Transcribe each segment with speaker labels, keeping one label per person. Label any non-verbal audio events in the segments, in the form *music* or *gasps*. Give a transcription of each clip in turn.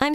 Speaker 1: I'm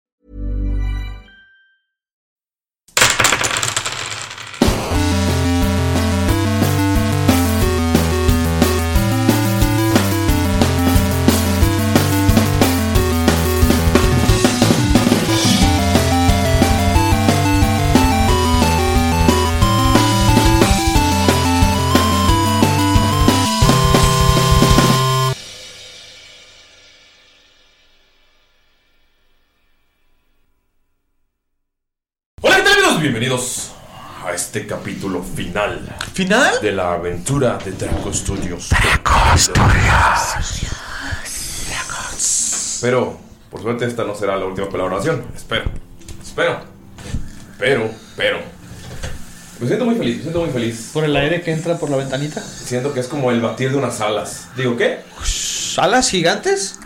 Speaker 2: Hola, ¿qué tal amigos? Bienvenidos a este capítulo final. ¿Final? De la aventura de Draco Studios. Draco Studios. Pero, por suerte, esta no será la última colaboración. Espero. Espero. Pero, pero. Me siento muy feliz, me siento muy feliz.
Speaker 3: ¿Por el aire que entra por la ventanita?
Speaker 2: Siento que es como el batir de unas alas. Digo, ¿qué?
Speaker 3: ¿Alas gigantes?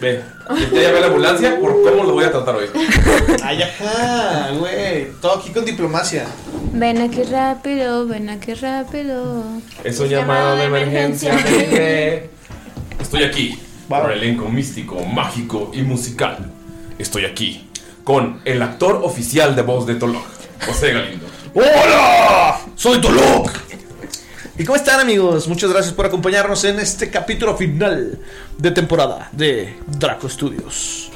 Speaker 2: Ve, ya llamé a la ambulancia por cómo lo voy a tratar hoy.
Speaker 3: *laughs* Ay, ajá, güey. Todo aquí con diplomacia.
Speaker 4: Ven aquí rápido, ven aquí rápido.
Speaker 2: Es un llamado de emergencia, baby. Estoy aquí con el elenco místico, mágico y musical. Estoy aquí con el actor oficial de voz de Tolok, José Galindo.
Speaker 3: ¡Hola! ¡Soy Tolok! ¿Y cómo están, amigos? Muchas gracias por acompañarnos en este capítulo final de temporada de Draco Studios.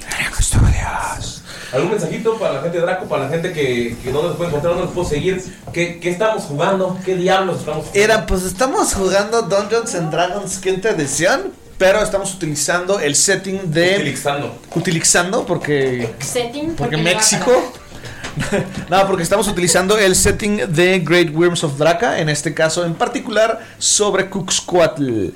Speaker 3: Draco Studios.
Speaker 2: ¿Algún mensajito para la gente de Draco, para la gente que, que no nos puede encontrar, no nos puede seguir? ¿Qué, qué estamos jugando? ¿Qué diablos estamos jugando?
Speaker 3: Era, pues estamos jugando Dungeons and Dragons quinta edición, pero estamos utilizando el setting de.
Speaker 2: Utilizando.
Speaker 3: Utilizando, porque.
Speaker 4: Setting
Speaker 3: Porque México. *laughs* Nada, porque estamos utilizando el setting de Great Worms of Draca, en este caso en particular sobre Cuxcuatl.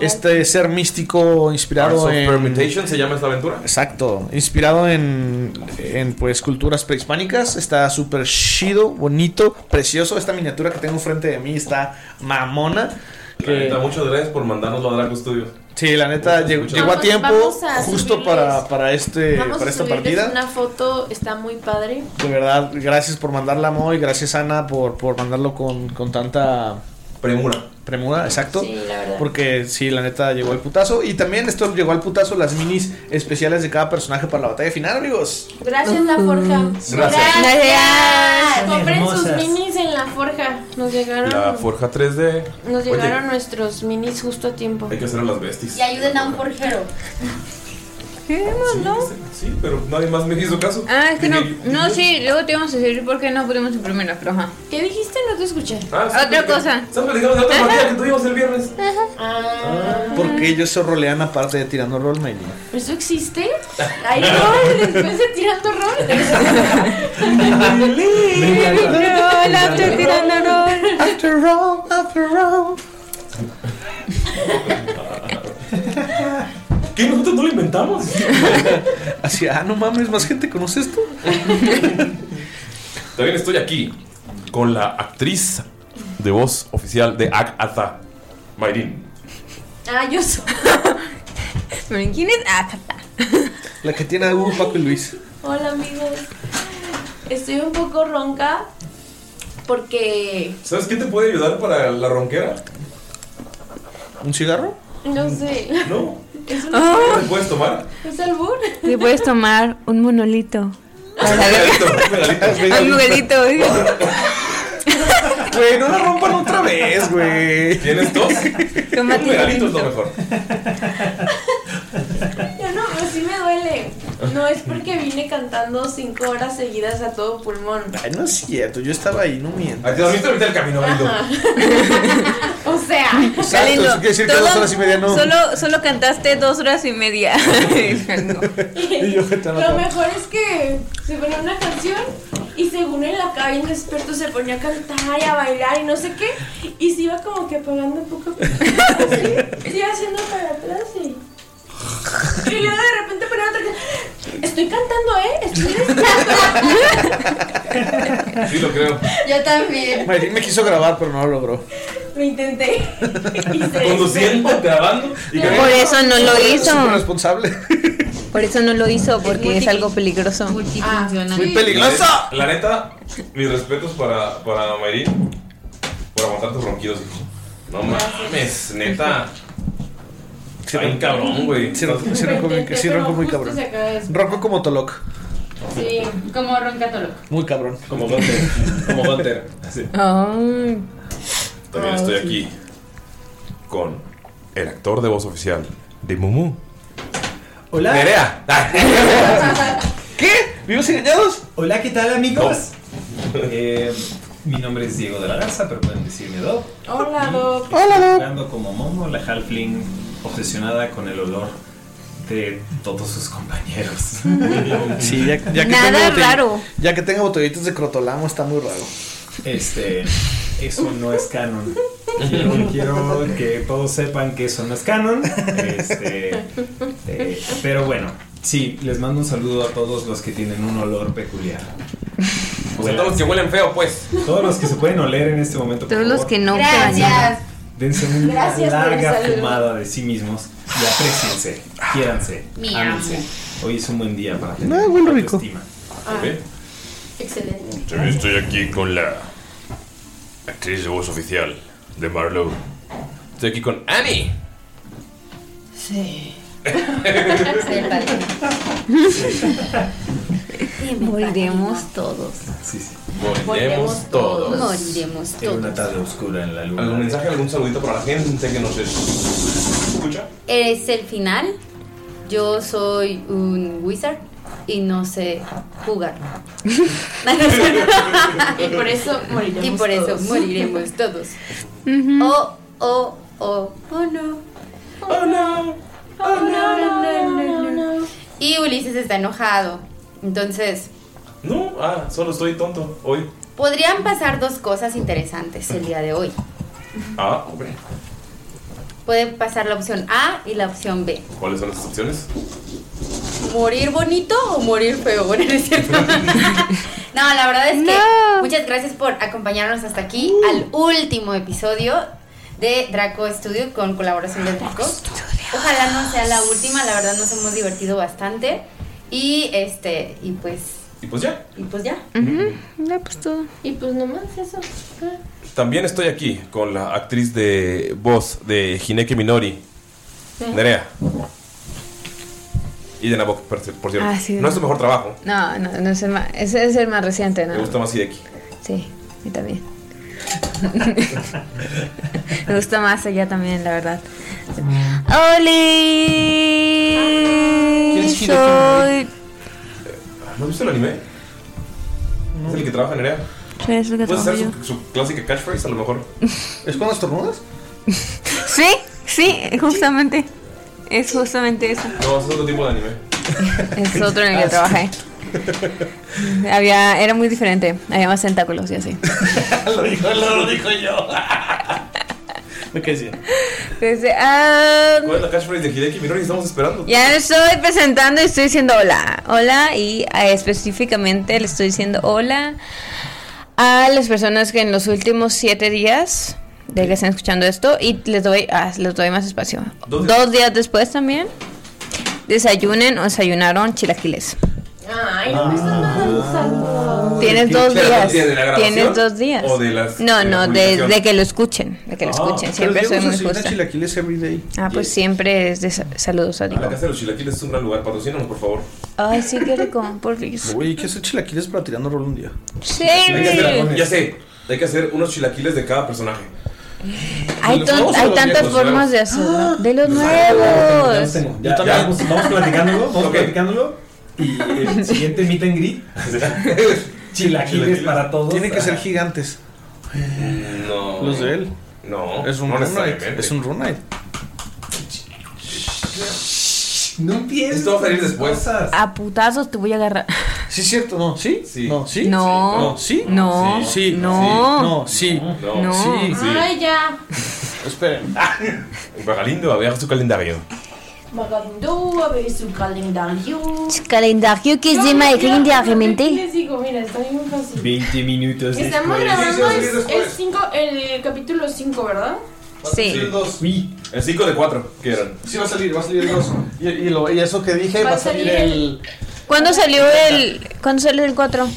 Speaker 3: Este ser místico
Speaker 2: Arts
Speaker 3: inspirado
Speaker 2: of
Speaker 3: en.
Speaker 2: Permutation se llama esta aventura.
Speaker 3: Exacto, inspirado en, en pues culturas prehispánicas. Está súper chido, bonito, precioso. Esta miniatura que tengo enfrente de mí está mamona.
Speaker 2: La
Speaker 3: que-
Speaker 2: neta, muchas gracias por mandarnos a Draco Studios.
Speaker 3: sí, la neta llegó,
Speaker 2: muchas
Speaker 3: llegó a
Speaker 4: Vamos-
Speaker 3: tiempo
Speaker 4: vamos a
Speaker 3: justo
Speaker 4: subirles-
Speaker 3: para, para, este,
Speaker 4: Vamos
Speaker 3: para
Speaker 4: a
Speaker 3: esta
Speaker 4: subirles
Speaker 3: partida.
Speaker 4: una foto, está muy padre.
Speaker 3: De verdad, gracias por mandarla, Moy. Gracias, Ana, por, por mandarlo con, con tanta
Speaker 2: Premura.
Speaker 3: premura, exacto.
Speaker 4: Sí, la verdad.
Speaker 3: Porque sí, la neta llegó al putazo. Y también esto llegó al putazo las minis especiales de cada personaje para la batalla final, amigos.
Speaker 4: Gracias, La Forja.
Speaker 2: Gracias.
Speaker 4: Gracias. Compren sus
Speaker 5: Hermosas.
Speaker 4: minis en La Forja. Nos llegaron,
Speaker 2: La Forja 3D.
Speaker 4: nos
Speaker 2: Oye,
Speaker 4: llegaron nuestros minis justo a tiempo.
Speaker 2: hay que hacer a las besties.
Speaker 6: Y ayuden a un forjero.
Speaker 2: Sí, sí, sí, pero nadie más me hizo caso.
Speaker 5: Ah, es que no.
Speaker 2: Dije,
Speaker 5: No, sí, luego te íbamos a decir por qué no pudimos imprimirla, pero ajá.
Speaker 4: ¿Qué dijiste? No te escuché.
Speaker 2: Ah, sí,
Speaker 5: Otra
Speaker 2: porque-
Speaker 5: cosa.
Speaker 2: Estamos platicando de otra partida que tuvimos el viernes.
Speaker 3: Porque ellos se rolean aparte de tirando rol, Meli.
Speaker 4: Ah, ¿Eso existe? Ay, no, después de tirando rol.
Speaker 3: After all, after all.
Speaker 2: *laughs* ¿Qué? ¿Nosotros no lo inventamos?
Speaker 3: *laughs* Así, ah, no mames, más gente conoce esto.
Speaker 2: También estoy aquí con la actriz de voz oficial de Agatha, Mayrin.
Speaker 5: *laughs*
Speaker 4: Ah, yo soy.
Speaker 5: ¿Quién es? Ah, ta, ta.
Speaker 3: La que tiene a Hugo, Paco y Luis.
Speaker 4: Hola amigos. Estoy un poco ronca porque
Speaker 2: ¿Sabes qué te puede ayudar para la ronquera?
Speaker 3: ¿Un cigarro?
Speaker 4: no sé.
Speaker 2: No.
Speaker 4: *laughs* Es un
Speaker 2: ¿Te puedes tomar?
Speaker 4: es albur.
Speaker 6: Te puedes tomar un monolito.
Speaker 3: Ay, *laughs*
Speaker 6: Ay,
Speaker 2: *laughs*
Speaker 6: Miguelito.
Speaker 3: Güey, no la rompan otra vez, güey.
Speaker 2: ¿Tienes dos?
Speaker 6: Tómate
Speaker 2: Un regalito es lo mejor.
Speaker 4: *laughs* Ya no, pero sí me duele. No es porque vine cantando cinco horas seguidas a todo pulmón.
Speaker 3: Ay, no es cierto, yo estaba ahí, no miento.
Speaker 2: Te dormiste ahorita el camino, Galindo.
Speaker 4: O sea,
Speaker 3: Exacto, eso quiere decir que a dos horas y media no.
Speaker 6: Solo, solo cantaste dos horas y media.
Speaker 3: Y yo que te
Speaker 4: lo mejor es que se ponía una canción y según en la cabina experto se ponía a cantar y a bailar y no sé qué. Y se iba como que apagando un
Speaker 5: *laughs*
Speaker 4: poco. Así, se iba haciendo para atrás y. Y luego de repente ponía otra canción. Estoy cantando, ¿eh? Estoy
Speaker 2: Sí, lo creo.
Speaker 5: *laughs* Yo también.
Speaker 3: Mayrin me quiso grabar, pero no lo logró.
Speaker 4: Lo intenté. Y se
Speaker 2: Conduciendo, grabando y
Speaker 6: Por eso no lo
Speaker 3: Súper
Speaker 6: hizo.
Speaker 3: responsable.
Speaker 6: *laughs* Por eso no lo hizo, porque es algo peligroso.
Speaker 5: Multifuncional.
Speaker 3: Muy peligroso.
Speaker 2: La, la neta, mis respetos para, para Mayrin por aguantar tus ronquidos, hijo. No mames, neta. Está bien cabrón, güey.
Speaker 3: Sí, ronco, sí, ronco, muy- sí, ronco muy cabrón. Ronco como Toloc.
Speaker 4: Sí.
Speaker 5: Como roncatolo.
Speaker 3: Muy cabrón.
Speaker 2: Como Gunter. Como Gunter. Ah, Sí.
Speaker 4: Oh.
Speaker 6: Ay.
Speaker 2: También estoy aquí con el actor de voz oficial de Mumu.
Speaker 7: Hola.
Speaker 2: Nerea. Ah,
Speaker 3: *laughs* ¿Qué? ¿Vivos engañados?
Speaker 7: Hola, ¿qué tal amigos? Eh, mi nombre es Diego de la Garza, pero pueden decirme Doc.
Speaker 4: Hola, Doc.
Speaker 3: Hola, Doc.
Speaker 7: Hablando como Momo, la halfling obsesionada con el olor de todos sus compañeros.
Speaker 3: Sí, ya, ya que
Speaker 6: Nada
Speaker 3: tenga botell-
Speaker 6: raro.
Speaker 3: Ya que tenga botellitas de crotolamo, está muy raro.
Speaker 7: Este,
Speaker 4: *laughs*
Speaker 7: eso no es canon. Quiero, quiero que todos sepan que eso no es canon. Este, eh, pero bueno, sí, les mando un saludo a todos los que tienen un olor peculiar.
Speaker 2: o sea, todos los que huelen feo, pues.
Speaker 7: Todos los que se pueden oler en este momento. por
Speaker 6: Todos los
Speaker 7: favor.
Speaker 6: que no se bañaron.
Speaker 5: Gracias.
Speaker 7: Dense una
Speaker 4: Gracias por el
Speaker 7: larga
Speaker 4: saludo.
Speaker 7: fumada de sí mismos y apréciense, quiéranse,
Speaker 5: Mi
Speaker 7: ámense. Hoy es un buen día para tener
Speaker 3: No, huele rico.
Speaker 7: autoestima.
Speaker 4: Ah.
Speaker 2: Ok.
Speaker 4: Excelente.
Speaker 2: También estoy aquí con la actriz de voz oficial de Marlowe. Estoy aquí con Annie.
Speaker 5: Sí. Del padre.
Speaker 6: Moriremos todos.
Speaker 7: Sí, sí.
Speaker 2: Volvemos todos.
Speaker 5: Moriremos
Speaker 7: Era una
Speaker 5: todos.
Speaker 7: tarde oscura en la luna.
Speaker 2: ¿Algún mensaje, algún saludito para la gente que nos escucha?
Speaker 5: Es el final. Yo soy un wizard y no sé jugar.
Speaker 4: *laughs* Y por eso moriremos.
Speaker 5: y por eso
Speaker 4: todos.
Speaker 5: moriremos todos. Oh, oh, oh, oh no.
Speaker 4: Oh, no, no, no, no, no.
Speaker 5: Y Ulises está enojado. Entonces,
Speaker 2: No, ah, solo estoy tonto hoy.
Speaker 5: podrían pasar dos cosas interesantes el día de hoy.
Speaker 2: Ah, ok.
Speaker 5: Puede pasar la opción A y la opción B.
Speaker 2: ¿Cuáles son las opciones?
Speaker 5: ¿Morir bonito o morir feo? Bueno, no es
Speaker 6: *laughs*
Speaker 5: cierto. No, la verdad es que
Speaker 6: No. Uh.
Speaker 5: muchas gracias por acompañarnos hasta aquí al último episodio de Draco Studio con colaboración de Draco. Ojalá no sea la última, la verdad nos hemos divertido bastante. Y este, y pues,
Speaker 2: Y pues ya.
Speaker 5: y pues ya.
Speaker 6: No, pues todo.
Speaker 4: Y pues nomás eso.
Speaker 2: También estoy aquí con la actriz de voz de Hineke Minori, Nerea. Y de Nabok, por por cierto.
Speaker 6: Ah, sí, de
Speaker 2: no es su mejor trabajo.
Speaker 6: No, no, no es el más. Ese es el más reciente, ¿no?
Speaker 2: Me gusta más Hideki.
Speaker 6: Sí, y también. *laughs* Me gusta más allá también, la verdad. ¡Oli!
Speaker 3: es Hideki
Speaker 6: Soy.
Speaker 2: Ah, ¿No has visto el anime? Es el que trabaja en Nerea.
Speaker 6: Es lo que
Speaker 2: ¿Puedes
Speaker 6: trabajo yo.
Speaker 2: hacer su, su clásica catchphrase a
Speaker 6: *laughs*
Speaker 2: lo mejor?
Speaker 3: ¿Es cuando estornudas?
Speaker 6: Sí, sí, justamente. Es justamente eso.
Speaker 2: No, es otro tipo de anime.
Speaker 6: *laughs*
Speaker 2: *laughs*
Speaker 6: Es otro en el que trabajé. Había, era muy diferente. Había más tentáculos y
Speaker 2: *laughs*
Speaker 6: así.
Speaker 3: lo dijo, *laughs* lo, dijo yo. ¿Me qué decía?
Speaker 6: Entonces, ah,
Speaker 2: ¿Cuál es la catchphrase de Hideki Minori? Estamos esperando.
Speaker 6: ya me estoy presentando y estoy diciendo hola. Hola y ah, específicamente le estoy diciendo hola a las personas que en los últimos siete días de que están escuchando esto y les doy, ah, les doy más espacio.
Speaker 2: Dos
Speaker 6: Dos
Speaker 2: días.
Speaker 6: días, después también. desayunen o desayunaron chilaquiles.
Speaker 4: Ay, no me están
Speaker 2: Ah.
Speaker 4: analizando.
Speaker 6: Tienes dos
Speaker 2: Pero,
Speaker 6: días.
Speaker 2: ¿de la grabación?
Speaker 6: Tienes dos días.
Speaker 2: ¿O de las-
Speaker 6: no,
Speaker 2: de la
Speaker 6: no, de,
Speaker 2: publicación? Ah,
Speaker 6: de que lo escuchen. De que lo escuchen. Siempre soy muy justa.
Speaker 3: chilaquiles every day.
Speaker 6: Ah, pues siempre es de sa- saludos a Dios.
Speaker 2: La casa de los chilaquiles es un gran lugar. Patrocínanos, por favor.
Speaker 6: Ay, sí, qué rico. Por fin.
Speaker 3: Uy, hay que hacer chilaquiles para tirando rol un día.
Speaker 6: Sí.
Speaker 2: Hay que hacer- ya sé, hay que hacer unos chilaquiles de cada personaje.
Speaker 6: Hay,
Speaker 2: los
Speaker 6: ton-
Speaker 2: nuevos o
Speaker 6: hay
Speaker 2: los
Speaker 6: tantas
Speaker 2: viejos? Ah,
Speaker 6: formas de hacerlo. De los
Speaker 7: Ya
Speaker 6: nuevos.
Speaker 7: los tengo, ya- ya vamos, vamos platicándolo, vamos platicándolo. Y el siguiente meet and
Speaker 3: *laughs*
Speaker 7: greet. Chilaquiles para todos.
Speaker 3: Tienen que ser gigantes.
Speaker 2: No.
Speaker 3: Los de él.
Speaker 2: No.
Speaker 3: Es un
Speaker 2: no
Speaker 3: run night.
Speaker 2: necesariamente.
Speaker 3: Es un run night.
Speaker 7: No empieces.
Speaker 2: Esto va a salir después.
Speaker 6: A putazos te voy a agarrar.
Speaker 3: Sí, cierto, no. ¿Sí?
Speaker 2: Sí.
Speaker 3: No, sí.
Speaker 6: No.
Speaker 3: Sí.
Speaker 6: No.
Speaker 3: Sí.
Speaker 6: No.
Speaker 3: No, sí.
Speaker 2: No.
Speaker 6: No.
Speaker 3: Sí.
Speaker 4: Ay, ya.
Speaker 2: *laughs*
Speaker 3: Esperen.
Speaker 2: Galindo, abeja su calendario.
Speaker 4: Vagabundo, a ver su calendario.
Speaker 6: Calendario que
Speaker 4: Yo,
Speaker 6: es de
Speaker 4: mira,
Speaker 6: my
Speaker 4: ¿qué
Speaker 6: calendario.
Speaker 4: Les digo, mira, está bien fácil.
Speaker 7: 20 minutos este
Speaker 4: Estamos
Speaker 7: después.
Speaker 4: grabando
Speaker 2: Sí, sí, sí,
Speaker 4: el,
Speaker 2: después.
Speaker 4: el cinco, el capítulo 5, ¿verdad?
Speaker 6: Sí.
Speaker 2: Sí. El 5 de 4, que eran.
Speaker 3: Sí va a salir, va a salir el 2. Y, y lo- y eso que dije va, a salir el...
Speaker 6: ¿Cuándo salió el. ¿Cuándo salió el 4?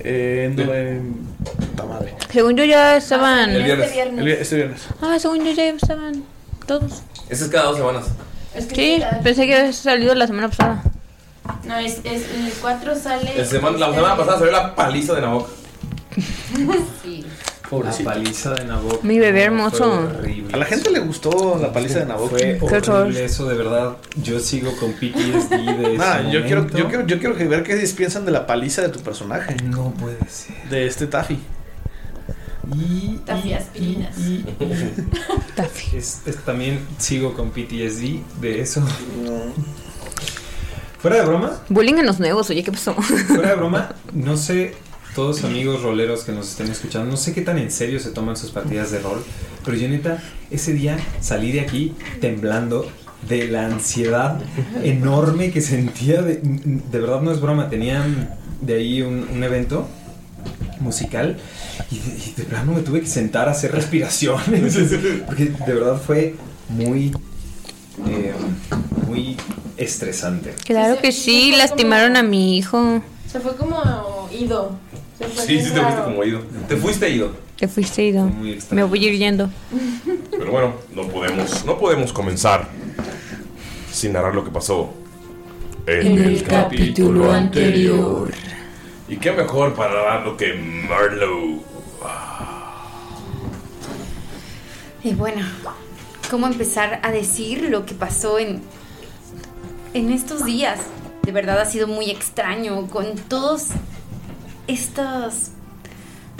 Speaker 3: Eh, no, en- puta madre.
Speaker 6: Según yo ya estaban.
Speaker 2: El viernes.
Speaker 3: El vi- este viernes.
Speaker 6: Ah, según yo ya estaban todos.
Speaker 2: Ese es cada dos semanas.
Speaker 4: Es que
Speaker 6: Sí, pues- pensé que había salido la semana pasada.
Speaker 4: No, es, es el 4 sale. este,
Speaker 2: El
Speaker 6: Este
Speaker 2: semana- la semana pasada salió la paliza de
Speaker 6: *laughs*
Speaker 2: Nabok.
Speaker 7: La paliza de Nabok.
Speaker 6: Mi bebé
Speaker 7: No,
Speaker 6: hermoso.
Speaker 7: fue horrible.
Speaker 3: A la gente le gustó la paliza de Nabucco.
Speaker 7: Fue
Speaker 6: horror.
Speaker 7: horrible eso, de
Speaker 6: *laughs*
Speaker 7: verdad. Yo sigo con PTSD de ese
Speaker 3: *laughs* Nah, yo quiero,
Speaker 7: momento.
Speaker 3: yo quiero, yo quiero que ver qué piensan de la paliza de tu personaje.
Speaker 7: No puede ser.
Speaker 3: De este Taffy.
Speaker 7: Y,
Speaker 4: Taffy aspirinas.
Speaker 7: y- es- es- también sigo con PTSD de eso. Fuera de broma,
Speaker 6: Bullying en los nuevos, oye, ¿qué *laughs* pasó?
Speaker 7: fuera de broma, no sé, todos amigos roleros que nos estén escuchando, no sé qué tan en serio se toman sus partidas de rol, pero yo neta, ese día salí de aquí temblando de la ansiedad enorme que sentía, de, de verdad no es broma, tenían de ahí un, un evento musical y de, y de plano me tuve que sentar a hacer respiraciones, *laughs* porque de verdad fue muy, eh, muy estresante.
Speaker 6: Claro que sí, lastimaron a mi hijo.
Speaker 4: *laughs* Se fue como ido. Se fue
Speaker 2: Sí,
Speaker 4: bien
Speaker 2: sí, te fuiste
Speaker 4: raro.
Speaker 2: como ido. Te fuiste ido.
Speaker 6: Te fuiste ido.
Speaker 7: Muy extraño.
Speaker 6: Me voy a ir
Speaker 2: *laughs*
Speaker 6: yendo.
Speaker 2: Pero bueno, no podemos, no podemos comenzar sin narrar lo que pasó en el capítulo anterior. Y qué mejor para narrar lo que Marlowe.
Speaker 5: Y bueno, ¿cómo empezar a decir lo que pasó en, en estos días? De verdad ha sido muy extraño con todas estas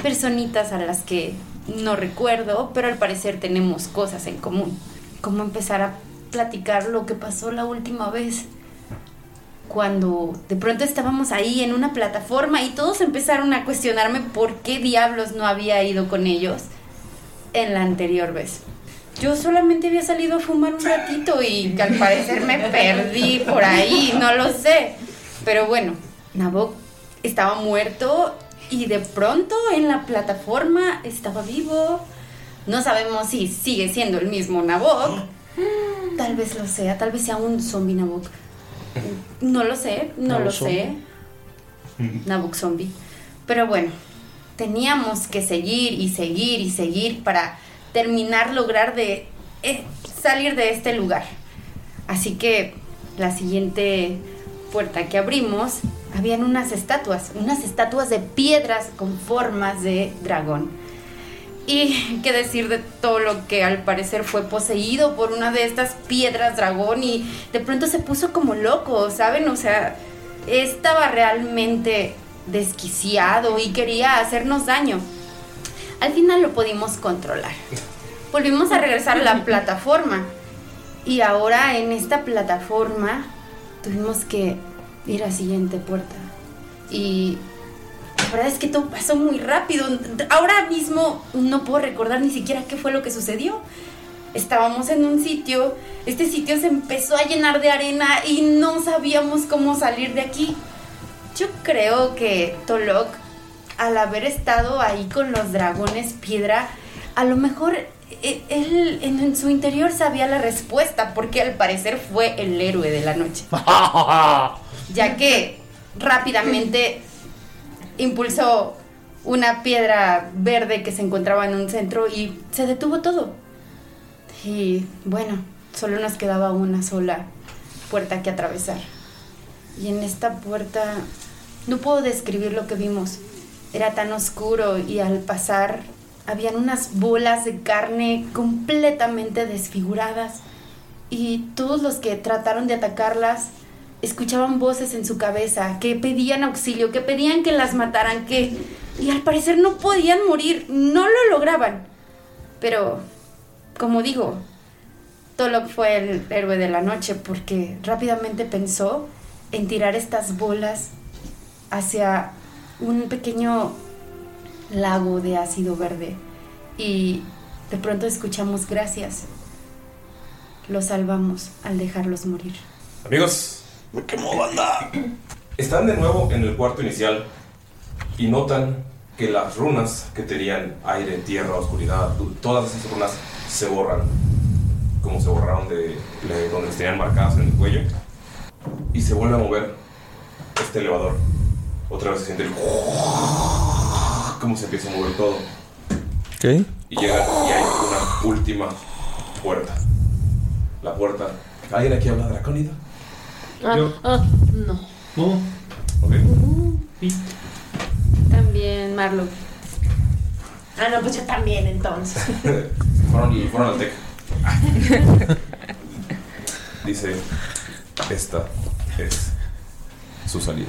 Speaker 5: personitas a las que no recuerdo, pero al parecer tenemos cosas en común. ¿Cómo empezar a platicar lo que pasó la última vez? Cuando de pronto estábamos ahí en una plataforma y todos empezaron a cuestionarme por qué diablos no había ido con ellos en la anterior vez. Yo solamente había salido a fumar un ratito y que al parecer me perdí por ahí, no lo sé. Pero bueno, Nabok estaba muerto y de pronto en la plataforma estaba vivo. No sabemos si sigue siendo el mismo *gasps* Nabok. Tal vez lo sea, tal vez sea un zombie Nabok. No lo sé, no lo sé. Nabok zombie. Pero bueno, teníamos que seguir y seguir y seguir para terminar, lograr de eh, salir de este lugar. Así que la siguiente puerta que abrimos, habían unas estatuas, unas estatuas de piedras con formas de dragón. Y *laughs* qué decir de todo lo que al parecer fue poseído por una de estas piedras dragón y de pronto se puso como loco, ¿saben? O sea, estaba realmente desquiciado y quería hacernos daño. Al final lo pudimos controlar. Volvimos a regresar a la plataforma y ahora en esta plataforma tuvimos que ir a la siguiente puerta. Y la verdad es que todo pasó muy rápido. Ahora mismo no puedo recordar ni siquiera qué fue lo que sucedió. Estábamos en un sitio, este sitio se empezó a llenar de arena y no sabíamos cómo salir de aquí. Yo creo que Tolok, al haber estado ahí con los dragones piedra, a lo mejor e- él en, en su interior sabía la respuesta porque al parecer fue el héroe de la noche. Ya que rápidamente impulsó una piedra verde que se encontraba en un centro y se detuvo todo. Y bueno, solo nos quedaba una sola puerta que atravesar. Y en esta puerta no puedo describir lo que vimos. Era tan oscuro y al pasar habían unas bolas de carne completamente desfiguradas y todos los que trataron de atacarlas escuchaban voces en su cabeza que pedían auxilio, que pedían que las mataran, que... Y al parecer no podían morir, no lo lograban. Pero, como digo, Tolok fue el héroe de la noche porque rápidamente pensó en tirar estas bolas hacia un pequeño lago de ácido verde y de pronto escuchamos gracias. Los salvamos al dejarlos morir.
Speaker 2: Amigos, Están de nuevo en el cuarto inicial y notan que las runas que tenían aire, tierra, oscuridad, du- todas esas runas se borran, como se borraron de, de donde las tenían marcadas en el cuello. Y se vuelve a mover este elevador. Otra vez se siente el como se empieza a mover todo. *laughs*
Speaker 3: Ok.
Speaker 2: Y llega y hay una última puerta. La puerta. ¿Alguien aquí habla dracónida?
Speaker 8: Ah,
Speaker 2: Yo.
Speaker 8: ah, no.
Speaker 2: No.
Speaker 8: También Marlo. Ah, no, pues yo
Speaker 4: *laughs*
Speaker 8: también entonces.
Speaker 2: Fueron, fueron al TEC. Dice, esta es su salida.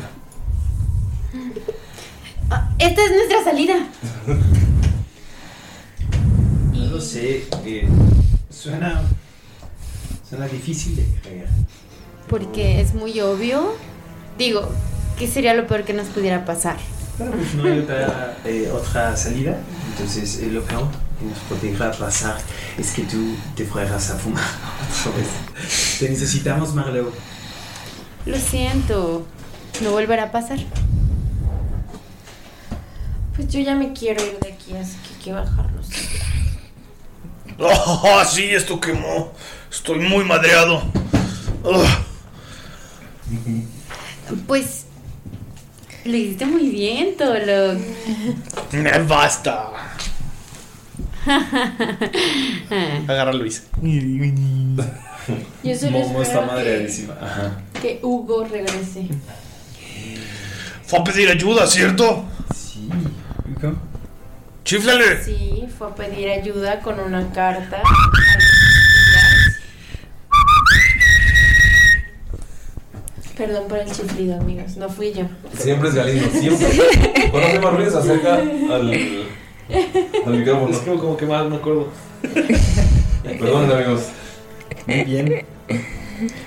Speaker 5: Ah, Esta es nuestra salida.
Speaker 7: No lo sé. eh, suena. Suena difícil de creer.
Speaker 5: Porque es muy obvio. Digo, ¿qué sería lo peor que nos pudiera pasar?
Speaker 7: Pues no hay otra, eh, otra salida. Entonces, eh, lo peor que nos podría pasar es que tú te fueras a fumar otra vez. Te necesitamos, Marleo.
Speaker 5: Lo siento. No volverá a pasar.
Speaker 8: Pues yo ya me quiero ir de aquí, así que hay que bajarnos.
Speaker 3: *laughs* ¡Ah, sí! Esto quemó. Estoy muy madreado. Ah.
Speaker 5: Pues lo hiciste muy bien, Tolok.
Speaker 2: *laughs*
Speaker 3: Me basta. Agarra a Luis.
Speaker 8: Yo solo espero
Speaker 7: encima. Ajá.
Speaker 8: que, que Hugo regrese.
Speaker 3: Fue a pedir ayuda, ¿cierto? Sí. ¡Chiflale!
Speaker 8: Sí, fue a pedir ayuda con una carta. Perdón por el chiflido, amigos. No fui yo.
Speaker 2: Siempre es Galindo, siempre. Cuando hace más ruido se acerca al, al micrófono. Es como, que más, me
Speaker 3: *laughs*
Speaker 2: acuerdo. Perdón, amigos.
Speaker 3: Muy bien.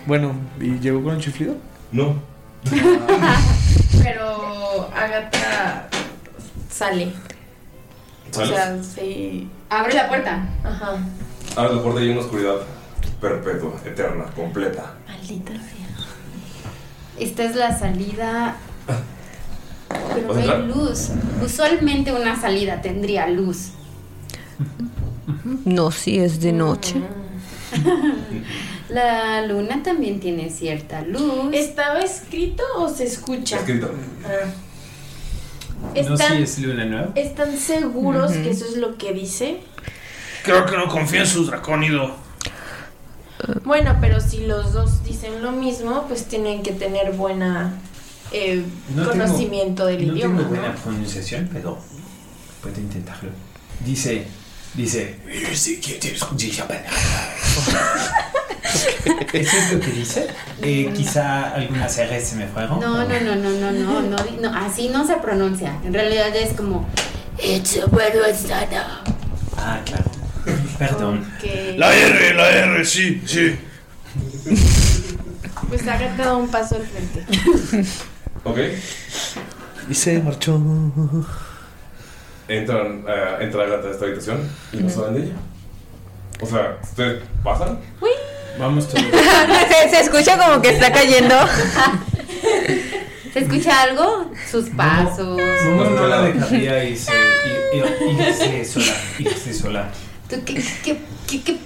Speaker 3: Bueno, ¿y llegó con el chiflido?
Speaker 2: No.
Speaker 8: Pero Agatha sale. O sea, sí.
Speaker 5: Abre la puerta.
Speaker 8: Ajá.
Speaker 2: Ahora la puerta hay una oscuridad perpetua, eterna, completa.
Speaker 8: Maldita sea.
Speaker 5: Esta es la salida. Pero
Speaker 2: Ah. ¿Vas
Speaker 5: no
Speaker 2: a
Speaker 5: hay
Speaker 2: entrar?
Speaker 5: luz. Usualmente una salida tendría luz.
Speaker 6: No, si es de noche.
Speaker 5: *laughs* La luna también tiene cierta luz.
Speaker 8: ¿Estaba escrito o se escucha?
Speaker 2: Escrito.
Speaker 8: Ah.
Speaker 7: No sé
Speaker 8: ¿Están,
Speaker 7: si es Luna Nueva.
Speaker 8: están seguros
Speaker 6: Ujú.
Speaker 8: que eso es lo que dice?
Speaker 3: Creo que no confía en su dracónido.
Speaker 8: Bueno, pero si los dos dicen lo mismo, pues tienen que tener buena eh,
Speaker 7: No tengo-
Speaker 8: conocimiento del
Speaker 7: no
Speaker 8: idioma.
Speaker 7: tengo buena
Speaker 8: ¿no?
Speaker 7: pronunciación, pero puedo intentarlo. Dice, dice. ¿Eso *laughs* es lo que dice? Eh, quizá algunas R se me fueron.
Speaker 5: No, no, no, no, no, no, no, di- no, así no se pronuncia. En realidad es como It's a bueno sana.
Speaker 7: Ah, claro. Perdón.
Speaker 8: Que
Speaker 3: La R, la R, sí, sí.
Speaker 8: pues haga cada un paso al frente.
Speaker 2: Ok.
Speaker 3: Y se marchó.
Speaker 2: Entran, eh, entra Agatha a esta habitación y no saben de ella. O sea, ¿ustedes pasan?
Speaker 7: Vamos todos.
Speaker 6: se, *laughs* se escucha como que está cayendo.
Speaker 5: *laughs* ¿Se escucha algo? Sus pasos.
Speaker 7: No, no, no la dejaría irse, ir- ir- irse sola, irse sola.
Speaker 5: ¿Tú qué, qué, qué, qué,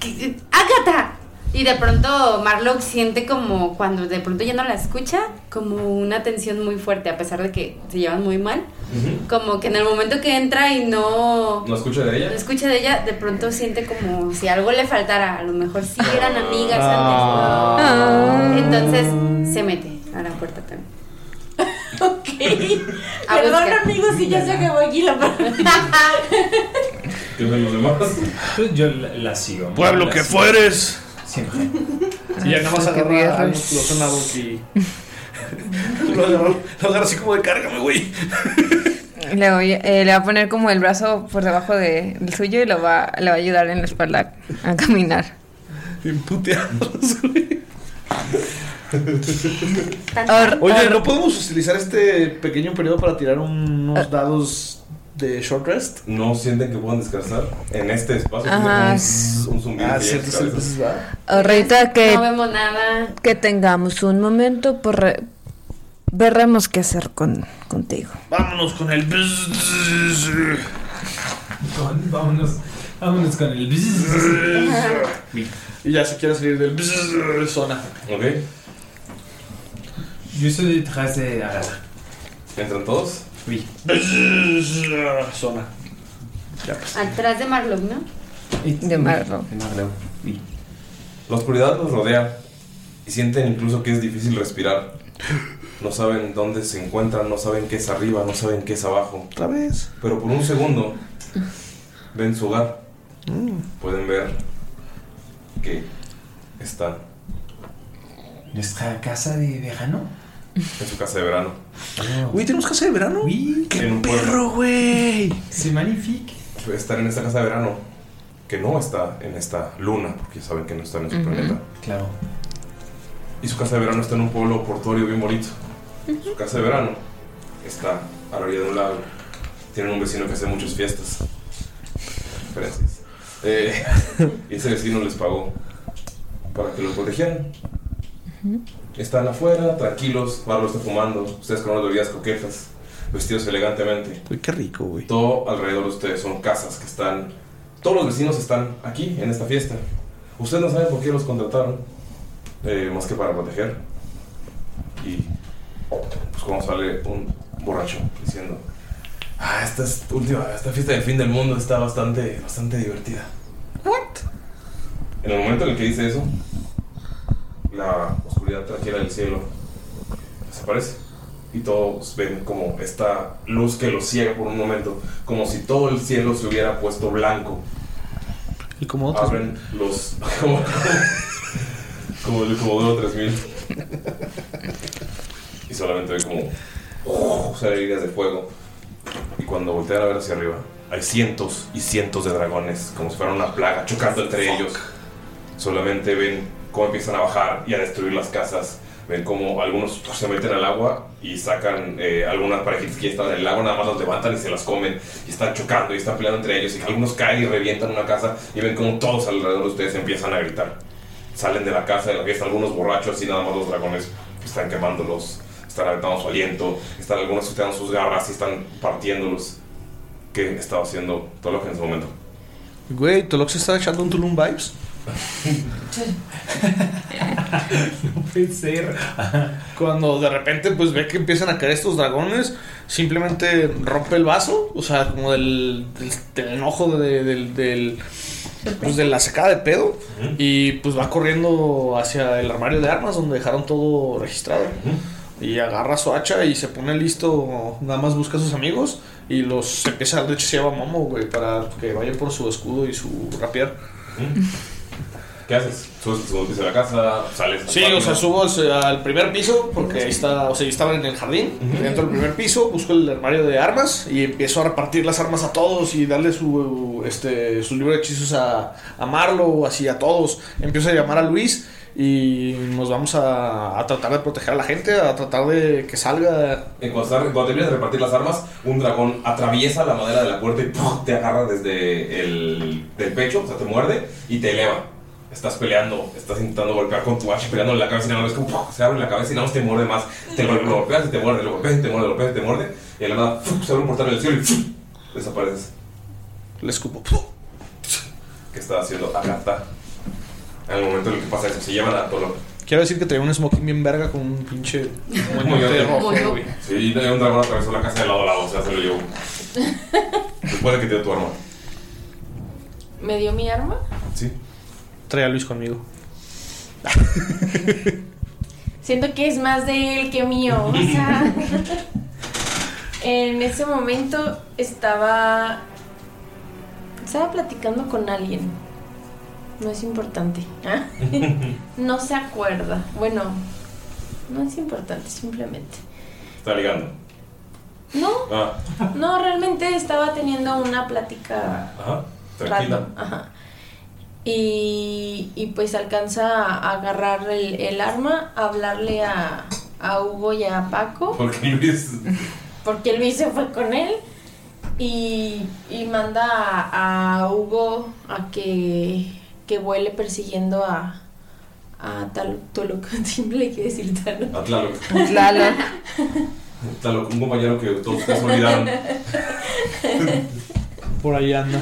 Speaker 5: qué- qué- ¡Ágata! Y de pronto Marlock siente como cuando de pronto ya no la escucha, como una tensión muy fuerte, a pesar de que se llevan muy mal. Como que en el momento que entra y no.
Speaker 2: ¿No escucha de ella?
Speaker 5: No escucha de ella, de pronto siente como si algo le faltara. A lo mejor sí eran amigas
Speaker 2: Ah.
Speaker 5: antes. Entonces se mete a la puerta también. ok.
Speaker 8: Perdón, amigos, si ya se acabó aquí la
Speaker 7: ¿Qué son los demás? Pues yo la, la sigo. ¿no?
Speaker 3: Pueblo
Speaker 7: La
Speaker 3: que
Speaker 7: sigo.
Speaker 3: fueres.
Speaker 7: Siempre.
Speaker 3: Y ya nada más agarra al musculoso y. *laughs* lo agarra- lo agarra así como de cárgame, güey.
Speaker 6: Le, voy- eh, le va a poner como el brazo por debajo de- del suyo y lo va, le va a ayudar en la espalda a caminar.
Speaker 3: *laughs* Oye, ¿no podemos utilizar este pequeño periodo para tirar unos dados de short rest?
Speaker 2: No sienten que puedan descansar en este espacio.
Speaker 6: Ajá.
Speaker 2: Un, zzz, un zumbido.
Speaker 3: Ah,
Speaker 2: que
Speaker 3: cierto,
Speaker 2: llega a sus
Speaker 3: cierto,
Speaker 2: cabezas.
Speaker 6: Ahorita que,
Speaker 5: No vemos nada.
Speaker 6: que tengamos un momento, por re- veremos qué hacer con, contigo.
Speaker 3: Vámonos con el.
Speaker 7: Con- vámonos, vámonos con el.
Speaker 3: *laughs* Y ya se quiere salir del. Zona.
Speaker 2: Ok.
Speaker 7: Yo estoy detrás de Agatha.
Speaker 2: ¿Entran todos?
Speaker 7: Sí.
Speaker 3: Zona.
Speaker 5: Atrás de Marlock, ¿no?
Speaker 6: De Marlow.
Speaker 2: La oscuridad los rodea y sienten incluso que es difícil respirar. No saben dónde se encuentran, no saben qué es arriba, no saben qué es abajo.
Speaker 3: Otra vez.
Speaker 2: Pero por un segundo ven su hogar.
Speaker 3: Mm.
Speaker 2: Pueden ver que está
Speaker 7: Nuestra casa de verano.
Speaker 2: en su casa de verano.
Speaker 3: Güey, ¿tenemos casa de verano?
Speaker 2: ¡Qué
Speaker 3: perro, güey!
Speaker 7: Se magnifique.
Speaker 2: Estar en esta casa de verano que no está en esta luna, porque ya saben que no está en su
Speaker 7: Ujú.
Speaker 2: planeta.
Speaker 7: Claro.
Speaker 2: Y su casa de verano está en un pueblo portuario bien bonito. Su casa de verano está a la orilla de un lago. Tienen un vecino que hace muchas fiestas. Gracias. Eh, y ese vecino les pagó para que los protegieran. Están afuera, tranquilos, Barro está fumando, ustedes con unas bebidas coquetas, vestidos elegantemente.
Speaker 3: Uy, qué rico, güey.
Speaker 2: Todo alrededor de ustedes son casas que están... Todos los vecinos están aquí, en esta fiesta. Ustedes no saben por qué los contrataron, eh, más que para proteger. Y pues como sale un borracho diciendo... Ah, esta es última, esta fiesta del fin del mundo está bastante, bastante divertida. En el momento en el que dice eso, la oscuridad tranquila del cielo desaparece y todos ven como esta luz que los ciega por un momento, como si todo el cielo se hubiera puesto blanco.
Speaker 3: Y como
Speaker 2: otros. Abren los. *laughs* Como, como el Comodoro 3000. Y solamente ven como. ¡oh! salen líneas de fuego. Y cuando voltean a ver hacia arriba, hay cientos y cientos de dragones, como si fuera una plaga, chocando entre ellos. Solamente ven cómo empiezan a bajar y a destruir las casas. Ven cómo algunos se meten al agua y sacan eh, algunas parejitas que ya estaban en el lago, nada más los levantan y se las comen. Y están chocando y están peleando entre ellos. Y algunos caen y revientan una casa. Y ven cómo todos alrededor de ustedes empiezan a gritar. Salen de la casa de la fiesta algunos borrachos y nada más los dragones están quemándolos. Están aventando su aliento. Están algunos quitando sus garras y están partiéndolos. ¿Qué estaba haciendo Tolok en ese momento?
Speaker 3: Güey, Tolok se está echando un Tulum Vibes.
Speaker 7: No puede ser.
Speaker 3: Cuando de repente pues ve que empiezan a caer estos dragones, simplemente rompe el vaso, o sea, como del, del, del enojo de, del, del- pues, de la secada de pedo, y pues va corriendo hacia el armario de armas donde dejaron todo registrado. Y agarra su hacha y se pone listo, nada más busca a sus amigos y los empieza, de hecho se lleva a Momo, güey, para que vayan por su escudo y su rapier.
Speaker 2: ¿Qué haces? ¿Subes subes piso de la casa? ¿Sales? al
Speaker 3: Sí,
Speaker 2: patio?
Speaker 3: o sea, subo al, al primer piso porque ahí está, o sea, yo estaba en el jardín, dentro del primer piso, busco el armario de armas y empiezo a repartir las armas a todos y darle su este su libro de hechizos a, a Marlo, así a todos. Empiezo a llamar a Luis y nos vamos a, a tratar de proteger a la gente, a tratar de que salga.
Speaker 2: En cuanto, sal- cuando terminas de repartir las armas, un dragón atraviesa la madera de la puerta y ¡pum! te agarra desde el del pecho, o sea, te muerde y te eleva. Estás peleando, estás intentando golpear con tu hacha, peleando en la cabeza y nada más como, ¡pum! se abre la cabeza y nada más te muerde más. Te lo, lo golpeas y te muerde, lo golpeas y te muerde, lo golpeas y te muerde. Y de la nada ¡fum! se abre un portal en el cielo y ¡fum! desapareces.
Speaker 3: Le escupo.
Speaker 2: que está haciendo Agatha en el momento en el que pasa eso. Se llevan a Tolok.
Speaker 3: Quiero decir que traía un smoking bien verga con un pinche.
Speaker 2: Muy
Speaker 3: monte
Speaker 2: bien.
Speaker 3: rojo,
Speaker 2: Muy
Speaker 3: güey.
Speaker 2: Sí, y un dragón atravesó la casa de lado a lado, o sea, se
Speaker 8: *laughs*
Speaker 2: lo llevó. Después de que te dio tu arma.
Speaker 8: ¿Me dio mi arma?
Speaker 3: Traía a Luis conmigo.
Speaker 8: Siento que es más de él que mío. O sea, en ese momento estaba. Estaba platicando con alguien. No es importante. ¿ah? No se acuerda. Bueno, no es importante, simplemente.
Speaker 2: Está ligando.
Speaker 8: No,
Speaker 2: Ah,
Speaker 8: no, realmente estaba teniendo una plática
Speaker 2: ajá. Tranquila.
Speaker 8: Random, ajá. Y, y pues alcanza a agarrar el, el arma, a hablarle a, a Hugo y a Paco,
Speaker 2: Porque Luis.
Speaker 8: porque Luis se fue con él. Y, y manda a, a Hugo a que, que vuele persiguiendo a, a Tal- Toluca. *laughs* Siempre le quiero decir Talo.
Speaker 2: A Tlaloc.
Speaker 8: Tlaloc.
Speaker 2: Tlaloc, un compañero que *laughs* todos ustedes olvidaron.
Speaker 3: Por ahí anda.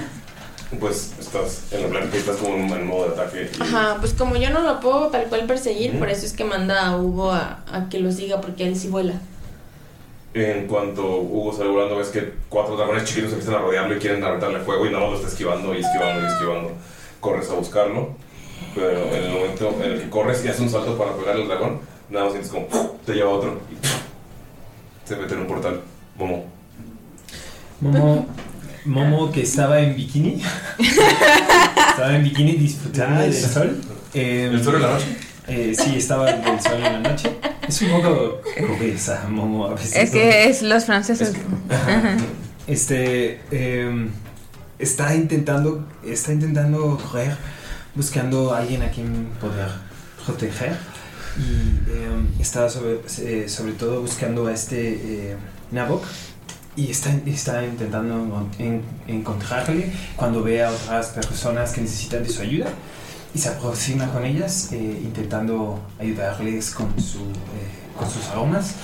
Speaker 2: Pues estás en la plática y estás como en, en modo de ataque.
Speaker 8: *laughs*
Speaker 2: y-
Speaker 8: Ajá, pues como yo no lo puedo tal cual perseguir, por eso es que manda a Hugo a, a que lo siga, porque él sí vuela.
Speaker 2: En cuanto Hugo sale volando, ves que cuatro dragones chiquitos empiezan a rodearlo y quieren aventarle fuego y nada más lo está esquivando y esquivando y esquivando. Corres a buscarlo, pero en el momento en el que corres y haces un salto para pegarle al dragón, nada más sientes como ¡puf! te lleva otro y ¡puf! se mete en un portal. Momo.
Speaker 6: *laughs*
Speaker 7: Momo, Momo que estaba en bikini. estaba en bikini disfrutando del
Speaker 2: Nice.
Speaker 7: sol. Em,
Speaker 2: ¿El sol en la noche?
Speaker 7: Eh, sí, estaba en el sol en la noche. Es un poco cobesa, Momo, a veces.
Speaker 6: Es que es los franceses. Ajá.
Speaker 7: Este em, está intentando está intentando correr buscando a alguien a quien poder proteger y em, está sobre, eh, sobre todo buscando a este eh, Nabok y está, está intentando en- en- encontrarle cuando ve a otras personas que necesitan de su ayuda y se aproxima con ellas eh, intentando ayudarles con, su, eh, con sus aromas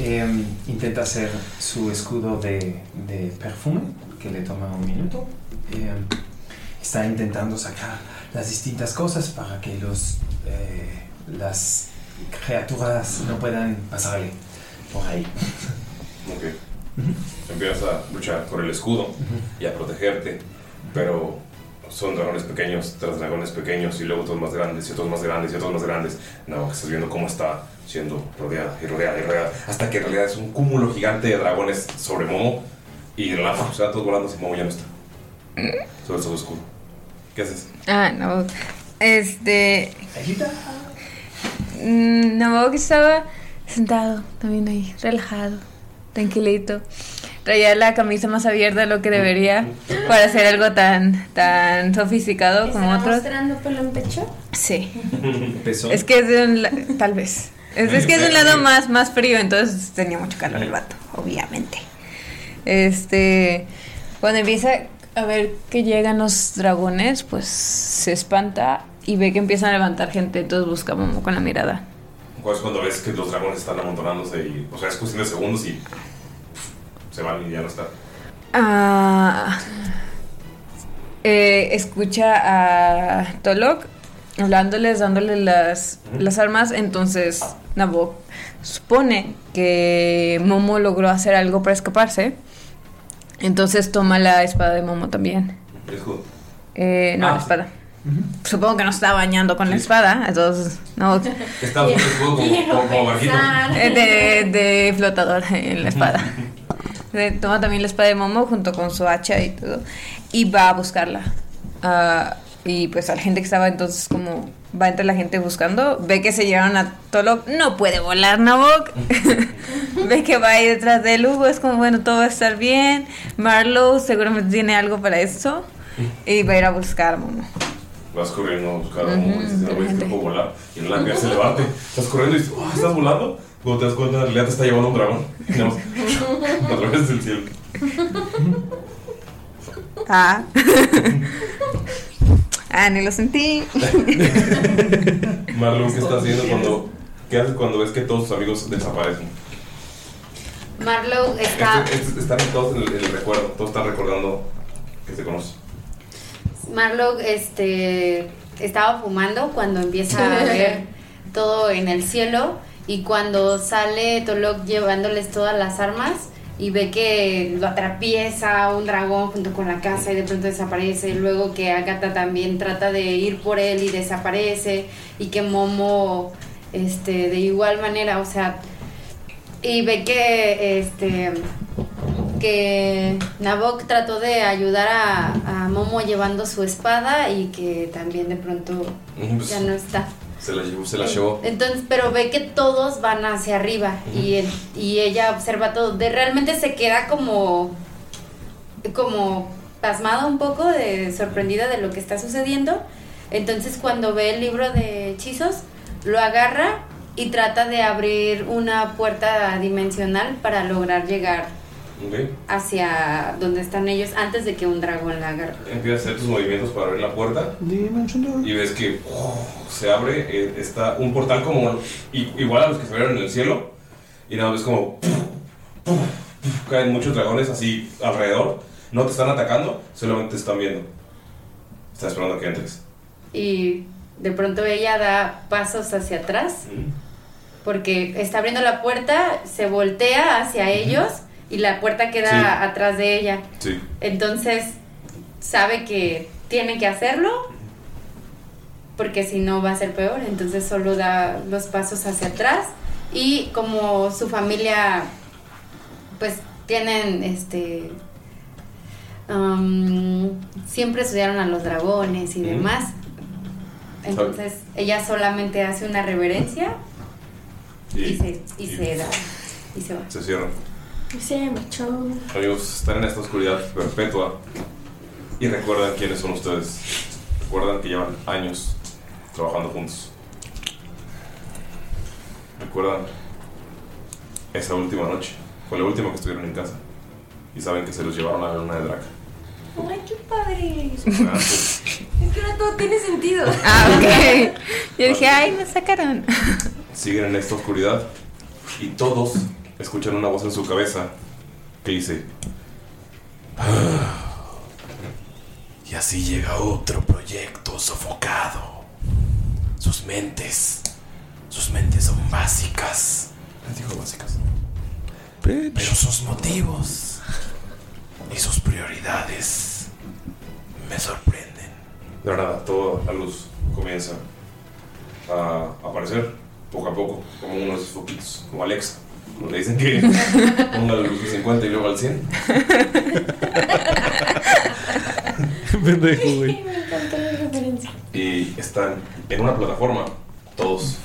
Speaker 7: Em, intenta hacer su escudo de, de perfume, que le toma un minuto. Em, está intentando sacar las distintas cosas para que los, eh, las criaturas no puedan pasarle por ahí.
Speaker 2: Ok. Empiezas a luchar por el escudo y a protegerte, pero son dragones pequeños tras dragones pequeños y luego otros más grandes y otros más grandes y otros más grandes. No, que estás viendo cómo está siendo rodeada y rodeada y rodeada hasta que en realidad es un cúmulo gigante de dragones sobre Momo y de la o sea, todos volando y Momo ya no está. Sobre su escudo. ¿Qué haces?
Speaker 6: Ah, no. Este.
Speaker 7: ¿Ayuda?
Speaker 6: Mm, No, que estaba sentado también ahí, relajado, tranquilito. Traía la camisa más abierta de lo que debería para hacer algo tan, tan sofisticado como
Speaker 8: ¿Estará
Speaker 6: otros.
Speaker 8: mostrando pelo en pecho?
Speaker 6: Sí.
Speaker 7: Empezó. *laughs*
Speaker 6: Es que es de un la- tal vez. Es, es que es de un lado más, más frío, entonces tenía mucho calor el vato, obviamente. Este, cuando empieza a ver que llegan los dragones, pues se espanta y ve que empiezan a levantar gente, entonces busca a Momo con la mirada.
Speaker 2: Pues cuando ves que los dragones están amontonándose y, o sea, es cuestión de segundos y pf, se van y ya no está.
Speaker 6: Ah, eh, escucha a Tolok hablándoles, dándoles las, las armas. Entonces Nabok supone que Momo logró hacer algo para escaparse. Entonces toma la espada de Momo también.
Speaker 2: El escudo.
Speaker 6: Eh, no,
Speaker 2: Ah,
Speaker 6: la espada. Supongo que no está bañando con la espada. Entonces, Nabok
Speaker 2: Está el escudo como, como, como bajito.
Speaker 6: eh, de, de flotador *laughs* en la espada. Eh, Toma también la espada de Momo junto con su hacha y todo. Y va a buscarla. Ah, y pues a la gente que estaba entonces como va entre la gente buscando. Ve que se llevaron a Tolok. No puede volar Nabok. ve que va ahí detrás de Hugo. Es como, bueno, todo va a estar bien. Marlowe seguramente tiene algo para esto. Y va a ir a buscar a Momo.
Speaker 2: Vas corriendo a buscar a
Speaker 6: Ujú,
Speaker 2: Momo y dices, no, güey, es que puedo volar. Y no la alcanzas a elevarte. Estás corriendo y dices, "Oh, ¿estás volando? Cuando te das cuenta, en realidad te está llevando un dragón. Y nada más, *laughs* a través del cielo.
Speaker 6: Ah. *laughs* ah, ni lo
Speaker 2: *laughs*
Speaker 6: sentí.
Speaker 2: Marlon, ¿qué estás haciendo cuando.? ¿Qué haces cuando ves que todos tus amigos desaparecen?
Speaker 5: Marlowe está.
Speaker 2: Este- este- están todos en el, en el recuerdo, todos están recordando que se conocen.
Speaker 5: Marlowe este, estaba fumando cuando empieza a ver todo en el cielo y cuando sale Tolok llevándoles todas las armas y ve que lo atraviesa un dragón junto con la casa y de pronto desaparece y luego que Agatha también trata de ir por él y desaparece y que Momo este de igual manera o sea y ve que este que Nabok trató de ayudar a, a Momo llevando su espada y que también de pronto
Speaker 2: Pues,
Speaker 5: ya no está
Speaker 2: Se la llevó, se la llevó.
Speaker 5: entonces, pero ve que todos van hacia arriba y, él- y ella observa todo. De, realmente se queda como, como pasmada un poco, de, sorprendida de lo que está sucediendo. Entonces, cuando ve el libro de hechizos, lo agarra y trata de abrir una puerta dimensional para lograr llegar
Speaker 2: Ok.
Speaker 5: hacia donde están ellos antes de que un dragón la agarre.
Speaker 2: Empiezas a hacer tus movimientos para abrir la puerta. Y ves que uf, se abre eh, está un portal como i- igual a los que se vieron en el cielo. Y nada, ves como puf, puf, puf, caen muchos dragones así alrededor. No te están atacando, solamente te están viendo. Están esperando a que entres.
Speaker 5: Y de pronto ella da pasos hacia atrás porque está abriendo la puerta, se voltea hacia ellos y la puerta queda
Speaker 2: Sí.
Speaker 5: atrás de ella.
Speaker 2: Sí.
Speaker 5: Entonces sabe que tiene que hacerlo porque si no va a ser peor. Entonces solo da los pasos hacia atrás y como su familia pues tienen este um, siempre estudiaron a los dragones y
Speaker 2: Ujú.
Speaker 5: demás. Entonces ella solamente hace una reverencia
Speaker 2: Y,
Speaker 5: y se, y se da y se va.
Speaker 2: se cierran.
Speaker 4: Se marchó.
Speaker 2: Amigos, están en esta oscuridad perpetua y recuerdan quiénes son ustedes. Recuerdan que llevan años trabajando juntos. Recuerdan esa última noche. Fue la última que estuvieron en casa. Y saben que se los llevaron a la luna de Draca.
Speaker 4: Ay, qué padre.
Speaker 2: Gracias.
Speaker 4: Es que ahora todo tiene sentido.
Speaker 6: Ah, ok. Yo dije, ay, me sacaron.
Speaker 2: Siguen en esta oscuridad y todos escuchan una voz en su cabeza que dice... "Ah". Y así llega otro proyecto sofocado. Sus mentes. Sus mentes son básicas. Les digo básicas. Pero sus motivos y sus prioridades me sorprenden. De verdad, toda la luz comienza a aparecer poco a poco, como uno de esos foquitos, como Alexa. Como le dicen que ponga la luz al 50 y luego al 100.
Speaker 3: Pendejo, güey.
Speaker 4: Me encantó la referencia.
Speaker 2: y están en una plataforma, todos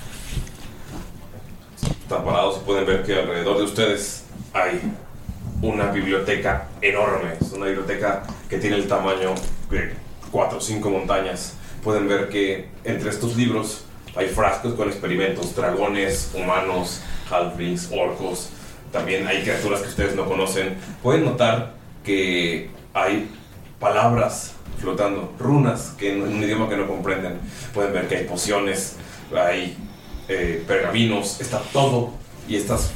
Speaker 2: están parados y pueden ver que alrededor de ustedes hay una biblioteca enorme. Es una biblioteca que tiene el tamaño de cuatro o cinco montañas. Pueden ver que entre estos libros hay frascos con experimentos, dragones, humanos, halflings, orcos. También hay criaturas que ustedes no conocen. Pueden notar que hay palabras flotando, runas que en un idioma que no comprenden. Pueden ver que hay pociones, hay eh, pergaminos, está todo. Y estas,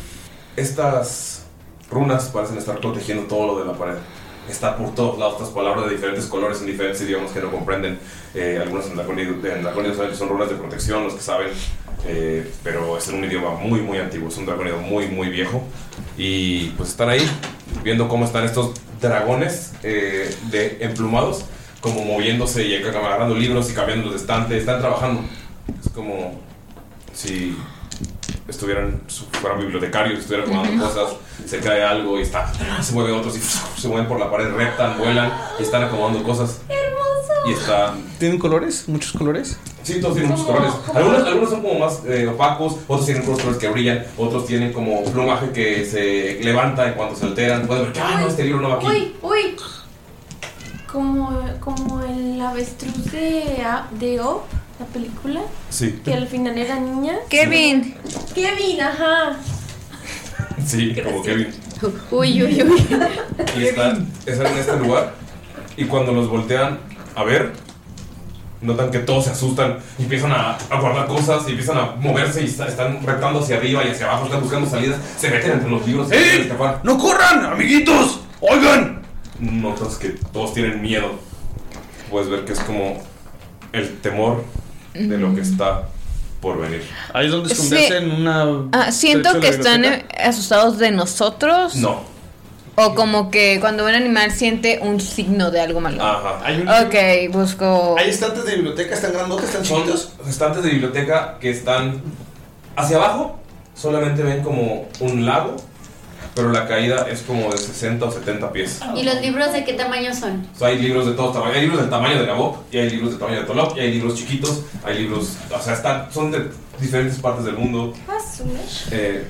Speaker 2: estas runas parecen estar protegiendo todo lo de la pared. Está por todos lados estas palabras de diferentes colores en diferentes idiomas que no comprenden. Eh, algunos en Draconido en Draconido saben que son runas de protección, los que saben. eh, pero es en un idioma muy, muy antiguo. Es un dragonido muy, muy viejo. Y pues están ahí viendo cómo están estos dragones eh, de emplumados, como moviéndose y agarrando libros y cambiando los estantes. Están trabajando. Es como si estuvieran, su- fueran bibliotecarios, estuvieran tomando
Speaker 7: Ujú.
Speaker 2: cosas, se cae algo y está, *laughs* se mueven otros y se mueven por la pared, reptan, vuelan y están acomodando cosas. Y está
Speaker 3: ¿Tienen colores? ¿Muchos colores?
Speaker 2: Sí, todos tienen muchos colores. Algunos, algunos son como más eh, opacos, otros tienen unos colores que brillan, otros tienen como plumaje que se levanta en cuanto se alteran. Puedes ver que, ah, no, este libro no va aquí.
Speaker 4: Uy, uy. Como, como el avestruz de, A- de Op, la película,
Speaker 2: Sí,
Speaker 4: que al final era niña.
Speaker 6: Kevin.
Speaker 4: Kevin, ajá.
Speaker 2: sí, como Kevin.
Speaker 5: Uy, uy, uy.
Speaker 2: Y están, están en este lugar y cuando los voltean a ver, notan que todos se asustan y empiezan a, a guardar cosas y empiezan a moverse y está- están reptando hacia arriba y hacia abajo, están buscando salidas, se meten entre los libros. y ¡Eh! ¡No corran, amiguitos! ¡Oigan! Notas que todos tienen miedo. puedes ver que es como el temor de lo que está por venir.
Speaker 3: Ahí es donde
Speaker 6: esconderse Sí. en Ah, siento que están eh, asustados de nosotros.
Speaker 2: No.
Speaker 6: O como que cuando un animal siente un signo de algo malo.
Speaker 2: Ajá. Hay
Speaker 6: Ok, busco.
Speaker 3: ¿Hay estantes de biblioteca? ¿Están grandotes? ¿Están chiquitos?
Speaker 2: estantes de biblioteca que están hacia abajo. Solamente ven como un lago, pero la caída es como de 60 o 70 pies.
Speaker 5: ¿Y los libros de qué tamaño son?
Speaker 2: O sea, hay libros de todos tamaños. Hay libros del tamaño de Nabok, y hay libros del tamaño de Tolop, y hay libros chiquitos, hay libros. O sea, están, son de diferentes partes del mundo. Eh,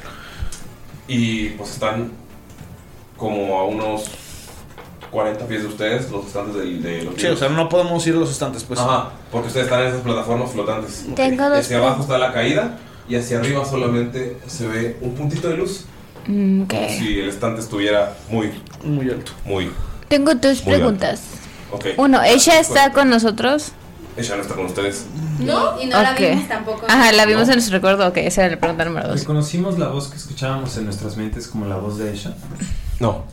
Speaker 2: y pues están como a unos 40 pies de ustedes, los estantes del- de, los
Speaker 3: Sí, o
Speaker 2: libros.
Speaker 3: sea, no podemos ir a los estantes, pues.
Speaker 2: Ajá, porque ustedes están en esas plataformas flotantes.
Speaker 3: Tengo
Speaker 2: Y
Speaker 3: dos
Speaker 2: Hacia abajo está la caída y hacia arriba solamente se ve un puntito de luz.
Speaker 6: Mm, ok.
Speaker 2: Como si el estante estuviera muy,
Speaker 3: muy alto.
Speaker 2: Muy.
Speaker 6: Tengo dos
Speaker 2: Muy
Speaker 6: preguntas.
Speaker 2: Ok. Ah, pues,
Speaker 6: Uno, ¿ella está
Speaker 2: Bueno,
Speaker 6: con nosotros?
Speaker 2: Ella no está con ustedes.
Speaker 5: ¿No? Y no la
Speaker 6: Ok.
Speaker 5: vimos tampoco.
Speaker 6: Ajá, la vimos en nuestro recuerdo. Ok, esa era la pregunta número
Speaker 2: *laughs*
Speaker 6: dos.
Speaker 7: ¿Reconocimos la voz que escuchábamos en nuestras mentes como la voz de ella?
Speaker 2: No.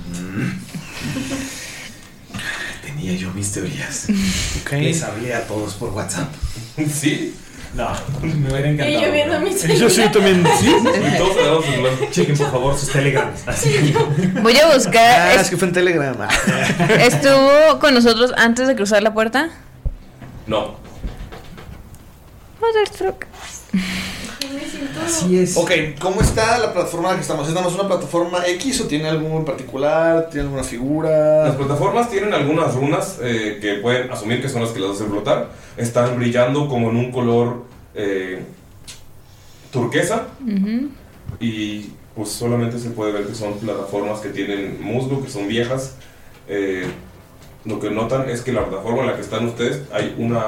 Speaker 7: *clears throat* Tenía yo mis teorías.
Speaker 3: Ok.
Speaker 7: Les hablé a todos por WhatsApp. *laughs*
Speaker 2: ¿Sí?
Speaker 7: No, me hubiera encantado.
Speaker 4: Y yo viendo
Speaker 7: pero-
Speaker 4: mis Yo sí,
Speaker 3: también.
Speaker 7: Sí.
Speaker 2: Y todos le damos
Speaker 7: Chequen por favor sus
Speaker 4: *laughs*
Speaker 7: telegrams. Así.
Speaker 6: Voy a buscar.
Speaker 3: Ah, es que fue en *laughs* Telegram.
Speaker 6: ¿Estuvo con nosotros antes de cruzar la puerta?
Speaker 2: No.
Speaker 6: Motherstruck.
Speaker 3: Así es. Ok, ¿cómo está la plataforma en la que estamos? ¿Es nada más una plataforma X o tiene algo en particular? ¿Tiene alguna
Speaker 2: Las
Speaker 3: figura?
Speaker 2: plataformas tienen algunas runas eh, que pueden asumir que son las que las hacen flotar. Están brillando como en un color eh, turquesa. Y pues solamente se puede ver que son plataformas que tienen musgo, que son viejas. Eh, lo que notan es que la plataforma en la que están ustedes hay una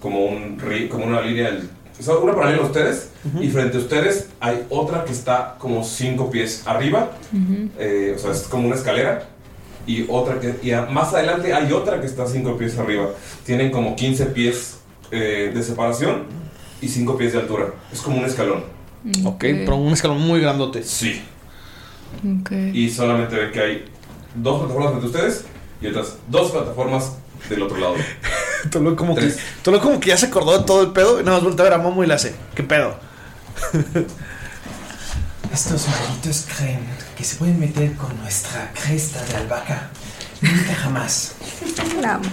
Speaker 2: como un ri- como una línea del- o sea, una paralela a ustedes y frente a ustedes hay otra que está como cinco pies arriba
Speaker 7: Ujú.
Speaker 2: eh, o sea es como una escalera y otra que y a- más adelante hay otra que está cinco pies arriba tienen como 15 pies eh, de separación y cinco pies de altura es como un escalón
Speaker 3: Mm, Ok, pero un escalón muy grandote. *laughs*
Speaker 2: Sí.
Speaker 6: Ok.
Speaker 2: y solamente ven que hay dos plataformas frente a ustedes y otras dos plataformas del otro lado
Speaker 3: Tolo como, que, Tolo como que ya se acordó de todo el pedo. y Nada más voltea a ver a Momo y le hace. ¿Qué pedo?
Speaker 7: Estos malditos creen que se pueden meter con nuestra cresta de albahaca. Nunca jamás.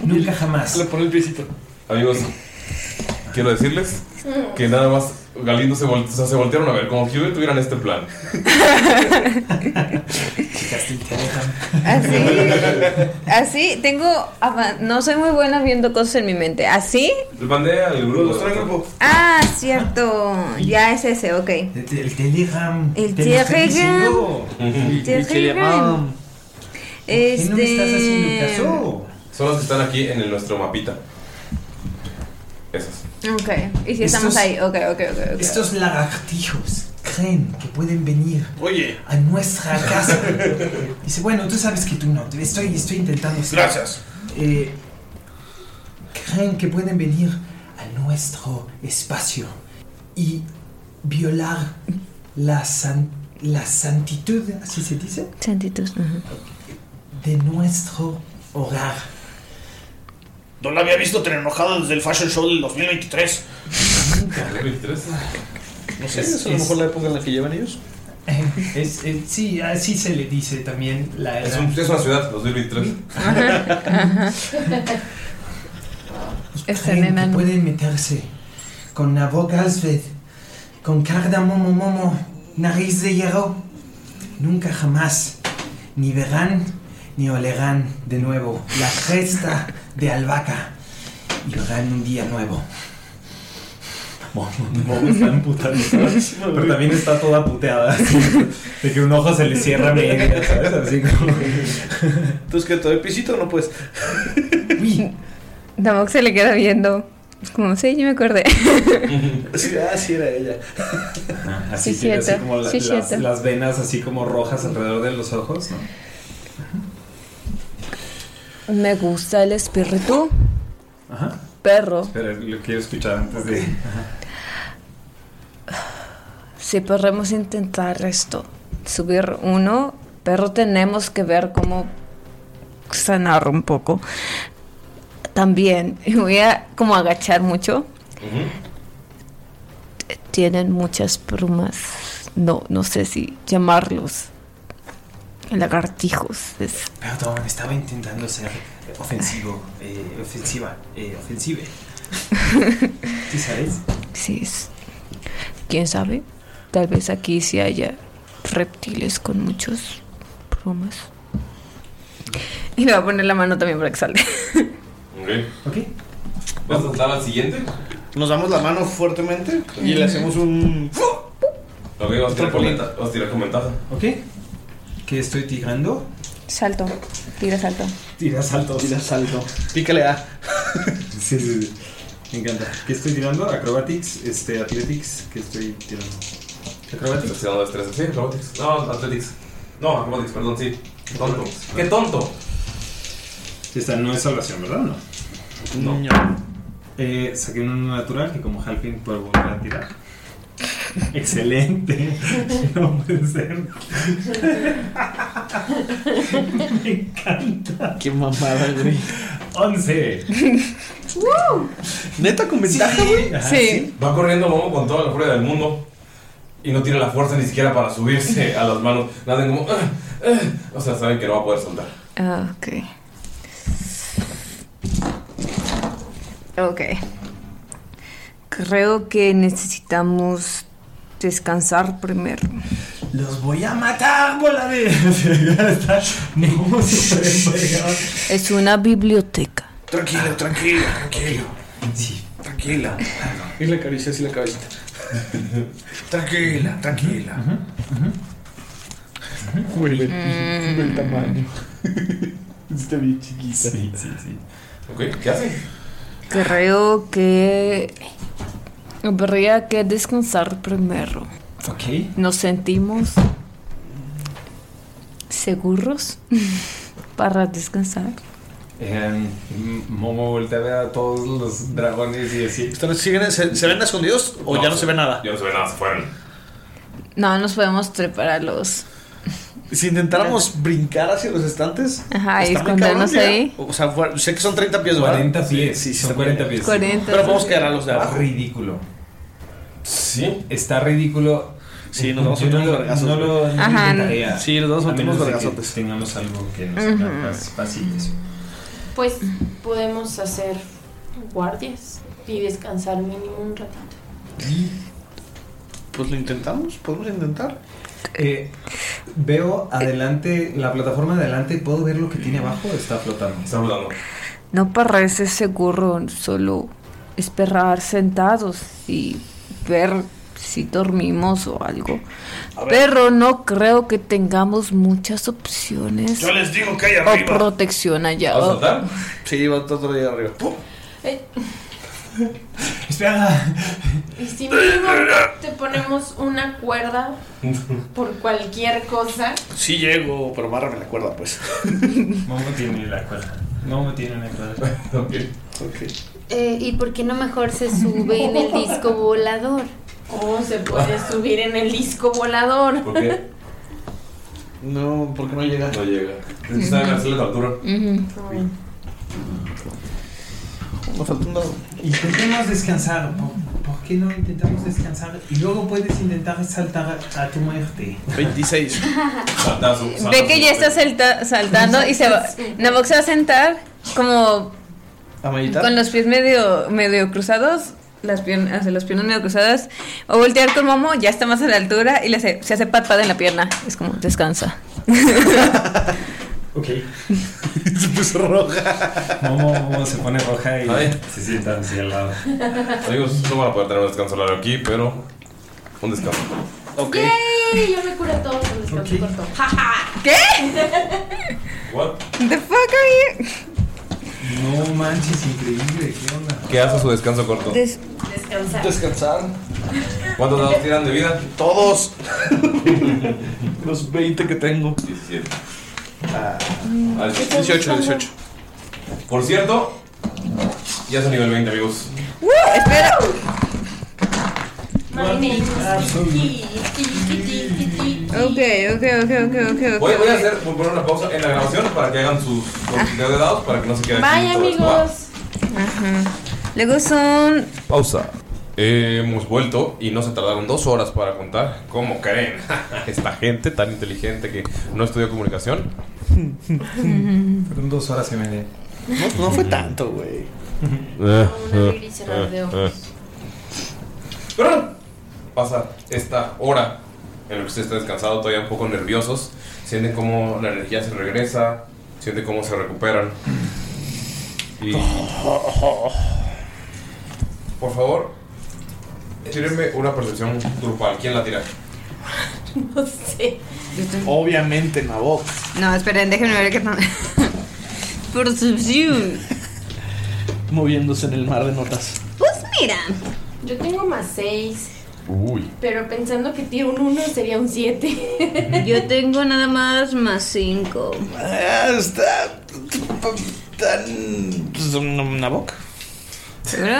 Speaker 7: Nunca jamás.
Speaker 3: Le pone el piecito.
Speaker 2: Amigos, quiero decirles que nada más Galindo se, vol- o sea, se voltearon a ver, como que tuvieran este plan.
Speaker 6: Así, así, tengo. ava- No soy muy buena viendo cosas en mi mente. Así.
Speaker 2: Les mandé al grupo.
Speaker 6: Ah, cierto. Ya es ese, ok.
Speaker 7: El, te- el Telegram.
Speaker 6: El
Speaker 7: te lo estoy
Speaker 6: Telegram.
Speaker 7: diciendo.
Speaker 6: El Telegram. Este.
Speaker 7: ¿Por qué no me estás haciendo caso?
Speaker 2: Son los que están aquí en el- nuestro mapita. Esas.
Speaker 6: Ok, y si
Speaker 7: Estos-
Speaker 6: estamos ahí. Ok, ok, ok. ok.
Speaker 7: Estos lagartijos creen que pueden venir
Speaker 3: Oye.
Speaker 7: a nuestra casa. Dice, bueno, tú sabes que tú no. te- Estoy, estoy intentando. estar-
Speaker 3: Gracias.
Speaker 7: Eh, creen que pueden venir a nuestro espacio y violar la, san- la santitud, así se dice,
Speaker 6: Santitos. ajá.
Speaker 7: de nuestro hogar.
Speaker 3: No la había visto tan enojada desde el Fashion Show del 2023. No sé, es a lo
Speaker 7: Es-
Speaker 3: mejor la época en la que llevan ellos.
Speaker 7: *laughs* Es- es- sí, así se le dice también la
Speaker 2: Es,
Speaker 7: edad.
Speaker 2: un- es una ciudad, 2023.
Speaker 6: *laughs* Este
Speaker 7: Creen que
Speaker 6: enano.
Speaker 7: pueden meterse con Nabok Alsved, con Cardamomo Momo, Nariz de Hierro. Nunca jamás ni verán ni olerán de nuevo la cresta de albahaca y verán un día nuevo. Momo está emputada, pero también está toda *laughs* puteada. De que un ojo se le cierra medio, ¿sabes? Así como.
Speaker 3: Entonces, ¿qué? ¿Te doy pisito o no pues? puedes?
Speaker 6: *laughs* Damok se le queda viendo. Es Como, sí, yo me acordé. *laughs*
Speaker 7: *laughs*
Speaker 3: Sí, ah, sí, era ella.
Speaker 7: Ah, Así,
Speaker 6: Sí,
Speaker 7: tiene así
Speaker 6: cierto,
Speaker 7: como la-
Speaker 6: sí,
Speaker 7: las,
Speaker 6: cierto.
Speaker 7: las venas así como rojas alrededor de los ojos, ¿no?
Speaker 9: Me gusta el espíritu.
Speaker 7: Ajá.
Speaker 9: Perro.
Speaker 7: Espera, lo quiero escuchar antes de...
Speaker 9: Si podremos intentar esto. Subir uno, pero tenemos que ver cómo sanar un poco. también. Y voy a como agachar mucho. Tienen muchas plumas. No, no sé si llamarlos lagartijos. Es-
Speaker 7: Perdón, estaba intentando ser ofensivo, eh, ofensiva, eh,
Speaker 6: *laughs*
Speaker 7: ofensive. ¿Sí sabes?
Speaker 9: sí, es- quién sabe. Tal vez aquí sí haya reptiles con muchos plumas.
Speaker 6: Y le voy a poner la mano también para
Speaker 9: *laughs*
Speaker 6: que salga.
Speaker 2: Ok. ¿Vas a saltar al siguiente?
Speaker 3: Nos damos la mano fuertemente y le hacemos un.
Speaker 2: Ok, vas a tirar con venta- vas a tirar con ventaja.
Speaker 7: ¿Ok? ¿Qué estoy tirando?
Speaker 6: Salto. Tira salto.
Speaker 7: Tira salto. Tira salto. Pícale A. sí, sí, sí. Me encanta. ¿Qué estoy tirando? Acrobatics, este, Athletics, ¿qué estoy tirando?
Speaker 2: Estás tirando destreza. Sí, acrobatics. No, athletics. No, acrobatics, perdón, sí. Qué tonto. Qué tonto.
Speaker 7: Esta no es salvación, ¿verdad? No.
Speaker 2: No.
Speaker 7: Eh, saqué un natural que como Halpin puedo volver a tirar. Excelente. No puede ser. Me encanta.
Speaker 3: Qué mamada, güey.
Speaker 7: 11.
Speaker 3: Neta con ventaja,
Speaker 2: güey.
Speaker 3: Ajá,
Speaker 2: Va corriendo Momo con toda la furia del mundo y no tiene la fuerza ni siquiera para subirse a las manos. Nada como. "Ah, ah". O sea, saben que no va a poder soltar.
Speaker 6: Ah, ok. Ok. Creo que necesitamos descansar primero.
Speaker 7: Los voy a matar, bola de. *laughs* Está *laughs* muy súper fregado.
Speaker 9: Es una biblioteca.
Speaker 3: Tranquilo, tranquilo, tranquilo. Sí, tranquila. Y le acaricia así la cabecita. Tranquila, tranquila.
Speaker 10: Huele,
Speaker 6: Mm.
Speaker 10: el tamaño. Está bien chiquita. Sí, sí, sí.
Speaker 2: Ok, ¿qué hace?
Speaker 9: Creo que habría que descansar primero.
Speaker 7: Ok.
Speaker 9: Nos sentimos seguros *laughs* para descansar.
Speaker 7: Eh, Momo voltea a ver a todos los dragones y decir.
Speaker 3: ¿Se, se ven escondidos o ya no se ve nada?
Speaker 2: Ya no se ve nada, se fueron.
Speaker 6: No, nos podemos trepar a los.
Speaker 3: Si intentáramos brincar hacia los estantes,
Speaker 6: Ajá, y
Speaker 3: está muy
Speaker 6: escondernos
Speaker 3: cabrón,
Speaker 6: ahí.
Speaker 3: ya. O sea, fuera- sé que son 30 pies, ¿verdad?
Speaker 7: 40 pies, sí, son 40 pies. Ah,
Speaker 6: 40
Speaker 3: Pero vamos a quedar a los de abajo.
Speaker 7: Ridículo. Sí. Está ridículo.
Speaker 3: Sí, nos damos
Speaker 7: Yo no
Speaker 3: unos
Speaker 7: lo-
Speaker 3: vergazos,
Speaker 7: No lo
Speaker 3: güey.
Speaker 7: no
Speaker 3: Ajá.
Speaker 7: intentaría.
Speaker 3: Sí, nos damos
Speaker 7: A
Speaker 3: unos
Speaker 7: menos de que
Speaker 3: vergazotes.
Speaker 7: Tengamos algo que nos
Speaker 8: Ujú.
Speaker 7: haga más fáciles.
Speaker 8: Pues podemos hacer guardias y descansar mínimo un ratito.
Speaker 3: Pues lo intentamos, podemos intentar.
Speaker 7: Eh, veo adelante, la plataforma de adelante, ¿puedo ver lo que tiene abajo? Está flotando. Está
Speaker 2: flotando.
Speaker 9: No parece seguro solo esperar sentados y ver si dormimos o algo.
Speaker 3: ver.
Speaker 9: Pero no creo que tengamos muchas opciones.
Speaker 3: Yo les digo que hay
Speaker 9: o
Speaker 3: arriba.
Speaker 9: protección allá.
Speaker 6: oh.
Speaker 3: ¿Vas a
Speaker 9: abajo.
Speaker 3: saltar? *laughs* Sí, va todo de arriba. ¡Pum!
Speaker 7: *laughs* Espera.
Speaker 8: Y si mismo te ponemos una cuerda por cualquier cosa.
Speaker 3: Sí llego, pero márrame la cuerda,
Speaker 7: *laughs*
Speaker 3: pues. *laughs*
Speaker 7: Momo tiene la cuerda. Momo tiene una cuerda. *laughs*
Speaker 2: ok.
Speaker 3: Ok.
Speaker 5: Eh, ¿Y por qué no mejor se sube en el disco volador? Oh,
Speaker 8: ¿Cómo se puede subir en el disco volador?
Speaker 2: ¿Por qué?
Speaker 3: No, porque no llega.
Speaker 2: No llega. Saben hacerle la altura.
Speaker 3: Nos falta un dado.
Speaker 7: ¿Y por qué no has descansado? ¿Por, por qué no intentamos descansar? Y luego puedes intentar saltar a tu muerte.
Speaker 3: 26.
Speaker 6: Ve que ya está salta- saltando y
Speaker 9: *laughs*
Speaker 6: se va. Nabok se va a sentar como
Speaker 3: ¿A meditar?
Speaker 6: con los pies medio, medio cruzados. Las piernas, las piernas medio cruzadas. O voltear con Momo, ya está más a la altura y le hace- se hace pat pat en la pierna. Es como, descansa.
Speaker 7: Ok.
Speaker 3: *laughs* se puso roja.
Speaker 7: Momo, Momo se pone roja y se sienta hacia el lado.
Speaker 2: Amigos, no van a poder tener un descanso largo aquí, pero. Un descanso.
Speaker 3: Ok.
Speaker 8: ¡Yay! Yo me curé todo con descanso corto. ¡Ja, ja! ¿Qué?
Speaker 2: What?
Speaker 6: The fuck are you?
Speaker 7: No manches, increíble. ¿Qué onda?
Speaker 2: ¿Qué hace su descanso corto?
Speaker 8: Descansar.
Speaker 3: Descansar.
Speaker 2: ¿Cuántos dados tiran de vida? *laughs*
Speaker 3: Todos. los 20 que tengo.
Speaker 2: 17.
Speaker 3: Ah,
Speaker 2: Ah,
Speaker 3: 18, 18.
Speaker 2: Por cierto, ya es a nivel 20, amigos.
Speaker 6: Espera. Ok, ok, ok, ok, ok.
Speaker 2: Voy, voy a hacer voy a poner una pausa en la grabación para que hagan sus sus tiros de dados para que no se queden
Speaker 8: Bye,
Speaker 2: aquí todos, ¿va?
Speaker 8: amigos.
Speaker 6: Ajá. Luego son.
Speaker 2: Pausa. hemos vuelto y no se tardaron dos horas para contar. ¿Cómo creen? *laughs* Esta gente tan inteligente que no estudió comunicación.
Speaker 7: Fueron dos horas y media.
Speaker 3: No, no fue tanto, güey.
Speaker 2: Eh, abrir y cerrar de ojos. eh. Pasa esta hora en lo que usted está descansado, todavía un poco nerviosos. Sienten cómo la energía se regresa, sienten cómo se recuperan. Y. Por favor, tírenme una percepción grupal. ¿Quién la tira?
Speaker 6: No sé.
Speaker 3: Obviamente, Nabok.
Speaker 6: No, esperen, déjenme ver qué tan. *laughs* Percepción.
Speaker 3: Moviéndose en el mar de notas.
Speaker 8: Pues mira, yo tengo más 6,
Speaker 3: Uy.
Speaker 8: pero pensando que tiro un 1 sería un 7.
Speaker 9: Yo tengo nada más más 5.
Speaker 3: Ah, Está tan. pues, Nabok.
Speaker 6: ¿Seguro?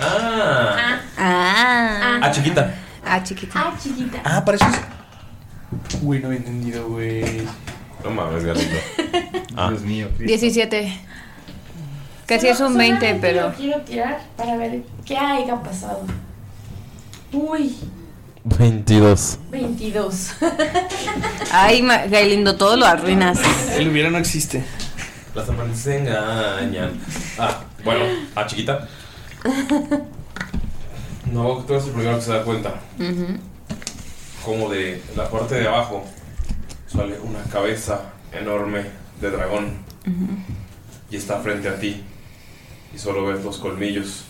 Speaker 2: Ah.
Speaker 6: Ah.
Speaker 2: Ah, chiquita.
Speaker 6: Ah, chiquita.
Speaker 8: Ah, chiquita.
Speaker 3: Ah, para eso es. Güey, no he entendido, güey.
Speaker 2: No mames,
Speaker 3: *laughs*
Speaker 2: gatito. Dios mío.
Speaker 6: 17. Casi es un
Speaker 8: Solamente
Speaker 6: 20, pero.
Speaker 8: Lo quiero tirar para ver qué haya pasado. Uy,
Speaker 2: 22.
Speaker 8: 22.
Speaker 6: *laughs* Ay, Ma- Gailindo, todo lo arruinas.
Speaker 3: El hubiera no existe.
Speaker 2: *laughs* Las amantes se engañan. Ah, bueno, ah, chiquita. No, tú eres el primero que se da cuenta. Mm-hmm. Como de la parte de abajo sale una cabeza enorme de dragón y está frente a ti. Y solo ves los colmillos.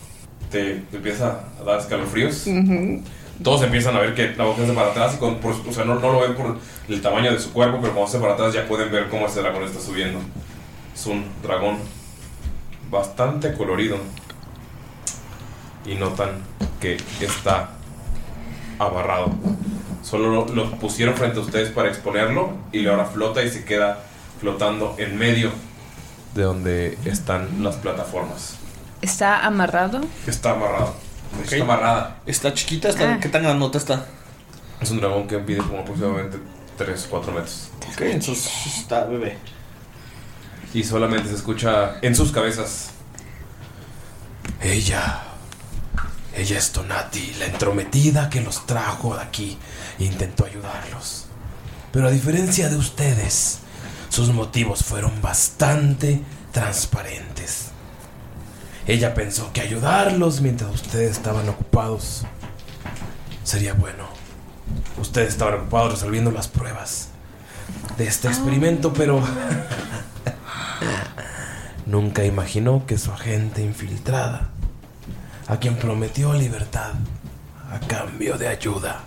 Speaker 2: Te, te empieza a dar escalofríos.
Speaker 6: Ujú.
Speaker 2: Todos empiezan a ver que la boca se para atrás y con, por- o sea, no, no lo ven por el tamaño de su cuerpo, pero cuando se para atrás ya pueden ver cómo ese dragón está subiendo. Es un dragón bastante colorido. Y notan que está abarrado. Solo lo, lo pusieron frente a ustedes para exponerlo y ahora flota y se queda flotando en medio de donde están las plataformas.
Speaker 6: ¿Está amarrado?
Speaker 2: Está amarrado. Está amarrada.
Speaker 3: Está chiquita, está,
Speaker 6: Ah.
Speaker 3: ¿qué tan grandota está?
Speaker 2: Es un dragón que mide como aproximadamente 3 o 4 metros.
Speaker 3: Ok, entonces está bebé.
Speaker 2: Y solamente se escucha en sus cabezas. Ella. Ella es Tonati, la entrometida que los trajo de aquí. Intentó ayudarlos. Pero a diferencia de ustedes, sus motivos fueron bastante transparentes. Ella pensó que ayudarlos mientras ustedes estaban ocupados sería bueno. Ustedes estaban ocupados resolviendo las pruebas de este experimento, pero *laughs* nunca imaginó que su agente infiltrada, a quien prometió libertad a cambio de ayuda,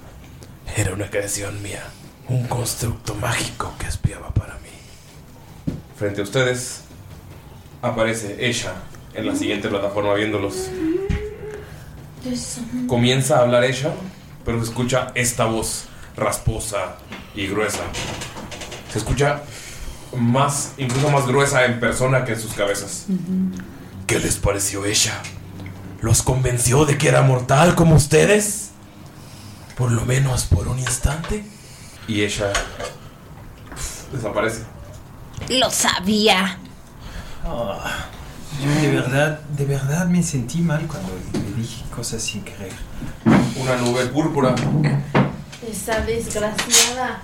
Speaker 2: era una creación mía, un constructo mágico que espiaba para mí. Frente a ustedes aparece ella en la siguiente plataforma viéndolos. Comienza a hablar ella, pero se escucha esta voz rasposa y gruesa. Se escucha más, incluso más gruesa en persona que en sus cabezas. ¿Qué les pareció ella? ¿Los convenció de que era mortal como ustedes? Por lo menos por un instante. Y ella pf, desaparece.
Speaker 9: Lo sabía.
Speaker 7: Ah, yo de verdad, de verdad me sentí mal cuando le dije cosas sin querer.
Speaker 2: Una nube púrpura
Speaker 8: Esa desgraciada.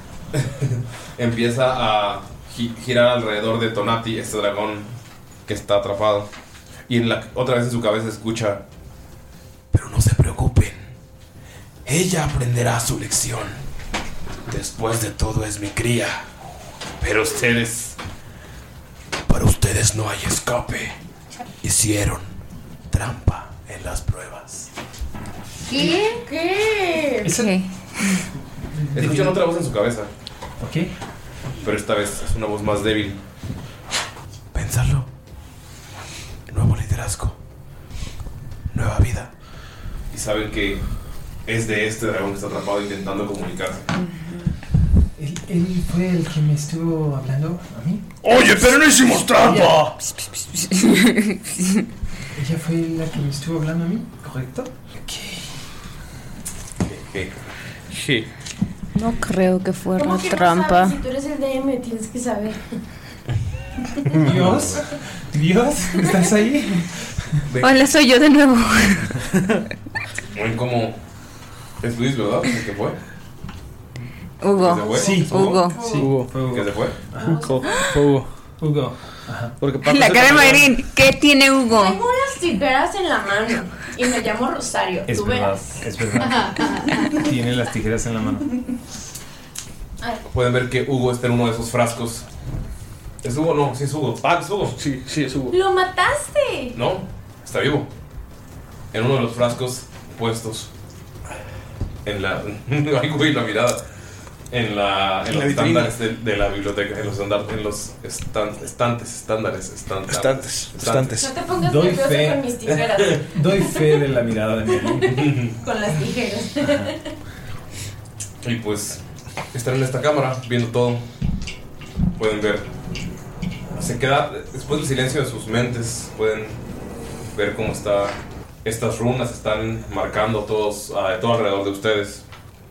Speaker 2: empieza a gi- girar alrededor de Tonati, este dragón que está atrapado. Y en la, otra vez en su cabeza escucha, pero no se preocupen, ella aprenderá su lección. Después de todo es mi cría, pero ustedes, para ustedes no hay escape. Hicieron trampa en las pruebas.
Speaker 8: ¿Qué? ¿Qué?
Speaker 2: Escuchan otra voz en su cabeza. Ok. Pero esta vez es una voz más débil. Pensarlo. Nuevo liderazgo. Nueva vida. Y saben que es de este dragón que está atrapado intentando comunicarse.
Speaker 7: ¿Él, él fue el que me estuvo hablando a mí.
Speaker 3: Oye, pero no hicimos trampa.
Speaker 7: Ella fue la que me estuvo hablando a mí, ¿correcto?
Speaker 2: Sí.
Speaker 9: No creo que fuera
Speaker 8: ¿Cómo que no
Speaker 9: trampa.
Speaker 8: *laughs* sabes? Si tú eres el DM, tienes que saber.
Speaker 7: Dios, Dios, ¿estás ahí?
Speaker 9: Hola, soy yo de nuevo.
Speaker 2: Ven como. Es Luis, ¿verdad? El que fue. ¿Que se
Speaker 9: Hugo.
Speaker 2: fue?
Speaker 9: Sí,
Speaker 2: ¿Es
Speaker 9: Hugo.
Speaker 7: Sí,
Speaker 3: Hugo.
Speaker 2: ¿Que se fue?
Speaker 3: Hugo. Hugo.
Speaker 7: Hugo.
Speaker 3: Porque
Speaker 9: La cara de Mayrin. ¿Qué tiene Hugo?
Speaker 4: Tengo unas tijeras en la mano y me llamo Rosario.
Speaker 7: Es
Speaker 4: Tú
Speaker 7: verdad,
Speaker 4: verás.
Speaker 7: es verdad. Tiene las tijeras en la mano.
Speaker 2: Pueden ver que Hugo está en uno de esos frascos. ¿Es Hugo? No, sí es Hugo. Ah, es Hugo.
Speaker 3: Sí, sí es Hugo.
Speaker 4: ¡Lo mataste!
Speaker 2: No, está vivo. En uno de los frascos puestos. En la. *laughs* Ay, güey, la mirada. En la. En
Speaker 3: En
Speaker 2: los
Speaker 3: la vitrina.
Speaker 2: estándares de, de la biblioteca. En los estándares. En los estan- estantes, estándares, estándares.
Speaker 3: Estantes, estantes.
Speaker 4: No te pongas
Speaker 7: Doy
Speaker 4: nervioso
Speaker 7: fe.
Speaker 4: con mis
Speaker 7: *laughs*
Speaker 4: tijeras.
Speaker 7: Doy fe de la mirada de Meli.
Speaker 4: *laughs* con las tijeras.
Speaker 2: Y pues. Están en esta cámara viendo todo. Pueden ver. Se queda. Después del silencio de sus mentes, pueden ver cómo está. Estas runas están marcando todos, ah, todo alrededor de ustedes.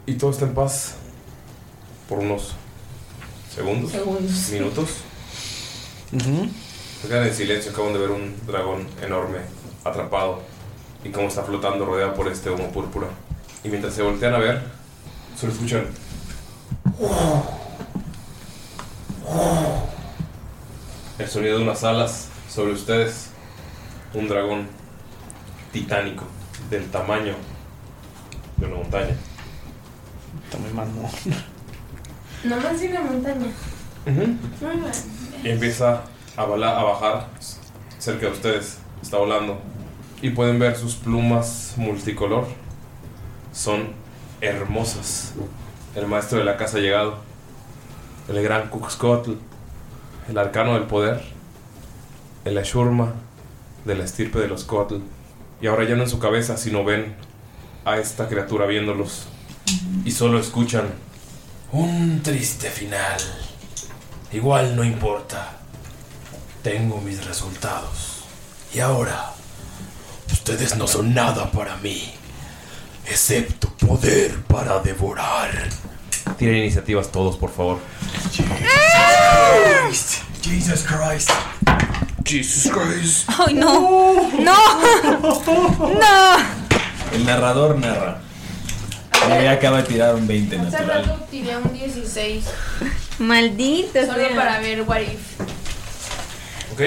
Speaker 2: Y todo está en paz. por unos segundos,
Speaker 7: Segundos.
Speaker 2: minutos. Se quedan en silencio, acaban de ver un dragón enorme atrapado y cómo está flotando rodeado por este humo púrpura. Y mientras se voltean a ver, solo escuchan el sonido de unas alas sobre ustedes. Un dragón titánico del tamaño de una montaña.
Speaker 3: Tome mano.
Speaker 4: Nomás de una montaña. Muy bueno.
Speaker 2: Y empieza a, bala- a bajar cerca de ustedes. Está volando. Y pueden ver sus plumas multicolor. Son hermosas. El maestro de la casa ha llegado. El gran Cuxcotl. El arcano del poder. El Ashurma de la estirpe de los Cotl. Y ahora ya no en su cabeza, sino ven a esta criatura viéndolos. Y solo escuchan. Un triste final. Igual no importa. Tengo mis resultados. Y ahora, ustedes no son nada para mí. Excepto poder para devorar. Tienen iniciativas todos, por favor.
Speaker 10: Jesus Christ.
Speaker 3: Jesus Christ.
Speaker 9: ¡Ay, no! ¡No!
Speaker 6: *laughs*
Speaker 9: ¡No!
Speaker 7: El narrador narra. Meli acaba de tirar un 20
Speaker 8: Hace
Speaker 7: natural.
Speaker 8: rato tiré un 16.
Speaker 9: Maldito.
Speaker 8: Solo para ver what if.
Speaker 2: Ok.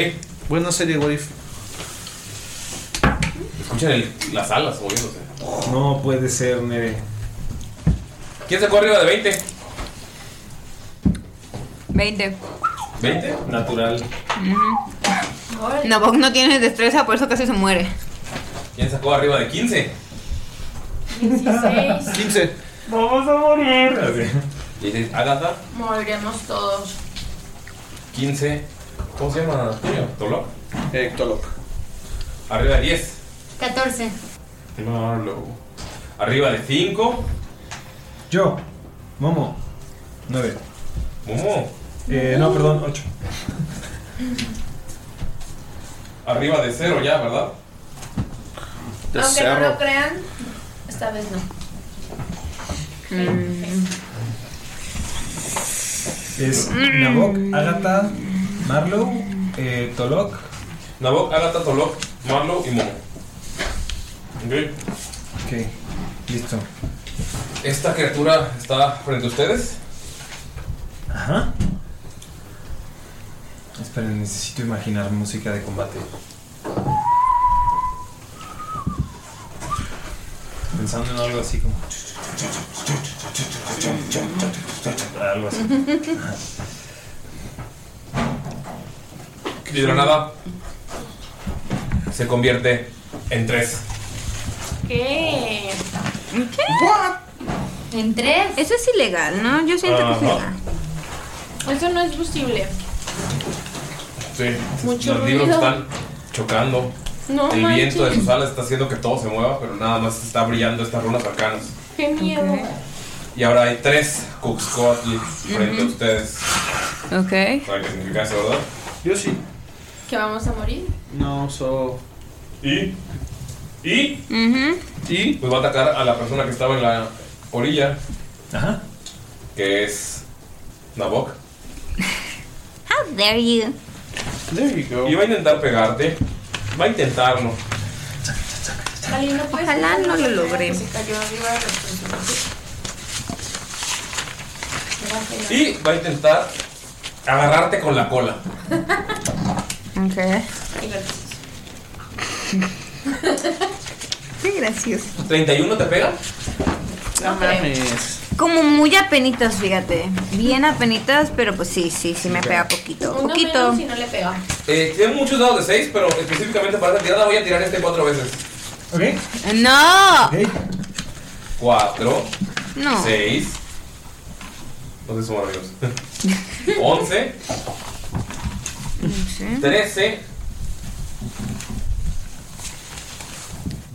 Speaker 3: Buena serie, What If.
Speaker 2: Escuchen el- las alas moviéndose.
Speaker 7: No puede ser, Nere.
Speaker 2: ¿Quién sacó arriba de 20?
Speaker 6: 20.
Speaker 2: ¿20?
Speaker 7: Natural.
Speaker 6: No, Bog no tiene destreza, por eso casi se muere.
Speaker 2: ¿Quién sacó arriba de 15?
Speaker 8: 16.
Speaker 2: *laughs*
Speaker 3: 15.
Speaker 8: Vamos a morir.
Speaker 2: Y dices, Agatha,
Speaker 8: Moriremos todos.
Speaker 2: 15. ¿Cómo se llama? Julio? ¿Tolok?
Speaker 3: Eh, Tolok.
Speaker 2: Arriba de 10.
Speaker 5: 14.
Speaker 2: Marlow. Arriba de 5.
Speaker 7: Yo, Momo, 9.
Speaker 2: Momo.
Speaker 7: Eh, no, perdón, 8.
Speaker 2: Arriba de 0 ya, ¿verdad?
Speaker 8: Aunque no lo crean, esta vez no.
Speaker 9: Mm.
Speaker 7: Es Nabok,
Speaker 2: Mm.
Speaker 7: Agatha, Marlow, eh, Tolok.
Speaker 2: Nabok, Agatha, Tolok, Marlow y Momo. Ok.
Speaker 7: Ok, listo.
Speaker 2: Esta criatura está frente a ustedes.
Speaker 7: Ajá. Esperen, necesito imaginar música de combate. Pensando en algo así como. Algo así. Ajá.
Speaker 2: Y de la nada se convierte en 3.
Speaker 8: ¿Qué?
Speaker 6: ¿Qué?
Speaker 5: ¿En tres?
Speaker 6: Eso es ilegal, ¿no? Yo siento que es
Speaker 2: Ajá.
Speaker 6: ilegal.
Speaker 8: Eso no es posible.
Speaker 2: Sí.
Speaker 8: Mucho
Speaker 2: Los libros
Speaker 8: ruido.
Speaker 2: están chocando.
Speaker 8: No
Speaker 2: El viento de
Speaker 8: manches.
Speaker 2: sus alas está haciendo que todo se mueva, pero nada más está brillando estas runas arcanas.
Speaker 8: Qué miedo.
Speaker 2: Y ahora hay tres Cuxcoatl frente a
Speaker 8: Ujú.
Speaker 2: ustedes.
Speaker 6: Ok.
Speaker 2: ¿Saben qué significa eso, verdad?
Speaker 3: Yo sí.
Speaker 8: Que vamos a morir.
Speaker 3: No, so.
Speaker 2: ¿Y? ¿Y? Y pues va a atacar a la persona que estaba en la orilla.
Speaker 7: Ajá.
Speaker 2: Que es Nabok.
Speaker 6: How dare you?
Speaker 2: Y va a intentar pegarte. Va a intentarlo.
Speaker 8: Vale, no puedes
Speaker 6: Ojalá
Speaker 8: hacer
Speaker 6: no
Speaker 8: nada,
Speaker 6: lo logré.
Speaker 8: Se cayó arriba de los personajes.
Speaker 2: Y va a intentar agarrarte con la cola.
Speaker 6: Ok.
Speaker 8: *laughs* Ay, gracias.
Speaker 6: Qué gracioso.
Speaker 2: ¿31 te pega?
Speaker 6: No Como muy apenitas, fíjate. Bien apenitas, pero pues sí, sí, sí me
Speaker 2: Ok.
Speaker 6: pega poquito.
Speaker 8: Uno
Speaker 6: Poquito.
Speaker 8: menos si no le pega.
Speaker 2: Eh, tiene muchos dados de 6, pero específicamente para esta tirada voy a tirar este 4 veces.
Speaker 6: ¡No!
Speaker 2: 4,
Speaker 6: No.
Speaker 2: 6. No sé sumar, amigos. *laughs* 11, 13,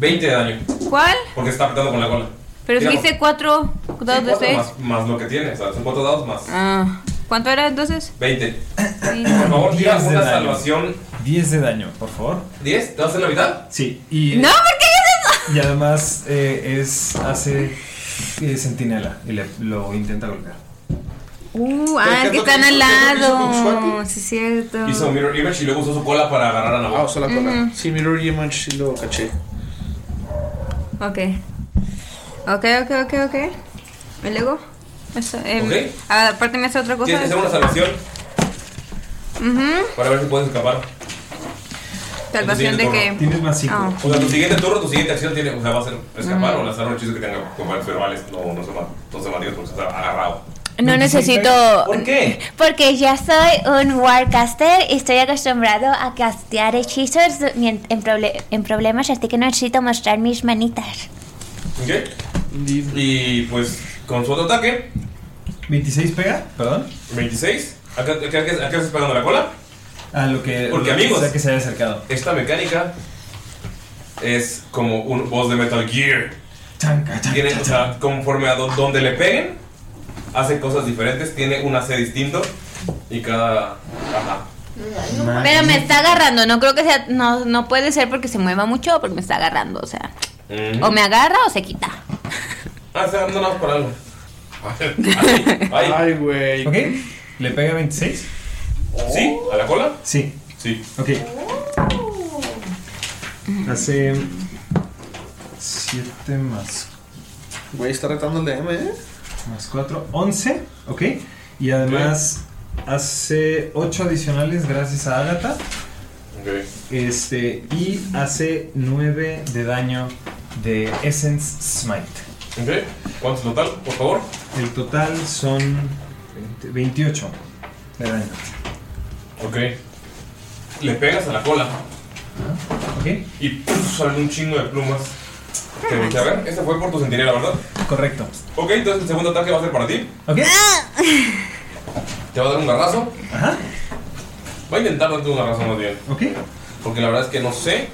Speaker 2: 20 de daño.
Speaker 6: ¿Cuál?
Speaker 2: Porque está apretando con la cola.
Speaker 6: Pero si
Speaker 2: Tira
Speaker 6: hice cuatro dados de
Speaker 2: cuatro
Speaker 6: seis.
Speaker 2: Más, más lo que tiene, o sea, son 4 dados más.
Speaker 6: Ah, ¿Cuánto era entonces?
Speaker 2: 20. Por favor, tira
Speaker 7: 10 de
Speaker 2: una
Speaker 7: daño.
Speaker 2: salvación.
Speaker 7: 10 de daño, por favor.
Speaker 2: ¿10? ¿Te vas a hacer la mitad?
Speaker 7: Sí. Y,
Speaker 6: ¡No!
Speaker 7: y además eh, es hace eh, sentinela y le- lo intenta golpear.
Speaker 6: Uh, ah,
Speaker 7: ¿qué
Speaker 6: es que
Speaker 7: es lo que
Speaker 6: están al
Speaker 7: hizo? ¿Qué es lo que hizo con
Speaker 6: lado. Sí, es cierto.
Speaker 2: Hizo Mirror Image y luego usó su cola para agarrar a Naboo.
Speaker 3: Ah, usó la cola.
Speaker 6: Ujú.
Speaker 3: Sí, Mirror Image sí lo caché.
Speaker 6: Ok. Ok, ok, ok, ok. ¿Y luego? Eso, em,
Speaker 2: Ok.
Speaker 6: Aparte me hace otra cosa.
Speaker 2: Tienes que hacer una salvación
Speaker 6: Ujú.
Speaker 2: para ver si puedes escapar.
Speaker 6: Salvación de que...
Speaker 7: Tienes más
Speaker 6: cinco. Ah.
Speaker 2: O sea, tu siguiente turno, tu siguiente acción tiene, o sea, va a ser escapar
Speaker 6: Ujú.
Speaker 2: o lanzar un hechizo que tenga combates verbales. No, no se va, no se va, Dios, porque se está agarrado.
Speaker 11: No necesito.
Speaker 2: ¿Por qué?
Speaker 11: Porque ya soy un Warcaster y estoy acostumbrado a castear hechizos mien- en, proble- en problemas, así que no necesito mostrar mis manitas.
Speaker 2: ¿Ok? Y pues con su otro ataque.
Speaker 7: ¿26 pega? ¿Perdón?
Speaker 2: 26. ¿A qué, a qué- a qué- a qué estás pegando la cola?
Speaker 7: A Ah, lo que.
Speaker 2: Porque,
Speaker 7: lo que
Speaker 2: amigos,
Speaker 7: sea que se haya acercado.
Speaker 2: Esta mecánica es como un boss de Metal Gear. Tiene, o sea, conforme a do- donde le peguen, hace cosas diferentes, tiene un AC distinto y cada. Ajá.
Speaker 6: Pero me está agarrando, no creo que sea, no, no puede ser porque se mueva mucho o porque me está agarrando, o sea,
Speaker 2: Ujú.
Speaker 6: o me agarra o se quita.
Speaker 2: Ah, está agarrando nada más para algo.
Speaker 7: Ay, güey. Ok. ¿Le pega 26?
Speaker 2: ¿Sí? ¿A la cola?
Speaker 7: Sí.
Speaker 2: Sí.
Speaker 7: Ok. Hace. 7 más.
Speaker 3: Güey, está retando el DM, ¿eh?
Speaker 7: Más 4, 11. Ok. Y además hace 8 adicionales gracias a Agatha. Este. Y hace 9 de daño de Essence Smite.
Speaker 2: Ok. ¿Cuánto es total, por favor?
Speaker 7: El total son 20 28 de daño.
Speaker 2: Ok. Le pegas a la cola.
Speaker 7: Ah, Ok.
Speaker 2: Y ¡puf! salen un chingo de plumas. Te volteé a ver. Este fue por tu centinela, ¿verdad?
Speaker 7: Correcto.
Speaker 2: Ok, entonces el segundo ataque va a ser para ti.
Speaker 7: Ok.
Speaker 2: Te va a dar un garrazo.
Speaker 7: Ajá.
Speaker 2: Va a intentar darte un garrazo más bien.
Speaker 7: Ok.
Speaker 2: Porque la verdad es que no sé.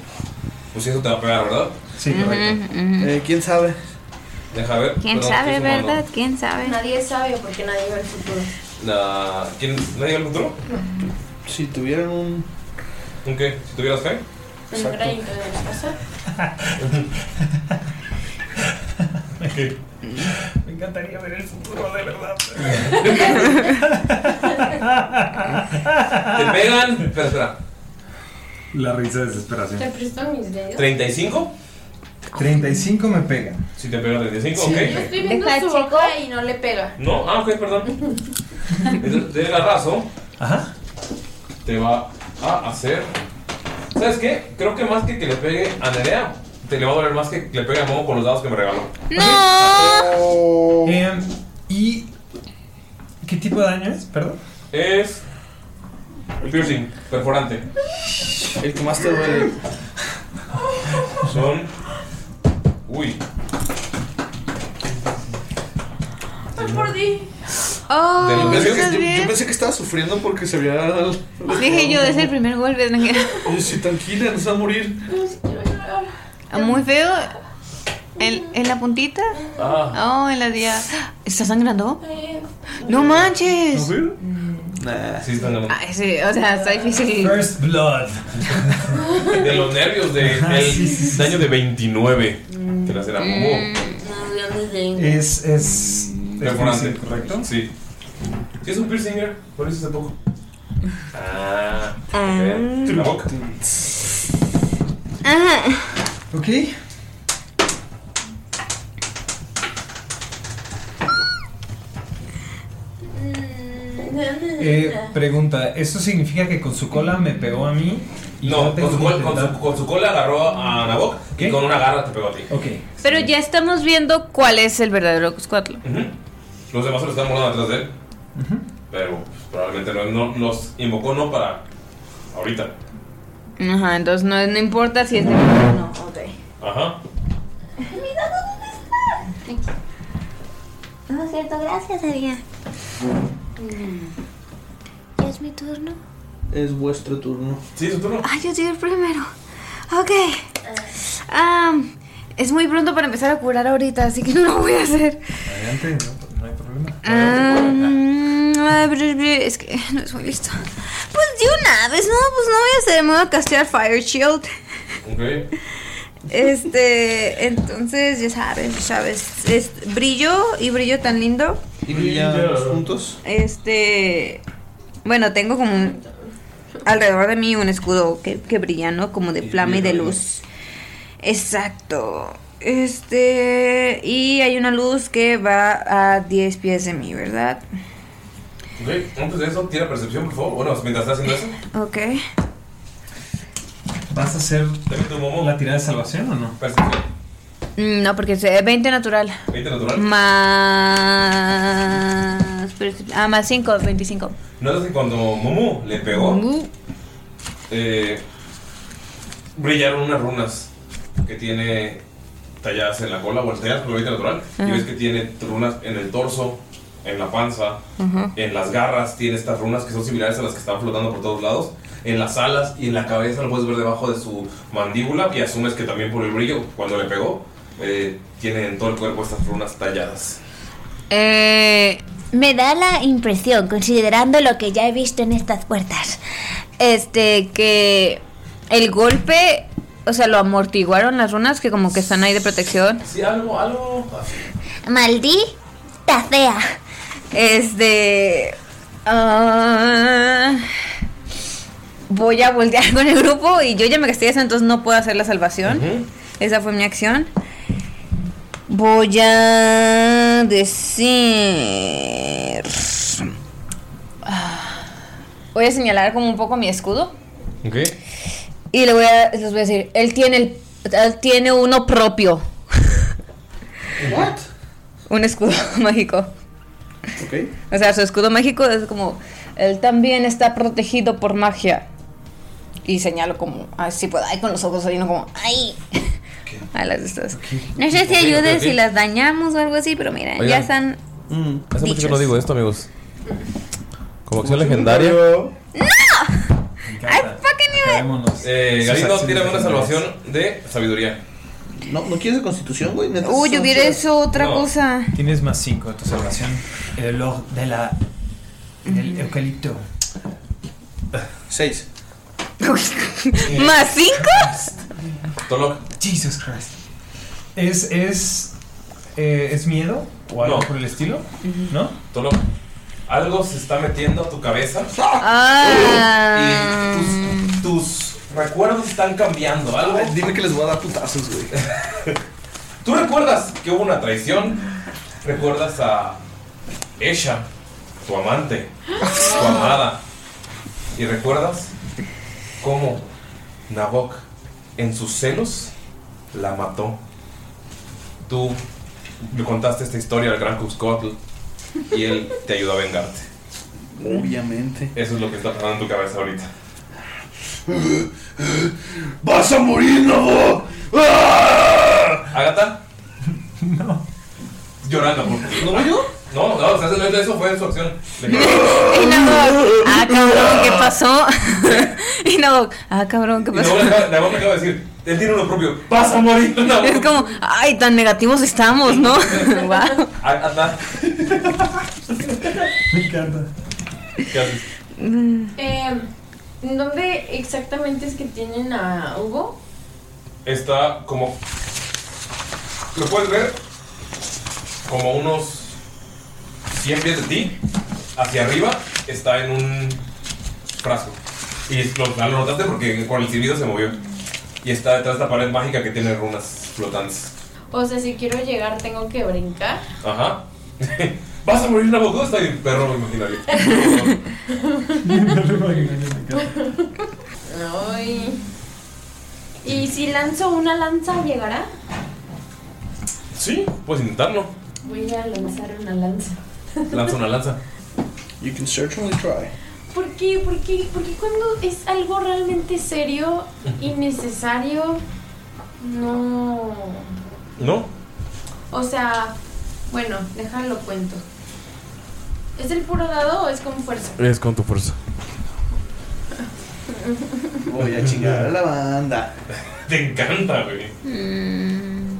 Speaker 2: Pues si eso te va a pegar, ¿verdad?
Speaker 7: Sí,
Speaker 6: correcto. Ujú, ujú.
Speaker 2: Eh,
Speaker 3: Eh, ¿Quién sabe?
Speaker 2: Deja ver.
Speaker 6: ¿Quién
Speaker 2: perdón,
Speaker 6: sabe,
Speaker 2: estoy sumando.
Speaker 6: verdad? ¿Quién sabe?
Speaker 8: Nadie sabe porque nadie ve el futuro.
Speaker 2: La... ¿Quién? ¿Nadie al futuro?
Speaker 3: Si tuvieran un.
Speaker 2: ¿Un qué? Si tuvieras fe.
Speaker 8: El granito de la casa.
Speaker 7: Me encantaría ver el futuro, de verdad.
Speaker 2: Te pegan. Espera, espera.
Speaker 7: La risa de desesperación.
Speaker 8: ¿Te presto mis dedos?
Speaker 2: ¿35?
Speaker 7: 35 me pega.
Speaker 2: Si te pega 35,
Speaker 8: Yo
Speaker 7: Sí.
Speaker 2: ok.
Speaker 8: estoy viendo
Speaker 6: Deja,
Speaker 8: su boca y no le pega.
Speaker 2: *laughs* No, ah, ok, perdón. Entonces, del garrazo.
Speaker 7: Ajá.
Speaker 2: Te va a hacer. ¿Sabes qué? Creo que más que que le pegue a Nerea, te le va a doler más que le pegue a Momo con los dados que me regaló.
Speaker 7: ¡No! Em, ¿Y qué tipo de daño es? Perdón.
Speaker 2: Es. Piercing, perforante.
Speaker 3: El que más te duele.
Speaker 2: Son. Uy.
Speaker 8: Por ti.
Speaker 6: Oh,
Speaker 3: Del- yo,
Speaker 6: ¿estás
Speaker 3: yo-
Speaker 6: bien?
Speaker 3: yo pensé que estaba sufriendo porque se había. dado-
Speaker 6: Dije yo, es el primer golpe. ¿no?
Speaker 3: Oye, sí, tranquila, nos va a morir.
Speaker 6: Muy feo. ¿En, en la puntita?
Speaker 3: Ah.
Speaker 6: Oh, en la día. ¿Está sangrando? No manches.
Speaker 2: Sí, están ganando.
Speaker 6: Ay, sí, o sea, está difícil.
Speaker 7: First blood.
Speaker 2: *laughs* De los nervios del de, el daño de 29. Te la ¡oh! será Momo.
Speaker 7: Es. es
Speaker 2: Perforante.
Speaker 7: correcto.
Speaker 2: Sí. Sí, es un piercinger, por eso hace poco. Ah,
Speaker 11: Ah.
Speaker 2: ok. La boca.
Speaker 11: Ajá.
Speaker 3: Ok.
Speaker 7: Eh, pregunta, ¿eso significa que con su cola me pegó a mí?
Speaker 2: No, con su, col- con, su, con su cola agarró a Nabok Ah, y con una garra te pegó a ti.
Speaker 7: Ok.
Speaker 6: Pero ya estamos viendo cuál es el verdadero Cuscuatl.
Speaker 2: Los demás se lo están volando atrás de él. Pero pues, probablemente no, no- nos invocó no para ahorita.
Speaker 6: Ajá, entonces no, no importa si es de no, ok.
Speaker 2: Ajá.
Speaker 11: No es cierto, gracias, Aria. Mm. ¿Ya es mi turno?
Speaker 3: Es vuestro turno.
Speaker 2: Sí, es tu turno.
Speaker 6: Ah, yo soy el primero. Ok. Am, es muy pronto para empezar a curar ahorita, así que no lo voy a hacer.
Speaker 7: Adelante, no, no hay problema.
Speaker 6: Am, ah, br- br- es que no es muy listo. Pues de una vez, no, pues no voy a hacer, me voy a castear Fire Shield.
Speaker 2: Ok.
Speaker 6: Este, *laughs* entonces, ya sabes, ya sabes, es brillo y brillo tan lindo.
Speaker 3: ¿Y brillan juntos?
Speaker 6: Este, bueno, tengo como un- alrededor de mí un escudo que, que brilla, ¿no? Como de flama y de luz. Exacto. Este, y hay una luz que va a 10 pies de mí, ¿verdad?
Speaker 2: Ok, antes de eso, tira percepción, por favor. Bueno, mientras estás haciendo eso.
Speaker 6: Ok.
Speaker 7: ¿Vas a hacer la tirada de salvación o no?
Speaker 2: Pues,
Speaker 6: Mm, No, porque es eh, 20 natural.
Speaker 2: 20 natural.
Speaker 6: Más. Ah, más 5, 25.
Speaker 2: Notas que cuando Momo le pegó,
Speaker 6: Uh,
Speaker 2: eh, brillaron unas runas que tiene talladas en la cola, o talladas con la vida natural. Y
Speaker 6: Ajá.
Speaker 2: ves que tiene runas en el torso, en la panza,
Speaker 6: Ajá.
Speaker 2: en las garras, tiene estas runas que son similares a las que están flotando por todos lados. En las alas y en la cabeza lo puedes ver debajo de su mandíbula y asumes que también por el brillo, cuando le pegó, eh, tiene en todo el cuerpo estas runas talladas.
Speaker 6: eh,
Speaker 11: Me da la impresión, considerando lo que ya he visto en estas puertas.
Speaker 6: Este, que el golpe, o sea, lo amortiguaron las runas que como que están ahí de protección.
Speaker 2: Sí, algo, algo.
Speaker 11: Maldita sea.
Speaker 6: Este. ah, voy a voltear *laughs* con el grupo y yo ya me gasté eso, entonces no puedo hacer la salvación. Esa fue mi acción. Voy a
Speaker 8: *laughs*
Speaker 6: decir. Er, ah, Voy a señalar como un poco mi escudo.
Speaker 2: Ok.
Speaker 6: Y le voy a, les voy a decir, él tiene el, él tiene uno propio. Un escudo *laughs* mágico.
Speaker 3: Ok.
Speaker 6: O sea, su escudo mágico es como, él también está protegido por magia. Y señalo como, así puedo, ay, con los ojos ahí, no como, ay. *laughs* A las de estas.
Speaker 11: No sé si
Speaker 2: Ok, ok,
Speaker 11: ayude
Speaker 2: ok.
Speaker 11: si las dañamos o algo así, pero mira, ya
Speaker 2: Oigan.
Speaker 11: están.
Speaker 2: Hace mucho que no digo esto, amigos.
Speaker 7: Mm.
Speaker 2: Como acción
Speaker 10: legendaria-
Speaker 2: Eh, Galindo,
Speaker 3: Esas
Speaker 2: tírame una
Speaker 3: acciones
Speaker 2: salvación de sabiduría.
Speaker 3: No, no quieres de constitución, güey. Neta,
Speaker 6: Uy,
Speaker 3: son
Speaker 6: hubiera
Speaker 3: chidas.
Speaker 6: hecho otra
Speaker 3: No.
Speaker 6: cosa.
Speaker 7: Tienes más 5 a tu salvación. El olor de la, del eucalipto.
Speaker 3: 6.
Speaker 6: *laughs* ¿Más cinco?
Speaker 2: Tolok.
Speaker 7: Jesus Christ. ¿Es, es, eh, ¿es miedo o algo
Speaker 2: No.
Speaker 7: por el estilo? ¿No?
Speaker 2: Tolok, algo se está metiendo a tu cabeza.
Speaker 6: Ah.
Speaker 2: Y tus, tus recuerdos están cambiando. Algo.
Speaker 3: dime que les voy a dar putazos, güey.
Speaker 2: *laughs* Tú recuerdas que hubo una traición. Recuerdas a ella, tu amante, tu amada. Y recuerdas cómo Nabok, en sus celos, la mató. Tú le contaste esta historia al gran Cuscotl y él te ayudó a vengarte.
Speaker 3: Obviamente.
Speaker 2: Eso es lo que está pasando en tu cabeza ahorita.
Speaker 3: ¡Vas a morir, Nabok!
Speaker 2: ¿Agata? No. Llorando, por ¿No voy yo? No, no, o sea, eso- eso fue su acción.
Speaker 6: Y
Speaker 2: *laughs*
Speaker 6: Nabok, ah, cabrón, ¿qué pasó? *laughs* y Nabok, ah, cabrón, ¿qué
Speaker 2: Y
Speaker 6: pasó?
Speaker 2: luego le acaba- le acaba- le acaba de decir, él tiene uno propio, vas a morir.
Speaker 6: *laughs*
Speaker 2: *laughs* No,
Speaker 6: Es como, ay, tan negativos estamos, ¿no? *laughs* Wow.
Speaker 2: Agata,
Speaker 7: Me encanta.
Speaker 2: ¿qué haces?
Speaker 8: Eh, ¿Dónde exactamente es que tienen a Hugo?
Speaker 2: Está como. Lo puedes ver como unos 100 pies de ti, hacia arriba, está en un frasco. Y lo, lo notaste porque con el silbido se movió. Y está detrás de esta pared mágica que tiene runas flotantes.
Speaker 8: O sea, si quiero llegar, tengo que brincar.
Speaker 2: Ajá. *laughs* Vas a morir una bocosta y perro
Speaker 3: *laughs*
Speaker 2: imaginario.
Speaker 8: Ay. Y si lanzo una lanza, ¿llegará?
Speaker 2: Sí, puedes intentarlo.
Speaker 8: Voy a lanzar una lanza.
Speaker 2: Lanza una lanza.
Speaker 3: You can certainly try.
Speaker 8: ¿Por qué? ¿Por qué? ¿Por qué cuando es algo realmente serio y necesario? No.
Speaker 2: ¿No?
Speaker 8: O sea, bueno, déjalo cuento. ¿Es el puro dado o es con fuerza?
Speaker 2: Es con tu fuerza.
Speaker 3: Voy a chingar a la banda.
Speaker 2: Te encanta, güey.
Speaker 8: Mm.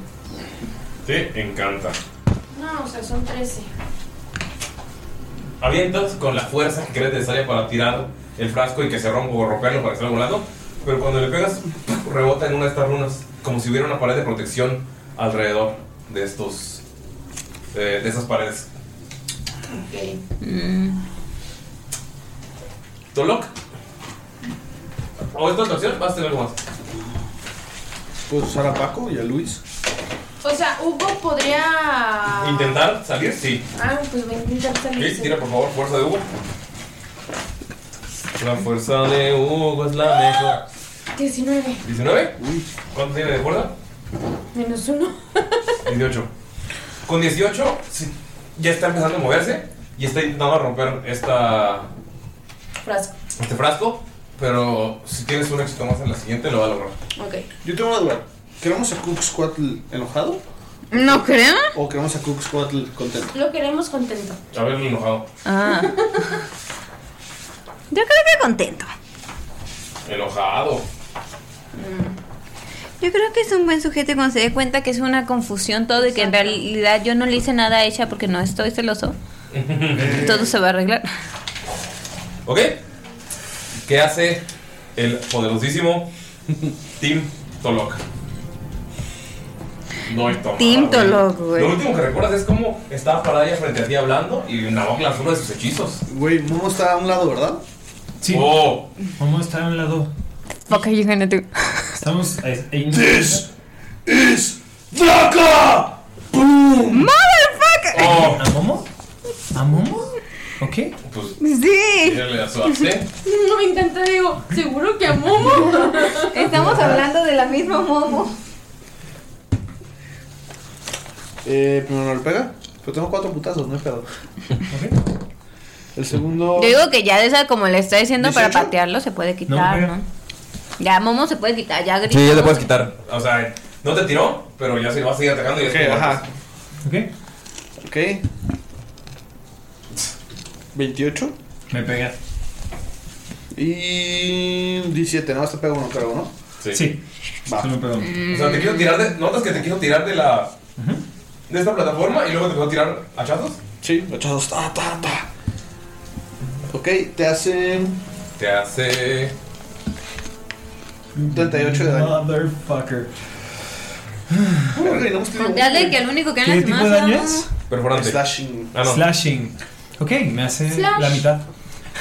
Speaker 2: Te encanta.
Speaker 8: No, o sea, son 13.
Speaker 2: Avientas con la fuerza que crees necesaria para tirar el frasco y que se rompa o romperlo para que salga volando. Pero cuando le pegas, rebota en una de estas runas. Como si hubiera una pared de protección alrededor de estos. eh, de esas paredes.
Speaker 8: Ok.
Speaker 2: Tolok. ¿O esta es tu acción? Vas a tener algo más.
Speaker 3: ¿Puedo usar Pues, a Paco y a Luis?
Speaker 8: O sea, Hugo podría.
Speaker 2: ¿Intentar salir? Sí.
Speaker 8: Ah, pues voy a intentar salir.
Speaker 2: Luis, tira por favor fuerza de Hugo. La fuerza de Hugo es la mejor.
Speaker 8: 19.
Speaker 2: ¿19? ¿Cuánto tiene de fuerza?
Speaker 8: Menos uno.
Speaker 2: 18. Con 18 sí, ya está empezando a moverse y está intentando romper esta,
Speaker 8: Frasco.
Speaker 2: este frasco, pero si tienes un éxito más en la siguiente lo va a lograr.
Speaker 8: Ok.
Speaker 3: Yo tengo una duda. ¿Queremos a Cook Squad enojado?
Speaker 6: ¿No creen?
Speaker 3: ¿O queremos a Cook Squad contento?
Speaker 8: Lo queremos contento.
Speaker 2: A verlo enojado.
Speaker 11: Ah. Yo creo que contento.
Speaker 2: Enojado.
Speaker 6: Yo creo que es un buen sujeto cuando se dé cuenta que es una confusión todo y que en realidad yo no le hice nada a ella porque no estoy celoso.
Speaker 2: Eh.
Speaker 6: Mm. Todo se va a arreglar.
Speaker 2: ¿Ok? ¿Qué hace el poderosísimo *laughs* Team Tolok? No es Tolok.
Speaker 6: Team Tolok,
Speaker 2: Lo último
Speaker 6: güey.
Speaker 2: que recuerdas es cómo estaba parada ella frente a ti hablando y Nabok lanzó uno de sus hechizos.
Speaker 3: Güey, Momo está a un lado, ¿verdad?
Speaker 7: Sí.
Speaker 2: Oh.
Speaker 7: Momo está a un lado.
Speaker 6: Ok, you're gonna do.
Speaker 7: Estamos. eh, en-
Speaker 3: This is Draca.
Speaker 6: *laughs*
Speaker 3: ¡Boom!
Speaker 6: ¡Motherfucker!
Speaker 7: ¿A Momo? ¿A Momo? ¿Ok?
Speaker 2: Oh. Pues.
Speaker 6: Sí.
Speaker 2: a su arte.
Speaker 8: *laughs* No me encanta, digo, seguro que a Momo.
Speaker 6: *laughs* Estamos hablando de la misma Momo.
Speaker 3: Eh, primero no le pega. Pero tengo cuatro putazos, no he pegado. El segundo.
Speaker 6: Yo digo que ya de esa, como le está diciendo, para
Speaker 3: 18.
Speaker 6: patearlo se puede quitar,
Speaker 2: No,
Speaker 6: ¿no? Ya Momo se puede quitar, ya grita.
Speaker 2: quitar. O sea, no te tiró, pero ya se va a seguir atacando y
Speaker 3: Ok,
Speaker 2: es como-
Speaker 3: ajá.
Speaker 7: Ok.
Speaker 3: Ok. 28.
Speaker 7: Me pega.
Speaker 3: Y. 17. Nada más te pego uno, creo, ¿no?
Speaker 2: Sí.
Speaker 3: Va.
Speaker 2: O sea, te quiero tirar de. ¿Notas que te quiero tirar de la. de esta plataforma y luego te puedo tirar hachazos?
Speaker 3: Sí, hachazos. Ta, ta, ta. Ok, te hacen.
Speaker 2: Te hace.
Speaker 3: 38 de daño.
Speaker 7: Motherfucker.
Speaker 6: Dale que el único que en
Speaker 7: ¿Qué
Speaker 6: la
Speaker 7: tipo de
Speaker 6: semana.
Speaker 7: daño es?
Speaker 2: Perforante.
Speaker 3: Slashing.
Speaker 7: Slashing. Ok, me hace
Speaker 6: Slash.
Speaker 7: la mitad.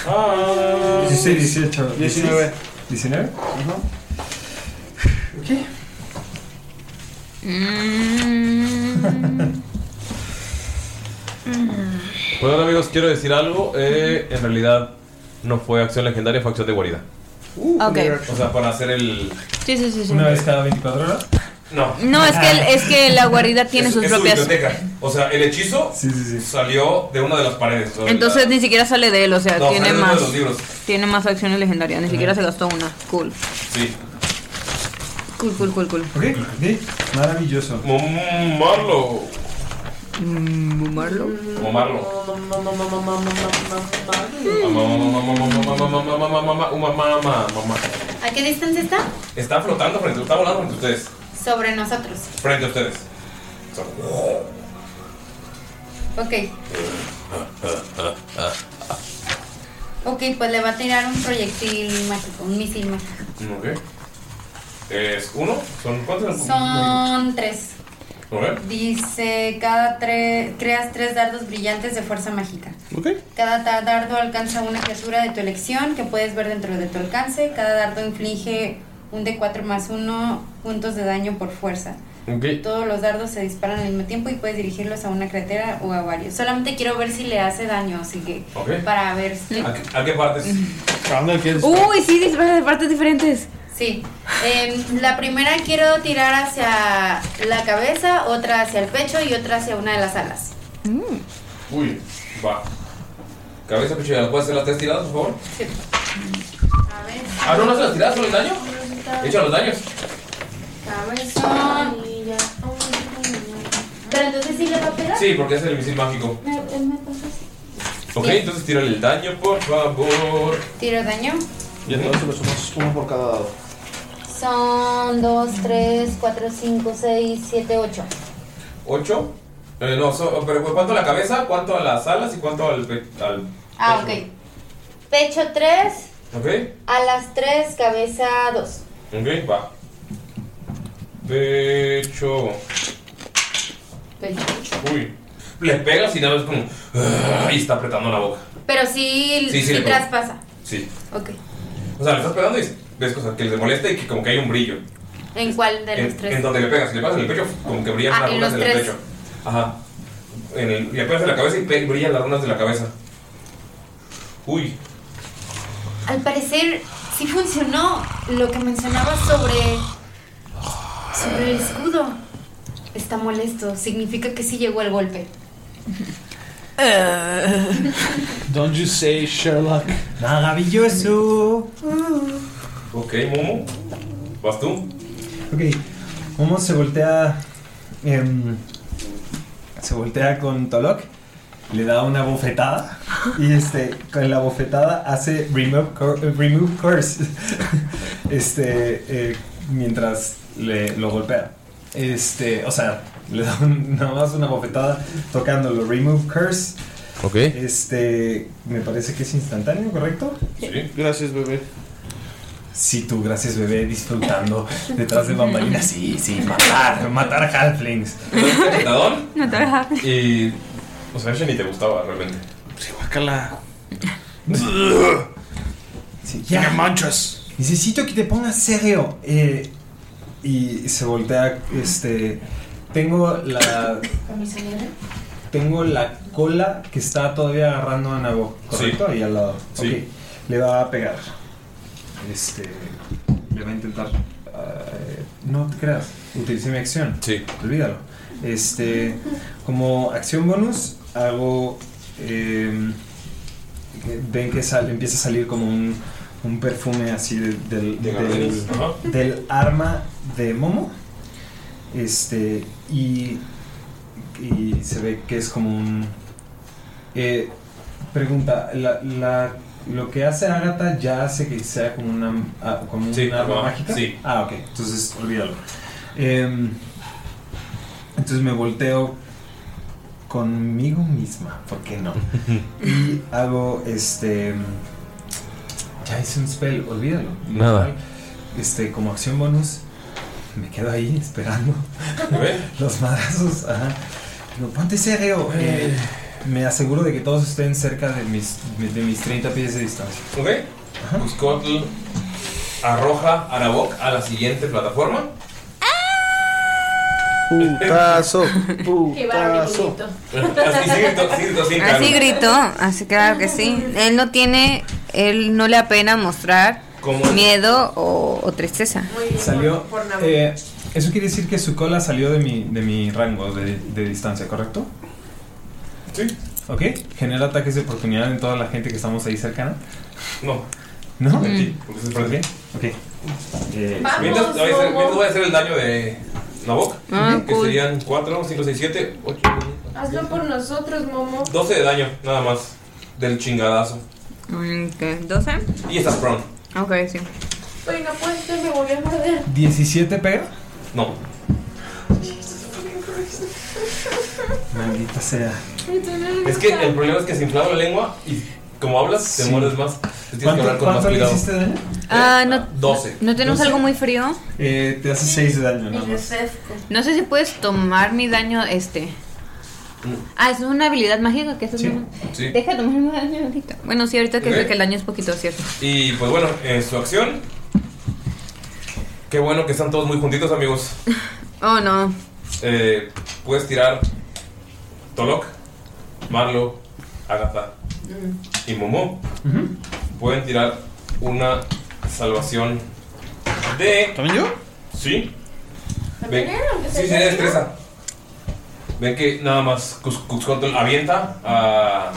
Speaker 2: Ah.
Speaker 7: 16, 18.
Speaker 3: 19.
Speaker 7: 19.
Speaker 12: Mm.
Speaker 2: Bueno, amigos, quiero decir algo. eh, en realidad, no fue acción legendaria, fue acción de guarida. Uh.
Speaker 6: Ok.
Speaker 2: O sea, para hacer el.
Speaker 6: Sí, sí, sí. sí.
Speaker 7: Una vez cada 24 horas.
Speaker 2: No.
Speaker 6: No, es que, el- es que la
Speaker 2: *laughs*
Speaker 6: guarida tiene
Speaker 2: Es-
Speaker 6: sus
Speaker 2: es
Speaker 6: propias.
Speaker 2: biblioteca. O sea, el hechizo salió de una de las paredes. o sea,
Speaker 6: Entonces ni siquiera sale de él, o sea,
Speaker 2: la- no,
Speaker 6: tiene
Speaker 2: salió de uno de los
Speaker 6: más.
Speaker 2: libros.
Speaker 6: Tiene más acciones legendarias, ni
Speaker 2: Ajá.
Speaker 6: siquiera se gastó una. Cool.
Speaker 2: Sí.
Speaker 6: Cool, cool, cool, cool.
Speaker 7: Ok, ok. Maravilloso.
Speaker 2: Mm, Marlo. Mm,
Speaker 6: Mumarlo.
Speaker 2: Como Marlo.
Speaker 6: Mm.
Speaker 2: Mamá,
Speaker 5: ¿A qué distancia está?
Speaker 2: Está flotando frente, está volando frente a ustedes.
Speaker 5: Sobre nosotros.
Speaker 2: Frente a ustedes. O sea,
Speaker 5: Ok. Ok, pues le va a tirar un proyectil mágico, un misil mágico.
Speaker 2: Ok. Es uno. ¿Son cuántos?
Speaker 5: Son tres.
Speaker 2: Ok.
Speaker 5: Dice, cada tres, creas tres dardos brillantes de fuerza mágica.
Speaker 3: Ok.
Speaker 5: Cada ta- dardo alcanza una criatura de tu elección que puedes ver dentro de tu alcance. Cada dardo inflige un D4 más 1 puntos de daño por fuerza.
Speaker 2: Ok.
Speaker 5: Todos los dardos se disparan al mismo tiempo y puedes dirigirlos a una criatura o a varios. Solamente quiero ver si le hace daño, así que
Speaker 2: Ok.
Speaker 5: para ver si...
Speaker 2: ¿A, qué- a qué partes?
Speaker 3: ¿A dónde quieres?
Speaker 6: Uy, sí, disparas de partes diferentes.
Speaker 5: Sí. Em, la primera quiero tirar hacia la cabeza, otra hacia el pecho y otra hacia una de las alas.
Speaker 2: Uy, va. Cabeza, pecho y alas. ¿Puedes hacer las tres tiradas, por favor?
Speaker 5: Sí.
Speaker 2: Ah, no, no hace las tiradas, solo el daño. Echa los daños.
Speaker 5: Cabeza. Pero entonces sí le va a pegar.
Speaker 2: Sí, porque es el misil mágico.
Speaker 5: Me, me pasa así.
Speaker 2: Ok, entonces tírale el daño, por favor.
Speaker 5: Tiro daño.
Speaker 3: Y entonces lo sumas uno por cada dado.
Speaker 5: Son 2, 3, 4, 5, 6, 7, 8.
Speaker 2: ¿Ocho? Eh, no, so- pero ¿cuánto a la cabeza? ¿Cuánto a las alas? ¿Y cuánto al, pe- al
Speaker 5: Ah, ok. Pecho 3,
Speaker 2: Ok,
Speaker 5: alas 3, cabeza 2.
Speaker 2: ok, va. Pecho. Uy. Le pegas y nada más como. ah, Y está apretando la boca.
Speaker 5: Pero sí,
Speaker 2: Sí, sí,
Speaker 5: sí,
Speaker 2: le pego.
Speaker 5: traspasa.
Speaker 2: Sí.
Speaker 5: Ok.
Speaker 2: O sea, le estás pegando y ves cosas que le molesta y que como que hay un brillo.
Speaker 5: ¿En cuál de los
Speaker 2: En,
Speaker 5: tres?
Speaker 2: en donde le pegas, si le pegas en el pecho, como que brillan
Speaker 5: Ah,
Speaker 2: las
Speaker 5: en
Speaker 2: runas
Speaker 5: los
Speaker 2: del
Speaker 5: tres.
Speaker 2: pecho. Ajá. En el- le pegas en la cabeza y pe- brillan las runas de la cabeza. Uy,
Speaker 5: Al parecer sí funcionó lo que mencionaba sobre sobre el escudo. Está molesto, significa que sí llegó el
Speaker 6: *laughs*
Speaker 5: golpe.
Speaker 3: Don't you say Sherlock.
Speaker 7: Maravilloso.
Speaker 2: ok, Momo. ¿Vas tú?
Speaker 7: Ok, Momo se voltea. em, se voltea con Tolok, le da una bofetada. Y este, con la bofetada hace Remove, cur- eh, remove Curse. *laughs* Este, eh, mientras le, lo golpea. Este, o sea, le da un- nada más una bofetada tocándolo. Remove Curse.
Speaker 2: Ok.
Speaker 7: Este, me parece que es instantáneo, ¿correcto?
Speaker 2: Sí.
Speaker 7: Gracias, bebé. Sí, tú, gracias, bebé, disfrutando detrás de bambalinas. Sí, sí, matar, matar halflings.
Speaker 2: ¿Tentador?
Speaker 6: No te deja.
Speaker 2: Y. O sea, ella ni te gustaba realmente. Sí, guacala. *laughs*
Speaker 7: Ya manchas. Necesito que te pongas serio. Eh, y se voltea, este, tengo la, tengo la cola que está todavía agarrando a Nabo, correcto, ahí al lado. Sí. Le va a pegar. Este, le va a intentar. eh, no te creas. Utilicé mi acción.
Speaker 2: Sí.
Speaker 7: Olvídalo. Este, como acción bonus hago. em, que- ven que sale, empieza a salir como un, un perfume así de- del,
Speaker 2: De
Speaker 7: del,
Speaker 2: Gardenias, ajá.
Speaker 7: del arma de Momo. Este, y, y se ve que es como un. eh, pregunta: la, la- ¿lo que hace Agatha ya hace que sea como una ah, como un arma
Speaker 2: como-
Speaker 7: mágica?
Speaker 2: sí.
Speaker 7: Ah, ok, entonces olvídalo. Em, entonces me volteo conmigo misma, ¿por qué no? y hago este. Ya hice un spell, olvídalo.
Speaker 2: Nada.
Speaker 7: Este, como acción bonus, me quedo ahí esperando
Speaker 2: ¿Ve?
Speaker 7: *laughs* los madrazos. Ajá. Digo, ponte serio. eh, me aseguro de que todos estén cerca de mis, de mis 30 pies de distancia.
Speaker 2: Ok. Cuscotl arroja a Nabok a la siguiente plataforma.
Speaker 3: Putazo.
Speaker 8: Qué bárbaro,
Speaker 3: Putazo.
Speaker 8: bonito.
Speaker 2: Así gritó, así gritó sin calma.
Speaker 6: Así gritó, así claro que sí. Él no tiene, él no le apena mostrar
Speaker 7: ¿Cómo?
Speaker 6: miedo o, o tristeza.
Speaker 7: Salió.
Speaker 6: por- por Naboo.
Speaker 7: eh, eso quiere decir que su cola salió de mi, de mi rango de, de distancia, ¿correcto?
Speaker 2: Sí.
Speaker 7: Ok. ¿Genera ataques de oportunidad en toda la gente que estamos ahí cercana?
Speaker 2: No.
Speaker 7: ¿No?
Speaker 2: En ti, porque es
Speaker 7: Ok. Ok. Eh,
Speaker 8: Vamos,
Speaker 2: Mientras, voy a hacer,
Speaker 8: Momo.
Speaker 2: mientras voy a hacer el daño de Nabok.
Speaker 8: Ah,
Speaker 2: que
Speaker 8: cool.
Speaker 2: serían 4, 5, 6, 7, 8,
Speaker 8: Hazlo por nosotros, Momo.
Speaker 2: 12 de daño, nada más. Del chingadazo.
Speaker 6: Mm, ¿qué? ¿12?
Speaker 2: Y estás prone.
Speaker 6: Ok, sí.
Speaker 8: Ay, no puede ser, pues, me volví a morder.
Speaker 7: ¿17 pega?
Speaker 2: No.
Speaker 7: Maldita sea.
Speaker 2: Es que el problema es que se inflaba la lengua y como hablas, te
Speaker 7: Sí.
Speaker 2: mueres más. Te tienes que
Speaker 7: ¿Cuánto,
Speaker 2: hablar con más
Speaker 7: cuánto le
Speaker 2: cuidado.
Speaker 7: hiciste daño?
Speaker 2: Eh,
Speaker 6: Ah, no,
Speaker 2: 12.
Speaker 6: ¿no tenemos
Speaker 7: ¿Doce?
Speaker 6: algo muy frío?
Speaker 7: Eh, te hace 6 de daño, nada más.
Speaker 6: No sé si puedes tomar mi daño este.
Speaker 2: Mm.
Speaker 6: Ah, es una habilidad mágica que estás
Speaker 2: Sí,
Speaker 6: tomando.
Speaker 2: sí.
Speaker 6: Deja de tomarme daño ahorita. Bueno, sí, ahorita que,
Speaker 2: Ok.
Speaker 6: que el daño es poquito, ¿cierto?
Speaker 2: Y pues bueno, eh, su acción. Qué bueno que están todos muy juntitos, amigos.
Speaker 6: Oh, no.
Speaker 2: Eh, puedes tirar Tolok, Marlo, Agatha y Momo. Pueden tirar una salvación de.
Speaker 3: ¿También yo?
Speaker 2: Sí.
Speaker 4: ¿También
Speaker 2: Ven.
Speaker 4: era, aunque sea
Speaker 2: Sí, sí, de
Speaker 4: yo?
Speaker 2: destreza. Ven que nada más Cus- Cuxcotl avienta a.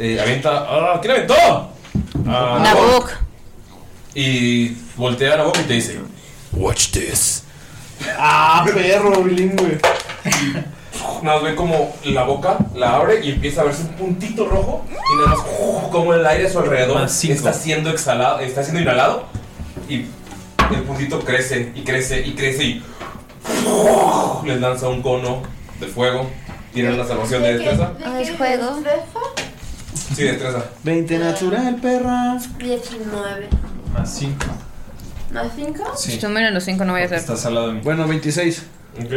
Speaker 2: eh, avienta. ¡Ah! ¿Quién aventó? A Nabok. Y voltea a Nabok y te dice: Watch this.
Speaker 3: Ah, perro, bilingüe.
Speaker 2: Nada más ve como la boca la abre y empieza a verse un puntito rojo y nada más ¡uf! como el aire a su alrededor está siendo exhalado, está siendo inhalado y el puntito crece y crece y crece y ¡uf! les lanza un cono de fuego. Tienen la salvación de destreza.
Speaker 6: Ah,
Speaker 11: ¿Es juego?
Speaker 2: Sí, destreza.
Speaker 3: 20 natural, perra.
Speaker 8: 19.
Speaker 3: Más 5.
Speaker 8: ¿Más 5?
Speaker 3: Sí.
Speaker 6: Tú menos los 5 no voy a hacer.
Speaker 3: Estás al lado de mí. Bueno, 26.
Speaker 2: Ok.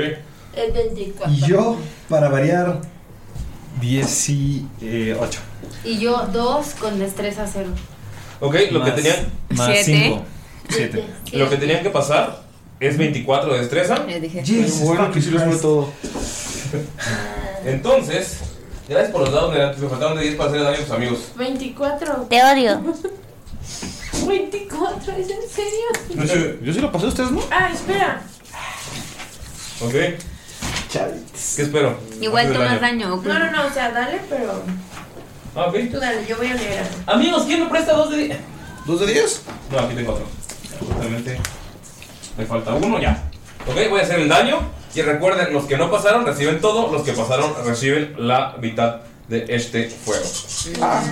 Speaker 8: El 24.
Speaker 10: Y yo, para variar,
Speaker 7: 18.
Speaker 5: Y yo dos con destreza cero.
Speaker 2: Ok, lo
Speaker 7: Más-
Speaker 2: que tenían.
Speaker 7: más Siete. cinco. Siete.
Speaker 2: Lo que tenían que pasar es 24 de destreza.
Speaker 6: Les dije.
Speaker 2: bueno que sí lo sube todo. Entonces, gracias por los dados, Nera, me faltaron de 10 para hacer daño a tus amigos.
Speaker 8: 24.
Speaker 11: Te
Speaker 8: *laughs*
Speaker 11: odio.
Speaker 8: 24, ¿es en serio?
Speaker 3: Yo sí lo pasé a ustedes, ¿no?
Speaker 8: Ah, espera.
Speaker 2: Ok. ¿Qué espero? Hacer
Speaker 6: daño.
Speaker 8: No, no, no, o sea, dale, pero.
Speaker 2: Ah, ok.
Speaker 8: Tú dale, yo voy a liberar.
Speaker 2: Amigos, ¿quién me presta dos de 10?
Speaker 3: ¿Dos de 10?
Speaker 2: No, aquí tengo otro. Justamente me falta uno ya. Ok, voy a hacer el daño. Y recuerden, los que no pasaron reciben todo, los que pasaron reciben la mitad de este fuego.
Speaker 3: Ah.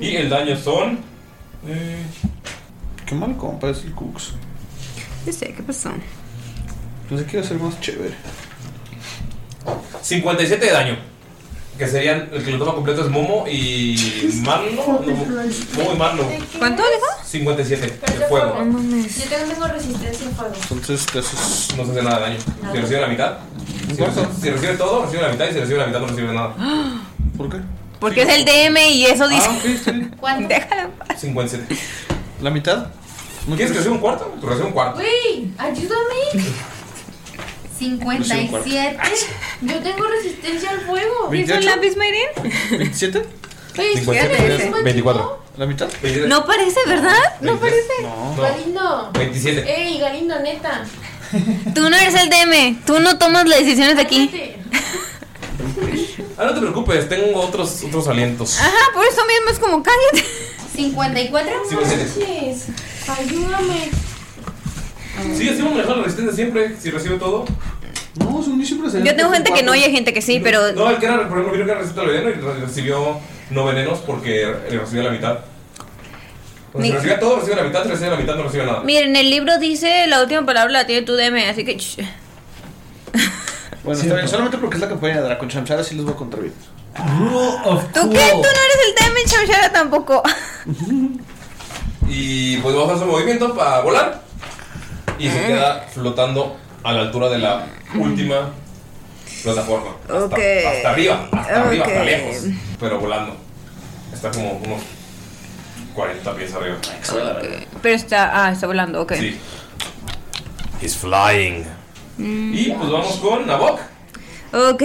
Speaker 2: Y el daño son. eh,
Speaker 3: Qué mal compa es el Cooks.
Speaker 6: Yo sé, ¿qué pasó?
Speaker 3: Pensé que iba a ser más chévere.
Speaker 2: 57 de daño. Que serían el que lo toma completo es Momo y Marlo. no, Momo y Marlo.
Speaker 6: ¿Cuánto dijo?
Speaker 2: 57 de
Speaker 8: Yo
Speaker 2: fuego.
Speaker 8: también tengo resistencia a fuego.
Speaker 3: Entonces, te haces.
Speaker 2: No se hace nada de daño. Si recibe la mitad. Si recibe, si recibe todo, recibe la mitad. Y si recibe la mitad, no recibe nada.
Speaker 3: ¿Por qué?
Speaker 6: Porque es el DM y eso dice.
Speaker 5: ¿Cuánto?
Speaker 6: Déjalo.
Speaker 2: 57.
Speaker 3: ¿La mitad? ¿No
Speaker 2: ¿Quieres que reciba un cuarto? Pues recibe un cuarto.
Speaker 8: Güey, ayúdame.
Speaker 5: 57.
Speaker 8: Yo tengo resistencia al fuego.
Speaker 3: ¿Ves el ¿Veintiocho? lápiz,
Speaker 6: Mayrin?
Speaker 3: ¿27?
Speaker 8: Oye, espérate.
Speaker 3: ¿La mitad?
Speaker 6: No parece, ¿verdad?
Speaker 2: No parece.
Speaker 3: No.
Speaker 8: Galindo.
Speaker 2: 27.
Speaker 8: Ey, Galindo, neta.
Speaker 6: Tú no eres el DM. Tú no tomas las decisiones de aquí.
Speaker 2: Ah, no te preocupes, tengo otros, otros alientos.
Speaker 6: Ajá, por eso mismo es como cállate.
Speaker 5: 54.
Speaker 2: Sí, pues,
Speaker 8: Ayúdame.
Speaker 2: Sí, así vamos a dejar la resistencia siempre. Si recibe todo.
Speaker 3: No, según yo siempre
Speaker 6: Yo tengo gente que no y hay gente que sí, pero.
Speaker 2: No, el que era, por ejemplo, vino que era resistente al veneno y recibió no venenos porque le recibió la mitad. Pues si
Speaker 6: Ni-
Speaker 2: recibe todo, recibe la mitad, si recibe la mitad, no recibe nada.
Speaker 6: Miren, el libro dice la última palabra la tiene tu DM, así que. ch.
Speaker 3: Bueno, está bien, solamente porque es la campaña de Draco Chamchara sí les voy a contravir.
Speaker 6: ¿Tú qué? Tú no eres el DM, Chamshara tampoco.
Speaker 2: Y pues vamos a hacer un movimiento para volar. Y
Speaker 6: Ah.
Speaker 2: se queda flotando a la altura de la última plataforma. Hasta,
Speaker 6: Ok.
Speaker 2: hasta arriba, hasta arriba, hasta
Speaker 6: Ok.
Speaker 2: lejos. Pero volando. Está como unos 40 pies arriba.
Speaker 6: *laughs* Pero está. Ah, está volando, ok.
Speaker 2: Sí. He's flying.
Speaker 6: Mm.
Speaker 2: Y pues vamos con Nabok.
Speaker 6: Ok.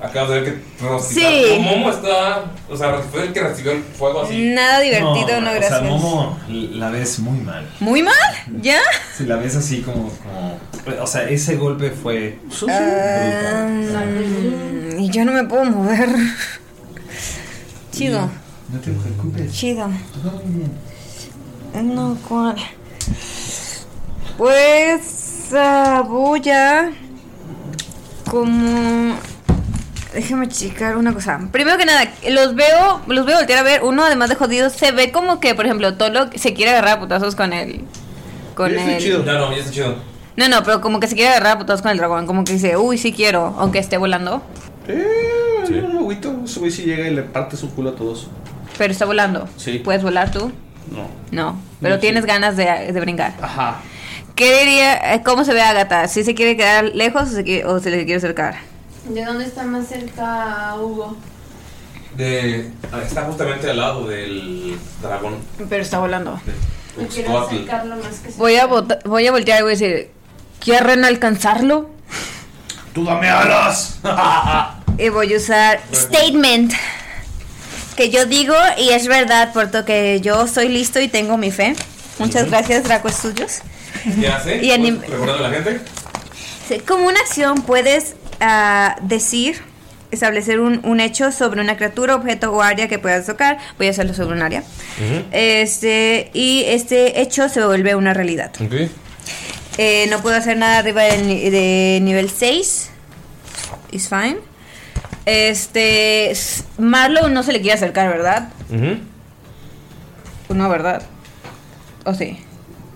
Speaker 2: Acabas de ver que nos
Speaker 6: Sí. Mm,
Speaker 2: quitaron. Momo está. O sea, fue el que recibió el fuego así.
Speaker 6: Nada divertido, no,
Speaker 7: o
Speaker 6: gracias.
Speaker 7: sea, Momo la ves muy mal.
Speaker 6: ¿Muy mal? ¿Ya?
Speaker 7: Si la ves así como, como. O sea, ese golpe fue.
Speaker 6: Ah, mm, y yo no me puedo
Speaker 2: *laughs*
Speaker 6: mover. Chido,
Speaker 10: no te preocupes.
Speaker 6: chido. No, ¿cuál? Pues ah, voy a. Como. Déjame checar una cosa. Primero que nada, los veo, los veo voltear a ver. Uno, además de jodido, se ve como que, por ejemplo, Tolo se quiere agarrar a putazos con el. Con el.
Speaker 2: No, no, ya está chido.
Speaker 6: No, no, pero como que se quiere agarrar a putazos con el dragón. Como que dice, uy, sí quiero, aunque esté volando.
Speaker 3: Eh, yo no lo agüito. Ese güey sí llega y le parte su culo a todos.
Speaker 6: Pero está volando.
Speaker 3: Sí.
Speaker 6: ¿Puedes volar tú?
Speaker 3: No.
Speaker 6: No. Pero
Speaker 3: No,
Speaker 6: tienes ganas de, de brincar.
Speaker 3: Ajá.
Speaker 6: ¿Qué diría? eh, ¿Cómo se ve Agatha? ¿Si se quiere quedar lejos o se, quiere- o se le quiere acercar?
Speaker 8: ¿De dónde está más cerca Hugo?
Speaker 2: De, ah, está justamente al lado del dragón.
Speaker 6: Pero está volando.
Speaker 2: Este,
Speaker 8: Me quiero
Speaker 2: Cuatl.
Speaker 8: acercar lo más que se
Speaker 6: Voy a, vota- voy a voltear y voy a decir, ¿quieren alcanzarlo?
Speaker 3: ¡Tú dame alas! *laughs*
Speaker 11: Y voy a usar statement. Que yo digo y es verdad, puesto que yo soy listo y tengo mi fe. Muchas gracias, Draco Estudios.
Speaker 2: ¿Qué hace?
Speaker 11: Y anim-
Speaker 2: ¿Recordando a la gente?
Speaker 11: Sí, Como una acción puedes ah, decir, establecer un, un hecho sobre una criatura, objeto o área que puedas tocar. Voy a hacerlo sobre un área. Este, y este hecho se vuelve una realidad.
Speaker 2: Ok.
Speaker 11: Eh, no puedo hacer nada arriba del ni- de, nivel 6. It's fine. Este. s- Marlow no se le quiere acercar, ¿verdad?
Speaker 6: No, ¿verdad? ¿O sí?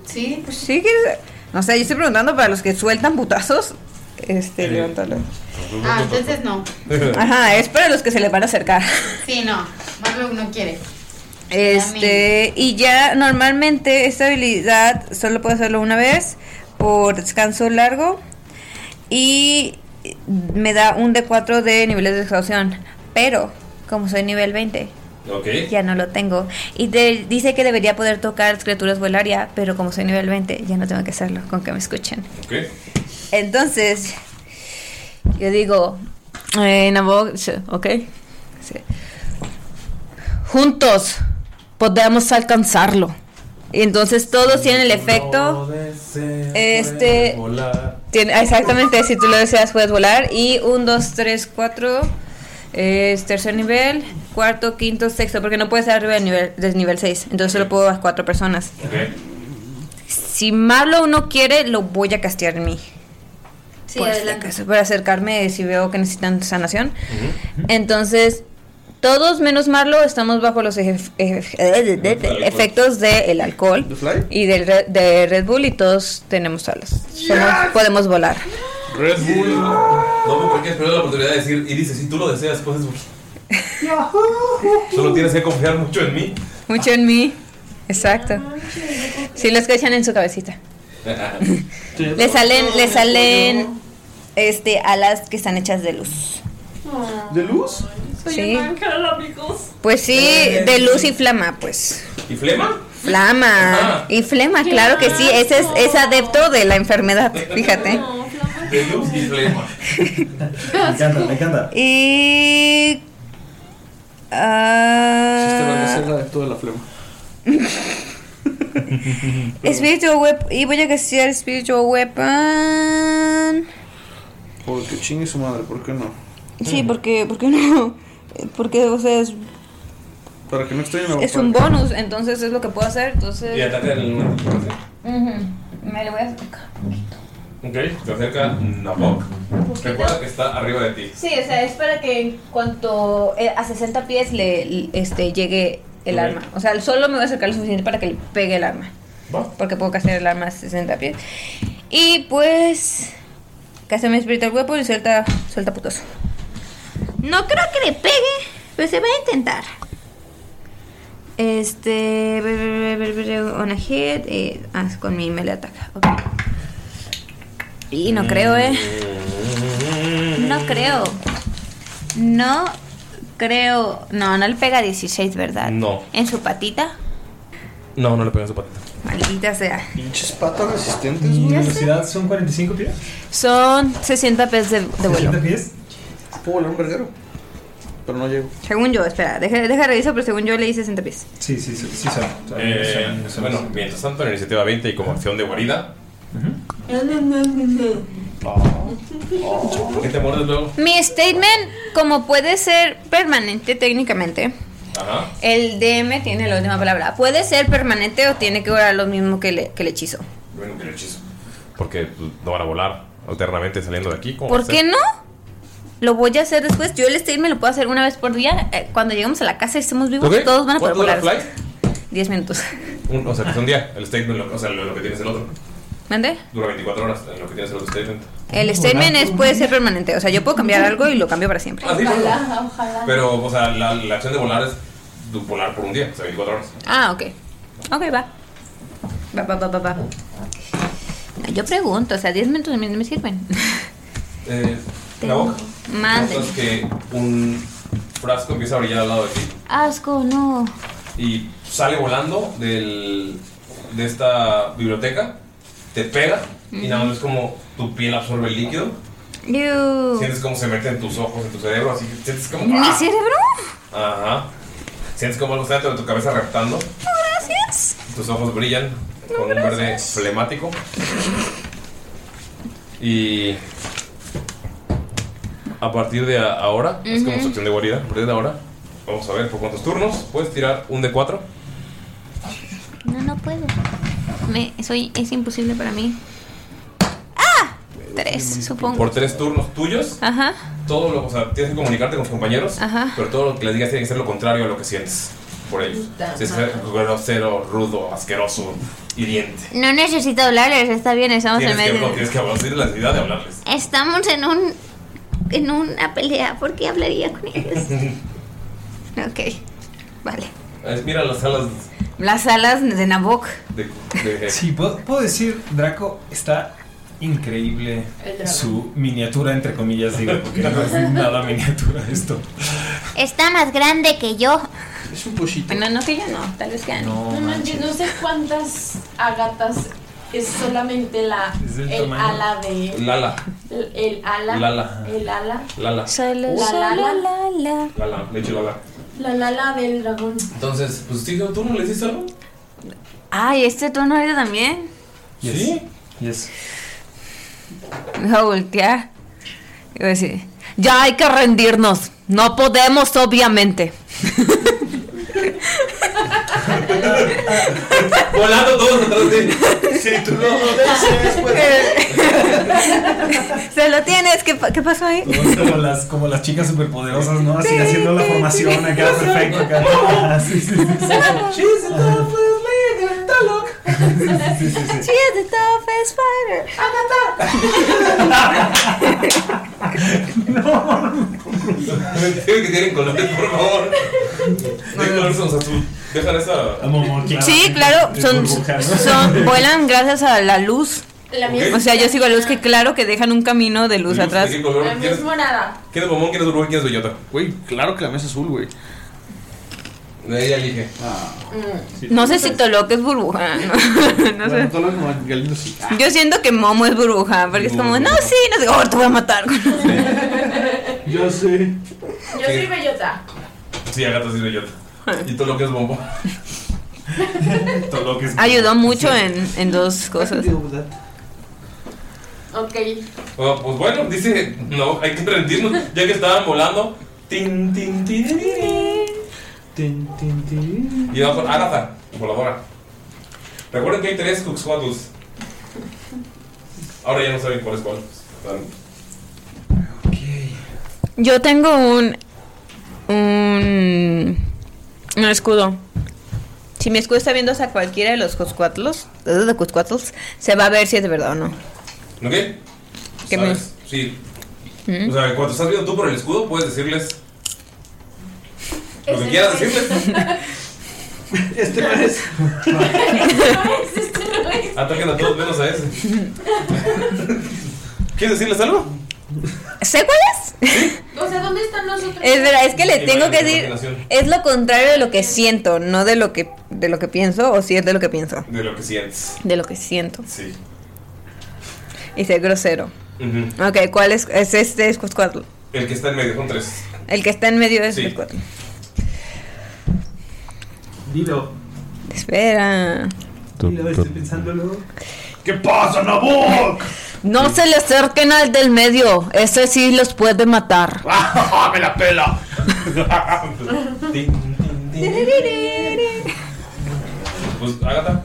Speaker 5: Sí.
Speaker 6: ¿Sí quieres? No sé, yo estoy preguntando para los que sueltan putazos. Este, levántalo.
Speaker 5: Ah, entonces no.
Speaker 6: Ajá, es para los que se le van a acercar.
Speaker 5: Sí, no. Marlowe no quiere.
Speaker 6: Este, y ya normalmente esta habilidad solo puedo hacerlo una vez por descanso largo y me da un D4 de niveles de exhaustión, pero como soy nivel 20
Speaker 2: Ok.
Speaker 11: Ya no lo tengo. Y de- dice que debería poder tocar criaturas volaria, pero como soy nivel 20, ya no tengo que hacerlo, con que me escuchen.
Speaker 2: Ok.
Speaker 11: Entonces, yo digo,
Speaker 6: Eh, Nabog, sí, ok. Sí. Juntos podemos alcanzarlo. Y entonces todos tienen el efecto. Este.
Speaker 2: Hola.
Speaker 6: tiene- ah, exactamente, si tú lo deseas puedes volar. Y un, dos, tres, cuatro. Es tercer nivel, cuarto, quinto, sexto, porque no puedes estar arriba del nivel, del nivel 6. Entonces solo puedo a cuatro personas. Si Marlow no quiere, lo voy a castear en mí.
Speaker 11: Sí,
Speaker 6: Por si
Speaker 11: adelante.
Speaker 6: acaso, para acercarme si veo que necesitan sanación. Entonces, todos menos Marlo estamos bajo los ejef- ejef- eh, de- de- de- efectos del alcohol y del re- de Red Bull y todos tenemos alas. Somos- podemos volar.
Speaker 2: Red Bull. No pues, me cualquier perder la oportunidad de decir. Y dice: Si tú lo deseas, puedes. Solo tienes que confiar mucho en *laughs* mí.
Speaker 6: Mucho en mí. Exacto. Si los que echan en su cabecita.
Speaker 11: le salen, le salen este, alas que están hechas de luz.
Speaker 3: ¿De luz?
Speaker 11: Soy
Speaker 6: Sí.
Speaker 11: una
Speaker 8: amigos.
Speaker 6: Pues sí, de luz y flama, pues.
Speaker 2: ¿Y flema?
Speaker 6: Flama. Y flema, claro que sí. Ese es, es adepto de la enfermedad, fíjate.
Speaker 2: De luz y
Speaker 11: *laughs*
Speaker 2: flema.
Speaker 7: Me encanta, me encanta.
Speaker 6: Y.
Speaker 10: Este
Speaker 6: ah,
Speaker 10: va a ser todo de la flema.
Speaker 6: spiritual Weapon. Y voy a castear Spiritual Weapon.
Speaker 3: Porque chingue su madre, ¿por qué no?
Speaker 6: Sí, porque, porque no. Porque o sea, es,
Speaker 3: Para que no extrañen a
Speaker 6: es un
Speaker 3: para-
Speaker 6: bonus, *laughs* entonces es lo que puedo hacer. Entonces.
Speaker 2: Y ataca el uno.
Speaker 6: Ujú, Me lo voy a sacar.
Speaker 2: Ok. Te acerca Nabok. Recuerda que está arriba de ti.
Speaker 6: Sí, o sea, es para que en cuanto eh, a 60 pies le l- este, llegue el
Speaker 2: Ok.
Speaker 6: arma. O sea, solo me voy a acercar lo suficiente para que le pegue el arma.
Speaker 2: Va.
Speaker 6: Porque puedo castear el arma a 60 pies. Y pues. Casteo mi Spiritual Weapon y suelta, suelta putoso.
Speaker 11: No creo que le pegue, pero se va a intentar. Este. br- br- br- br- On a hit. eh, ah, con mi melee ataca. ok. Y no creo, eh. No creo. No creo. No, no le pega 16, ¿verdad?
Speaker 2: No.
Speaker 11: En su patita.
Speaker 2: No, no le pegan su patita.
Speaker 11: Maldita sea.
Speaker 3: Pinches patas resistentes,
Speaker 7: Mi
Speaker 3: güey.
Speaker 7: velocidad son 45 pies.
Speaker 6: Son 60 pies de, de vuelo.
Speaker 7: ¿60 pies?
Speaker 3: Puedo volar un verguero. Pero no llego.
Speaker 6: Según yo, espera, deja, deja revisar, pero según yo le hice 60 pies.
Speaker 7: Sí, sí, sí, sí, son.
Speaker 2: Eh, bueno, mientras tanto, en iniciativa 20 y como acción de guarida. Ah. ¿Por qué te muerdes luego?
Speaker 6: Mi statement, como puede ser permanente técnicamente,
Speaker 2: Ajá.
Speaker 6: el DM tiene la última palabra. Puede ser permanente o tiene que durar lo mismo que, le- que el hechizo.
Speaker 2: Bueno, que el hechizo. Porque pues, no van a volar alternamente saliendo de aquí. ¿cómo va
Speaker 6: ¿Por
Speaker 2: a ser?
Speaker 6: qué no? Lo voy a hacer después. Yo el statement lo puedo hacer una vez por día. Eh, cuando lleguemos a la casa y estemos vivos,
Speaker 2: Ok.
Speaker 6: todos van a poder
Speaker 2: ¿Cuánto dura
Speaker 6: volar.
Speaker 2: flight?
Speaker 6: 10 minutos. *laughs*
Speaker 2: Un- o sea, que es un día. El statement, lo- o sea, lo, lo que tienes el otro.
Speaker 6: ¿Mande?
Speaker 2: Dura 24 horas en lo que tienes el otro statement.
Speaker 6: El statement es, puede ser permanente. O sea, yo puedo cambiar algo y lo cambio para siempre.
Speaker 8: Ojalá, ojalá.
Speaker 2: Pero, o sea, la, la acción de volar es du- volar por un día, o sea, 24 horas.
Speaker 6: Ah, ok. Ok, va. Va, va, va, va, va.
Speaker 11: Yo pregunto, o sea, 10 minutos a mí no me
Speaker 6: *laughs*
Speaker 11: sirven.
Speaker 2: Eh, la boca.
Speaker 11: Madre.
Speaker 2: Notas que un frasco empieza a brillar al lado de ti.
Speaker 11: Asco, no.
Speaker 2: y sale volando del, de esta biblioteca, te pega y nada más es como tu piel absorbe el líquido,
Speaker 11: Ew.
Speaker 2: sientes como se mete en tus ojos, en tu cerebro, así sientes como...
Speaker 11: ¿Mi
Speaker 2: ¡ah!
Speaker 11: cerebro?
Speaker 2: Ajá. Sientes como algo está dentro de tu cabeza reptando,
Speaker 11: No, gracias.
Speaker 2: tus ojos brillan con un verde flemático y a partir de a- ahora, es como
Speaker 13: Ujú.
Speaker 2: su acción de guarida, a partir de ahora, vamos a ver por cuántos turnos, puedes tirar un de cuatro.
Speaker 11: No, no puedo. Me, soy, es imposible para mí. ¡Ah! Tres, supongo.
Speaker 2: por tres turnos tuyos.
Speaker 11: Ajá.
Speaker 2: Todo lo, o sea, tienes que comunicarte con tus compañeros,
Speaker 11: Ajá.
Speaker 2: pero todo lo que les digas tiene que ser lo contrario a lo que sientes por ellos.
Speaker 11: Puta
Speaker 2: Si es
Speaker 11: madre.
Speaker 2: grosero, rudo, asqueroso, hiriente.
Speaker 11: No necesito hablarles, está bien, estamos en
Speaker 2: Tienes que,
Speaker 11: medio.
Speaker 2: no,
Speaker 11: de-
Speaker 2: tienes que hablar, tienes la necesidad
Speaker 11: *laughs*
Speaker 2: de hablarles.
Speaker 11: Estamos en un en una pelea, ¿por qué hablaría con ellos? ok, vale.
Speaker 2: Es- Mira las salas
Speaker 6: Las alas de Nabok.
Speaker 2: de...
Speaker 3: *laughs*
Speaker 2: de-
Speaker 7: Sí, puedo, puedo decir, Draco está increíble
Speaker 6: El dragón.
Speaker 7: su miniatura, entre comillas, digo, *laughs* porque no es nada miniatura esto.
Speaker 11: Está más grande que yo.
Speaker 3: Es un pochito.
Speaker 11: No, no que yo no, tal vez que Ani.
Speaker 7: No,
Speaker 8: No manches, no sé cuántas agatas es solamente la
Speaker 2: Es del
Speaker 8: el
Speaker 2: tamaño.
Speaker 8: ala de
Speaker 2: Lala.
Speaker 8: el, el ala
Speaker 2: Lala.
Speaker 8: el ala la la
Speaker 2: Lala.
Speaker 8: la la la
Speaker 2: Lala, le echo Lala.
Speaker 8: la
Speaker 2: *laughs*
Speaker 8: la la del dragón.
Speaker 2: Entonces, pues sí, ¿tú no le hiciste algo?
Speaker 6: Ay, este tono era también.
Speaker 2: Sí.
Speaker 7: Yes.
Speaker 6: *laughs* Me voy a voltear. Y voy a decir, ya hay que rendirnos. No podemos, obviamente. *laughs*
Speaker 2: Volando todos atrás de
Speaker 11: *laughs*
Speaker 3: Si tú no lo deseas,
Speaker 6: Se lo tienes. ¿Qué, pa- qué pasó ahí?
Speaker 7: Todos como las, como las chicas superpoderosas, ¿no? Así haciendo la formación acá, perfecto, acá. Sí, sí, sí, sí.
Speaker 6: She is the toughest fighter.
Speaker 2: Tienen que tienen colores, por favor. Tienen colores son azul. Dejan esa.
Speaker 6: Sí, claro, son, *laughs* son- vuelan gracias a la luz.
Speaker 8: La mía
Speaker 6: O sea, yo sigo la luz que claro que dejan un camino de luz,
Speaker 2: Luz,
Speaker 6: atrás.
Speaker 2: ¿de qué color?
Speaker 8: la mía es morada.
Speaker 2: ¿Quién es bombón? ¿Quién es uruguay? ¿Quién es bellota?
Speaker 3: Güey, claro que la mesa es azul, güey. Ah.
Speaker 2: De ella elige.
Speaker 6: No sé si Toloque es burbuja.
Speaker 8: *laughs*
Speaker 6: ¿no?
Speaker 3: No sé. Todo lo demás, Galindo sí.
Speaker 6: Yo siento que Momo es burbuja, porque es como, no, sí, no sé, oh, te voy a matar. *laughs*
Speaker 3: Yo sé.
Speaker 8: Yo soy bellota.
Speaker 2: Sí, Agata sí es bellota. Y todo lo que es bombón. todo lo que es.
Speaker 6: Ayudó mucho en, en dos cosas.
Speaker 8: Ok.
Speaker 2: Bueno, pues bueno, dice, no, hay que rendirnos. Ya que estaban volando. Tin, tin, tin, tin,
Speaker 3: Tin, tin, tin.
Speaker 2: Y vamos con Agatha, voladora. Recuerden que hay tres Cuxhuatus. Ahora ya no saben cuál es cuál. Están-
Speaker 6: Yo tengo un. Un. Un escudo. Si mi escudo está viendo a cualquiera de los coscuatlos, de los coscuatlos, se va a ver si es de verdad o no.
Speaker 2: ¿Ok?
Speaker 6: ¿Qué ¿Mm?
Speaker 2: ¿Sabes? Sí. O sea, cuando estás viendo tú por el escudo, puedes decirles lo que quieras decirles.
Speaker 3: *laughs* Este no es.
Speaker 2: Ataquen a Ah, todos menos a ese. ¿Quieres decirles algo?
Speaker 6: ¿Sé cuál es?
Speaker 8: O sea, ¿dónde están los otros?
Speaker 6: Es verdad, es que le
Speaker 2: Sí,
Speaker 6: tengo
Speaker 2: vale,
Speaker 6: que
Speaker 2: la
Speaker 6: decir.
Speaker 2: imaginación.
Speaker 6: Es lo contrario de lo que siento, no de lo que, de lo que pienso, o si es de lo que pienso.
Speaker 2: De lo que sientes.
Speaker 6: De lo que siento.
Speaker 2: Sí.
Speaker 6: Y ser grosero.
Speaker 2: Ujú.
Speaker 6: Ok, ¿cuál es? Es este coscuatlo.
Speaker 2: El que está en medio, son tres.
Speaker 6: El que está en medio de
Speaker 2: Sí.
Speaker 6: este coscuatlo. Dilo. Espera.
Speaker 7: Mira, estoy pensándolo.
Speaker 3: ¿Qué pasa, Nabok?
Speaker 6: No se le acerquen al del medio. Ese sí los puede matar.
Speaker 3: ¡Ah, ¡Me
Speaker 2: *laughs*
Speaker 3: la pela!
Speaker 2: Pues, Agatha.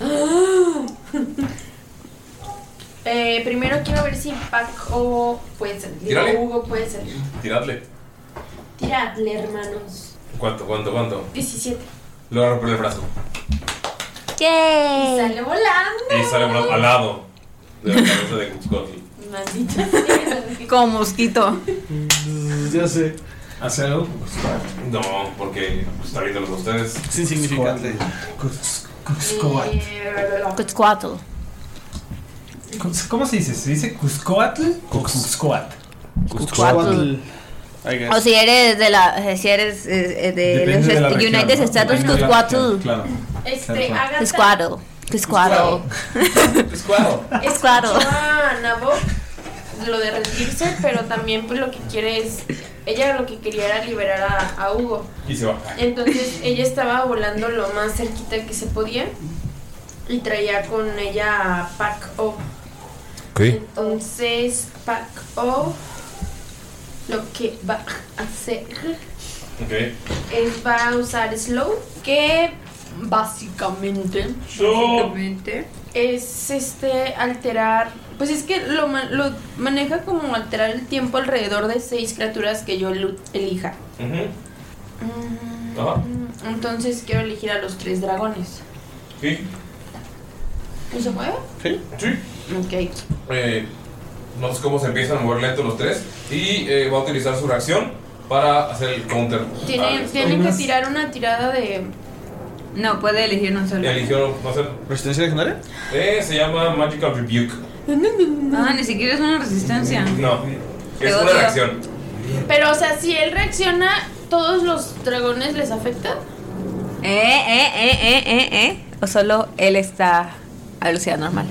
Speaker 8: *laughs* Eh, primero quiero ver si Paco puede ser. Digo,
Speaker 2: Tírale.
Speaker 8: Hugo puede ser.
Speaker 2: Tiradle.
Speaker 8: Tiradle, hermanos.
Speaker 2: ¿Cuánto, cuánto, cuánto?
Speaker 8: 17.
Speaker 2: Logra romper el brazo.
Speaker 8: ¿Qué? Sale volando. *laughs*
Speaker 2: Y sale volando al lado de la cabeza de Cuxcoatl.
Speaker 8: Maldita.
Speaker 6: Como mosquito.
Speaker 7: Ya sé. ¿Hace algo?
Speaker 2: No, porque está viéndolos a ustedes.
Speaker 3: Es insignificante.
Speaker 7: Cuscoat.
Speaker 6: Cuscuatl.
Speaker 7: ¿Cómo se dice? ¿Se dice Cuscoatl o Cuscoatl?
Speaker 6: Cuscoatl.
Speaker 7: I guess.
Speaker 6: O si eres de la. eh, Si eres eh, eh, de
Speaker 7: Depende
Speaker 6: los
Speaker 7: de la
Speaker 6: est-
Speaker 7: región,
Speaker 6: United
Speaker 7: ¿no?
Speaker 6: States
Speaker 7: Depende de la
Speaker 6: Cuscuatl.
Speaker 7: región, Claro.
Speaker 8: Este, Agatha
Speaker 6: Cuscuatl. Cuscuatl.
Speaker 8: escuchó a Nabok lo de rendirse, pero también pues lo que quiere es, ella lo que quería era liberar a, a Hugo.
Speaker 2: Y se va.
Speaker 8: Entonces ella estaba volando lo más cerquita que se podía y traía con ella a Pac O.
Speaker 2: ¿Qué?
Speaker 8: Entonces Pac O lo que va a hacer
Speaker 2: Ok.
Speaker 8: es va a usar Slow que básicamente, básicamente es este alterar pues es que lo, ma- lo maneja como alterar el tiempo alrededor de seis criaturas que yo lu- elija.
Speaker 2: Ajá.
Speaker 8: Entonces quiero elegir a los tres dragones.
Speaker 2: Sí.
Speaker 8: ¿No se mueve?
Speaker 2: Sí.
Speaker 8: Ok.
Speaker 2: Eh, no sé cómo se empiezan a mover lento los tres. Y eh, va a utilizar su reacción para hacer el counter. Ah,
Speaker 8: Tiene, tienen que tirar una tirada de.
Speaker 6: No, puede elegir un solo.
Speaker 2: Eligió no hacer.
Speaker 14: ¿Resistencia legendaria?
Speaker 2: Eh, se llama Magical Rebuke.
Speaker 6: Ah, ni siquiera es una resistencia.
Speaker 2: No. Es una
Speaker 6: odio.
Speaker 2: reacción.
Speaker 8: Pero, o sea, si él reacciona, ¿todos los dragones les afecta?
Speaker 6: Eh, eh, eh, eh, eh, eh. O solo él está a velocidad normal.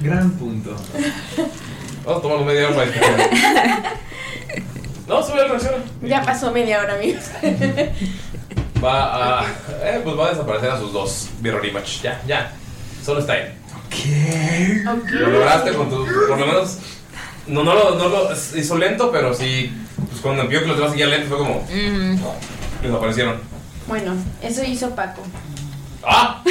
Speaker 7: Gran punto.
Speaker 2: Vamos a tomar media hora para discutir. No, sube la reacción.
Speaker 8: Ya pasó media hora, amigos.
Speaker 2: Va a. Eh, pues va a desaparecer a sus dos. Mirror Image. Ya, ya. Solo está él. Lo lograste con tu. Por lo menos. No, no lo, no lo hizo lento, pero sí. Pues cuando vio que los demás seguían lento, fue como.
Speaker 6: Mm.
Speaker 2: Desaparecieron.
Speaker 8: Bueno, eso hizo Paco.
Speaker 2: ¡Ah!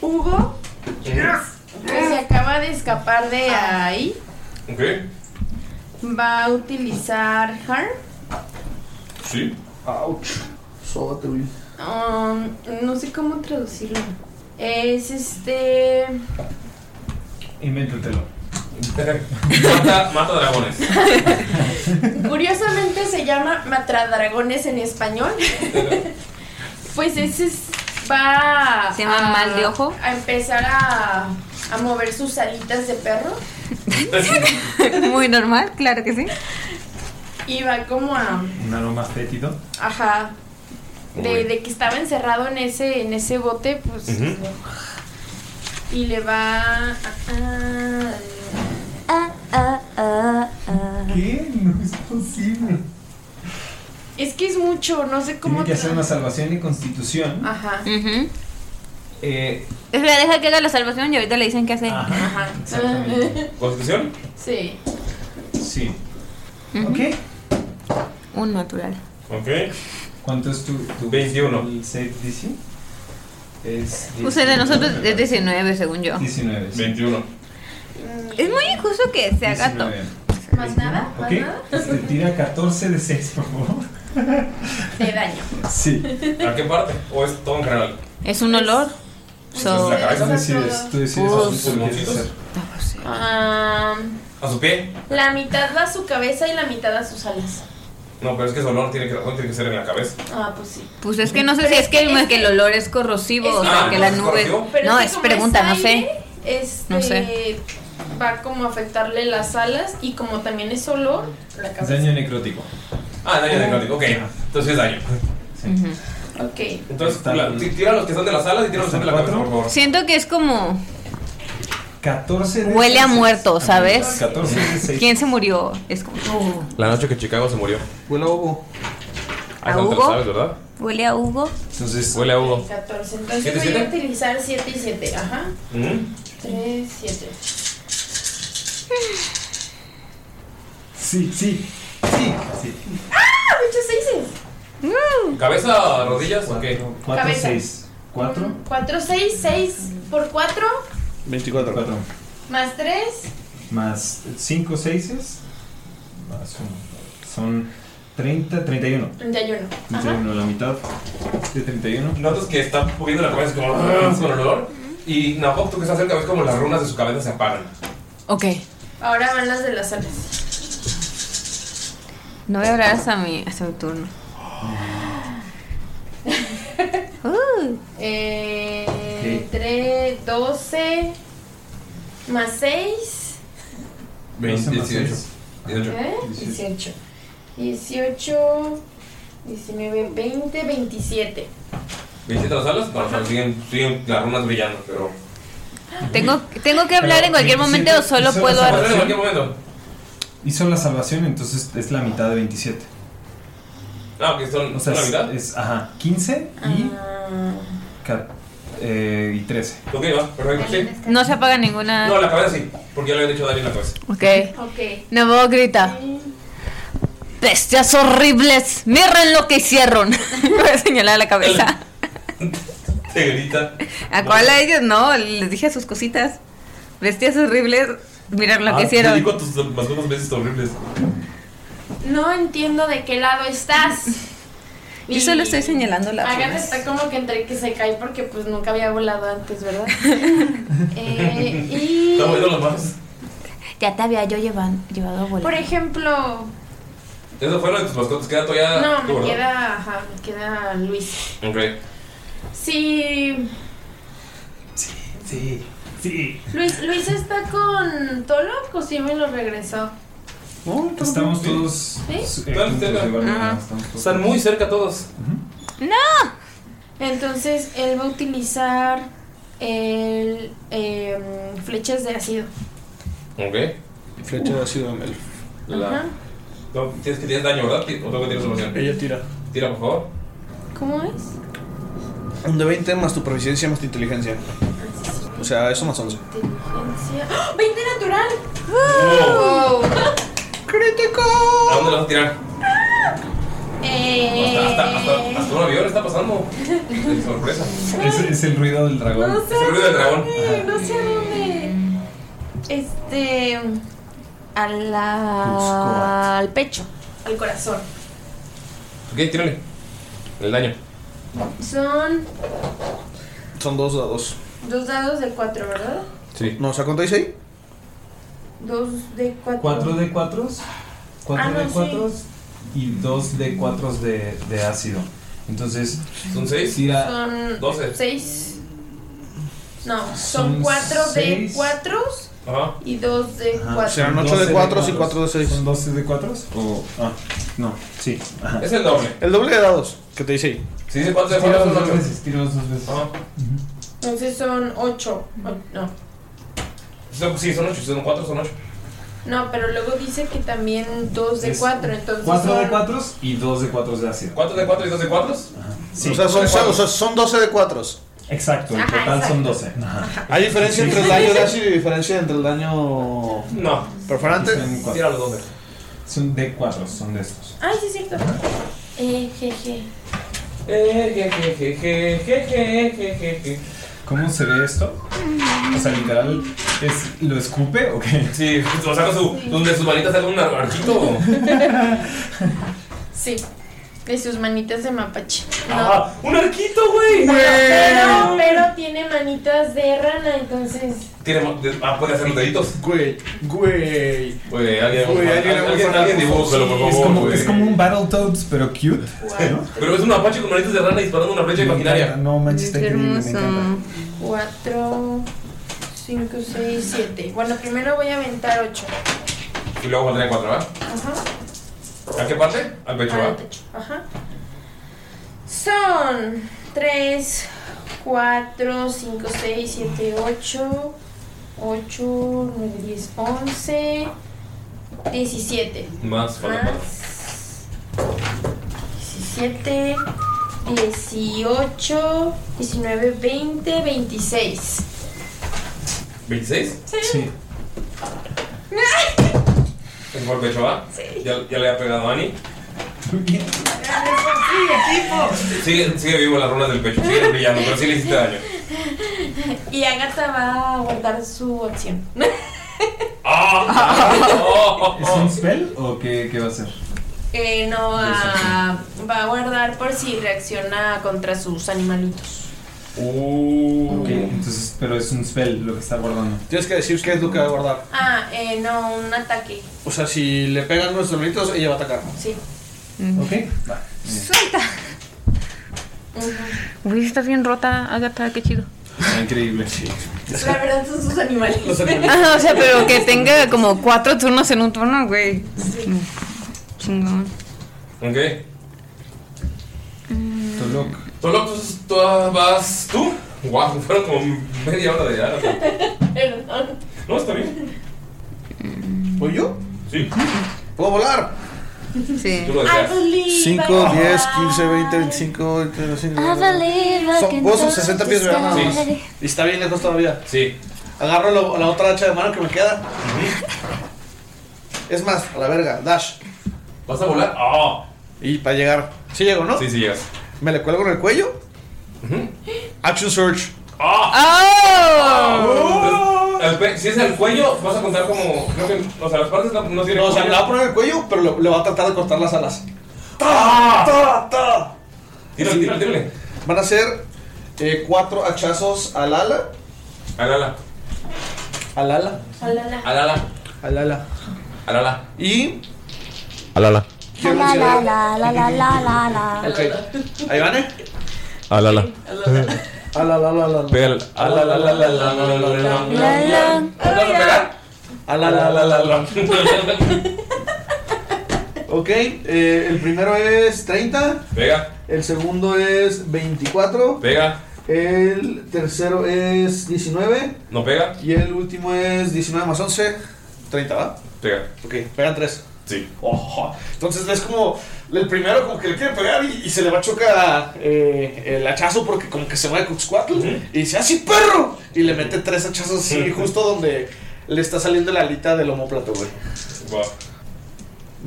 Speaker 8: Hugo, que se acaba de escapar de ahí,
Speaker 2: Ok.
Speaker 8: va a utilizar Harm.
Speaker 2: Sí.
Speaker 3: Ouch. Sóbate, güey.
Speaker 8: Um, no sé cómo traducirlo. Es este.
Speaker 7: Invéntatelo.
Speaker 2: *laughs* Mata, mata dragones.
Speaker 8: Curiosamente se llama Matradragones en español. pues ese es, va
Speaker 6: Se llama
Speaker 8: a-
Speaker 6: mal de ojo.
Speaker 8: A empezar a, a mover sus alitas de perro
Speaker 6: *laughs* Muy normal, claro que sí.
Speaker 8: y va como a,
Speaker 7: Un aroma fétido.
Speaker 8: ajá, de, de que estaba encerrado en ese en ese bote, pues
Speaker 7: Ujú.
Speaker 8: y le va a,
Speaker 7: ¿Qué? No es posible.
Speaker 8: es que es mucho, no sé cómo
Speaker 7: Tiene que hacer
Speaker 8: tra-
Speaker 7: una salvación y constitución.
Speaker 8: Ajá.
Speaker 7: Eh,
Speaker 6: Espera, deja que haga la salvación y ahorita le dicen qué hacer.
Speaker 8: Ajá.
Speaker 2: ¿Constitución?
Speaker 8: Sí.
Speaker 7: Sí.
Speaker 6: Ok. Un natural.
Speaker 2: Ok.
Speaker 7: ¿Cuánto es tu, tu 21? El save DC? Es
Speaker 6: Usted de nosotros es 19, según yo.
Speaker 7: 19.
Speaker 2: 21.
Speaker 6: Es muy injusto que sea gato.
Speaker 7: 19.
Speaker 8: ¿Más nada? ¿Más
Speaker 7: Ok.
Speaker 8: nada?
Speaker 7: Este, tira 14 de 6, por favor. *laughs*
Speaker 8: De daño.
Speaker 7: Sí.
Speaker 2: ¿A qué parte? ¿O es todo en general?
Speaker 6: Es un olor.
Speaker 8: Pues,
Speaker 6: So-
Speaker 2: ¿La cabeza?
Speaker 7: Tú decides, tú decides
Speaker 2: Pues-
Speaker 7: a sus pulmoncitos.
Speaker 8: Ah,
Speaker 2: ¿A su pie?
Speaker 8: la mitad va a su cabeza y la mitad a sus alas.
Speaker 2: No, pero es que su olor tiene que, razón tiene que ser en la cabeza.
Speaker 8: Ah, pues sí.
Speaker 6: Pues es que no sé si es que, que el olor es corrosivo, o sea,
Speaker 2: Ah,
Speaker 6: que la
Speaker 2: ¿es
Speaker 6: nube...
Speaker 2: corrosivo?
Speaker 8: Pero
Speaker 6: No,
Speaker 8: que
Speaker 6: es
Speaker 8: como
Speaker 6: pregunta, no sé.
Speaker 8: aire, Este,
Speaker 6: No sé.
Speaker 8: Va como a afectarle las alas y como también es olor, la cabeza.
Speaker 7: Daño necrótico.
Speaker 2: Ah, daño necrótico, ok. Entonces es daño.
Speaker 8: Ok.
Speaker 2: Entonces, la- ti- tira los que están de las alas y tira los que están de la cabeza, por favor.
Speaker 6: Siento que es como...
Speaker 7: 14 de
Speaker 6: Huele a
Speaker 7: seis.
Speaker 6: muerto, ¿sabes?
Speaker 7: 14 de 6.
Speaker 6: ¿Quién se murió? Es como...
Speaker 8: Oh.
Speaker 2: La noche que Chicago se murió.
Speaker 14: Huele a Hugo.
Speaker 2: Ah,
Speaker 6: ¿A
Speaker 2: eso no te lo
Speaker 6: Hugo?
Speaker 2: sabes, ¿verdad?
Speaker 6: Huele a Hugo.
Speaker 7: Entonces.
Speaker 2: Huele a Hugo.
Speaker 8: 14. Entonces
Speaker 2: ¿Siete,
Speaker 8: voy a
Speaker 2: siete?
Speaker 8: utilizar 7 y 7. Ajá.
Speaker 2: Mm.
Speaker 8: 3, 7.
Speaker 7: Sí, sí. Sí, sí.
Speaker 8: ¡Ah! Muchos seises.
Speaker 6: Mm.
Speaker 2: ¿Cabeza, rodillas o qué?
Speaker 7: 4,
Speaker 8: Cabeza.
Speaker 7: 6. 4.
Speaker 8: 4, 6, 6 por 4
Speaker 7: 24.
Speaker 8: más 3.
Speaker 7: Más 5 6 más 1. Son 30, 31.
Speaker 8: 31. Ajá.
Speaker 7: 31, la mitad de 31.
Speaker 2: Notas que está moviendo la cabeza como "Ah", con olor. Y Nabok, tú que estás cerca, ves como las runas de su cabeza se apagan.
Speaker 6: Ok.
Speaker 8: Ahora van las de las alas.
Speaker 6: No voy a hablar hasta mi, hasta
Speaker 11: *laughs*
Speaker 6: mi turno. Uh,
Speaker 8: Eh, Tiré 12 más 6.
Speaker 2: 20, 18. 18.
Speaker 8: ¿Eh? 18. 18, 19, 20, 27.
Speaker 2: 27 las alas. No, o sea, siguen, siguen las runas brillando, pero.
Speaker 11: ¿Tengo, ¿Tengo que hablar en cualquier momento o solo puedo...
Speaker 2: hablar?
Speaker 11: ar-
Speaker 2: En cualquier momento.
Speaker 7: Hizo la salvación, entonces es la mitad de 27.
Speaker 2: Ah, que son,
Speaker 7: O sea,
Speaker 2: son
Speaker 7: es-
Speaker 2: la mitad.
Speaker 7: es, ajá, 15 y,
Speaker 6: Ah.
Speaker 7: ca- eh, y 13.
Speaker 2: Ok, va, perfecto. sí.
Speaker 11: No se apaga ninguna...
Speaker 2: No, la cabeza sí, porque ya le había dicho a Dani en la cabeza.
Speaker 11: Ok. No puedo gritar. Bestias horribles. Miren lo que hicieron. *laughs* Voy a señalar la
Speaker 2: *laughs*
Speaker 11: cabeza.
Speaker 2: Te grita.
Speaker 11: ¿A cuál a ellos? No, les dije sus cositas. Bestias horribles. Miren lo
Speaker 2: Ah,
Speaker 11: que
Speaker 2: Te
Speaker 11: hicieron.
Speaker 2: digo a tus mascotas veces horribles.
Speaker 8: No entiendo de qué lado estás.
Speaker 11: *laughs* Yo solo estoy señalando las
Speaker 8: Agatha
Speaker 11: runas.
Speaker 8: está como que entre que se cae porque pues nunca había volado
Speaker 11: *laughs*
Speaker 8: antes, ¿verdad? Eh, y
Speaker 2: Está moviendo las manos.
Speaker 11: Ya te había yo llevan- llevado a volar.
Speaker 8: por ejemplo,
Speaker 2: Eso fue lo de tus mascotas. Queda todavía.
Speaker 8: no,
Speaker 2: tú,
Speaker 8: me
Speaker 2: ¿verdad?
Speaker 8: queda, ajá, me queda Luis.
Speaker 2: Ok.
Speaker 8: Sí,
Speaker 7: Sí, sí.
Speaker 8: Luis, Luis está con Tolok o sí me lo regresó.
Speaker 3: Oh,
Speaker 7: Estamos todos.
Speaker 8: ¿Sí?
Speaker 7: eh,
Speaker 2: Están
Speaker 7: juntos,
Speaker 2: cerca.
Speaker 7: de verdad,
Speaker 8: Ajá.
Speaker 7: estamos todos
Speaker 2: Están muy cerca todos.
Speaker 8: ¡No! Entonces él va a utilizar el em, flechas de ácido.
Speaker 2: Ok.
Speaker 3: Flecha de ácido en el.
Speaker 2: La...
Speaker 8: Ajá.
Speaker 2: No, tienes que tienes daño, ¿verdad? ¿O tengo que tirar solución?
Speaker 3: Ella tira.
Speaker 2: Tira, por favor.
Speaker 8: ¿Cómo es?
Speaker 3: Un de 20 más tu proficiencia más tu inteligencia. O sea, eso más 11.
Speaker 8: Inteligencia. ¡Ah! ¡20 natural!
Speaker 2: ¡Wow!
Speaker 8: ¡Crítico!
Speaker 2: ¿A dónde lo vas a tirar?
Speaker 8: ¡Ah! Eh,
Speaker 2: Hasta, hasta, hasta, hasta un avión está pasando. De sorpresa.
Speaker 7: Es, es el ruido del dragón.
Speaker 8: No sé.
Speaker 2: Es el ruido del dragón.
Speaker 8: eh, no sé a dónde. Este. A la, al pecho, al corazón.
Speaker 2: Ok, tírale. El daño.
Speaker 8: Son
Speaker 3: Son dos dados.
Speaker 8: dos dados de cuatro, ¿verdad?
Speaker 2: Sí.
Speaker 3: ¿No, o sea, contáis ahí?
Speaker 8: Dos de cuatro.
Speaker 7: Cuatro de cuatros, cuatro
Speaker 8: Ah, no,
Speaker 7: de
Speaker 8: sí.
Speaker 7: cuatros y dos de cuatros de, de ácido. Entonces,
Speaker 2: son seis.
Speaker 7: Tira,
Speaker 8: Son
Speaker 2: Doce.
Speaker 8: seis. No,
Speaker 7: Son
Speaker 8: son cuatro de
Speaker 7: seis.
Speaker 8: cuatro
Speaker 2: Ajá.
Speaker 8: y dos de
Speaker 7: Ajá,
Speaker 8: cuatro.
Speaker 3: Serán 8
Speaker 7: doce
Speaker 3: de Oh.
Speaker 7: de
Speaker 3: 4
Speaker 7: cuatros.
Speaker 3: y 4 de 6.
Speaker 7: ¿Son 12 de 4? O. Ah, no, sí. Ajá.
Speaker 2: Es el doble.
Speaker 3: El doble de dados que te dice ahí.
Speaker 2: Si dice cuánto de
Speaker 7: Tira
Speaker 2: cuatro,
Speaker 7: dos
Speaker 2: son ocho.
Speaker 7: veces, tira dos veces.
Speaker 8: Entonces son ocho. O- No.
Speaker 2: Son- Sí, son ocho. Si son cuatro, son ocho.
Speaker 8: No, pero luego dice que también dos de
Speaker 7: Es
Speaker 8: cuatro, entonces
Speaker 7: Cuatro de
Speaker 8: son
Speaker 7: cuatros y dos de cuatros de ácido.
Speaker 2: ¿Cuatro de cuatro y dos de cuatro?
Speaker 7: Sí.
Speaker 3: O, sea, son, o sea, son 12 de 4.
Speaker 7: Exacto, en
Speaker 3: Ajá,
Speaker 7: total son
Speaker 3: exacto.
Speaker 7: 12.
Speaker 3: ¿Hay diferencia entre el daño de
Speaker 2: *laughs*
Speaker 3: ácido y diferencia entre el daño.
Speaker 2: No.
Speaker 3: Perforante?
Speaker 2: Tira los dos.
Speaker 7: Son de 4, son de estos.
Speaker 8: Ay, Ah, sí es cierto. Eh, jeje.
Speaker 2: Eh,
Speaker 7: ¿Cómo se ve esto?
Speaker 3: Mm.
Speaker 7: O sea, literal, es, ¿lo escupe o qué?
Speaker 2: Sí, lo saca su, donde sus manitas sale un arquito. o-
Speaker 8: *laughs* Sí. De sus manitas de mapache. No.
Speaker 2: Ajá, Ah, un arquito, güey.
Speaker 8: Pero, pero, pero tiene manitas de rana, entonces.
Speaker 2: Tiene, mo- de- ah, puede hacer los deditos.
Speaker 3: Güey, güey.
Speaker 2: Güey, alguien,
Speaker 7: Güey, alguien-
Speaker 2: alguien, alguien, alguien dibújalo, por
Speaker 7: es,
Speaker 2: favor,
Speaker 7: como,
Speaker 2: güey.
Speaker 7: es como un Battletoads, pero cute. ¿no?
Speaker 2: Pero es un apache con manitas de rana disparando una flecha imaginaria.
Speaker 7: No manches, está increíble, me encanta.
Speaker 8: Cuatro, cinco, seis, siete. Bueno, primero voy a aventar ocho.
Speaker 2: Y luego valdría cuatro, ¿va?
Speaker 8: Ajá.
Speaker 2: ¿A qué parte? Al pecho,
Speaker 8: Al
Speaker 2: ¿va?
Speaker 8: pecho. Ajá. Son 3, 4, 5, 6, 7, 8, 8, 9, 10, 11, 17.
Speaker 2: Más, falta más.
Speaker 8: Más 17, 18, 19, 20, 26.
Speaker 2: ¿26?
Speaker 7: Sí.
Speaker 2: Es por pecho, ¿va? Sí. ¿Ya, ya le ha pegado a Ani? Sigue, sigue vivo las runas del pecho, sigue brillando, pero sí le hiciste daño.
Speaker 8: *laughs* Y Agatha va a guardar su acción.
Speaker 2: Ah.
Speaker 7: ¿Es un spell o qué, qué va a hacer?
Speaker 8: Eh, no, a- va a guardar por si reacciona contra sus animalitos.
Speaker 2: Uh.
Speaker 7: Ok, entonces, pero es un spell lo que está guardando.
Speaker 3: Tienes que decir qué es lo que va a guardar.
Speaker 8: Ah, eh, no, un ataque,
Speaker 3: O sea, si le pegan unos solitos, ella va a atacar.
Speaker 8: sí.
Speaker 3: Ok, va.
Speaker 9: Uy, está bien rota, Agatha, qué chido.
Speaker 7: Está Ah, increíble.
Speaker 8: La verdad son sus animales. *laughs*
Speaker 6: Ajá, o sea, pero que tenga como cuatro turnos en un turno, güey. Chingón.
Speaker 2: Ok. Tolok. Tolok, pues, tú vas tú. Wow, fueron como media hora de ara.
Speaker 8: Perdón.
Speaker 2: No, está bien.
Speaker 3: ¿Voy yo?
Speaker 2: Sí.
Speaker 3: ¿Puedo volar?
Speaker 11: Sí.
Speaker 3: Tú lo deseas. 5, 10, 15, 20, 25, 25. Son, vos son 60 pies, ¿verdad? Nada más. Y está bien lejos todavía.
Speaker 2: Sí.
Speaker 3: Agarro lo- la otra hacha de mano que me queda. Es más, a la verga, dash.
Speaker 2: ¿Vas a volar? Ah.
Speaker 3: Y para llegar. Sí llego, ¿no? Sí,
Speaker 2: sí llegas.
Speaker 3: Me le cuelgo en el cuello. Action Surge.
Speaker 2: ¡Oh! Al pe- Si es el cuello, vas a contar como. Creo que. O sea, las partes no, no tienen.
Speaker 3: No, o sea, me la va a poner en el cuello, pero lo- le va a tratar de cortar las alas. ¡Ta!
Speaker 2: ¡Ah!
Speaker 3: ¡Ta! ¡Ta!
Speaker 2: Tírale, tírale, tírale.
Speaker 3: Van a ser eh, cuatro hachazos al ala.
Speaker 2: Al ala.
Speaker 3: Al ala.
Speaker 2: Al ala.
Speaker 3: Al ala.
Speaker 2: Al ala.
Speaker 3: Y.
Speaker 13: Alala.
Speaker 3: quiero
Speaker 15: La la
Speaker 3: mencionar-
Speaker 15: la la la la la la.
Speaker 3: Ok. Ahí van, ¿eh?
Speaker 13: Alala.
Speaker 3: Al ala, ala, ala.
Speaker 2: Pégale. Ala, la, la, la, la, la, la, la, la. ¿Vas a pegar?
Speaker 3: Ala, la, la, la, la. *laughs* Ok, eh, el primero es 30.
Speaker 2: Pega.
Speaker 3: El segundo es 24.
Speaker 2: Pega.
Speaker 3: El tercero es 19.
Speaker 2: No pega.
Speaker 3: Y el último es 19 más 11. 30, ¿va?
Speaker 2: Pega.
Speaker 3: Ok, pegan 3.
Speaker 2: Sí.
Speaker 3: Entonces ves como el primero como que le quiere pegar y, y se le va a chocar eh, el hachazo porque como que se va de Cuxcuatl y dice ¡Así, perro! Y le mete tres hachazos así justo donde le está saliendo la alita del homóplato, güey.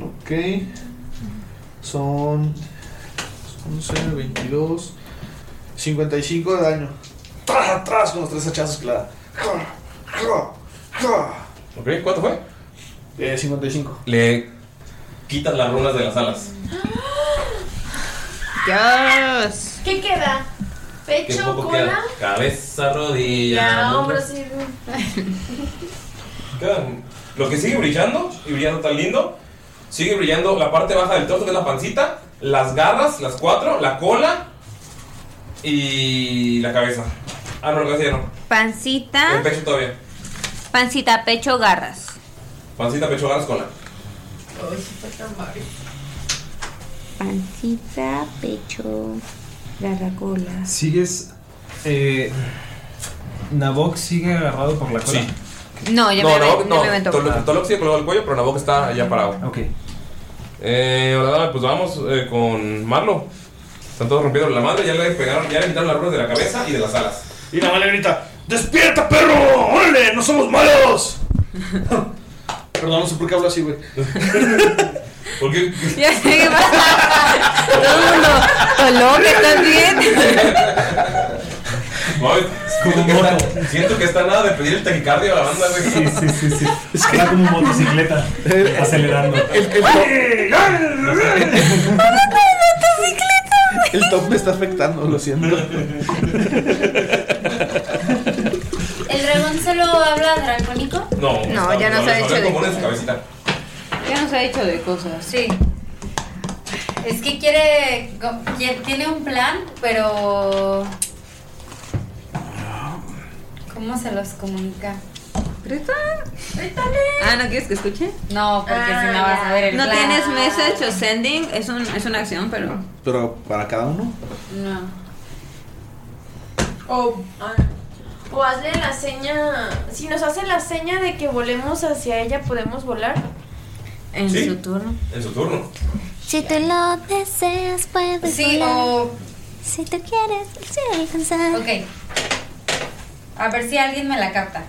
Speaker 3: Ok. Son 11, 22, 55 de daño. Tras, atrás con los tres hachazos que le da.
Speaker 2: Ok, ¿cuánto fue?
Speaker 3: Eh, 55.
Speaker 2: Le quitas las runas de las alas.
Speaker 8: ¿Qué queda?
Speaker 2: Que
Speaker 8: Pecho,
Speaker 2: poco queda.
Speaker 8: cola.
Speaker 2: Cabeza, rodilla.
Speaker 8: Ya, hombros sí.
Speaker 2: Queda- Lo que sigue brillando y brillando tan lindo, sigue brillando la parte baja del torso que es la pancita, las garras, las cuatro, la cola y la cabeza. Ah, no, la cabeza ya no. El
Speaker 6: Ah.
Speaker 11: Pancita,
Speaker 2: pecho todavía.
Speaker 11: pancita, pecho, garras.
Speaker 2: Pancita, pecho, garras, cola.
Speaker 11: Pancita, pecho, garra, cola.
Speaker 7: Sigues. Eh, Nabok sigue agarrado por la cola.
Speaker 11: No, ya me,
Speaker 2: Nabok
Speaker 11: ya me aventó.
Speaker 2: Tolok, Tolok sigue colgado al cuello, pero Nabok está allá parado.
Speaker 7: Ok.
Speaker 2: Eh, ahora, pues vamos eh, con Marlo. Están todos rompiendo la madre, ya le pegaron, ya le quitaron las ruedas de la cabeza y de las alas.
Speaker 3: Y la madre grita, ¡Despierta, perro! ¡Órale! ¡No somos *laughs* malos! Perdón, no sé por qué hablo así, *laughs* güey.
Speaker 2: ¿Por qué?
Speaker 6: Ya sé qué pasa. Todo el mundo. Tolok, ¿estás bien?
Speaker 2: Ay, siento, que está, siento que está nada de pedir el taquicardio a la banda, güey. Sí, sí,
Speaker 7: sí, sí. Está como motocicleta, acelerando.
Speaker 3: *laughs* El top me está afectando, lo siento.
Speaker 5: ¿El dragón solo habla dracónico?
Speaker 2: No,
Speaker 11: No, ya no se ha hecho de cosas.
Speaker 2: cabecita.
Speaker 11: Ya nos ha hecho de cosas.
Speaker 5: Sí. Es que quiere, co- quie- tiene un plan, pero ¿cómo se los comunica?
Speaker 11: ¿Grita?
Speaker 5: Grítale.
Speaker 11: Ah, ¿no quieres que escuche?
Speaker 5: No, porque si
Speaker 15: Ah,
Speaker 5: no vas a ver el
Speaker 11: No
Speaker 5: plan.
Speaker 11: tienes message o sending, es, un, es una acción, pero.
Speaker 3: Pero para cada uno.
Speaker 11: No.
Speaker 8: O, ah, o hazle la seña. Si nos hace la seña de que volemos hacia ella, ¿podemos volar?
Speaker 11: En
Speaker 2: Sí.
Speaker 11: su turno.
Speaker 2: En su turno.
Speaker 15: Si tú lo deseas, puedes
Speaker 5: Sí,
Speaker 15: volar.
Speaker 5: o-
Speaker 15: Si tú quieres, sí alcanzar.
Speaker 5: Ok. A ver si alguien me la capta.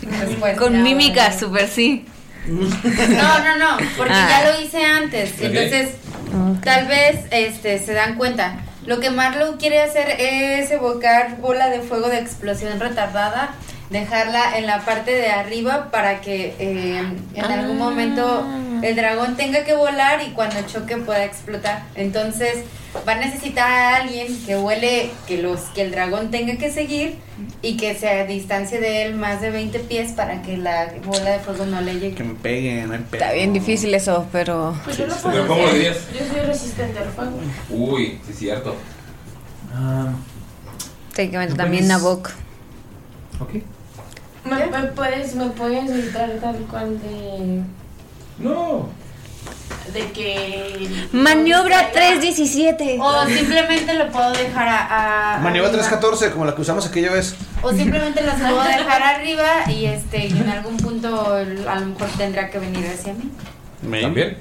Speaker 5: Después.
Speaker 6: Con mímica, super sí.
Speaker 5: No, no, no, porque
Speaker 6: Ah.
Speaker 5: ya lo hice antes.
Speaker 6: Ok.
Speaker 5: Entonces, tal vez este se dan cuenta. Lo que Marlow quiere hacer es evocar bola de fuego de explosión retardada, dejarla en la parte de arriba para que eh, en algún momento el dragón tenga que volar y cuando choque pueda explotar. Entonces, va a necesitar a alguien que huele que los que el dragón tenga que seguir y que se distancie de él más de 20 pies para que la bola de fuego no le llegue.
Speaker 3: Que me peguen, no hay pedo.
Speaker 6: Está bien difícil eso, pero.
Speaker 8: Pues yo lo
Speaker 2: sí.
Speaker 8: puedo
Speaker 2: Pero ¿cómo lo
Speaker 8: hacer.
Speaker 2: dirías?
Speaker 8: Yo soy resistente al fuego.
Speaker 2: Uy, sí es cierto.
Speaker 7: Ah.
Speaker 6: Técnicamente también Nabok.
Speaker 8: ¿Me, me puedes, me puedes gritar tal cual de.
Speaker 7: No.
Speaker 8: de que.
Speaker 11: Maniobra 317.
Speaker 5: O simplemente lo puedo dejar a.
Speaker 6: Ah,
Speaker 5: a
Speaker 3: Maniobra
Speaker 5: arriba.
Speaker 3: 314, como la que usamos aquella vez.
Speaker 5: O simplemente las puedo dejar arriba y este y en algún punto a lo mejor tendrá que venir hacia mí.
Speaker 2: ¿También?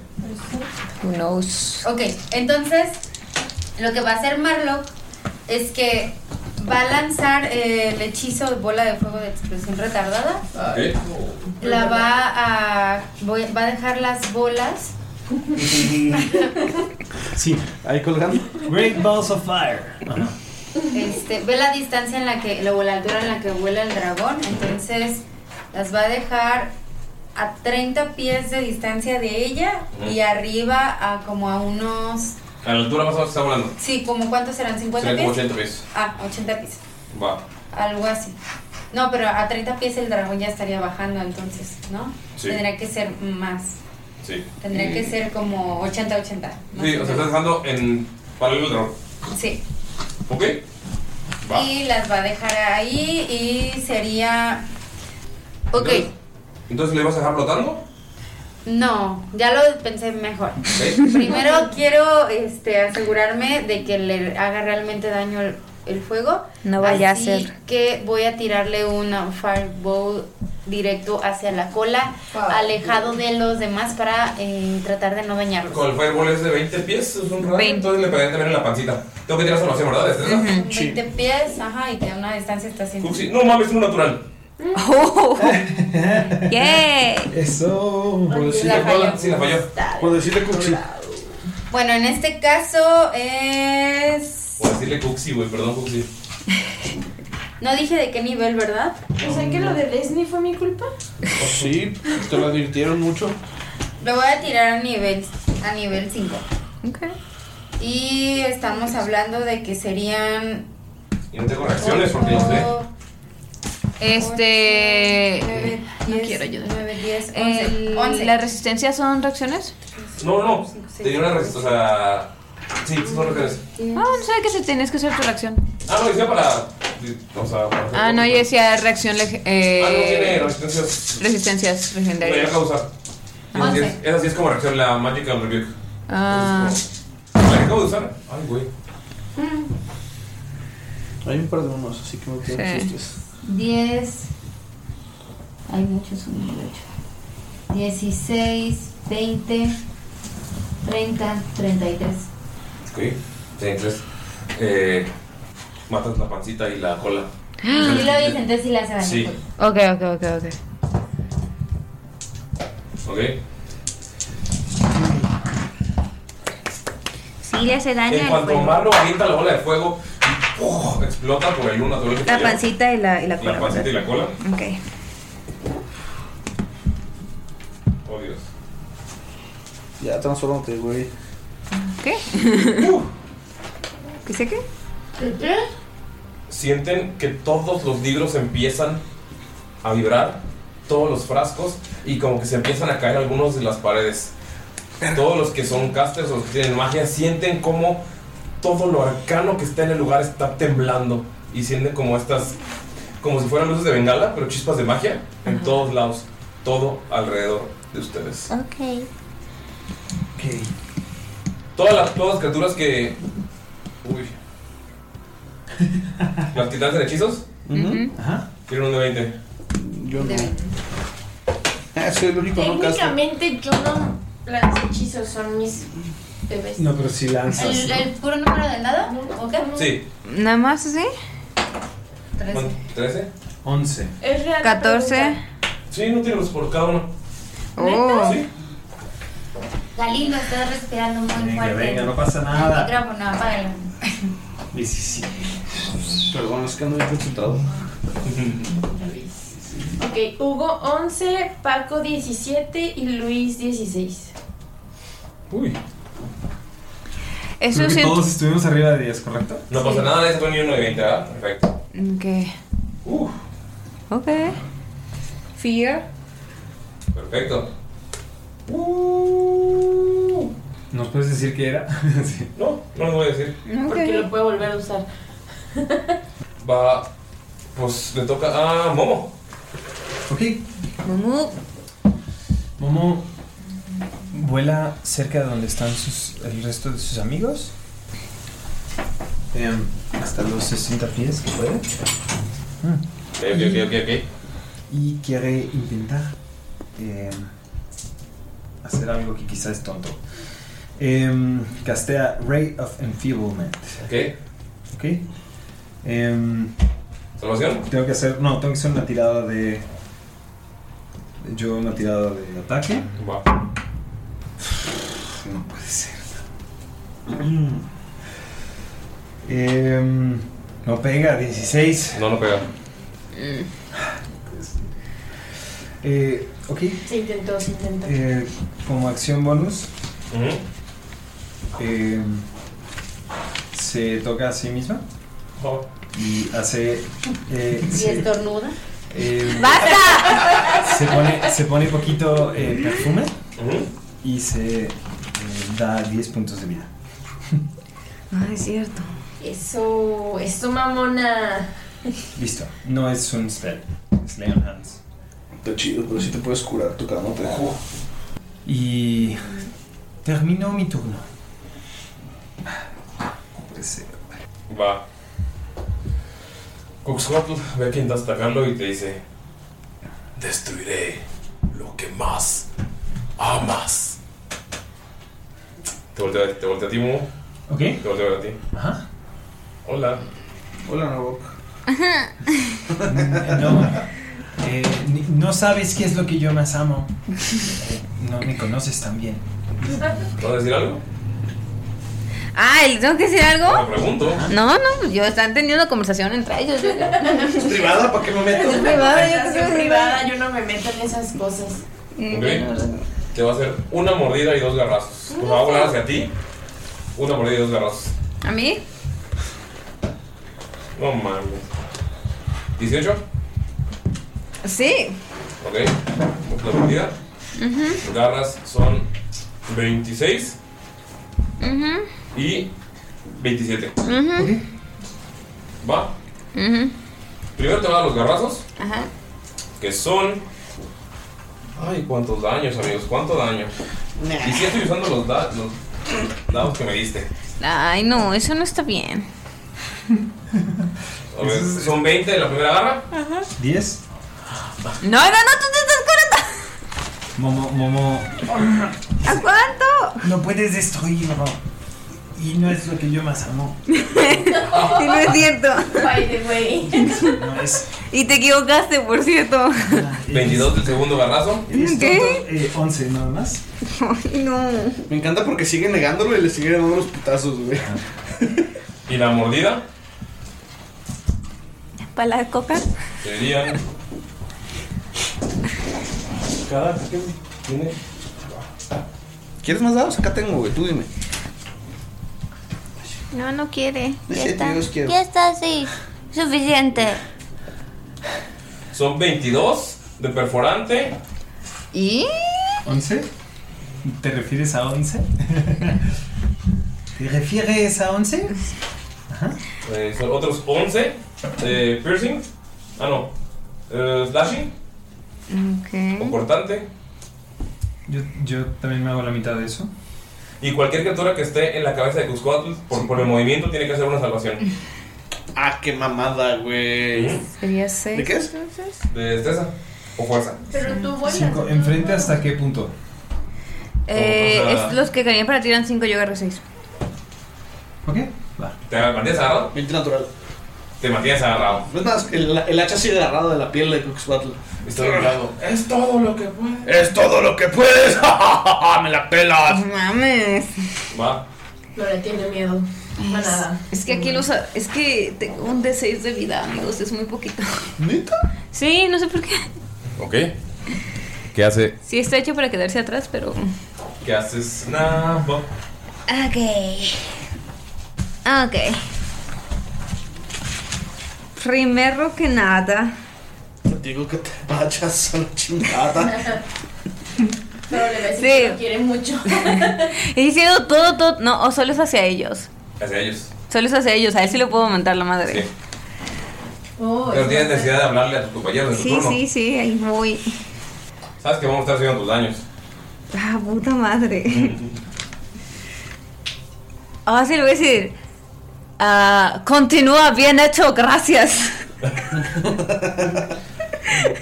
Speaker 6: Who knows?
Speaker 5: Ok, entonces lo que va a hacer Marlock es que va a lanzar eh, el hechizo de bola de fuego de explosión retardada.
Speaker 3: Ah,
Speaker 5: La va a. voy- va a dejar las bolas.
Speaker 7: Sí. Ahí colgando. Great Balls of Fire. Ajá.
Speaker 5: Este, ve la distancia en la que, o la altura en la que vuela el dragón, entonces las va a dejar a 30 pies de distancia de ella y arriba a como a unos,
Speaker 2: A la altura más o menos que está volando.
Speaker 5: sí, como cuántos serán, 50
Speaker 2: Sería como
Speaker 5: pies.
Speaker 2: 80 pies.
Speaker 5: Ah, 80 pies,
Speaker 2: Va.
Speaker 5: algo así. No, pero a 30 pies el dragón ya estaría bajando entonces, ¿no?
Speaker 2: Sí. Mm.
Speaker 5: Tendría que ser más,
Speaker 2: Sí.
Speaker 5: tendría que ser como 80-80. más
Speaker 2: Sí, o sea, estás dejando en paralelo el dragón.
Speaker 5: Sí.
Speaker 2: ¿Ok? Va.
Speaker 5: Y las va a dejar ahí y sería... Ok.
Speaker 2: Entonces le vas a dejar flotando.
Speaker 5: No, ya lo pensé mejor. Primero quiero este, asegurarme de que le haga realmente daño el, el fuego.
Speaker 11: No vaya a
Speaker 5: Así
Speaker 11: ser.
Speaker 5: que voy a tirarle una fireball directo hacia la cola,
Speaker 2: Ah.
Speaker 5: alejado de los demás para eh, tratar de no dañarlos.
Speaker 2: Con el fireball es de 20 pies, es un rayo. Entonces le pegaría también en la pancita. Tengo que tirar salvación, ¿verdad? ¿Este, verdad?
Speaker 5: 20 pies, ajá, y que a una distancia está
Speaker 11: *laughs*
Speaker 5: haciendo.
Speaker 2: Upsi. No mames, es un natural.
Speaker 7: Eso. Por
Speaker 5: decirle- La falló.
Speaker 2: Sí, la falló.
Speaker 3: Por decirle Cuxi.
Speaker 5: Bueno, en este caso es.
Speaker 2: Por decirle Cuxi, güey, perdón, Cuxi.
Speaker 5: No dije de qué nivel, ¿verdad?
Speaker 8: O sea que lo de Leslie fue mi culpa.
Speaker 3: Oh, Sí, te lo advirtieron mucho.
Speaker 5: Lo voy a tirar a nivel a nivel 5. Y estamos hablando de que serían
Speaker 2: Y no tengo reacciones porque yo sé.
Speaker 6: Este. no quiero ayudar.
Speaker 5: 9, 10,
Speaker 6: Eh,
Speaker 5: 11,
Speaker 6: ¿Las resistencias son reacciones?
Speaker 2: No, no, no. Tenía una resistencia. O sea. Sí, sí son reacciones.
Speaker 6: Ah, no sabía que se tenías que hacer tu reacción.
Speaker 2: Ah, no, decía para. O sea, para.
Speaker 6: Ah, no, yo decía reacción. leg- eh,
Speaker 2: Ah, no tiene resistencias.
Speaker 6: Resistencias
Speaker 2: Lo voy a
Speaker 6: legendarias.
Speaker 2: causar. Esa sí, es, esa sí es como reacción, la Magical Rebuke.
Speaker 6: Ah,
Speaker 2: La que acabo de usar. Ay, güey.
Speaker 3: Hay un par de unos, así que no tengo
Speaker 5: Sí.
Speaker 3: chistes.
Speaker 5: 10. Hay muchos 1, 16, 20, 30,
Speaker 6: *gasps*
Speaker 5: 33.
Speaker 2: Ok. Sí, entonces. Eh, matas la pancita y la cola.
Speaker 5: Y lo hice, entonces sí le hace daño.
Speaker 2: Sí.
Speaker 6: ok, ok, ok, ok.
Speaker 2: Ok.
Speaker 11: Sí, le hace daño
Speaker 2: En
Speaker 11: al
Speaker 2: cuanto
Speaker 11: fuego.
Speaker 2: Marlo avienta la bola de fuego, y, ¡puf! explota por el uno natural que
Speaker 11: La
Speaker 2: falló.
Speaker 11: pancita y la, y la cola.
Speaker 2: La pancita y la cola.
Speaker 11: Ok.
Speaker 2: Oh, Dios.
Speaker 3: Ya, transformate, güey.
Speaker 11: *laughs*
Speaker 6: ¿Qué?
Speaker 2: Uh.
Speaker 11: ¿Qué sé qué?
Speaker 8: ¿Qué?
Speaker 2: Sienten que todos los libros empiezan a vibrar, todos los frascos, y como que se empiezan a caer algunos de las paredes. Todos los que son casters o los que tienen magia sienten como todo lo arcano que está en el lugar está temblando y sienten como estas, como si fueran luces de bengala, pero chispas de magia en todos lados, todo alrededor de ustedes.
Speaker 15: Ok.
Speaker 2: Todas las, todas las criaturas que. Uy. Las que lanzan hechizos. Ajá. Tienen un de 20.
Speaker 3: Yo no. Ah, soy el único no caster.
Speaker 8: Técnicamente yo no. Los hechizos son mis bebés.
Speaker 7: No, pero si lanzas.
Speaker 5: ¿El, el puro número del dado? ¿O qué?
Speaker 2: Sí.
Speaker 6: ¿Nada más así?
Speaker 2: 13.
Speaker 7: 11.
Speaker 8: Es real.
Speaker 6: 14.
Speaker 2: Sí, no tienes por cada uno.
Speaker 6: Oh.
Speaker 5: Galindo, estás respirando muy
Speaker 7: Venga,
Speaker 5: fuerte.
Speaker 7: venga, no pasa nada.
Speaker 5: El micrófono, apágalo.
Speaker 7: 17.
Speaker 3: Perdón, es que ando bien concentrado.
Speaker 8: Ok, Hugo 11, Paco 17 y Luis 16.
Speaker 2: Uy.
Speaker 6: Eso
Speaker 7: Creo que
Speaker 6: siento.
Speaker 7: todos estuvimos arriba de 10, ¿correcto?
Speaker 2: No pasa nada, ese fue ni uno de 20, ¿verdad? Perfecto.
Speaker 6: Ok. Ok. Fear.
Speaker 2: Perfecto.
Speaker 7: ¿Nos puedes decir qué era? Sí.
Speaker 2: No, no lo voy a decir.
Speaker 8: Porque lo puedo volver a usar.
Speaker 2: Va. Pues le toca a Momo.
Speaker 7: Ok. Momo vuela cerca de donde están sus, el resto de sus amigos. Em, hasta los 60 pies que puede.
Speaker 2: Ok, ok, ok, ok, ok.
Speaker 7: Mm. Y quiere intentar em, hacer algo que quizás es tonto. Em, castea Ray of Enfeeblement.
Speaker 2: Ok.
Speaker 7: Ok. Em,
Speaker 2: ¿Salvación?
Speaker 7: Tengo que hacer. No, tengo que hacer una tirada de. Yo una tirada de ataque.
Speaker 2: Va.
Speaker 7: No puede ser. *clears throat* Em, no pega, 16.
Speaker 2: No, no pega.
Speaker 7: Eh, ok.
Speaker 8: Se intentó, se intentó.
Speaker 7: Eh, como acción bonus,
Speaker 2: Ujú.
Speaker 7: eh, se toca a sí misma y hace. eh,
Speaker 5: Y
Speaker 7: se,
Speaker 5: estornuda.
Speaker 7: eh,
Speaker 5: *laughs* ¡Basta!
Speaker 7: se pone, se pone poquito eh, perfume y se eh, da 10 puntos de vida.
Speaker 6: Ah, es cierto.
Speaker 8: Eso, eso, mamona.
Speaker 7: Listo. No es un spell, es Leon Hands.
Speaker 3: Está chido, pero si te puedes curar tu cama, te dejo.
Speaker 7: Y termino mi turno. No puede ser.
Speaker 2: Va. Coxhotl ve a quien está atacando y te dice: Destruiré lo que más amas. Te voltea, te voltea a ti, Momo.
Speaker 7: Ok.
Speaker 2: Te voltea a ti.
Speaker 7: Ajá.
Speaker 2: Hola.
Speaker 7: Hola, Novok. Mm, No, eh, ni- no sabes qué es lo que yo más amo. Eh, No me conoces tan bien.
Speaker 2: ¿Vas a decir algo?
Speaker 11: Ah, ¿le tengo que decir algo?
Speaker 2: Te pregunto.
Speaker 11: No, no, pues yo están teniendo conversación entre ellos. yo-
Speaker 3: ¿Es privada? ¿Para qué me meto?
Speaker 11: Es privada, yo creo que
Speaker 8: Conversación
Speaker 11: es
Speaker 8: privada, yo no me meto en esas cosas.
Speaker 6: Eh,
Speaker 2: Ok. Te va a hacer una mordida y dos garrazos. Como va a volar hacia ti. Una mordida y dos garrazos.
Speaker 11: ¿A mí?
Speaker 2: No mames. 18.
Speaker 11: Sí.
Speaker 2: Ok. La mordida.
Speaker 11: Ujú,
Speaker 2: Tus garras son 26
Speaker 11: ujú,
Speaker 2: y 27.
Speaker 11: ujú,
Speaker 2: Va.
Speaker 11: ujú.
Speaker 2: Primero te va a dar los garrazos.
Speaker 11: Ajá.
Speaker 2: Que son. Ay, cuántos daños, amigos. Cuánto daño. Y si estoy usando los, da- los dados que me diste.
Speaker 11: Ay, no, eso no está bien.
Speaker 2: A ver, son 20 de la primera garra.
Speaker 11: Ajá.
Speaker 7: 10.
Speaker 11: No, no, no, tú te estás curando.
Speaker 7: Momo, Momo.
Speaker 11: ¿A cuánto?
Speaker 7: No puedes destruirlo. Y no es lo que yo más amo.
Speaker 11: Y no es cierto.
Speaker 7: No es.
Speaker 11: Y te equivocaste, por cierto.
Speaker 2: 22 del segundo garrazo.
Speaker 3: Este
Speaker 11: ¿Qué?
Speaker 7: Eh, 11 nada más.
Speaker 11: Ay, no.
Speaker 3: Me encanta porque sigue negándolo y le sigue dando unos putazos, güey.
Speaker 2: Y la mordida
Speaker 11: ¿Para la coca?
Speaker 2: sería. Cada que tiene.
Speaker 3: ¿Quieres más dados? Acá tengo, güey. Tú dime.
Speaker 11: No, no quiere.
Speaker 3: Ya está. Dios quiero.
Speaker 15: Ya está así. Suficiente.
Speaker 2: Son 22 de perforante.
Speaker 11: ¿Y?
Speaker 7: ¿11? ¿Te refieres a
Speaker 2: *laughs*
Speaker 7: 11? ¿Te refieres a 11?
Speaker 2: Eh, son otros 11 de piercing. Ah, no. Eh, slashing.
Speaker 11: Ok.
Speaker 2: Importante.
Speaker 7: Yo, yo también me hago la mitad de eso.
Speaker 2: Y cualquier criatura que esté en la cabeza de Cuscoatl, por, por el movimiento, tiene que hacer una salvación.
Speaker 3: *laughs* Ah, qué mamada, güey.
Speaker 6: Sería 6.
Speaker 7: ¿Eh?
Speaker 3: ¿De qué es?
Speaker 2: ¿De destreza o fuerza?
Speaker 8: Pero tú vuelas.
Speaker 7: Cinco. ¿Enfrente hasta qué punto?
Speaker 11: Eh,
Speaker 2: O sea-
Speaker 7: *laughs*
Speaker 11: es los que caían para tirar 5, yo agarro 6.
Speaker 2: ¿Te mantienes agarrado?
Speaker 3: natural.
Speaker 2: Te mantienes agarrado.
Speaker 3: No es más, el, el hacha sigue agarrado de la piel de Cuxbattle.
Speaker 2: Está agarrado. Es todo lo que puedes.
Speaker 3: ¡Es todo lo que puedes! *laughs* ¡Me la pelas!
Speaker 11: Mames.
Speaker 2: Va.
Speaker 8: No le tiene miedo. A nada.
Speaker 6: Es que aquí los. Es que tengo un D6 de vida, amigos, es muy poquito.
Speaker 3: ¿Neta?
Speaker 6: Sí, no sé por qué.
Speaker 2: Ok. ¿Qué hace?
Speaker 6: Sí, está hecho para quedarse atrás, pero.
Speaker 2: ¿Qué haces? Nabo.
Speaker 11: Ok. Ok. Primero que nada.
Speaker 3: Te digo que te vayas a la chingada.
Speaker 8: *laughs* Pero le ves
Speaker 11: Sí.
Speaker 8: que lo
Speaker 6: *laughs*
Speaker 8: quiere mucho.
Speaker 11: Y diciendo todo, todo. No, o solo es hacia ellos.
Speaker 2: Hacia ellos.
Speaker 11: Solo es hacia ellos. A él sí lo puedo aumentar la madre.
Speaker 6: Oh,
Speaker 2: Pero tienes necesidad de hablarle a tus compañeros en tu
Speaker 6: Sí,
Speaker 2: turno.
Speaker 6: sí, sí, ahí voy.
Speaker 2: Sabes que vamos a estar haciendo tus daños.
Speaker 6: Ah, puta
Speaker 2: Mm.
Speaker 6: *laughs* madre. Ah, sí, le voy a decir. ah, continúa, bien hecho, gracias.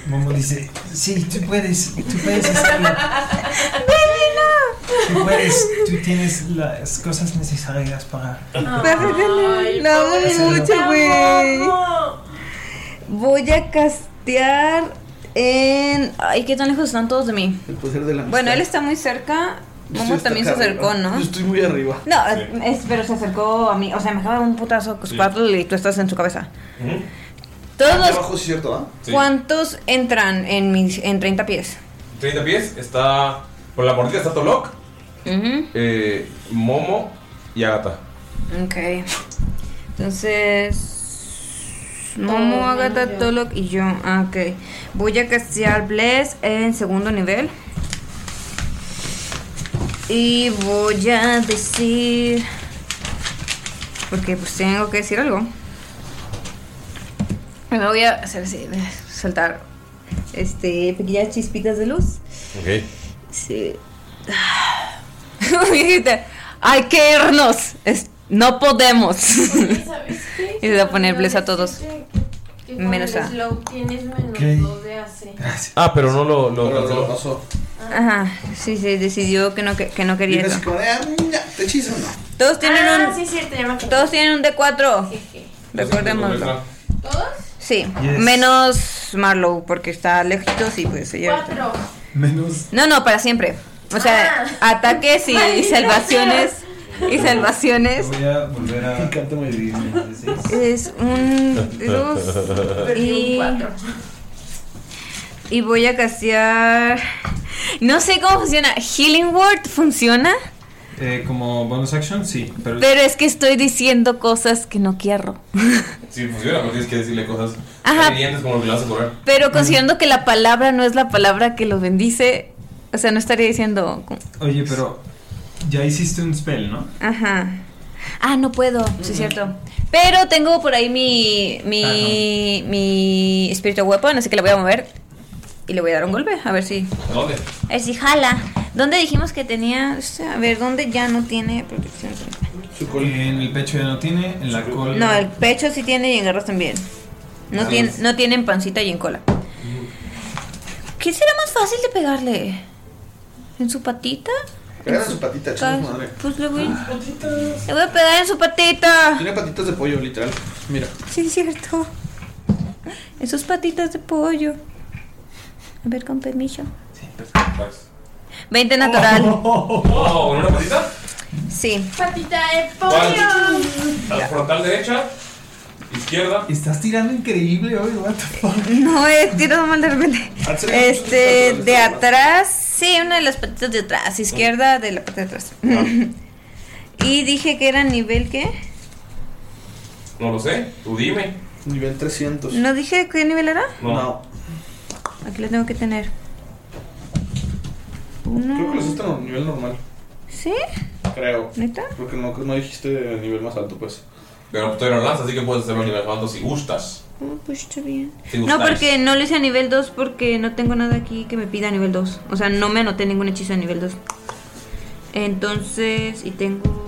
Speaker 16: Momo dice, sí, tú puedes, tú puedes hacerlo,
Speaker 6: ¡Baby,
Speaker 16: tú puedes, tú tienes las cosas necesarias para...
Speaker 6: Ah.
Speaker 7: *laughs*
Speaker 6: Ay, La amo mucho, güey. Voy a castear en. Ay, qué tan lejos están todos de mí.
Speaker 3: El poder de la
Speaker 6: Bueno, él está
Speaker 3: amistad.
Speaker 6: muy cerca.
Speaker 3: Yo
Speaker 6: Momo
Speaker 3: estoy
Speaker 6: también se
Speaker 3: hasta
Speaker 6: acercó,
Speaker 3: acá,
Speaker 6: ¿no?
Speaker 3: Yo estoy muy arriba.
Speaker 6: No, es- pero se acercó a mí. O sea, me acaba de dar un putazo con su
Speaker 3: Sí.
Speaker 6: cuatro y tú estás en su cabeza.
Speaker 3: Aquí
Speaker 6: *laughs* Todos.
Speaker 3: abajo, sí, cierto, ¿ah?
Speaker 6: ¿Cuántos entran en, mis, en 30 pies?
Speaker 2: 30 pies, está. Por la mordida está Tolok,
Speaker 6: Ujú,
Speaker 2: eh, Momo y Agatha.
Speaker 6: Ok. Entonces. Momo,
Speaker 12: Todo, menos
Speaker 6: Agatha,
Speaker 12: yo.
Speaker 6: Tolok y yo. Ah, ok. Voy a castear Bless en segundo nivel. Y voy a decir. Porque pues tengo que decir algo. Me voy a hacer así, soltar este, pequeñas chispitas de luz.
Speaker 2: Ok.
Speaker 6: Sí. *laughs* Viejita, hay que irnos. Es- no podemos. *laughs* y voy a ponerles a todos. Menos a.
Speaker 8: Slow tienes menos
Speaker 2: Ok.
Speaker 8: dos de AC.
Speaker 2: Ah, pero no lo, lo,
Speaker 3: lo
Speaker 2: pasó.
Speaker 8: Ah.
Speaker 6: Ajá, sí, sí, decidió que no, que, que no quería
Speaker 3: Vienes
Speaker 6: eso.
Speaker 3: como de, ah, mira, te hechizo, no.
Speaker 6: Todos tienen
Speaker 8: Ah,
Speaker 6: un.
Speaker 8: sí, cierto, ya me acordé.
Speaker 6: Todos tienen un D4.
Speaker 3: ¿Todos?
Speaker 6: Recordémoslo. Sí,
Speaker 3: Yes.
Speaker 6: menos Marlow, porque está lejitos y pues ella.
Speaker 8: Cuatro.
Speaker 16: Menos.
Speaker 6: No, no, para siempre. O sea,
Speaker 8: Ah. *laughs*
Speaker 6: ataques y, y
Speaker 8: Maldita
Speaker 6: salvaciones. Y salvaciones.
Speaker 16: Voy a volver a... Me encanta muy bien.
Speaker 6: Es
Speaker 2: *laughs*
Speaker 6: un. Dos. Y. Y voy a castear. No sé cómo funciona. Healing Word funciona,
Speaker 7: Eh, como bonus action, sí. Pero,
Speaker 6: pero es que estoy diciendo cosas que no quiero. *laughs*
Speaker 2: Sí, funciona, pero tienes que decirle cosas
Speaker 6: Ajá.
Speaker 2: hirientes como lo que le vas a correr.
Speaker 6: Pero considerando que la palabra no es la palabra que lo bendice, o sea, no estaría diciendo. como-
Speaker 7: Oye, pero ya hiciste un spell, ¿no?
Speaker 6: Ajá. Ah, no puedo, sí es cierto. Pero tengo por ahí mi. mi. mi Spiritual Weapon, así que la voy a mover. Y le voy a dar un golpe, a ver si.
Speaker 2: ¿Dónde?
Speaker 6: A ver si jala. ¿Dónde dijimos que tenía? O sea, a ver, ¿dónde ya no tiene protección?
Speaker 7: En el pecho ya no tiene, en la cola.
Speaker 6: No, el pecho sí tiene y en garras también. No,
Speaker 7: Ah.
Speaker 6: tiene, no tienen pancita y en cola. ¿Qué será más fácil de pegarle? ¿En su patita?
Speaker 3: Pégale a su patita, chinga su madre.
Speaker 6: Pues le voy, le voy a pegar en su patita.
Speaker 3: Tiene patitas de pollo, literal. Mira.
Speaker 6: Sí, es cierto. En sus patitas de pollo. A ver, con permiso. 20 natural.
Speaker 2: Oh, ¿Con una patita?
Speaker 6: Sí.
Speaker 8: Patita de
Speaker 2: ¿Cuál?
Speaker 8: pollo.
Speaker 2: La frontal derecha, izquierda.
Speaker 16: Estás tirando increíble hoy, what the fuck.
Speaker 6: *laughs* No, he tirado mal de repente. Este, de atrás. Sí, una de las patitas de atrás. Izquierda de la parte de atrás. *laughs* Y dije que era nivel qué?
Speaker 2: No lo sé, tú dime.
Speaker 3: Nivel 300.
Speaker 6: ¿No dije qué nivel era?
Speaker 2: No.
Speaker 6: Aquí lo tengo que tener.
Speaker 3: Creo
Speaker 6: Uno.
Speaker 3: que lo hiciste a nivel normal.
Speaker 6: ¿Sí?
Speaker 3: Creo.
Speaker 6: ¿Neta?
Speaker 3: Porque no, no dijiste nivel más alto, pues.
Speaker 2: Pero tú no lanzas, así que puedes hacerlo a nivel alto si gustas.
Speaker 6: Oh, pues está bien.
Speaker 2: Si
Speaker 6: No,
Speaker 2: gustáis.
Speaker 6: porque no lo hice a nivel 2 porque no tengo nada aquí que me pida nivel 2. O sea, no me anoté ningún hechizo a nivel 2. Entonces, y tengo...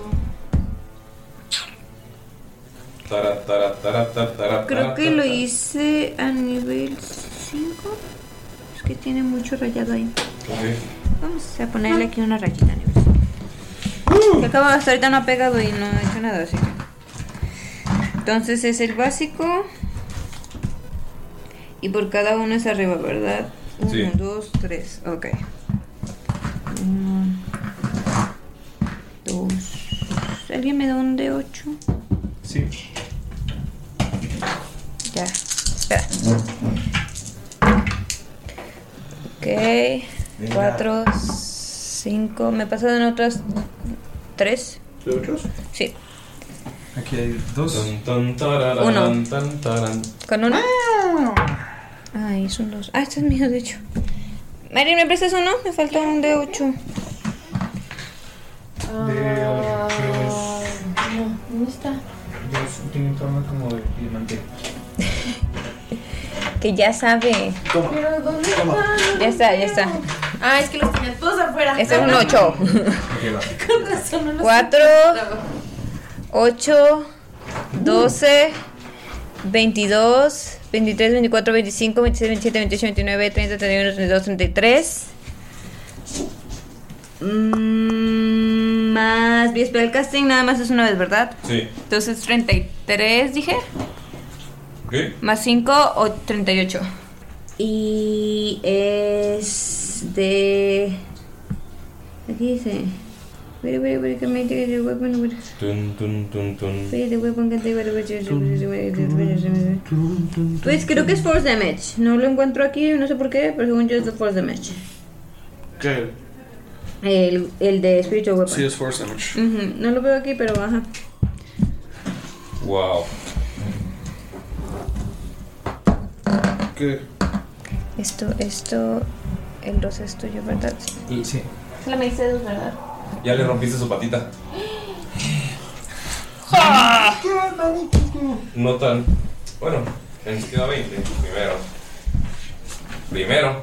Speaker 2: Tara, tara, tara, tara, tara,
Speaker 6: Creo
Speaker 2: tara,
Speaker 6: que
Speaker 2: tara,
Speaker 6: lo
Speaker 2: tara.
Speaker 6: hice a nivel 5. Es que tiene mucho rayado ahí.
Speaker 2: Ok.
Speaker 6: Vamos a ponerle aquí una rayita a nivel 5. Que acabo hasta ahorita no ha pegado y no ha hecho nada, así que- Entonces es el básico. Y por cada uno es arriba, ¿verdad? 1,
Speaker 12: Sí.
Speaker 6: 2, 3. Ok. 1, 2. ¿Alguien me da un de 8?
Speaker 7: Sí.
Speaker 6: Ya. Espera. Ok.
Speaker 3: Venga.
Speaker 6: 4, 5. Me pasaron otras 3.
Speaker 3: ¿De otros?
Speaker 6: Sí.
Speaker 7: Aquí hay dos.
Speaker 6: Uno.
Speaker 2: Uno.
Speaker 6: Con uno.
Speaker 3: Ah.
Speaker 6: Ay, es un 2. Ah, este es mío, de hecho. Mary, ¿me prestas uno? Me falta un de 8.
Speaker 8: No, ¿dónde está?
Speaker 7: Dos, tiene un tono como de diamante.
Speaker 6: que ya sabe.
Speaker 3: Toma.
Speaker 8: Pero ¿dónde
Speaker 3: Toma.
Speaker 8: está?
Speaker 6: Ya está, ya está.
Speaker 8: Ah, es que los tenía todos afuera.
Speaker 6: Este es un 8.
Speaker 8: Con razón, no los
Speaker 6: 4, 8, 12, 22, 23, 24, 25, 26, 27, 28, 29, 30, 31, 32, 33.
Speaker 11: Mm, más mi casting nada más es una vez, ¿verdad?
Speaker 2: Sí.
Speaker 11: Entonces 33, dije.
Speaker 2: ¿Qué?
Speaker 11: Más 5 o 38. Y es de... Aquí dice... Wait, wait, wait, can I take the weapon? Wait,
Speaker 2: Tun, tun, tun, tun.
Speaker 11: wait, the weapon can take- wait, wait, wait, wait, wait, wait, wait. Pues creo que es force damage. No lo encuentro aquí, no sé por qué, pero según yo es de force damage.
Speaker 3: ¿Qué?
Speaker 11: El, el de spiritual weapon.
Speaker 3: Sí, es force damage.
Speaker 11: Ujú, No lo veo aquí, pero baja.
Speaker 2: Wow.
Speaker 3: ¿Qué?
Speaker 6: Esto, esto, el 2 es tuyo, ¿verdad?
Speaker 2: Sí.
Speaker 8: La me hice dos, ¿verdad?
Speaker 2: Ya le rompiste su patita.
Speaker 8: ¡Qué
Speaker 2: No tan. Bueno, nos queda 20. Primero. Primero.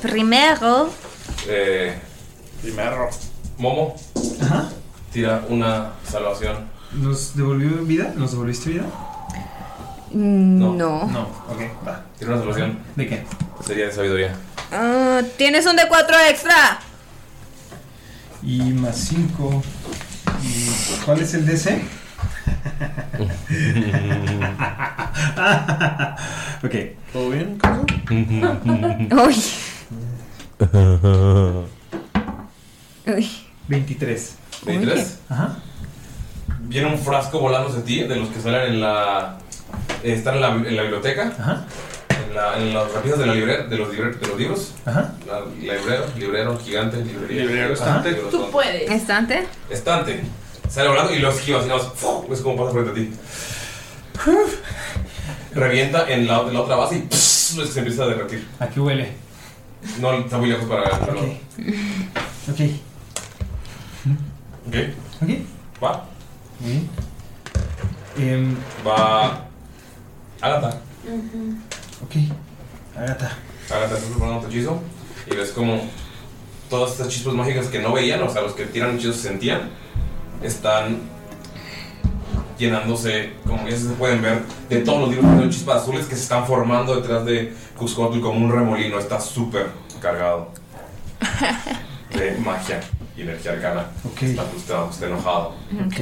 Speaker 11: Primero.
Speaker 2: Eh, Primero. Momo. Ajá. Tira una salvación.
Speaker 7: ¿Nos devolvió vida? ¿Nos devolviste vida?
Speaker 6: No.
Speaker 7: No, ok, va.
Speaker 2: Tira una salvación.
Speaker 7: ¿De qué?
Speaker 2: Sería de sabiduría.
Speaker 11: Ah, Tienes un de 4 extra.
Speaker 7: Y más 5. ¿Cuál es el DC? *laughs* ok.
Speaker 3: ¿Todo bien,
Speaker 6: *laughs* Uy.
Speaker 11: Uy.
Speaker 7: 23.
Speaker 2: ¿23?
Speaker 7: Ajá.
Speaker 2: Viene un frasco volando hacia ti, de los que salen en la. eh, están en la, en la biblioteca.
Speaker 7: Ajá.
Speaker 2: En, la, en las repisas de la libre- de los, libre- de los libros.
Speaker 7: Ajá.
Speaker 2: La, librero, librero, gigante, librería.
Speaker 3: Librero,
Speaker 2: Ajá.
Speaker 3: estante.
Speaker 2: Libro,
Speaker 8: Tú puedes.
Speaker 6: ¿Estante?
Speaker 2: Estante. Sale volando y lo esquivas y nada más. ¡fuu! Es como pasa frente a
Speaker 7: *laughs*
Speaker 2: ti. Revienta en la, en la otra base y ¡pss! se empieza a derretir.
Speaker 7: ¿A qué huele?
Speaker 2: No, está muy lejos para agarrarlo.
Speaker 7: Ok.
Speaker 2: ¿Ok?
Speaker 7: Ok.
Speaker 2: Va.
Speaker 7: Muy bien. Em,
Speaker 2: Va. Agatha.
Speaker 7: ok. Agatha.
Speaker 2: Agatha está preparando tu hechizo y ves como todas estas chispas mágicas que no veían, o sea, los que tiran hechizos se sentían, están llenándose, como ya se pueden ver, de todos los libros de chispas azules que se están formando detrás de Cuscotl como un remolino. Está súper cargado de magia y energía arcana. Está frustrado, está enojado.
Speaker 6: Ok.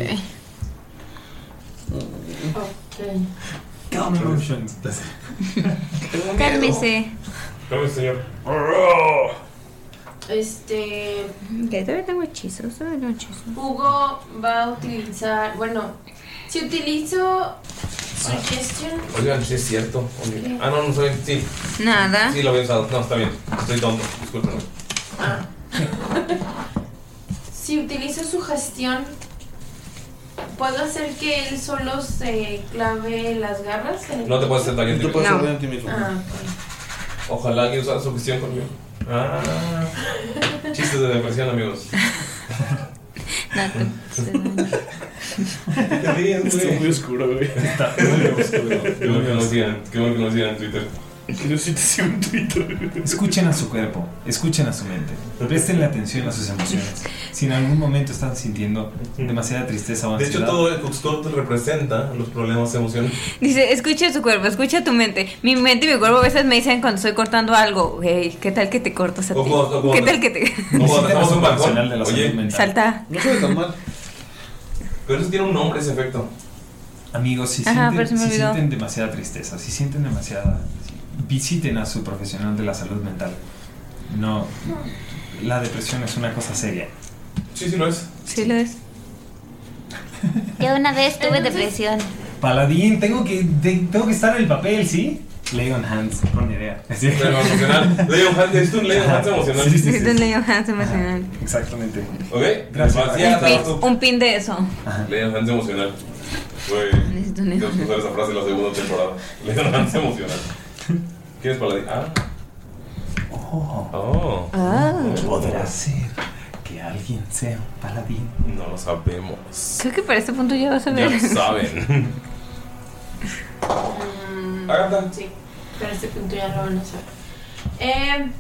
Speaker 7: Corruption.
Speaker 11: Cálmese.
Speaker 2: Dame, señor.
Speaker 8: Este.
Speaker 11: Que todavía tengo hechizos, todavía tengo hechizos.
Speaker 8: Hugo va a utilizar. Bueno, si utilizo. Suggestion.
Speaker 2: Oigan, sí es cierto. Oye, Ah, no, no saben. Sí.
Speaker 11: Nada.
Speaker 2: Sí, lo había usado. No, está bien. Estoy tonto. Discúlpenme.
Speaker 8: Ah. *laughs* Si utilizo su gestión, ¿puedo hacer que él solo se clave las garras? en el-
Speaker 2: No te puedes hacer daño a ti
Speaker 3: Tú puedes
Speaker 2: mismo.
Speaker 3: hacer daño a ti mismo.
Speaker 8: Ah,
Speaker 2: Ojalá alguien usara su gestión conmigo. Ah, chistes de depresión, amigos. Te ríes, güey.
Speaker 10: Está muy oscuro, güey. Está muy oscuro.
Speaker 2: Qué bueno que nos digan, qué bueno que nos digan en Twitter.
Speaker 10: Yo sí te sigo en Twitter.
Speaker 7: Escuchen a su cuerpo, escuchen a su mente, prestenle atención a sus emociones. Si en algún momento están sintiendo demasiada tristeza o
Speaker 2: De hecho,
Speaker 7: ansiedad,
Speaker 2: todo el Cuxcotl representa los problemas
Speaker 7: *laughs*
Speaker 2: emocionales.
Speaker 11: Dice, escucha tu cuerpo, escucha tu mente. Mi mente y mi cuerpo a veces me dicen cuando estoy cortando algo, "Hey, ¿qué tal que te cortas a ti?
Speaker 2: Ojo, ojo.
Speaker 11: ¿Qué tal que te...
Speaker 2: Como cuando estamos en un
Speaker 7: profesional
Speaker 2: balcón.
Speaker 7: de la
Speaker 2: Oye,
Speaker 7: salud mental.
Speaker 11: Salta.
Speaker 2: No suena tan mal. Pero eso tiene un nombre, ese efecto.
Speaker 7: amigos, si,
Speaker 11: Ajá, pero se me
Speaker 7: sienten, si
Speaker 11: olvidó.
Speaker 7: sienten demasiada tristeza, si sienten demasiada, visiten a su profesional de la salud mental. No, la depresión es una cosa seria.
Speaker 2: Sí, sí lo es.
Speaker 11: Sí lo es.
Speaker 15: *laughs* Yo una vez
Speaker 11: *laughs*
Speaker 15: tuve depresión.
Speaker 7: Paladín, tengo que, te- tengo que estar en el papel, ¿sí? Leon Hans, con idea.
Speaker 2: Pero emocional. Leon Hans, es un Leon Hans emocional.
Speaker 7: Sí, sí, sí.
Speaker 11: Es un Leon Hans emocional.
Speaker 7: Exactamente.
Speaker 2: Ok,
Speaker 7: Gracias.
Speaker 2: vas, ya,
Speaker 11: Pin-
Speaker 2: vas tú.
Speaker 11: Un pin de eso.
Speaker 2: Leon Hans emocional. Güey.
Speaker 11: Necesito un
Speaker 2: Tengo que usar esa frase en la segunda temporada. Leon Hans emocional. ¿Quieres paladín? Ah. Oh.
Speaker 6: Ah.
Speaker 7: ¿Podrá ser que alguien sea un paladín?
Speaker 2: No lo sabemos.
Speaker 6: Creo que para este punto ya vas a
Speaker 2: Ya
Speaker 6: ver.
Speaker 2: lo saben.
Speaker 8: mm,
Speaker 2: Agatha.
Speaker 8: Sí. Pero a este punto ya lo van a saber. Eh,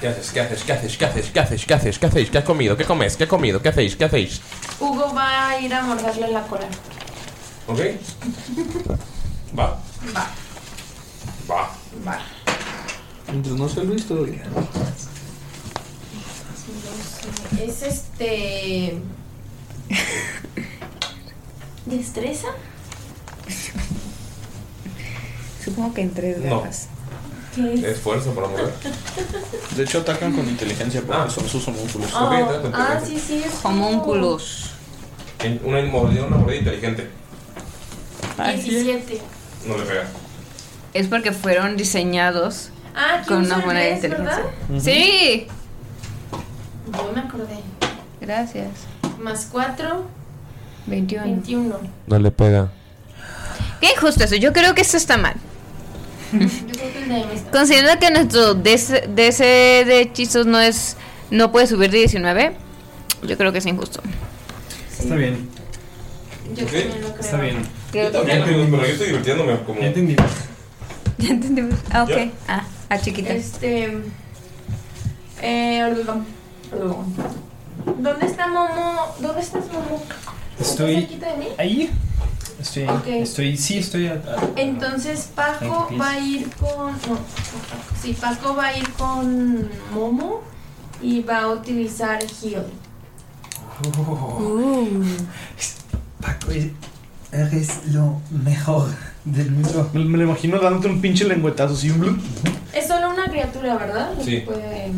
Speaker 2: ¿Qué haces? ¿Qué haces? ¿Qué haces? ¿Qué haces? ¿Qué haces? ¿Qué haces? ¿Qué hacéis? ¿Qué has comido? ¿Qué comes? ¿Qué has comido? ¿Qué hacéis? ¿Qué hacéis?
Speaker 8: Hugo va a ir a morderle la cola.
Speaker 2: ¿Ok? Va.
Speaker 8: Va.
Speaker 2: Va.
Speaker 8: Va.
Speaker 3: Mientras no sea Luis, todo bien.
Speaker 8: Es este. ¿Destreza?
Speaker 6: Supongo que en tres
Speaker 2: No.
Speaker 6: garras.
Speaker 11: *laughs*
Speaker 2: Esfuerzo para mover.
Speaker 3: De hecho, atacan con inteligencia porque son sus homúnculos.
Speaker 8: Ah, ah, sí, sí. es
Speaker 2: En- Una mordida, una mordida inteligente.
Speaker 8: 17.
Speaker 2: No le pega.
Speaker 6: Es porque fueron diseñados
Speaker 8: Ah,
Speaker 6: con
Speaker 8: ¿quién
Speaker 6: una
Speaker 8: soy?
Speaker 6: buena
Speaker 8: ¿Ves,
Speaker 6: inteligencia.
Speaker 8: verdad?
Speaker 6: Sí.
Speaker 8: Yo me acordé.
Speaker 6: Gracias.
Speaker 8: Más 4,
Speaker 6: 21.
Speaker 8: 21.
Speaker 13: No le pega.
Speaker 6: Qué injusto eso. Yo creo que esto está mal.
Speaker 8: Yo creo que el de ahí está.
Speaker 6: Considerando que nuestro DC DC de hechizos no es no puede subir de 19, yo creo que es
Speaker 8: *laughs*
Speaker 6: injusto.
Speaker 7: Está bien.
Speaker 8: Yo
Speaker 2: también
Speaker 8: lo creo.
Speaker 7: Está bien.
Speaker 6: Creo
Speaker 2: Yo también,
Speaker 7: que-
Speaker 2: pero yo estoy divirtiéndome como. Ya
Speaker 7: entendí.
Speaker 6: Ya entendimos.
Speaker 2: Ah, ok. Ya.
Speaker 6: Ah, a chiquita.
Speaker 8: Este. Eh, olvidó. Olvidó. ¿Dónde está Momo? ¿Dónde estás, Momo?
Speaker 7: Estoy
Speaker 8: ¿Cerquita de mí?
Speaker 7: ahí. Estoy ahí.
Speaker 8: Ok.
Speaker 7: Estoy, sí, estoy. a- a-
Speaker 8: Entonces
Speaker 7: Veinte
Speaker 8: Paco
Speaker 7: pies.
Speaker 8: va a ir con. No, sí, Paco va a ir con Momo y va a utilizar Heal.
Speaker 17: Oh.
Speaker 7: *laughs*
Speaker 17: Paco, eres lo mejor del mundo.
Speaker 3: Me, me lo imagino dándote un pinche lengüetazo así. un blup.
Speaker 8: Es solo una criatura, ¿verdad? Lo
Speaker 3: Sí.
Speaker 8: que Puede...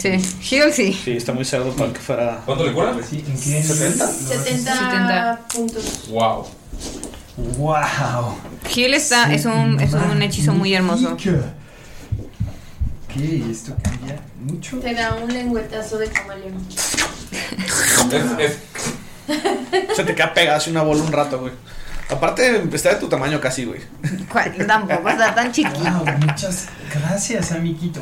Speaker 6: Sí. Shield sí.
Speaker 3: Sí, está muy cerdo para que fuera.
Speaker 2: ¿Cuánto le cura?
Speaker 3: Sí,
Speaker 7: ¿en qué?
Speaker 3: 70.
Speaker 8: 70, puntos.
Speaker 2: Wow.
Speaker 7: Wow.
Speaker 6: Heal está, es un, es un hechizo muy hermoso.
Speaker 7: ¿Qué? ¿Esto cambia? Mucho.
Speaker 8: Te da un lengüetazo de camaleón.
Speaker 3: Se te queda pegada así una bola un rato, güey. Aparte, está de tu tamaño casi, güey.
Speaker 6: ¿Cuál? Tampoco está tan chiquito.
Speaker 7: muchas gracias, amiguito.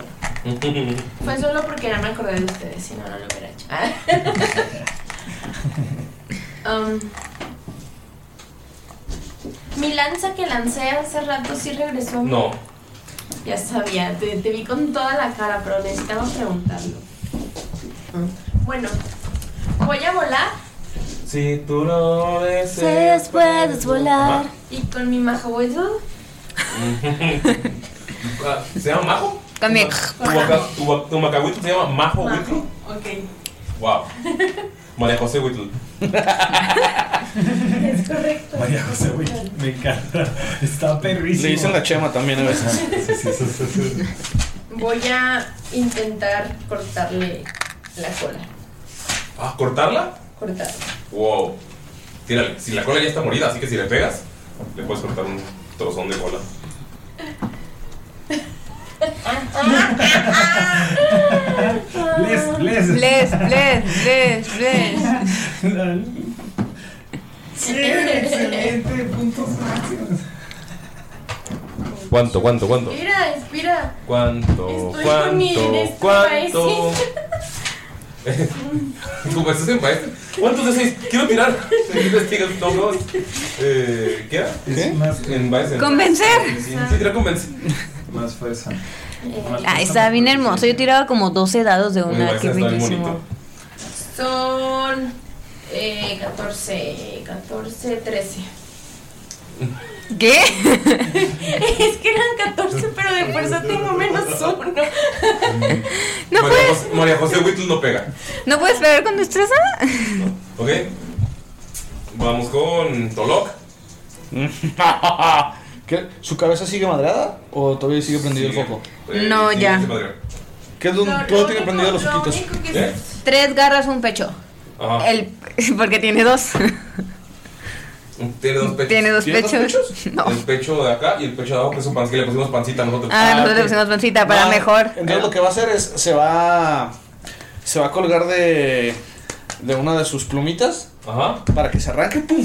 Speaker 8: Fue solo porque no me acordé de ustedes, si no, no lo hubiera hecho. Um, Mi lanza que lancé hace rato sí regresó. a mí.
Speaker 2: No.
Speaker 8: Ya sabía, te, te vi con toda la cara, pero necesitaba preguntarlo. Bueno, voy a volar.
Speaker 2: Si tú no
Speaker 8: Puedes,
Speaker 2: deseas.
Speaker 8: Y con mi majabuelo.
Speaker 2: *laughs* Ah, ¿Se llama Majo?
Speaker 6: También.
Speaker 2: ¿Tu, maca- tu, ma- tu macahuitl se llama Majo
Speaker 8: Majo.
Speaker 2: Huitl?
Speaker 8: Ok.
Speaker 2: Wow. María José Huitl.
Speaker 8: Es correcto.
Speaker 7: María José, güey, me encanta. Está perrísimo.
Speaker 3: Le dicen la chema también a
Speaker 8: *laughs*
Speaker 3: veces.
Speaker 8: Voy a intentar cortarle la cola.
Speaker 2: Ah, ¿cortarla?
Speaker 8: Cortarla.
Speaker 2: Wow. Tírale. Si la cola ya está morida, así que si le pegas, le puedes cortar un trozón de cola.
Speaker 8: Ah.
Speaker 7: Les, les.
Speaker 6: Les, les, les, les.
Speaker 7: Sí, excelente, puntos máximos.
Speaker 2: ¿Cuánto, cuánto, cuánto?
Speaker 8: Inspira, inspira.
Speaker 2: ¿Cuánto?
Speaker 8: Estoy con mi
Speaker 2: ¿Cuánto?
Speaker 8: este
Speaker 2: ¿Cuánto?
Speaker 8: país.
Speaker 2: Conversación maestra. ¿Cuántos de seis? Quiero tirar. Investigas todos. Eh, ¿Qué era? En Bison.
Speaker 6: Convencer.
Speaker 2: Sí, sí, tirar convencer.
Speaker 7: Más fuerza.
Speaker 6: Ah, está bien hermoso. Yo tiraba como 12 dados de
Speaker 2: Muy
Speaker 6: una.
Speaker 2: bien,
Speaker 6: Qué
Speaker 2: está bien
Speaker 6: bellísimo.
Speaker 8: Son eh, 14, 14, 13.
Speaker 6: ¿Qué?
Speaker 8: *laughs* es que eran 14, pero de fuerza tengo menos uno.
Speaker 6: No
Speaker 2: María, José, María José Whittle no pega.
Speaker 6: ¿No puedes pegar con destreza?
Speaker 2: ¿Ok? Vamos con
Speaker 6: *laughs*
Speaker 2: Tolok.
Speaker 3: ¿Qué? ¿Su cabeza sigue madreada o todavía sigue prendido el foco?
Speaker 6: No,
Speaker 2: Eh,
Speaker 6: sí, ya. sí,
Speaker 3: ¿Qué es donde
Speaker 6: Lo-
Speaker 3: todo
Speaker 6: lo
Speaker 3: tiene
Speaker 6: único-
Speaker 3: prendido los
Speaker 6: lo
Speaker 3: ojitos?
Speaker 6: único que
Speaker 3: ¿Eh?
Speaker 6: Tres garras, un pecho.
Speaker 2: Ajá.
Speaker 6: El, *laughs* porque tiene dos. Ah,
Speaker 2: Tiene dos pechos.
Speaker 6: Tiene dos ¿Tiene dos pechos? *laughs* No.
Speaker 2: El pecho de acá y el pecho de abajo, que es un pan que le pusimos pancita nosotros.
Speaker 6: Ah, nosotros le pusimos pancita para
Speaker 3: Ah,
Speaker 6: mejor.
Speaker 3: Entonces lo que va a hacer es se va se va a colgar de de una de sus plumitas para que se arranque pum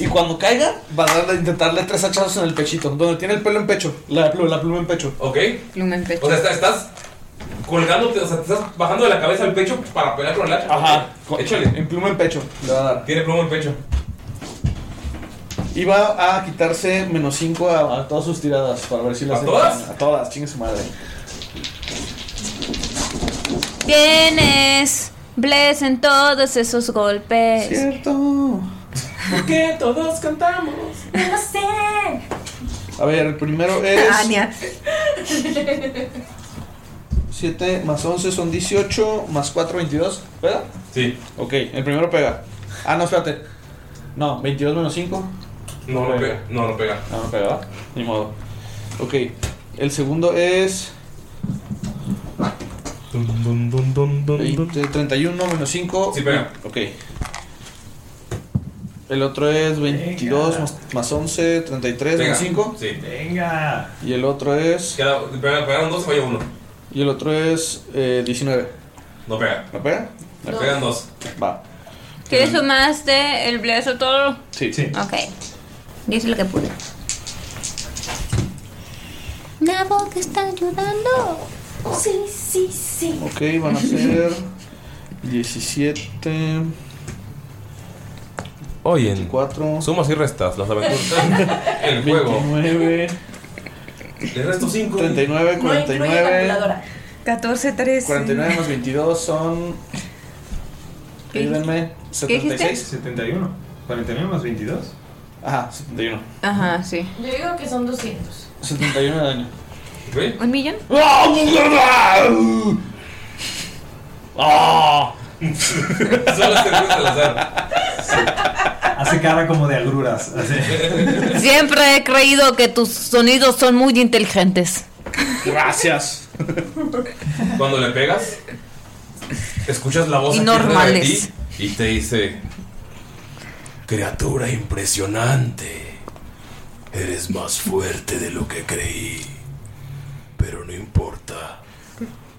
Speaker 3: y cuando caiga va a darle intentarle tres hachazos en el pechito donde tiene el pelo en pecho la pluma, la pluma en pecho
Speaker 2: ok
Speaker 6: Pluma en pecho.
Speaker 2: O sea, está- estás colgándote, o sea, te estás bajando de la cabeza al pecho para pelear con el hacha. Ajá. Échale. En
Speaker 3: pluma en pecho. Le va a dar.
Speaker 2: Tiene pluma en pecho.
Speaker 3: Y va a quitarse menos 5 a, a todas sus tiradas para ver si las
Speaker 2: ¿A todas?
Speaker 3: A todas, chingue su madre.
Speaker 11: Tienes bless en todos esos golpes.
Speaker 3: Cierto.
Speaker 2: Que todos cantamos.
Speaker 8: No sé.
Speaker 3: A ver, el primero es.
Speaker 8: Ania.
Speaker 3: 7 más 11 son 18, más 4, 22. ¿Pega?
Speaker 2: Sí.
Speaker 3: Ok, el primero pega. Ah, no, espérate. No, 22 menos 5.
Speaker 2: No, no pega. No, no pega.
Speaker 3: No, no pega, ¿verdad? Ni modo. Ok, el segundo es. 20, 31 menos 5. Sí,
Speaker 2: pega.
Speaker 3: Ok. El otro es 22 más, más 11, 33
Speaker 2: Pega.
Speaker 3: menos 5.
Speaker 2: Sí.
Speaker 7: Venga.
Speaker 3: Y el otro es.
Speaker 2: pega- pegaron dos, falla uno.
Speaker 3: Y el otro es eh, 19.
Speaker 2: No pega.
Speaker 3: ¿No pega?
Speaker 2: Le pegan dos.
Speaker 3: Va.
Speaker 11: ¿Qué sumaste el bless o todo?
Speaker 3: Sí.
Speaker 6: Ah,
Speaker 11: Ok. Yo hice lo que pude. Nabo que está ayudando.
Speaker 8: Sí, sí, sí.
Speaker 3: Ok, van
Speaker 6: *laughs*
Speaker 3: a ser 17.
Speaker 2: Oye, sumas y restas las aventuras. *laughs* El juego.
Speaker 3: 29.
Speaker 2: Le resto 5.
Speaker 3: 39, 49.
Speaker 6: 14, 13.
Speaker 3: 49 más 22 son. Ayúdenme. 76.
Speaker 7: 71. 49 más 22.
Speaker 3: Ajá, 71.
Speaker 6: Ajá, sí.
Speaker 8: Yo digo que son 200.
Speaker 3: 71 de daño.
Speaker 6: ¿Un millón?
Speaker 3: ¡Ah!
Speaker 2: Solo se puede al azar.
Speaker 7: Hace cara como de agruras. así.
Speaker 9: Siempre he creído que tus sonidos son muy inteligentes.
Speaker 3: Gracias.
Speaker 2: Cuando le pegas, escuchas la voz
Speaker 9: Y
Speaker 2: aquí arriba
Speaker 9: normales.
Speaker 2: ti y te dice: Criatura impresionante, eres más fuerte de lo que creí, pero no importa,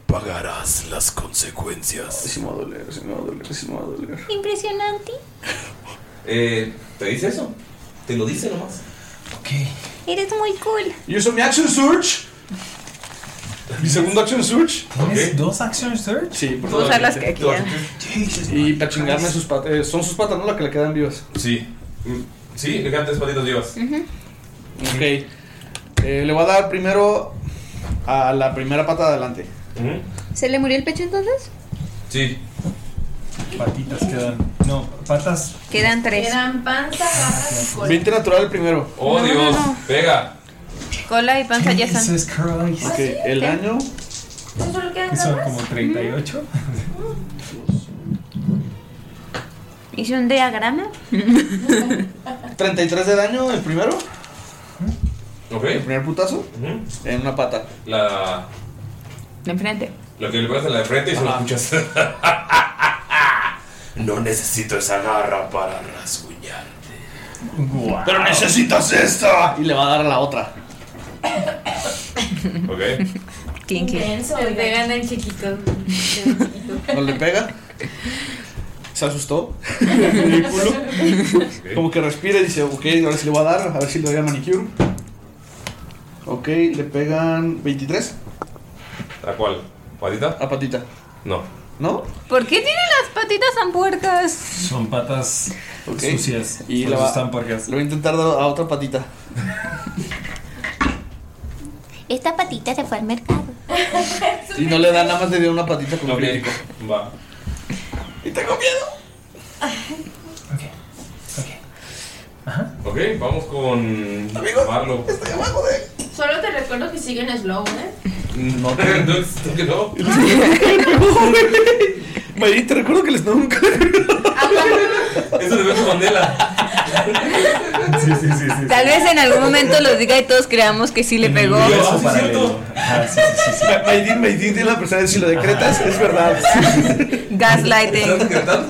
Speaker 2: pagarás las consecuencias.
Speaker 3: Sí, me va a doler, sí, me va a doler, sí, me va a doler.
Speaker 15: Impresionante.
Speaker 2: Eh, ¿Te dice eso? Te lo dice nomás.
Speaker 15: Eres muy cool.
Speaker 3: Yo uso mi action search. Mi segundo action search.
Speaker 7: ¿Tienes dos action search?
Speaker 3: Sí,
Speaker 6: Puedo
Speaker 3: por favor.
Speaker 6: usar las que quieran.
Speaker 3: Y para chingarme sus patas. eh, son sus patas, ¿no? Las que le quedan vivas.
Speaker 2: Sí. Mm. Sí, le quedan tres patitas vivas.
Speaker 3: Ok. Eh, le voy a dar primero a la primera pata de adelante.
Speaker 11: ¿Se le murió el pecho entonces?
Speaker 2: Sí.
Speaker 7: Patitas quedan. No, patas.
Speaker 11: Quedan tres.
Speaker 8: Quedan panza, garra y cola.
Speaker 3: 20 natural el primero.
Speaker 2: Oh, Dios. Pega.
Speaker 6: Cola y panza ya están.
Speaker 3: Ok, el daño.
Speaker 8: Solo quedan
Speaker 7: Que son
Speaker 8: garras.
Speaker 7: como
Speaker 3: *laughs*
Speaker 7: 38.
Speaker 11: Hice un
Speaker 6: *laughs*
Speaker 11: diagrama.
Speaker 3: 33 de daño el primero.
Speaker 2: Ok.
Speaker 3: El primer putazo. En una pata.
Speaker 2: La.
Speaker 6: De enfrente.
Speaker 2: Lo que le pegas a la de frente y se lo escuchas. *laughs* no necesito esa garra para rasguñar.
Speaker 3: Pero necesitas esta. Y le va a dar a la otra.
Speaker 2: Ok.
Speaker 5: Intenso. Te pegan en chiquito.
Speaker 3: No le pega. Se asustó. *laughs* Ridículo. Como que respira y dice, ok, ahora sí le voy a dar, a ver si le doy al manicure. Ok, le pegan 23.
Speaker 2: ¿A cuál? ¿Patita?
Speaker 3: A patita.
Speaker 2: No.
Speaker 3: ¿No?
Speaker 6: ¿Por qué tiene las patitas tan puercas?
Speaker 7: Son patas sucias.
Speaker 3: Y
Speaker 7: por
Speaker 3: la
Speaker 7: eso
Speaker 3: va-
Speaker 7: están puercas.
Speaker 3: Le voy a intentar dar a otra patita.
Speaker 15: Esta patita se fue al mercado.
Speaker 3: Y no le da nada más, le dio una patita como
Speaker 2: Ok.
Speaker 3: crítico.
Speaker 2: Va.
Speaker 3: Y tengo miedo.
Speaker 2: Ok, vamos con. Marlo. *laughs*
Speaker 8: Solo te recuerdo que siguen slow, ¿eh?
Speaker 3: No
Speaker 2: te. No,
Speaker 3: Marín, te recuerdo que les doy un
Speaker 2: Eso le veo Mandela.
Speaker 7: Sí, sí, sí.
Speaker 3: *laughs*
Speaker 7: sí.
Speaker 6: Tal vez en algún momento lo diga y todos creamos que sí le pegó.
Speaker 3: Maidin, Maidin tiene la persona si lo decretas, es verdad.
Speaker 6: Gaslighting.
Speaker 8: Pero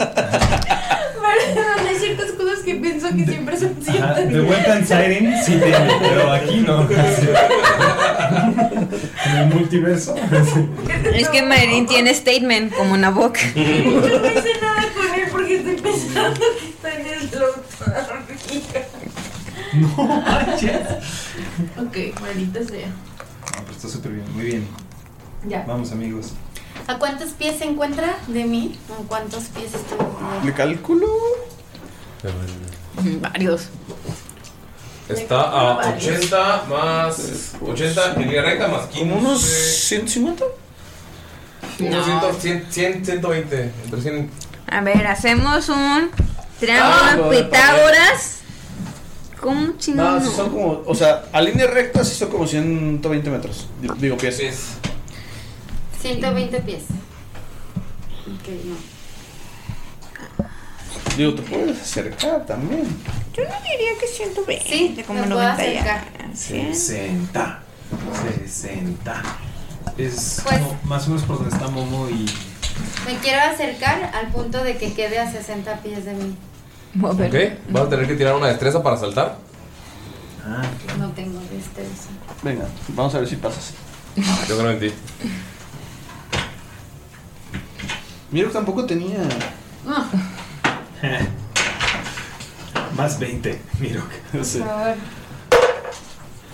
Speaker 8: hay ciertas cosas que pienso que siempre son
Speaker 7: Ah,
Speaker 8: ciertas.
Speaker 7: De vuelta en Siren sí tiene, pero aquí no. En el multiverso.
Speaker 6: Es que Marín tiene statement como una boca.
Speaker 8: Yo no hice nada con él porque estoy pensando que está en slow todavía.
Speaker 7: No manches.
Speaker 8: Ok, maldita sea.
Speaker 7: No, pero está súper bien, muy bien.
Speaker 5: Ya.
Speaker 7: Vamos, amigos.
Speaker 5: ¿A cuántos pies se encuentra de mí? ¿A cuántos pies estoy?
Speaker 3: Le calculo.
Speaker 6: Mm, Varios.
Speaker 2: Está a 80 más. 80 en línea recta más 15.
Speaker 3: ¿Unos 150?
Speaker 2: Unos 100, 100, 120. Entre 100.
Speaker 11: A ver, hacemos un triángulo
Speaker 3: Ah,
Speaker 11: Pitágoras. ¿Cómo chingón?
Speaker 3: No, sí son como. O sea, a línea recta sí son como 120 metros. Digo, pies.
Speaker 5: 120 pies. Ok, no.
Speaker 3: Digo, te puedes acercar también.
Speaker 11: Yo no diría que 120.
Speaker 5: Sí,
Speaker 11: como
Speaker 5: me puedo
Speaker 11: 90 ya.
Speaker 5: acercar.
Speaker 7: 60. 60. Es como más o menos por donde está Momo y.
Speaker 5: Me quiero acercar al punto de que quede a 60 pies de mí.
Speaker 2: Ok, vas a tener que tirar una destreza para saltar.
Speaker 5: Ah, No tengo destreza.
Speaker 3: Venga, vamos a ver si
Speaker 5: *laughs*
Speaker 3: pasas.
Speaker 2: Yo creo en ti.
Speaker 3: Miro tampoco tenía.
Speaker 7: *laughs* Más 20, miro.
Speaker 5: Por favor.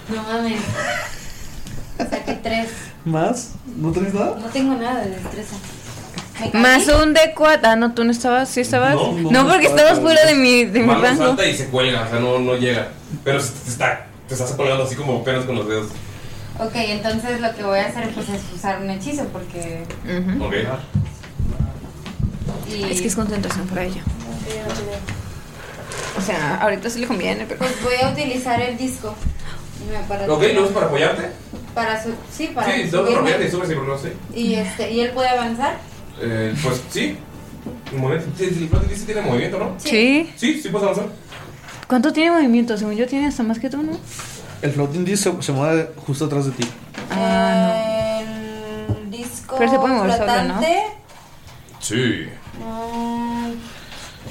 Speaker 5: No mames. Saqué 3.
Speaker 3: ¿Más? ¿No tenés nada?
Speaker 5: No tengo nada de destreza. Me caí.
Speaker 6: Más un de 4 Ah, no, tú no estabas, sí estabas. No,
Speaker 2: No, no, no
Speaker 6: porque
Speaker 2: estaba,
Speaker 6: estabas
Speaker 2: estaba.
Speaker 6: fuera de mi, de mi
Speaker 2: Mano
Speaker 6: rango.
Speaker 2: salta y se cuelga, o sea, no, no llega. Pero se- se está, te estás colgando así como apenas con los dedos.
Speaker 5: Ok, entonces lo que voy a hacer pues es usar un hechizo porque...
Speaker 2: Ok.
Speaker 5: y-
Speaker 6: Es que es concentración para ella. O sea, ahorita sí le conviene, pero.
Speaker 5: Pues voy a utilizar el disco. Me para-
Speaker 2: Ok, ¿lo usas para apoyarte?
Speaker 5: Para su- sí, para
Speaker 2: Sí, solo
Speaker 5: subirme.
Speaker 2: romperte y subes y no sé.
Speaker 5: Y, este, ¿Y él puede avanzar?
Speaker 2: Eh, pues sí. Un momento. Sí, sí, el plot twist sí tiene movimiento, ¿no?
Speaker 6: Sí.
Speaker 2: Sí, sí puedes avanzar.
Speaker 6: ¿Cuánto tiene movimiento? Según yo, tiene hasta más que tú, ¿no?
Speaker 3: El floating disc se, se mueve justo atrás de ti.
Speaker 6: Ah,
Speaker 5: El disco
Speaker 6: Pero se puede mover solo, ¿no?
Speaker 5: flotante.
Speaker 2: Sí.
Speaker 5: Mm,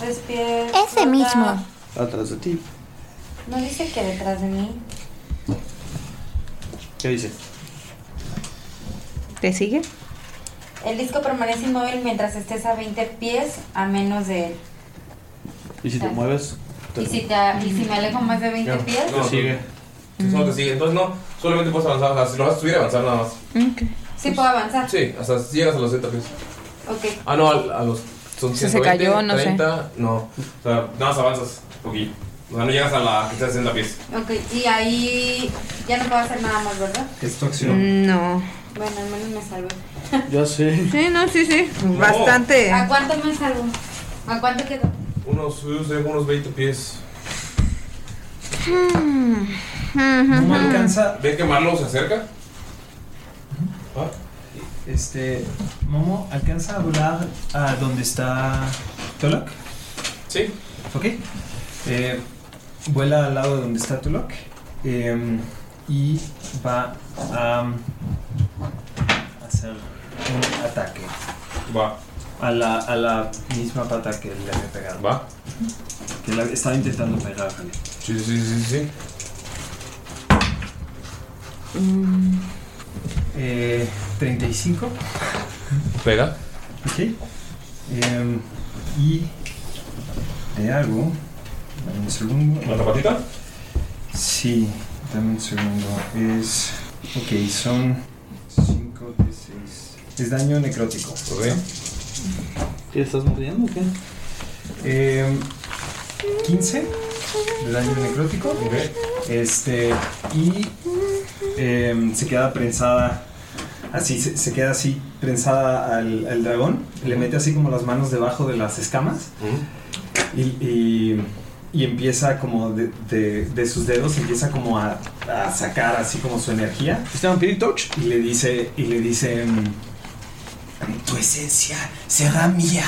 Speaker 5: tres pies.
Speaker 15: Ese
Speaker 5: flota-
Speaker 15: mismo.
Speaker 3: Atrás de ti.
Speaker 5: No dice que detrás de mí.
Speaker 3: ¿Qué dice?
Speaker 6: ¿Te sigue?
Speaker 5: El disco permanece inmóvil mientras estés a 20 pies a menos de él.
Speaker 3: ¿Y si te mueves? Te-
Speaker 5: ¿Y si, te- y si me alejo más de 20
Speaker 2: Ya,
Speaker 5: pies?
Speaker 2: no,
Speaker 3: Te sigue.
Speaker 2: Entonces no te
Speaker 6: Mm.
Speaker 2: sigue. Entonces no, solamente puedes avanzar. O sea, si lo vas a subir, avanzar nada más.
Speaker 5: Sí puedo
Speaker 6: Ah.
Speaker 5: avanzar.
Speaker 2: Sí, hasta si llegas a los 60 pies.
Speaker 5: Ok.
Speaker 2: Ah, no, a, a los. Son
Speaker 6: Se
Speaker 2: 120,
Speaker 6: cayó, no sé.
Speaker 2: 30, No. O sea, nada más avanzas un poquillo. O sea, no llegas a la que está a 60 pies.
Speaker 5: Ok, y ahí ya no puedo hacer nada más, ¿verdad?
Speaker 2: Es tu
Speaker 6: No.
Speaker 5: Bueno, al menos me salvo.
Speaker 3: Ya sé.
Speaker 6: Sí, no, sí, sí.
Speaker 2: No.
Speaker 6: Bastante.
Speaker 5: ¿A cuánto me salvo? ¿A cuánto quedó?
Speaker 2: Unos, yo sé, unos 20 pies.
Speaker 7: No
Speaker 6: Mm,
Speaker 7: me alcanza.
Speaker 2: ¿Ves que Marlow se acerca?
Speaker 7: Ah, Este. Momo, ¿alcanza a volar a donde está Tolok?
Speaker 2: Sí.
Speaker 7: Ok. Eh, vuela al lado de donde está Tolok. eh, y va a hacer un ataque.
Speaker 2: Va.
Speaker 7: A la, a la misma pata que le había pegado.
Speaker 2: Va.
Speaker 7: Que la estaba intentando pegar, vale.
Speaker 2: Sí, sí, sí, sí.
Speaker 7: Eh, 35.
Speaker 2: Pega.
Speaker 7: Ok. Em, y le hago. Dame un segundo.
Speaker 2: ¿La otra patita?
Speaker 7: Sí, dame un segundo. Es. Ok, son 5 de 6. Es daño necrótico.
Speaker 3: ¿Y estás mordiendo o qué?
Speaker 7: Em, 15 de daño necrótico. Este. Y. em, se queda prensada. Así, se, se queda así prensada al, al dragón. Le mete así como las manos debajo de las escamas.
Speaker 8: Mm.
Speaker 7: Y, y- y empieza como de, de- de sus dedos, empieza como a, a sacar así como su energía.
Speaker 3: ¿Está Vampiric Touch?
Speaker 7: Y le dice, y le dice, mm, tu esencia será mía.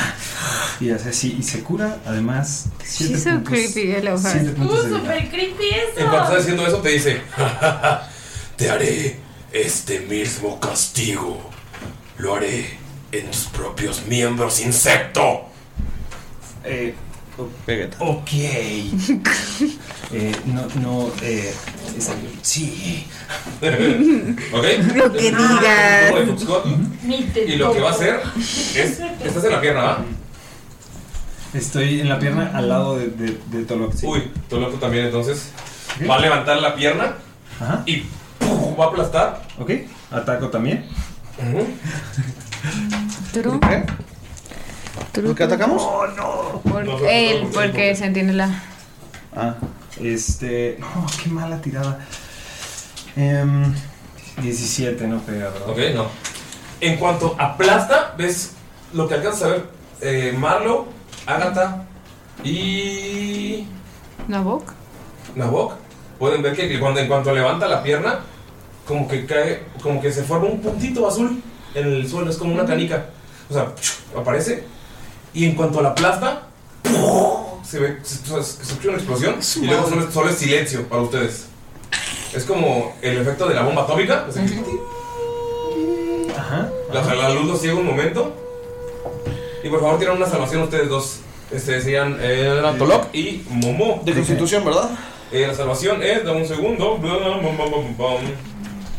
Speaker 7: Y hace así, y se cura, además, siete
Speaker 6: She's so
Speaker 7: puntos-
Speaker 3: pues,
Speaker 6: creepy, eh, I love her.
Speaker 7: siete puntos
Speaker 6: Uh,
Speaker 7: de vida.
Speaker 4: Super creepy eso.
Speaker 2: En cuanto está diciendo eso, te dice: Te haré este mismo castigo. Lo haré en tus propios miembros, insecto.
Speaker 7: Eh, ok. Eh, no, no, eh, es- sí.
Speaker 2: ok.
Speaker 7: Lo que
Speaker 2: digas.
Speaker 7: Y
Speaker 2: lo que va a hacer es. Estás en la pierna, ¿ah?
Speaker 7: Estoy en la pierna al lado de, de, de Tolok. sí.
Speaker 2: Uy, Toloco también, entonces. Va a levantar la pierna y ¡puf! va a aplastar.
Speaker 7: Ok, ataco también.
Speaker 6: Tru.
Speaker 3: ¿Por qué atacamos?
Speaker 6: Eh, Por- él, porque se entiende la.
Speaker 3: Ah.
Speaker 7: Este. No, qué mala tirada. Em, 17, no pega, ¿verdad?
Speaker 2: Ok, no. En cuanto aplasta, ves lo que alcanza a ver eh, Marlo, Agatha y
Speaker 6: ¿Nabok?
Speaker 2: Nabok. Pueden ver que cuando, en cuanto levanta la pierna, como que cae, como que se forma un puntito azul en el suelo, es como una canica. O sea, aparece. Y en cuanto la aplasta, se ve, se, se- se escucha una explosión y luego solo, es- solo es silencio para ustedes. Es como el efecto de la bomba atómica. o sea,
Speaker 7: Ajá.
Speaker 2: La, la luz los ciega un momento. Y por favor tiran una salvación ustedes dos. Este serían eh, Tolok y Momo.
Speaker 3: De constitución, ¿verdad?
Speaker 2: Eh, la salvación es, dame un segundo. bla, bla, bum, bum, bum, bum.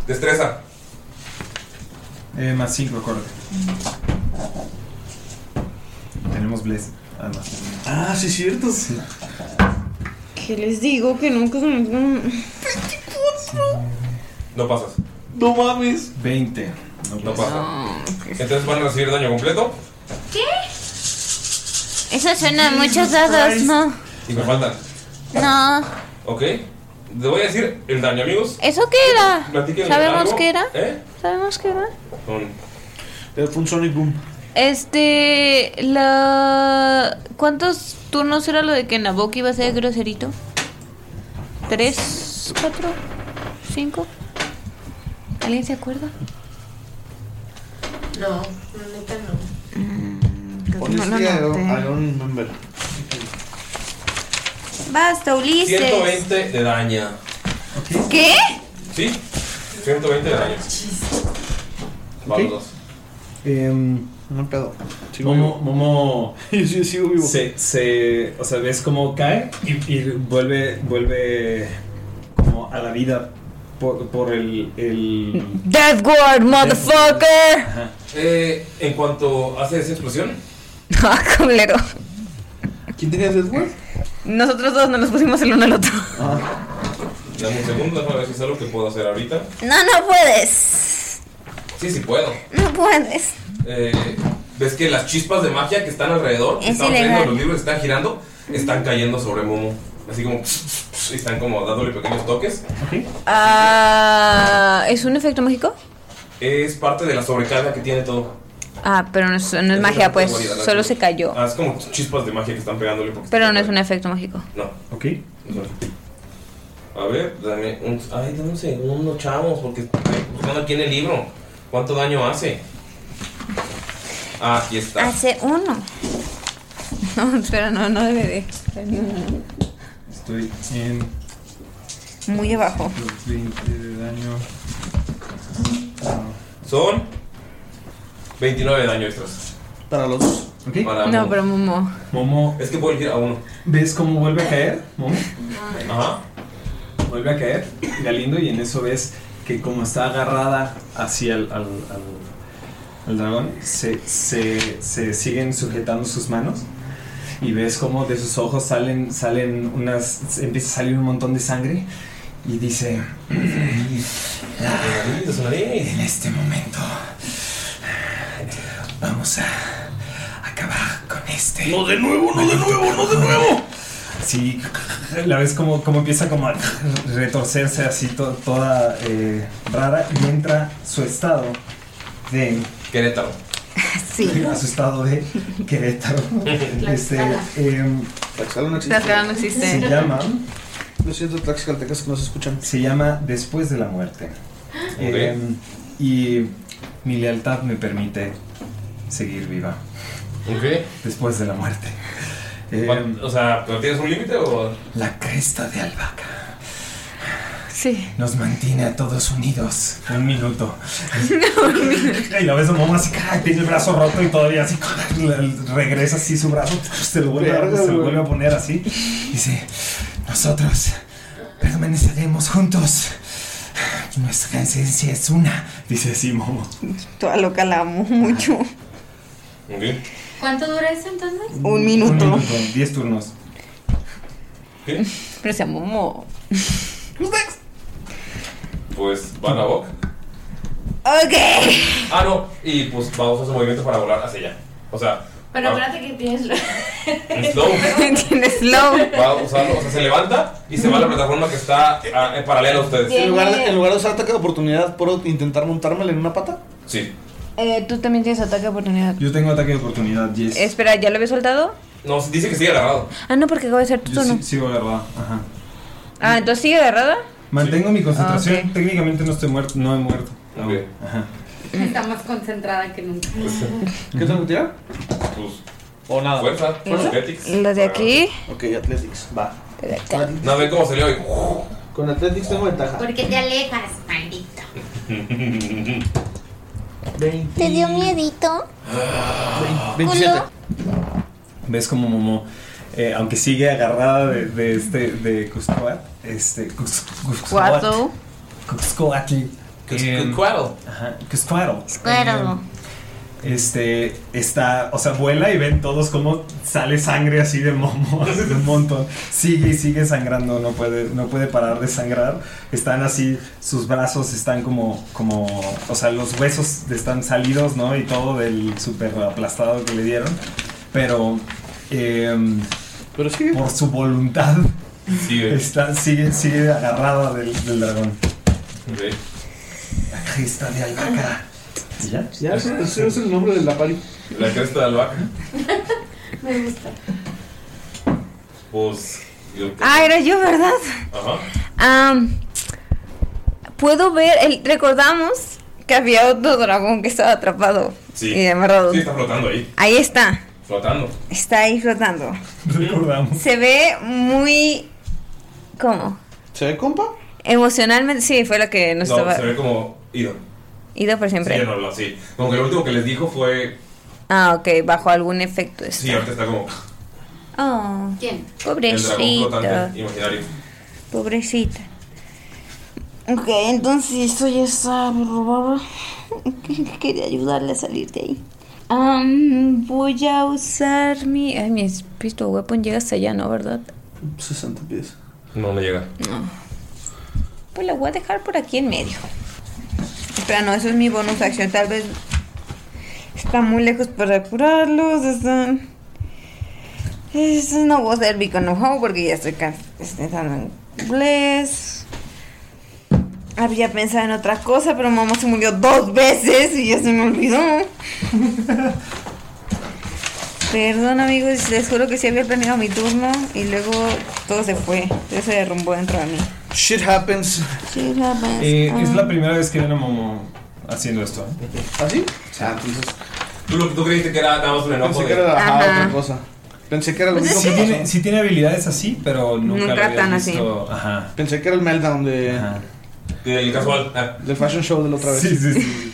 Speaker 2: Destreza.
Speaker 7: Eh, más 5, acuérdate. Tenemos Bless, además.
Speaker 3: Ah, sí, cierto. Sí.
Speaker 6: ¿Qué les digo? Que nunca se me...
Speaker 2: No pasas.
Speaker 3: No mames.
Speaker 7: 20. No,
Speaker 2: pasa.
Speaker 15: Ah,
Speaker 2: Entonces van a recibir daño completo.
Speaker 15: ¿Qué? Eso suena a muchos dados, ¿no?
Speaker 2: Y me faltan.
Speaker 15: No.
Speaker 2: Ok. Les voy a decir el daño, amigos.
Speaker 15: ¿Eso qué era?
Speaker 2: Platíquenme
Speaker 15: ¿Sabemos
Speaker 2: algo.
Speaker 15: qué era?
Speaker 2: ¿Eh?
Speaker 9: ¿Sabemos qué era?
Speaker 2: Con-
Speaker 3: Eh, Fue un Sonic Boom.
Speaker 9: Este, la... ¿Cuántos turnos era lo de que Nabok iba a ser groserito? ¿Tres? ¿Cuatro? ¿Cinco? ¿Alguien se acuerda?
Speaker 8: No, la neta no.
Speaker 15: Mm,
Speaker 3: Honestly, I don't- I don't remember.
Speaker 11: Basta, Ulises.
Speaker 2: 120 de daño.
Speaker 11: ¿Qué?
Speaker 2: ¿Sí? 120 de daño. Va los dos.
Speaker 3: no pedo.
Speaker 7: Momo, Momo Se, se, o sea, ves cómo cae y, y vuelve, vuelve como a la vida por, por el, el-
Speaker 9: Death Guard, motherfucker.
Speaker 2: Eh, en cuanto hace esa explosión,
Speaker 6: *laughs* Ah, culero.
Speaker 3: ¿Quién tenía Death Guard?
Speaker 6: Nosotros dos nos los pusimos el uno al otro.
Speaker 3: Ah.
Speaker 2: dame un segundo, déjame ver si es algo que puedo hacer ahorita.
Speaker 11: No, no puedes.
Speaker 2: Sí, sí puedo.
Speaker 11: No puedes.
Speaker 2: Eh, ves que las chispas de magia que están alrededor, que
Speaker 11: Es
Speaker 2: están
Speaker 11: ilegal.
Speaker 2: cayendo los libros, están girando, están cayendo sobre Momo. Así como y están como dándole pequeños toques.
Speaker 6: Ah, ¿Es un efecto mágico?
Speaker 2: Es parte de la sobrecarga que tiene todo.
Speaker 6: Ah, pero no es, no es magia, pues solo se cayó.
Speaker 2: Ah, es como chispas de magia que están pegándole porque
Speaker 6: Pero no es un efecto mágico.
Speaker 2: No.
Speaker 7: Ok.
Speaker 2: A ver, dame un. Ay, dame un segundo, chavos, porque estoy buscando aquí en el libro. ¿Cuánto daño hace? Ah, aquí está.
Speaker 11: Hace uno.
Speaker 6: No, espera, no, no debe de.
Speaker 7: Estoy en
Speaker 6: Muy abajo.
Speaker 7: los 20 de daño.
Speaker 2: Son 29 de daño extras.
Speaker 3: Para los dos.
Speaker 2: Para
Speaker 6: No,
Speaker 2: Momo.
Speaker 6: pero Momo.
Speaker 7: Momo.
Speaker 2: Es que puedo elegir a uno.
Speaker 7: ¿Ves cómo vuelve a caer? Momo?
Speaker 2: Ajá.
Speaker 7: Vuelve a caer Galindo y en eso ves que como está agarrada hacia el al, al- al dragón, se, se- se siguen sujetando sus manos y ves como de sus ojos salen, salen unas, empieza a salir un montón de sangre y dice... En este momento vamos a acabar con este. No de nuevo, no de nuevo, no de nuevo. Sí, la ves como, como empieza como a retorcerse así to- toda eh, rara y entra su estado de
Speaker 6: *laughs*
Speaker 2: Querétaro.
Speaker 7: Sí. A su estado de Querétaro. Este,
Speaker 6: Tlaxcala.
Speaker 7: em,
Speaker 6: Tlaxcala no existe.
Speaker 7: Se llama. Lo siento, Tlaxcaltecas que nos escuchan. Se llama Después de la muerte.
Speaker 2: Ok.
Speaker 7: Em, y mi lealtad me permite seguir viva.
Speaker 2: Ok.
Speaker 7: Después de la muerte. Eh,
Speaker 2: ¿Cuán- O sea, ¿pero tienes un límite o.?
Speaker 7: La cresta de albahaca
Speaker 6: Sí.
Speaker 7: nos mantiene a todos unidos. Un minuto. y la ves a Momo así, ¡ay! tiene el brazo roto y todavía así, regresa así su brazo, pues, se lo vuelve, a-
Speaker 3: Verga,
Speaker 7: se lo
Speaker 3: güey.
Speaker 7: vuelve a poner así. Dice, nosotros permaneceremos juntos. Nuestra esencia es una. Dice así Momo.
Speaker 6: Toda loca la amo mucho.
Speaker 5: ¿Cuánto dura eso entonces?
Speaker 6: Un minuto.
Speaker 7: Un minuto, 10 turnos.
Speaker 6: Pero se llama Momo.
Speaker 2: Pues van a Bok.
Speaker 6: Ok.
Speaker 2: Ah, no. Y pues vamos a hacer movimiento para volar hacia allá. O sea,
Speaker 8: Pero
Speaker 2: ah,
Speaker 7: *laughs*
Speaker 8: espérate que tienes.
Speaker 2: Slow.
Speaker 6: *laughs* Tiene slow.
Speaker 2: Va a usarlo, o sea, se levanta y se va a la plataforma que está ah, en paralela a ustedes.
Speaker 3: En lugar, de, en lugar de usar ataque de oportunidad, ¿puedo intentar montármela en una pata?
Speaker 2: Sí.
Speaker 18: Eh, Tú también tienes ataque de oportunidad.
Speaker 7: Yo tengo ataque de oportunidad, yes.
Speaker 18: Espera, ¿ya lo había soltado?
Speaker 2: No, dice que sigue agarrado.
Speaker 18: Ah, no, porque acaba de ser tu
Speaker 7: Yo
Speaker 18: turno.
Speaker 7: sí- sigo agarrado. Ajá.
Speaker 18: Ah, entonces sigue agarrada.
Speaker 7: Mantengo
Speaker 6: Ah,
Speaker 7: mi concentración. Técnicamente no estoy muerto. No he muerto. Ajá.
Speaker 5: Está más concentrada que nunca.
Speaker 3: ¿Qué tengo que tirar? o nada.
Speaker 2: Fuerza,
Speaker 3: ¿Fuerza?
Speaker 2: Athletics.
Speaker 18: Los de aquí.
Speaker 3: Ok, Athletics, va.
Speaker 2: No, ve cómo salió hoy.
Speaker 3: Con Athletics tengo ventaja.
Speaker 19: Porque te alejas, maldito.
Speaker 3: Vein-
Speaker 19: ¿Te dio miedito?
Speaker 7: 27. ¿Ves como Momo, eh, aunque sigue agarrada de, de este, de Cuscoat, este, Cus- Cuscoat,
Speaker 18: Cuatro.
Speaker 7: Cuscoatl, em, ajá, Cuscoatl,
Speaker 19: Cuervo.
Speaker 7: este, está, o sea, vuela y ven todos cómo sale sangre así de Momo, así de un montón, sigue y sigue sangrando, no puede, no puede parar de sangrar, están así, sus brazos están como, como, o sea, los huesos están salidos, ¿no? Y todo del super aplastado que le dieron, pero, em, por su voluntad, está- sigue, sigue agarrada del, del dragón. La cresta de albahaca. ¿Ya?
Speaker 20: Ya, ese ese es el nombre de la pari.
Speaker 2: La cresta de albahaca.
Speaker 8: Me gusta.
Speaker 2: Pues. yo-
Speaker 6: Ah, era yo, ¿verdad?
Speaker 2: Ajá.
Speaker 6: Am, Puedo ver, el, recordamos que había otro dragón que estaba atrapado
Speaker 2: Sí.
Speaker 6: y amarrado.
Speaker 2: Sí, está flotando ahí.
Speaker 6: Ahí está,
Speaker 2: Flotando.
Speaker 6: está ahí
Speaker 2: *laughs*
Speaker 6: flotando.
Speaker 7: Recordamos.
Speaker 6: Se ve muy... ¿Cómo?
Speaker 3: ¿Se ve compa?
Speaker 6: Emocionalmente, sí, fue lo que nos
Speaker 2: No,
Speaker 6: estaba...
Speaker 2: se ve como ido.
Speaker 6: Ido por
Speaker 2: Sí,
Speaker 6: siempre.
Speaker 2: ya no habló, sí. Como que lo último que les dijo fue.
Speaker 6: Ah, ok, bajo algún efecto. es-
Speaker 2: Sí, ahorita está como.
Speaker 6: Oh,
Speaker 5: ¿Quién?
Speaker 2: El dragón
Speaker 6: Pobrecita.
Speaker 2: flotante, imaginario.
Speaker 6: Pobrecita. Ok, entonces eso ya está robado. *laughs* Quería ayudarle a salir de ahí. Am, voy a usar mi. Ay, mi pistol weapon llega hasta allá, ¿no? ¿Verdad?
Speaker 3: 60 pies.
Speaker 2: No, no llega.
Speaker 6: Pues la voy a dejar por aquí en medio. Espera, no, eso es mi bonus acción. Tal vez está muy lejos para curarlos. Están... Es- no voy a hacer Beacon of Hope porque ya estoy pensando en Bless. Había pensado en otra cosa, pero mamá se murió dos veces y ya se me olvidó. Perdón amigos, les juro que sí había planeado mi turno y luego todo se fue, todo se derrumbó dentro de mí.
Speaker 3: Shit happens.
Speaker 6: Shit happens.
Speaker 7: Eh, es
Speaker 6: Ah.
Speaker 7: la primera vez que ven a Momo haciendo esto. ¿eh?
Speaker 3: ¿Ah, sí?
Speaker 2: Tú, lo- tú creíste que era nada más un enojo.
Speaker 3: Pensé
Speaker 2: de-
Speaker 3: que era ajá, otra cosa. Pensé que era lo
Speaker 7: Pues
Speaker 3: mismo
Speaker 7: sí
Speaker 3: que
Speaker 7: tiene-
Speaker 3: pasó.
Speaker 7: sí tiene habilidades así, pero nunca,
Speaker 3: Nunca
Speaker 7: lo habías
Speaker 3: tan así.
Speaker 7: visto. Ajá.
Speaker 3: Pensé que era el meltdown de.
Speaker 2: Del casual.
Speaker 3: Del fashion show de la otra vez.
Speaker 7: Sí, sí, sí.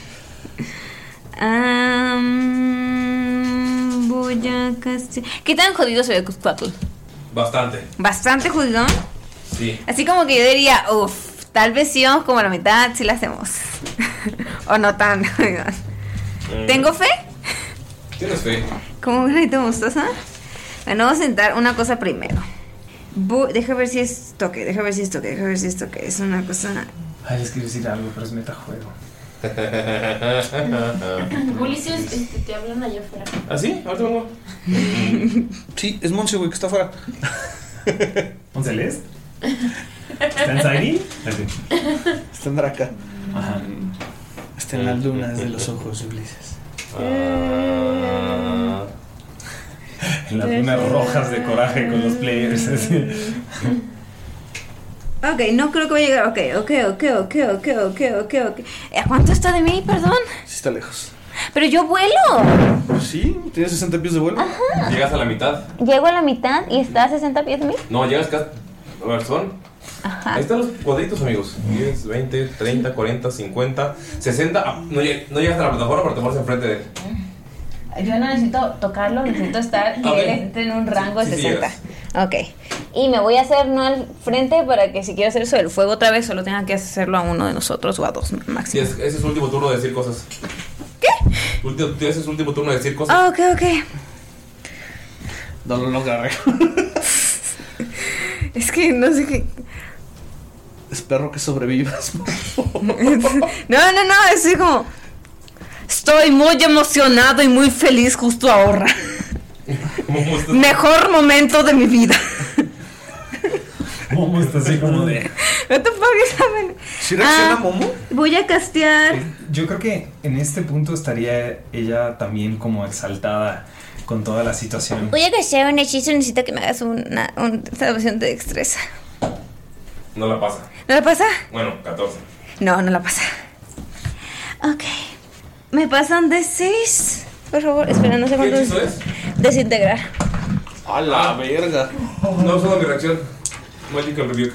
Speaker 6: Am, voy a castigar. ¿Qué tan jodido se ve Cuscuatl?
Speaker 2: Bastante.
Speaker 6: Bastante jodidón.
Speaker 2: Sí.
Speaker 6: Así como que yo diría, uff, tal vez sí vamos como a la mitad, sí la hacemos. *laughs* o no tan jodidón.
Speaker 2: Mm.
Speaker 6: ¿Tengo fe?
Speaker 2: Tienes fe.
Speaker 6: Como un granito de mostaza. Bueno, vamos a sentar una cosa primero. Bu- deja ver si es toque, deja ver si es toque, deja ver si es toque. Es una cosa.
Speaker 7: Ay, les quiero decir algo, pero es metajuego.
Speaker 2: *laughs*
Speaker 8: Ulises, este, te hablan allá afuera.
Speaker 2: ¿Ah, sí? Ahorita vengo.
Speaker 3: Sí, es Monse, güey, que está afuera.
Speaker 7: ¿Monse Lest? ¿Está en Zairi?
Speaker 3: Está en Draca.
Speaker 7: Ajá.
Speaker 3: Está en las lunas de los ojos, Ulises.
Speaker 7: En las lunas rojas de coraje con los players. así.
Speaker 6: Ok, no creo que va a llegar. Ok, ok, ok, ok, ok, ok, ok, ok. Eh, ¿A cuánto está de mí? Perdón.
Speaker 3: Sí, está lejos.
Speaker 6: Pero yo vuelo.
Speaker 3: Sí, tiene 60 pies de vuelo.
Speaker 2: Llegas a la mitad.
Speaker 6: Llego a la mitad y está a 60 pies de mí.
Speaker 2: No, llegas casi. A ver, son.
Speaker 6: Ah.
Speaker 2: Ahí están los cuadritos, amigos. 10, 20, 30, 40, 50, 60. Ah, No, lleg- no llegas a la plataforma para tomarse enfrente de él.
Speaker 6: Yo no necesito tocarlo, necesito estar que
Speaker 2: Ok.
Speaker 6: él esté en un rango de
Speaker 2: Sí, sí
Speaker 6: 60. ok. Y me voy a hacer no al frente para que si quiero hacer eso del fuego otra vez, solo tenga que hacerlo a uno de nosotros o a dos
Speaker 2: Sí,
Speaker 6: máximo.
Speaker 2: es- ese es su último turno de decir cosas. ¿Qué? ese es su último turno de decir cosas.
Speaker 6: Ah, ok, ok.
Speaker 3: No lo lograré.
Speaker 6: Es que no sé qué. *laughs*
Speaker 3: Espero
Speaker 21: *laughs*
Speaker 3: que sobrevivas.
Speaker 6: No, no, no, es así como. Estoy muy emocionado y muy feliz justo ahora. Mejor momento de mi vida. *laughs*
Speaker 7: Momo está así como de.
Speaker 6: No te pagues a
Speaker 7: ¿Sí reacciona Momo?
Speaker 6: Ah, Voy a castear.
Speaker 7: Yo creo que en este punto estaría ella también como exaltada con toda la situación.
Speaker 6: Voy a castear un hechizo. Necesito que me hagas una, una salvación de destreza.
Speaker 2: No la pasa.
Speaker 6: ¿No la pasa?
Speaker 2: Bueno, 14.
Speaker 6: No, no la pasa. Ok. Me pasan de 6. Por favor, espera, no sé cuánto.
Speaker 2: hechizo es?
Speaker 6: Desintegrar.
Speaker 2: A la verga. No usando mi reacción. Magical Rebuke.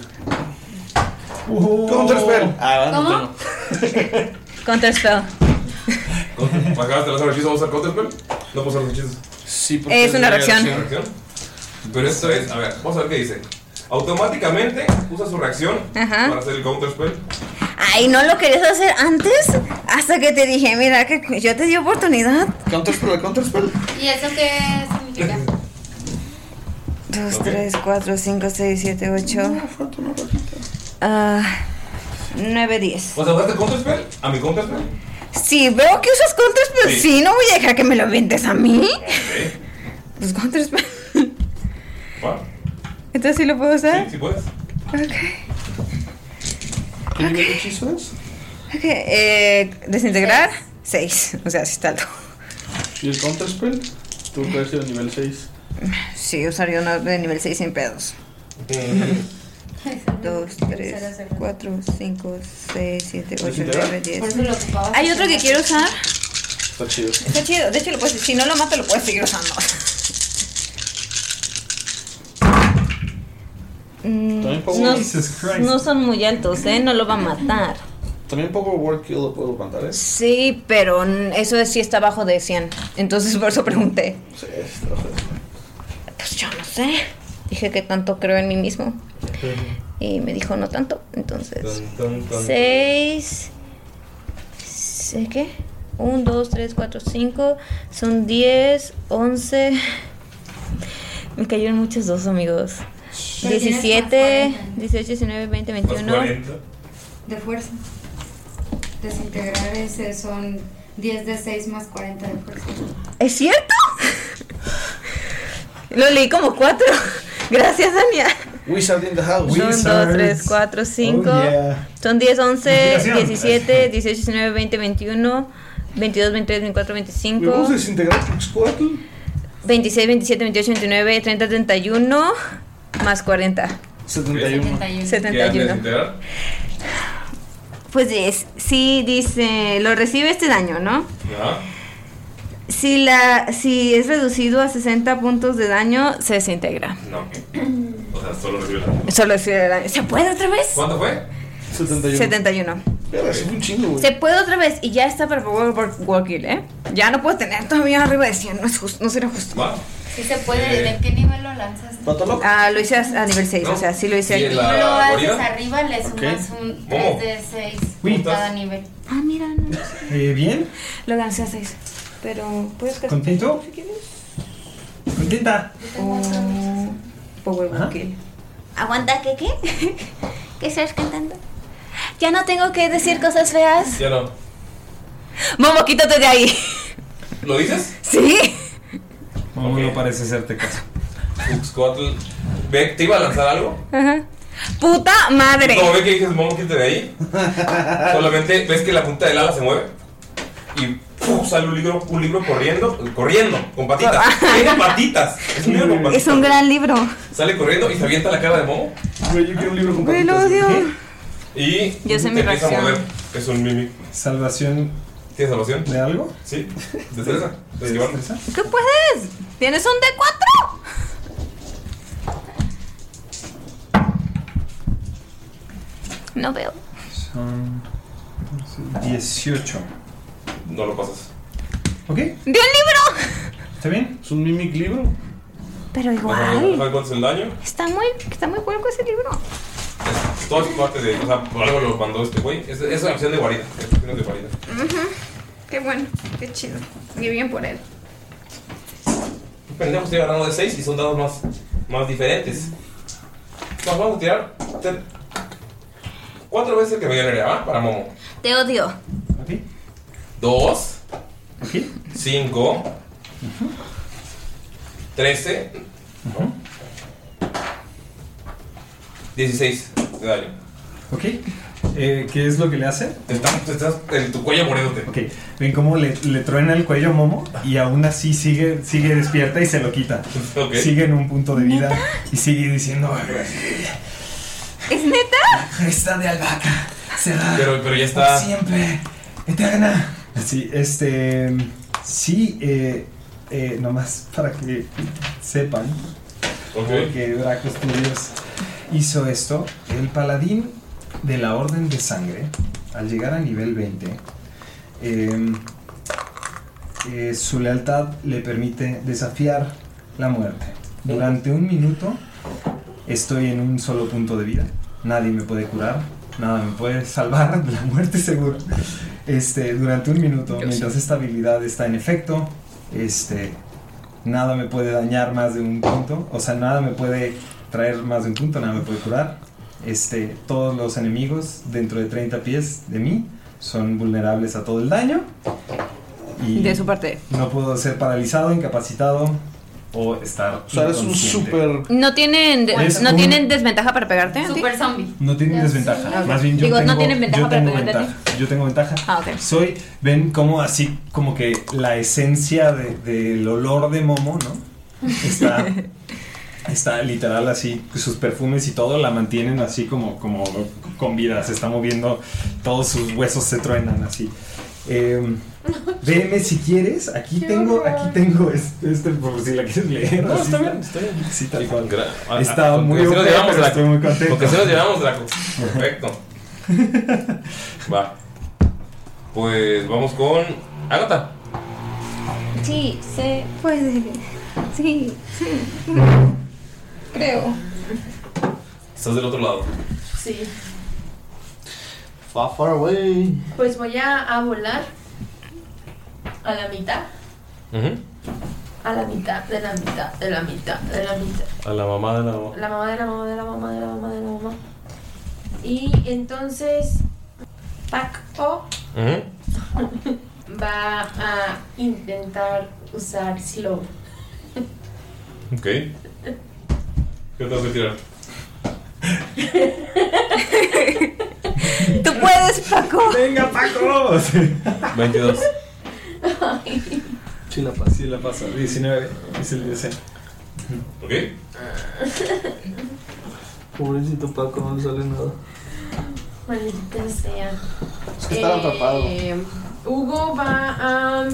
Speaker 3: Counter spell.
Speaker 2: Ah,
Speaker 6: ¿Cómo? *laughs*
Speaker 2: no
Speaker 6: Counter spell.
Speaker 2: tengo. Acabas de lanzar el hechizo, vamos a usar Counter spell. No puedo usar los hechizos. Sí,
Speaker 6: porque Es es una una reacción. reacción.
Speaker 2: Pero esto es, a ver, vamos a ver qué dice. Automáticamente usa su reacción
Speaker 6: Ajá.
Speaker 2: para hacer el counter spell.
Speaker 6: Ay, ¿no lo querías hacer antes? Hasta que te dije, mira, que yo te di oportunidad.
Speaker 3: Counterspell, counterspell.
Speaker 5: ¿Y eso qué significa?
Speaker 6: 2, 3, 4, 5, 6, 7, 8. Ah, 9, 10.
Speaker 2: O sea, usaste counter spell a mi counter spell.
Speaker 6: Si veo que usas counterspell, sí.
Speaker 2: Sí.
Speaker 6: no voy a dejar que me lo vendes a mí.
Speaker 2: Ok.
Speaker 6: Pues counterspell.
Speaker 2: Va.
Speaker 6: Entonces sí lo puedo usar.
Speaker 2: Sí, sí puedes.
Speaker 6: Ok.
Speaker 3: ¿Qué nivel de hechizo es?
Speaker 6: Ok, eh, desintegrar 6. O sea, sí está alto.
Speaker 21: ¿Y el counter spell? Tú puedes ir a nivel 6.
Speaker 6: Sí, usaría una de nivel 6 sin pedos. 2, 3, 4, 5, 6, 7, 8,
Speaker 21: ¿Desintegrar?
Speaker 6: 9,
Speaker 21: Por
Speaker 6: 10.
Speaker 21: eso
Speaker 6: Hay otro que quiero usar.
Speaker 21: Está chido.
Speaker 6: Está chido. De hecho, lo puedes, si no lo mato, lo puedes seguir usando.
Speaker 21: También puedo,
Speaker 13: No, no son muy altos, ¿eh? No lo va a matar.
Speaker 3: también puedo work kill lo puedo plantar, ¿eh?
Speaker 6: Sí, pero n- eso sí está abajo de 100. Entonces por eso pregunté.
Speaker 3: Sí, está
Speaker 6: Pues yo no sé. Dije que tanto creo en mí mismo. Y me dijo no tanto. Entonces. 6. ¿Qué? 1, 2, 3, 4, 5. Son 10, 11. Me cayeron muchos dos amigos.
Speaker 13: Pero tienes más
Speaker 6: 17, 18, 19, 20,
Speaker 13: Más
Speaker 6: 21.
Speaker 5: De fuerza. Desintegrar ese son 10 de 6 más 40 de fuerza.
Speaker 6: ¿Es cierto? Lo leí como cuatro. *laughs* Gracias, Dania.
Speaker 3: Wizard in the house.
Speaker 6: Son 2, 3, 4, 5.
Speaker 3: Oh, yeah.
Speaker 6: Son 10, 11,
Speaker 3: Inspiración.
Speaker 6: 17, 18, 19, 20, 21, 22, 23, 24, 25.
Speaker 3: Vamos a desintegrar Squirtle.
Speaker 6: 26, 27, 28, 29, 30, 31. Más 40.
Speaker 3: 71.
Speaker 2: ¿Qué antes de
Speaker 6: 71.
Speaker 2: enterar?
Speaker 6: Pues es, sí, dice, lo recibe este daño, ¿no?
Speaker 2: Ajá.
Speaker 6: Si, la, si es reducido a 60 puntos de daño, se desintegra.
Speaker 2: No, ok. O sea, solo recibe la.
Speaker 6: Solo recibe el daño. ¿Se puede otra vez?
Speaker 2: ¿Cuánto fue?
Speaker 6: 71.
Speaker 3: Es un chingo, güey.
Speaker 6: Se puede otra vez y ya está, por favor, work, work kill, ¿eh? Ya no puedo tener todavía arriba de 100, no, es justo, no será justo.
Speaker 2: Va.
Speaker 5: Si se puede,
Speaker 7: Eh,
Speaker 5: ¿de qué nivel lo lanzas?
Speaker 6: Ah, lo hice a, a nivel 6, o sea, sí lo hice
Speaker 5: Si
Speaker 6: aquí.
Speaker 5: tú lo haces arriba, le
Speaker 6: Ok.
Speaker 5: sumas un
Speaker 2: Oh.
Speaker 6: Momo.
Speaker 5: 3 de 6
Speaker 6: Uy.
Speaker 5: por cada nivel.
Speaker 6: Ah, mira, no.
Speaker 7: Eh, bien,
Speaker 6: Lo gané a 6. Pero, ¿puedes casar?
Speaker 7: ¿Contento? contenta.
Speaker 6: O Power Work Kill.
Speaker 13: Aguanta, ¿qué qué?
Speaker 6: *laughs*
Speaker 13: ¿Qué estás cantando? Ya no tengo que decir cosas feas.
Speaker 2: Ya no.
Speaker 6: Momo, quítate de ahí.
Speaker 2: ¿Lo dices?
Speaker 6: *laughs* Sí.
Speaker 7: Momo no parece hacerte caso.
Speaker 2: Uxcotl. Ve, ¿Te iba a lanzar algo?
Speaker 6: Ajá. Puta Ah, madre.
Speaker 2: Como ve que dices, Momo, quítate de
Speaker 6: *laughs*
Speaker 2: ahí. Solamente ves que la punta del ala se mueve. Y ¡puf! sale un libro, un libro corriendo, corriendo, con patitas. Tiene patitas. Es un libro con patitas.
Speaker 6: Ah. Es un gran libro.
Speaker 2: Sale corriendo y se avienta la cara de Momo.
Speaker 3: Güey, yo quiero un libro con
Speaker 6: Güey, lo odio.
Speaker 2: Y
Speaker 6: Yo sé mi
Speaker 2: empieza a
Speaker 6: reacción.
Speaker 2: mover. Es un mimic.
Speaker 7: Salvación.
Speaker 2: ¿Tienes salvación?
Speaker 7: ¿De algo?
Speaker 2: Sí. Destreza. Destreza.
Speaker 6: ¿Qué puedes? ¿Tienes un D4? No veo.
Speaker 7: Son 18.
Speaker 2: No lo pasas.
Speaker 6: ¡De un libro!
Speaker 7: ¿Está bien?
Speaker 21: Es un mimic libro.
Speaker 6: Pero
Speaker 2: Ajá,
Speaker 6: igual.
Speaker 2: ajá, ¿Cuánto es el daño?
Speaker 6: Está muy, está muy hueco ese libro.
Speaker 2: Todo es parte de. O sea, por algo lo mandó este güey. Es, es la opción de guarida. Es opción de guarida.
Speaker 6: Ujú. Qué bueno, qué chido. Y bien por él.
Speaker 2: Pendejo, estoy agarrando de 6 y son dados más, más diferentes. Nos vamos a tirar te- cuatro veces el que me dio el área, ¿va? Para Momo.
Speaker 6: Te odio.
Speaker 2: Dos. Cinco. 13. ¿no? 16 de daño.
Speaker 7: Ok. Eh, ¿Qué es lo que le hace?
Speaker 2: Te estás, te estás, el- tu cuello muriéndote.
Speaker 7: Ok. Ven cómo le, le truena el cuello a Momo y aún así sigue, sigue despierta y se lo quita.
Speaker 2: *laughs* Ok.
Speaker 7: Sigue en un punto de vida y sigue diciendo.
Speaker 15: ¿Es neta?
Speaker 17: Esta de albahaca será.
Speaker 7: Pero- pero ya
Speaker 17: por
Speaker 7: está.
Speaker 17: Siempre. Eterna.
Speaker 7: Sí, este. Sí, eh, eh, nomás para que sepan. Porque Draco Studios hizo esto. El paladín de la Orden de Sangre, al llegar a nivel 20, eh, eh, su lealtad le permite desafiar la muerte. Durante un minuto estoy en un solo punto de vida. Nadie me puede curar. Nada me puede salvar *laughs* de la muerte seguro. Este, durante un minuto,
Speaker 17: Yo
Speaker 7: mientras
Speaker 17: sí.
Speaker 7: esta habilidad está en efecto, este, nada me puede dañar más de un punto. O sea, nada me puede traer más de un punto, nada me puede curar. Este, todos los enemigos dentro de 30 pies de mí son vulnerables a todo el daño. Y
Speaker 6: De su parte.
Speaker 7: no puedo ser paralizado, incapacitado o estar.
Speaker 3: O sea, eres un
Speaker 7: súper.
Speaker 6: ¿No tienen,
Speaker 7: Es
Speaker 6: ¿no
Speaker 7: un-
Speaker 6: tienen desventaja para pegarte? Super
Speaker 5: zombie.
Speaker 7: No tienen desventaja.
Speaker 6: Ok.
Speaker 7: Más bien yo
Speaker 6: Digo, no
Speaker 7: tengo,
Speaker 6: tienen ventaja
Speaker 7: yo
Speaker 6: para
Speaker 7: tengo
Speaker 6: pegarte a ti.
Speaker 7: ventaja. Yo tengo ventaja.
Speaker 6: Ah, ok.
Speaker 7: Soy, ven como así, como que la esencia de- del olor de Momo, ¿no? Está, está literal así, sus perfumes y todo la mantienen así como, como con vida, se está moviendo, todos sus huesos se truenan así.
Speaker 6: *laughs*
Speaker 7: Eh, veme si quieres, aquí tengo, aquí tengo este, este, por si la quieres leer.
Speaker 2: No,
Speaker 7: así
Speaker 2: está bien,
Speaker 7: está bien. Sí, tal cual.
Speaker 2: Ah,
Speaker 7: Está
Speaker 2: ah, con
Speaker 7: muy
Speaker 2: que sí nos
Speaker 7: OP,
Speaker 2: llevamos,
Speaker 7: pero
Speaker 2: Draco.
Speaker 7: estoy muy contento.
Speaker 2: Con que sí nos llevamos, Draco. Perfecto. Va. Pues vamos con Agatha.
Speaker 15: Sí, se puede. Sí, sí. Creo.
Speaker 2: Estás del otro lado.
Speaker 8: Sí.
Speaker 3: Far, far away.
Speaker 8: Pues voy a, a volar a la mitad, a la mitad, de la mitad, de la mitad, de la mitad.
Speaker 2: A la mamá de la mamá.
Speaker 8: La mamá de la mamá de la mamá de la mamá de la mamá. Y entonces Pac O va a intentar usar slow.
Speaker 2: Ok. ¿Qué tengo que tirar?
Speaker 6: ¡Tú puedes, Paco!
Speaker 7: ¡Venga, Paco!
Speaker 2: 22.
Speaker 7: Sí la pasa. Sí la pasa. 19 es el DC.
Speaker 2: Ok.
Speaker 3: Pobrecito Paco, no le sale nada.
Speaker 8: Maldita sea. Eh,
Speaker 3: Es que estaba atrapado.
Speaker 8: Hugo va a.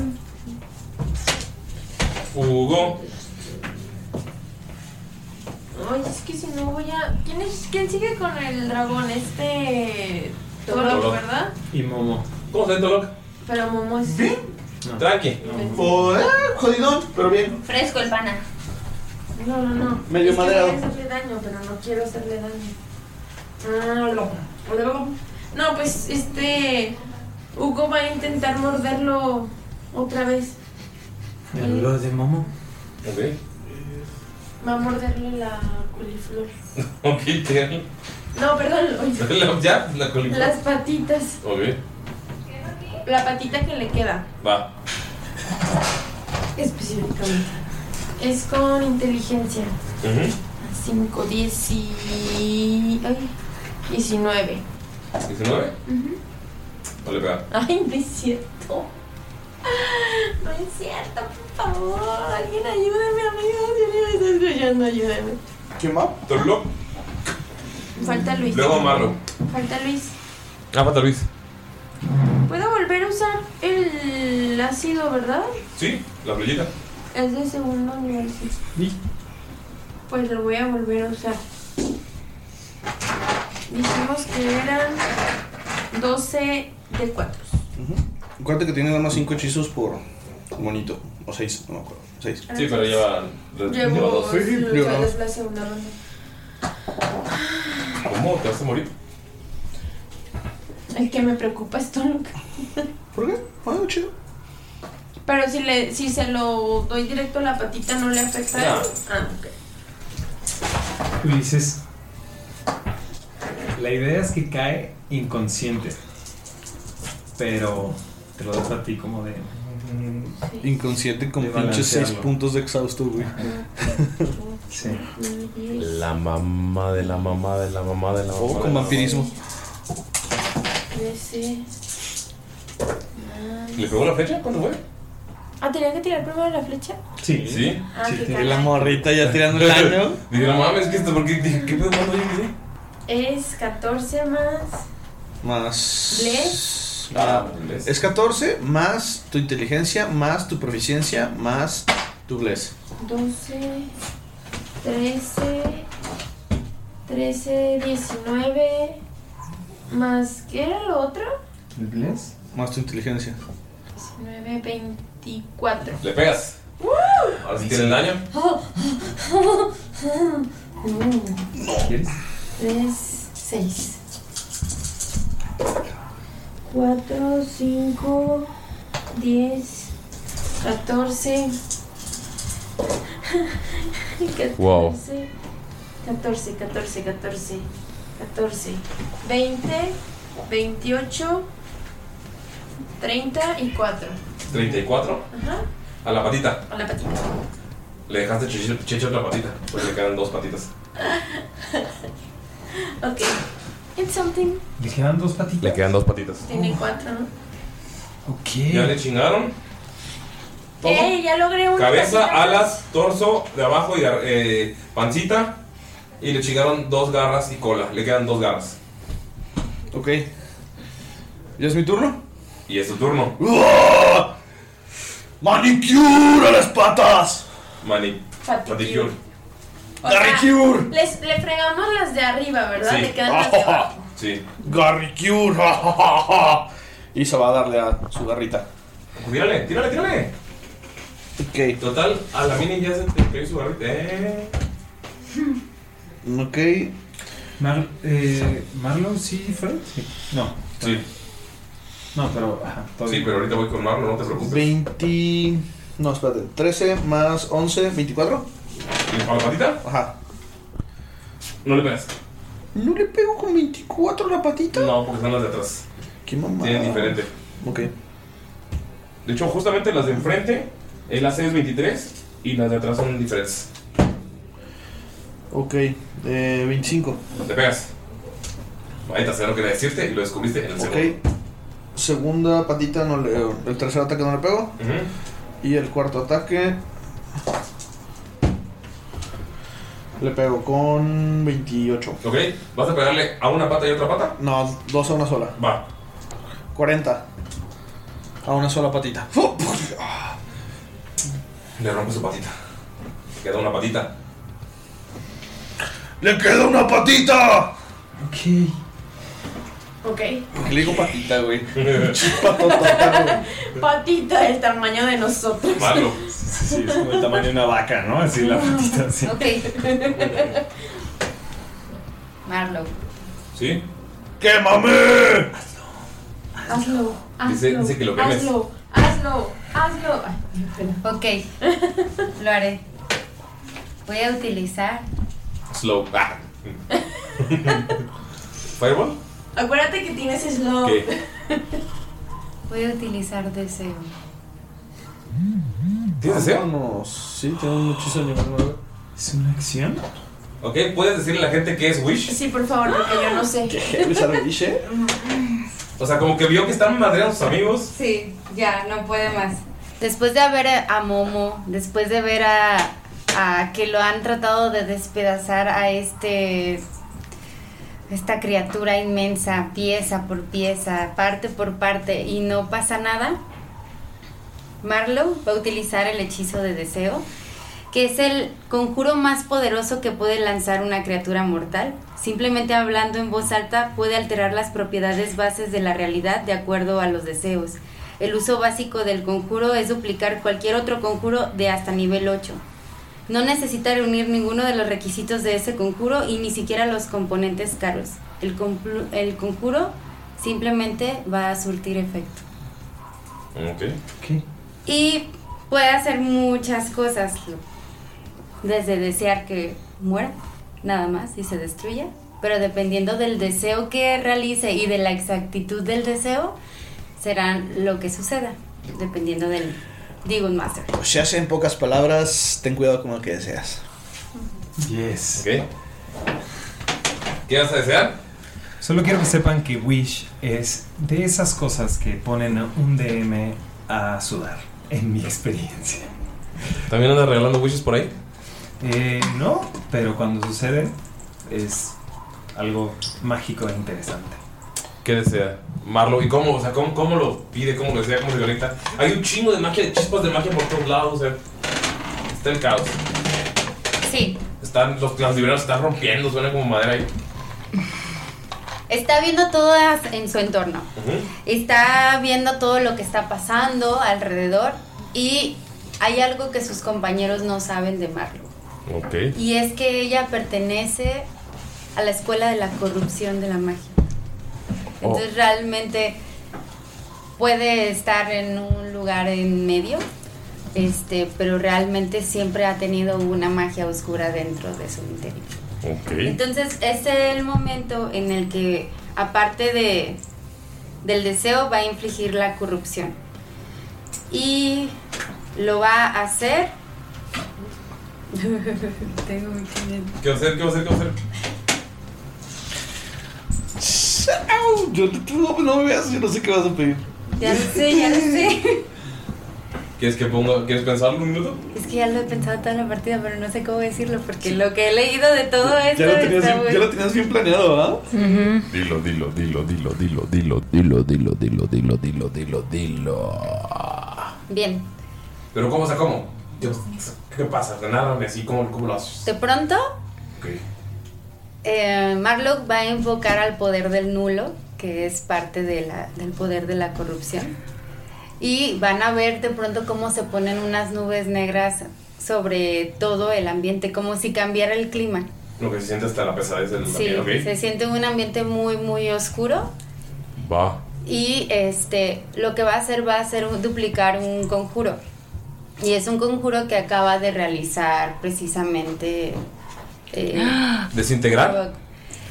Speaker 2: Hugo.
Speaker 8: Ay, es que si no voy a. ¿Quién, es- quién sigue con el dragón? Este. Tolok,
Speaker 2: Tolok.
Speaker 8: ¿verdad?
Speaker 7: Y Momo.
Speaker 2: ¿Cómo se ve Tolok?
Speaker 8: Pero Momo es.
Speaker 2: Tranqui.
Speaker 3: Oh, eh, jodidón, pero bien.
Speaker 8: Fresco el pana. No, no, no.
Speaker 3: Medio
Speaker 8: es que
Speaker 3: madreado.
Speaker 8: voy a hacerle daño, pero no quiero hacerle daño. Ah, lo- lo- No, pues este. Hugo va a intentar morderlo otra vez.
Speaker 7: El olor de Momo.
Speaker 2: Ok.
Speaker 8: Va a morderle la coliflor.
Speaker 2: *laughs* Ok, tíralo.
Speaker 8: No, perdón.
Speaker 2: La- Ya, la colita.
Speaker 8: Las patitas.
Speaker 2: Ok,
Speaker 8: La patita que le queda.
Speaker 2: va.
Speaker 8: Específicamente. Es con inteligencia.
Speaker 2: Ujú.
Speaker 8: 5, 10 y. Ay, 19.
Speaker 2: 19.
Speaker 8: Ujú.
Speaker 2: No le pega.
Speaker 8: Ay, no es cierto. No es cierto, por favor. Alguien ayúdeme, amigos. Yo le estoy escuchando, ayúdeme.
Speaker 3: ¿Quién va?
Speaker 2: Tolok.
Speaker 8: Falta Luis.
Speaker 2: Luego Marlo.
Speaker 8: Falta Luis.
Speaker 2: Ah, falta Luis.
Speaker 8: Puedo volver a usar el ácido, ¿verdad?
Speaker 2: Sí, la flechita.
Speaker 8: Es de segundo nivel, sí.
Speaker 2: Sí.
Speaker 8: Pues lo voy a volver a usar. Dijimos que eran 12 de 4.
Speaker 3: Acuérdate que tiene nada más 5 hechizos por monito. O 6, no me acuerdo. 6.
Speaker 8: Sí, pero
Speaker 2: lleva-
Speaker 8: Llevo
Speaker 3: dos. Sí, sí, lleva
Speaker 8: tal
Speaker 3: dos.
Speaker 8: vez la segunda ronda.
Speaker 2: ¿Cómo? ¿Te vas a morir?
Speaker 8: El que me preocupa es Tolok.
Speaker 3: ¿Por qué? Bueno, chido.
Speaker 8: Pero si, le, si se lo doy directo a la patita, ¿no le afecta?
Speaker 7: No.
Speaker 8: Ah, ok.
Speaker 7: Ulises. La idea es que cae inconsciente. Pero te lo dejo a ti como de. mm,
Speaker 3: Inconsciente con
Speaker 7: De
Speaker 3: pinches
Speaker 7: balancearlo.
Speaker 3: 6 puntos de exhausto, güey.
Speaker 7: Sí.
Speaker 13: La mamá de la mamá de la mamá de la mamá.
Speaker 3: O con vampirismo.
Speaker 2: ¿Le pegó la flecha? ¿Cuándo fue?
Speaker 8: Ah, tenía que tirar primero la flecha.
Speaker 3: Sí. Sí.
Speaker 8: Ah, qué
Speaker 3: tiene
Speaker 8: caray.
Speaker 3: la morrita ya tirando el *laughs* daño.
Speaker 2: *laughs* Dije, no mames, ¿qué, esto? ¿Por qué, qué pedo mando yo?
Speaker 8: Es 14 más.
Speaker 3: Más.
Speaker 8: Bless.
Speaker 3: Ah, es 14 más tu inteligencia, más tu proficiencia, más tu bless.
Speaker 8: 12, 13, 13, 19, más, ¿qué era lo otro?
Speaker 3: ¿El bless? Más tu inteligencia.
Speaker 8: 19, 24.
Speaker 2: ¿Le pegas?
Speaker 8: ¡Woo!
Speaker 2: Ahora sí tiene el daño.
Speaker 8: ¿Quieres? 3, 6. 4, 5, 10, *laughs* 14. 14,
Speaker 13: Wow.
Speaker 8: 14, 14, 14, 14, 20, 28, 30 y 4.
Speaker 2: 34.
Speaker 8: Ajá,
Speaker 2: A la patita.
Speaker 8: a la patita.
Speaker 2: Le dejaste chichar chichar la patita. Pues le quedan dos patitas.
Speaker 8: Ok, it's something.
Speaker 2: Le quedan dos patitas. Le quedan dos patitas.
Speaker 8: Tiene 4, ¿no?
Speaker 2: Ya le chingaron. Todo.
Speaker 8: ¡Ey! Ya logré una.
Speaker 2: Cabeza,
Speaker 8: patita.
Speaker 2: alas, torso de abajo y gar- eh, pancita. Y le chingaron dos garras y cola. Le quedan dos garras.
Speaker 3: Ok. ¿Ya es mi turno?
Speaker 2: Y es tu turno.
Speaker 3: ¡Uah! ¡Manicure a las patas!
Speaker 2: Mani. Manicure.
Speaker 3: ¡Garricure!
Speaker 8: Les, le fregamos las de arriba, ¿verdad?
Speaker 3: Sí.
Speaker 8: Le quedan las
Speaker 3: *laughs*
Speaker 8: de abajo.
Speaker 2: Sí.
Speaker 3: ¡Garricure! ja, ja, ja, ja. *laughs* Y se va a darle a su garrita.
Speaker 2: Tírale, tírale, tírale.
Speaker 3: Ok.
Speaker 2: Total, a la mini ya se te pegó su garrita. Eh.
Speaker 3: Ok.
Speaker 7: Mar- eh, ¿Marlow sí fue? Sí. No.
Speaker 2: Sí.
Speaker 7: No, pero. Ajá, todavía.
Speaker 2: Sí, pero ahorita voy con Marlo, no te preocupes.
Speaker 3: 20. No, espérate. 13 más 11, 24.
Speaker 2: ¿Y a la patita?
Speaker 3: Ajá.
Speaker 2: No le pegas.
Speaker 3: ¿No le pego con 24 la patita?
Speaker 2: No, porque están las de atrás.
Speaker 3: ¿Qué mamá?
Speaker 2: Tienen diferente.
Speaker 3: Ok.
Speaker 2: De hecho, justamente las de enfrente, el AC es 23 y las de atrás son diferentes.
Speaker 3: Ok. Eh, 25.
Speaker 2: Te pegas. Ahí te hace lo que quería decirte y lo descubriste en el
Speaker 3: Ok.
Speaker 2: segundo.
Speaker 3: Segunda patita no le. eh, El tercer ataque no le pego. Y el cuarto ataque. Le pego con 28.
Speaker 2: Ok, vas a pegarle a una pata y a otra pata.
Speaker 3: No, dos a una sola.
Speaker 2: Va.
Speaker 3: 40. A una sola
Speaker 2: *laughs*
Speaker 3: patita. Ah,
Speaker 2: Le rompe su patita. Le queda una patita.
Speaker 3: ¡Le queda una patita!
Speaker 7: Ok.
Speaker 8: Ok.
Speaker 3: Le digo patita,
Speaker 2: *laughs*
Speaker 3: güey.
Speaker 8: Patita del tamaño de nosotros.
Speaker 7: Marlo. Sí, sí, es como el tamaño de una vaca, ¿no? Así
Speaker 8: *laughs*
Speaker 7: la patita,
Speaker 5: *laughs*
Speaker 7: sí.
Speaker 5: Ok. Marlow.
Speaker 2: ¿Sí?
Speaker 3: ¡Quémame!
Speaker 8: Hazlo. Hazlo.
Speaker 2: Dice- dice que lo quemes.
Speaker 8: Hazlo. Hazlo. Hazlo. Ay, me pela.
Speaker 5: Ok,
Speaker 8: *laughs*
Speaker 5: lo haré. Voy a utilizar.
Speaker 2: Slow. Ah. ¿Fireball?
Speaker 8: Acuérdate que tienes slow. *laughs*
Speaker 2: ¿Qué?
Speaker 5: Voy a utilizar deseo.
Speaker 2: ¿Tienes deseo?
Speaker 3: No, sí, tengo muchísimo nivel nueve.
Speaker 7: ¿Es una acción?
Speaker 2: Ok, puedes decirle a la gente que es Wish.
Speaker 8: Sí, por favor, porque yo no sé. *laughs*
Speaker 2: eh? O sea, como que vio que están madreados sus amigos.
Speaker 5: Sí, ya, no puede más. Después de haber eh, a Momo, después de ver a, a que lo han tratado de despedazar a este esta criatura inmensa, pieza por pieza, parte por parte, y no pasa nada, Marlow va a utilizar el hechizo de deseo, que es el conjuro más poderoso que puede lanzar una criatura mortal. Simplemente hablando en voz alta puede alterar las propiedades bases de la realidad de acuerdo a los deseos. El uso básico del conjuro es duplicar cualquier otro conjuro de hasta nivel 8. No necesita reunir ninguno de los requisitos de ese conjuro y ni siquiera los componentes caros. El, complu- el conjuro simplemente va a surtir efecto.
Speaker 2: Ok.
Speaker 5: Y puede hacer muchas cosas. Desde desear que muera, nada más, y se destruya. Pero dependiendo del deseo que realice y de la exactitud del deseo, serán lo que suceda. Dependiendo del Demon Master.
Speaker 3: O sea, en pocas palabras, ten cuidado con lo que deseas.
Speaker 7: Yes.
Speaker 2: ¿Qué vas a desear?
Speaker 7: Solo quiero que sepan que Wish es de esas cosas que ponen a un DM a sudar, en mi experiencia.
Speaker 2: ¿También andas regalando wishes por ahí?
Speaker 7: Eh, no, pero cuando sucede es algo mágico e interesante.
Speaker 2: ¿Qué desea? Marlo, ¿y cómo? O sea, ¿cómo, cómo lo pide? ¿Cómo lo desea? ¿Cómo se conecta? Hay un chingo de magia, de chispas de magia por todos lados, o sea, está el caos.
Speaker 5: Sí.
Speaker 2: Están, los, las libreras están rompiendo, suena como madera ahí.
Speaker 5: Está viendo todas en su entorno.
Speaker 2: Ujú.
Speaker 5: Está viendo todo lo que está pasando alrededor y hay algo que sus compañeros no saben de Marlo.
Speaker 2: Ok.
Speaker 5: Y es que ella pertenece a la escuela de la corrupción de la magia. Entonces realmente puede estar en un lugar en medio, este, pero realmente siempre ha tenido una magia oscura dentro de su interior.
Speaker 2: Ok.
Speaker 5: Entonces es el momento en el que, aparte de, del deseo, va a infligir la corrupción. Y lo va a hacer... *laughs* Tengo mi cliente.
Speaker 2: ¿Qué va a hacer? ¿Qué va a hacer? ¿Qué va a hacer?
Speaker 3: Au, Yo tú no, no me veas, yo no sé qué vas a pedir.
Speaker 5: Ya lo sé, ya lo sé.
Speaker 2: ¿Quieres que ponga, quieres pensarlo un minuto?
Speaker 5: Es que ya lo he pensado toda la partida, pero no sé cómo decirlo, porque lo que he leído de todo esto
Speaker 3: Ya lo tenías,
Speaker 5: está
Speaker 3: bien, ya lo
Speaker 5: bueno.
Speaker 3: tenías bien planeado, ¿verdad?
Speaker 5: Ujú.
Speaker 13: Dilo, dilo, dilo, dilo, dilo, dilo, dilo, dilo, dilo, dilo, dilo, dilo, dilo.
Speaker 5: Bien,
Speaker 2: Pero ¿cómo? O sea, ¿cómo? Dios, ¿Qué pasa? Ganárame así, ¿cómo, ¿cómo lo haces?
Speaker 5: de pronto
Speaker 2: Ok.
Speaker 5: eh, Marlock va a invocar al poder del nulo, que es parte de la- del poder de la corrupción. Y van a ver de pronto cómo se ponen unas nubes negras sobre todo el ambiente, como si cambiara el clima.
Speaker 2: Lo que se siente hasta la pesadez del
Speaker 5: Sí,
Speaker 2: ok.
Speaker 5: se siente un ambiente muy, muy oscuro.
Speaker 2: Va.
Speaker 5: Y este, lo que va a hacer va a ser un- duplicar un conjuro. Y es un conjuro que acaba de realizar precisamente. eh,
Speaker 2: ¿Desintegrar?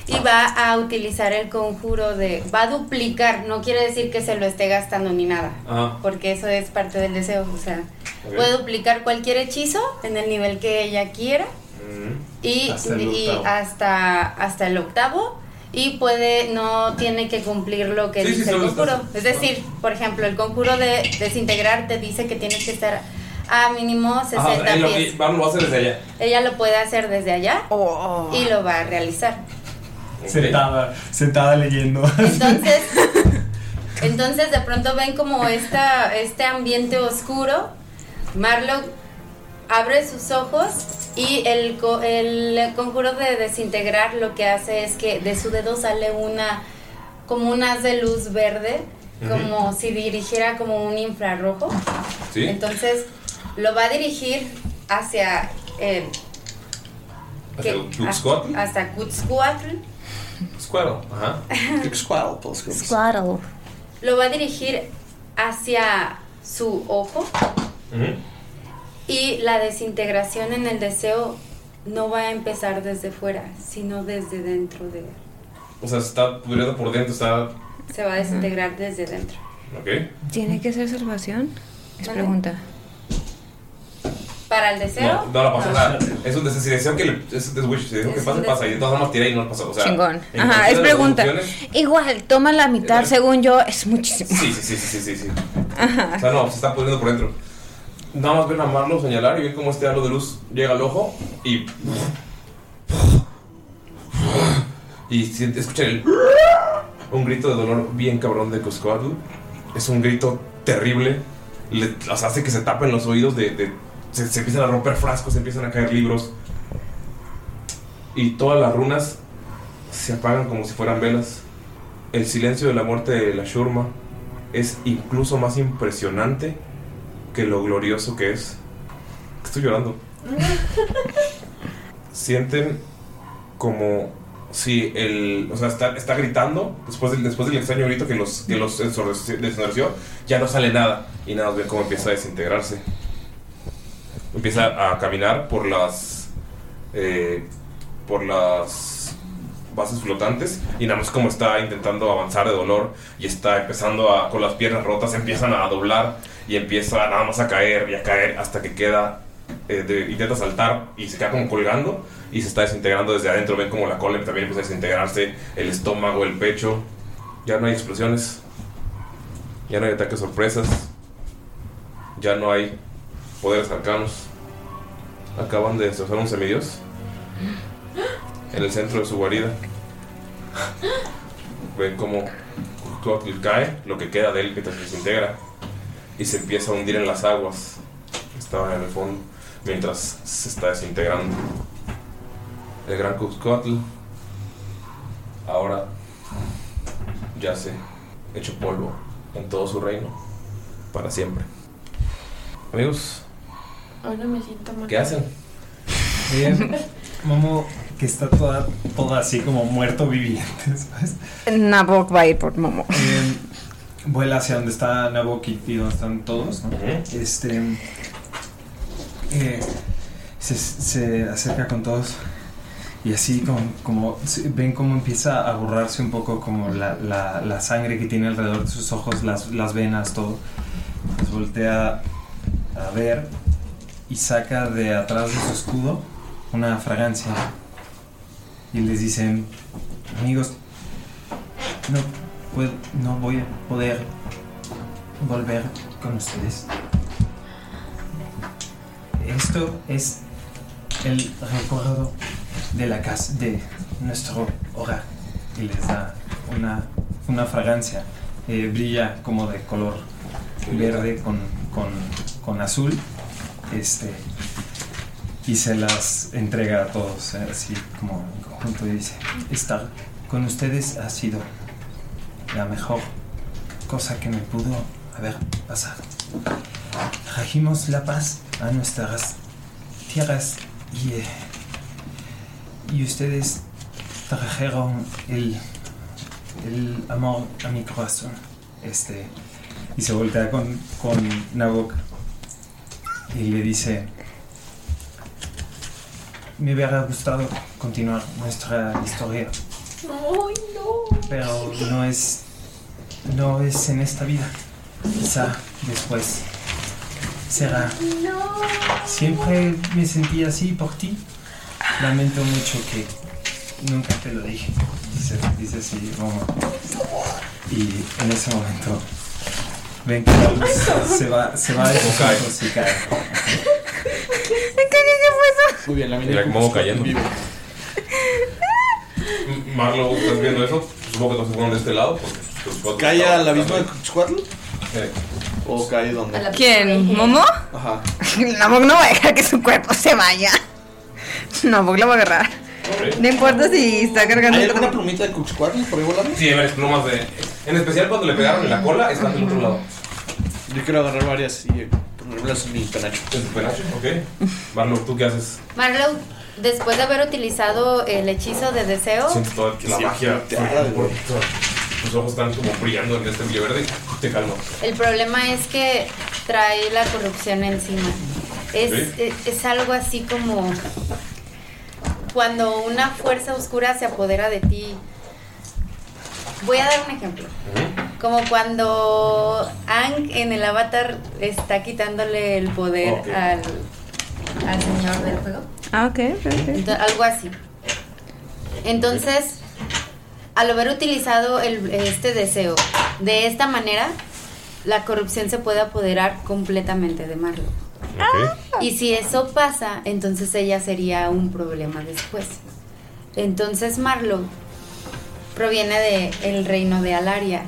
Speaker 5: Y va a utilizar el conjuro de. Va a duplicar, no quiere decir que se lo esté gastando ni nada.
Speaker 2: Ah.
Speaker 5: Porque eso es parte del deseo. O sea,
Speaker 2: Ok.
Speaker 5: puede duplicar cualquier hechizo en el nivel que ella quiera. Y,
Speaker 2: Hasta el
Speaker 5: y ah,
Speaker 2: octavo.
Speaker 5: hasta, hasta el octavo. Y puede, no tiene que cumplir lo que
Speaker 2: Sí, sí,
Speaker 5: dice el
Speaker 2: solo estás-
Speaker 5: conjuro. Es decir, por ejemplo, el conjuro de desintegrar te dice que tienes que estar a mínimo 60
Speaker 2: Ajá, en Ah, lo
Speaker 5: pies.
Speaker 2: que Barlo lo hace desde allá.
Speaker 5: Ella lo puede hacer desde allá y lo va a realizar.
Speaker 7: Sentada, sentada leyendo. *laughs*
Speaker 5: Entonces de pronto ven como esta, este ambiente oscuro. Marlock abre sus ojos y el, co- el conjuro de desintegrar lo que hace es que de su dedo sale una como un haz de luz verde, como si dirigiera como un infrarrojo.
Speaker 2: Sí.
Speaker 5: Entonces lo va a dirigir hacia eh,
Speaker 2: Hasta el
Speaker 5: que-
Speaker 2: Cuxcuatl.
Speaker 5: hasta Cuxcuatl.
Speaker 2: Squirrel, ajá.
Speaker 3: *laughs* Squirrel, pues.
Speaker 5: Squirrel. Lo va a dirigir hacia su ojo y la desintegración en el deseo no va a empezar desde fuera, sino desde dentro de él.
Speaker 2: O sea, está pudriendo por dentro, está.
Speaker 5: Se va a desintegrar desde dentro.
Speaker 2: Ok.
Speaker 6: ¿Tiene que ser salvación? Es
Speaker 5: Ajá.
Speaker 6: pregunta.
Speaker 5: Para el deseo,
Speaker 2: No, no la pasó.
Speaker 6: Ah.
Speaker 2: o sea, es un desintegración que le, es, es wish. Si dijo que pase, pasa. Y de todas formas tiré y no pasó. O sea,
Speaker 6: Chingón.
Speaker 2: en
Speaker 6: Ajá,
Speaker 2: cualquiera de
Speaker 6: es
Speaker 2: las
Speaker 6: pregunta.
Speaker 2: opciones-
Speaker 6: Igual, toma la mitad, según yo, es muchísimo.
Speaker 2: Sí, sí, sí, sí, sí, sí, sí.
Speaker 6: Ajá.
Speaker 2: O sea, no, se está pudriendo por dentro. Nada más ven a Marlo señalar y ven cómo este halo de luz llega al ojo y. Y siente- escuchan el. Un grito de dolor bien cabrón de Cuscoatl. Es un grito terrible. Le- o sea, hace que se tapen los oídos de. de- se, se empiezan a romper frascos, se empiezan a caer libros. Y todas las runas se apagan como si fueran velas. El silencio de la muerte de la Shurma es incluso más impresionante que lo glorioso que es. Estoy llorando. Sienten como si el. O sea, está, está gritando. Después del, después del extraño grito que los, que los ensordece- ensordeció, ya no sale nada. Y nada, más ven cómo empieza a desintegrarse. Empieza a caminar por las. eh, por las bases flotantes y nada más como está intentando avanzar de dolor y está empezando a, con las piernas rotas, empiezan a doblar y empieza nada más a caer y a caer hasta que queda, eh, de- intenta saltar y se queda como colgando y se está desintegrando desde adentro, ven como la cola también empieza a desintegrarse, el estómago, el pecho, ya no hay explosiones, ya no hay ataques sorpresas, ya no hay poderes arcanos, acaban de destrozar un semidios en el centro de su guarida. Ven como Clotilde cae, lo que queda de él que se desintegra y se empieza a hundir en las aguas que estaban en el fondo mientras se está desintegrando. El gran Cuscotl ahora yace hecho polvo en todo su reino para siempre. Amigos,
Speaker 8: Ahora me siento mal.
Speaker 2: ¿qué hacen?
Speaker 7: Bien, Momo, que está toda, toda así como muerto viviente, ¿sabes?
Speaker 6: *laughs* Nabok va a ir por Momo.
Speaker 2: Eh,
Speaker 7: Em, vuela hacia donde está Nabok y y donde están todos, ¿no? Este. eh, se, se acerca con todos. Y así como, como se- ven cómo empieza a borrarse un poco como la, la- la sangre que tiene alrededor de sus ojos, las, las venas, todo. Pues voltea a ver y saca de atrás de su escudo una fragancia. Y les dicen, amigos, no, puedo, no voy a poder volver con ustedes. Esto es el recuerdo de la casa, de nuestro hogar. Y les da una, una fragancia. Eh, brilla como de color verde con, con, con azul. Este, y se las entrega a todos, eh, así como en conjunto. Y dice: Estar con ustedes ha sido la mejor cosa que me pudo haber pasado. Trajimos la paz a nuestras tierras y, eh, y ustedes trajeron el, el amor a mi corazón. Este, y se voltea con, con Nabok y le dice, me hubiera gustado continuar nuestra historia,
Speaker 4: ¡Ay, no!
Speaker 7: pero no es, no es en esta vida. Quizá después será.
Speaker 4: ¡No!
Speaker 7: Siempre me sentí así por ti. Lamento mucho que nunca te lo dije. Dice, dice así, Momo. Y en ese momento ven que la luz se va, se va de sus
Speaker 2: Cae.
Speaker 7: ojos y cae.
Speaker 2: Muy bien, la Mira cómo cayendo. Marlo, ¿estás viendo eso? Supongo que todos se fueron de este lado.
Speaker 3: ¿Cae al abismo de
Speaker 2: Cuchcuatl? ¿O cae donde?
Speaker 6: ¿Quién? ¿Momo? *laughs*
Speaker 3: Ajá.
Speaker 6: Nabok no va a dejar que su cuerpo se vaya. *laughs* Nabok lo va a agarrar. No importa si está cargando.
Speaker 3: ¿Hay alguna plumita de Cuxcuarli por ahí volando?
Speaker 2: Sí, hay varias plumas de. En especial cuando le pegaron en la cola, están del otro lado.
Speaker 3: Yo quiero agarrar varias y eh, ponerlas en mi penacho.
Speaker 2: ¿En tu penacho? Ok. Marlo, ¿tú qué haces?
Speaker 5: Marlow, después de haber utilizado el hechizo de deseo,
Speaker 2: Siento toda la magia. Tus ojos están como brillando en este brillo verde. Te calmo.
Speaker 5: el problema es que trae la corrupción encima. Es, es- es algo así como cuando una fuerza oscura se apodera de ti. Voy a dar un ejemplo. Como cuando Ang en el avatar está quitándole el poder
Speaker 6: Ok.
Speaker 5: al, al señor del juego.
Speaker 6: Ah, ok, perfecto.
Speaker 5: Ento- algo así. Entonces, al haber utilizado el- este deseo de esta manera, la corrupción se puede apoderar completamente de Marlo. Y si eso pasa, entonces ella sería un problema después. Entonces Marlo proviene del reino de Alaria,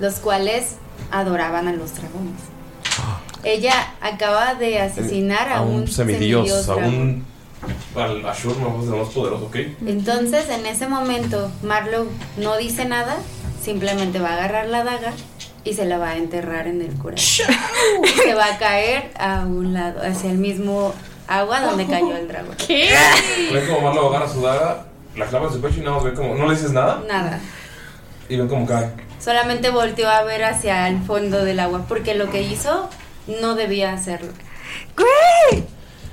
Speaker 5: los cuales adoraban a los dragones. Ella acaba de asesinar Eh, a, un, semidios
Speaker 2: a
Speaker 5: dragón.
Speaker 2: un. Al Ashur, no es el más poderoso, ¿ok?
Speaker 5: Entonces, en ese momento, Marlowe no dice nada, simplemente va a agarrar la daga y se la va a enterrar en el corazón. se va a caer a un lado, hacia el mismo agua donde cayó el dragón. ¿Qué?
Speaker 2: Ven como Marlo agarra su daga, la clava en su pecho y nada más ve como. No le dices nada
Speaker 5: Nada.
Speaker 2: y ven como cae.
Speaker 5: Solamente volteó a ver hacia el fondo del agua, porque lo que hizo no debía hacerlo.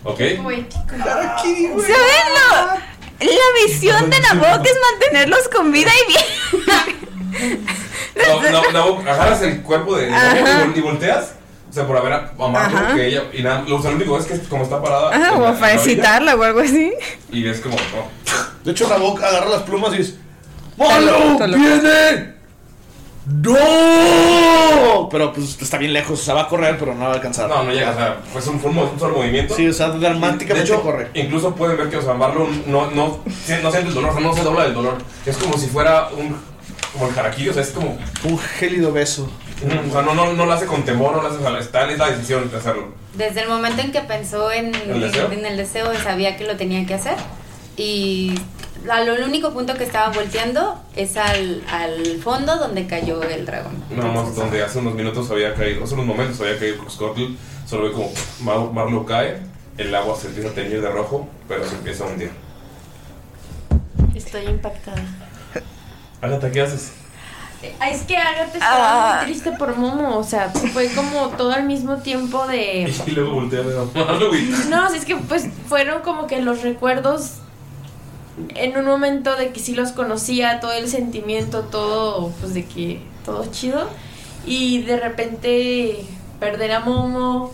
Speaker 2: ¿Ok?
Speaker 5: Güey,
Speaker 6: ¡Se ven, no! La misión de Nabok es mantenerlos con vida y bien.
Speaker 2: No, no, no, agarras el cuerpo de
Speaker 6: Ajá.
Speaker 2: y volteas. O sea, por haber amarrado
Speaker 6: Ajá.
Speaker 2: que ella. Y nada, lo, lo único es que como está parada.
Speaker 6: Ajá,
Speaker 2: Ah, en
Speaker 6: *laughs*
Speaker 2: la-
Speaker 6: o para
Speaker 2: en la orilla,
Speaker 6: excitarla o algo así.
Speaker 2: Y es como. oh,
Speaker 3: De hecho, Nabok agarra las plumas y dice: ¡Malo! ¡Viene! ¡No! Pero pues está bien lejos, o sea, va a correr, pero no va a alcanzar.
Speaker 2: No, no llega, o sea, fue un, fue un, un solo movimiento.
Speaker 3: Sí, o sea, dramáticamente
Speaker 2: de hecho,
Speaker 3: corre.
Speaker 2: Incluso pueden ver que, o sea, Marlon no, no, sí, no siente el dolor, o sea, no se dobla del dolor. Es como si fuera un. Como el jaraquillo, o sea, es como.
Speaker 3: Un gélido beso.
Speaker 2: O sea, no, no, no lo hace con temor, no lo hace. O sea, está es la decisión de hacerlo.
Speaker 5: Desde el momento en que pensó en
Speaker 2: ¿El deseo?
Speaker 5: en el deseo, sabía que lo tenía que hacer. Y al el único punto que estaba volteando es al, al fondo donde cayó el dragón.
Speaker 2: No, más donde hace unos minutos había caído, hace unos momentos había caído Cruzcotl, solo ve como Mar- Marlo cae, el agua se empieza a teñir de rojo, pero se empieza a hundir.
Speaker 8: Estoy impactada.
Speaker 2: Agata, ¿qué haces?
Speaker 8: Eh, Es que Agatha estaba muy triste por Momo, o sea, fue como todo al mismo tiempo de...
Speaker 2: Y luego voltea a *laughs* ver a Marlo y...
Speaker 8: No, si es que pues fueron como que los recuerdos en un momento de que sí los conocía, todo el sentimiento, todo, pues de que todo chido. Y de repente perder a Momo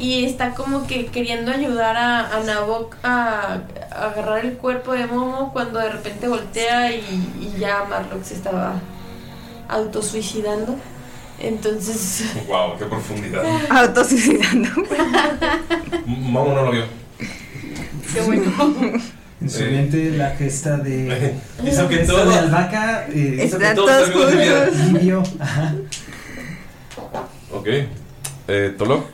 Speaker 8: y está como que queriendo ayudar a, a Nabok a, a agarrar el cuerpo de Momo cuando de repente voltea y, y ya Marlock se estaba autosuicidando. Entonces...
Speaker 2: ¡Wow! ¡Qué profundidad!
Speaker 8: Ah. *laughs* Autosuicidando.
Speaker 2: Momo no lo vio.
Speaker 8: Qué bueno.
Speaker 2: *laughs*
Speaker 7: En su mente la gesta de.
Speaker 2: Eh. Hizo que
Speaker 7: la gesta
Speaker 2: todo-
Speaker 7: de albahaca. eh,
Speaker 2: hizo que Están todos todos amigos juntos. vivieran.
Speaker 7: Vivió, ajá.
Speaker 2: Ok. Eh, Tolo,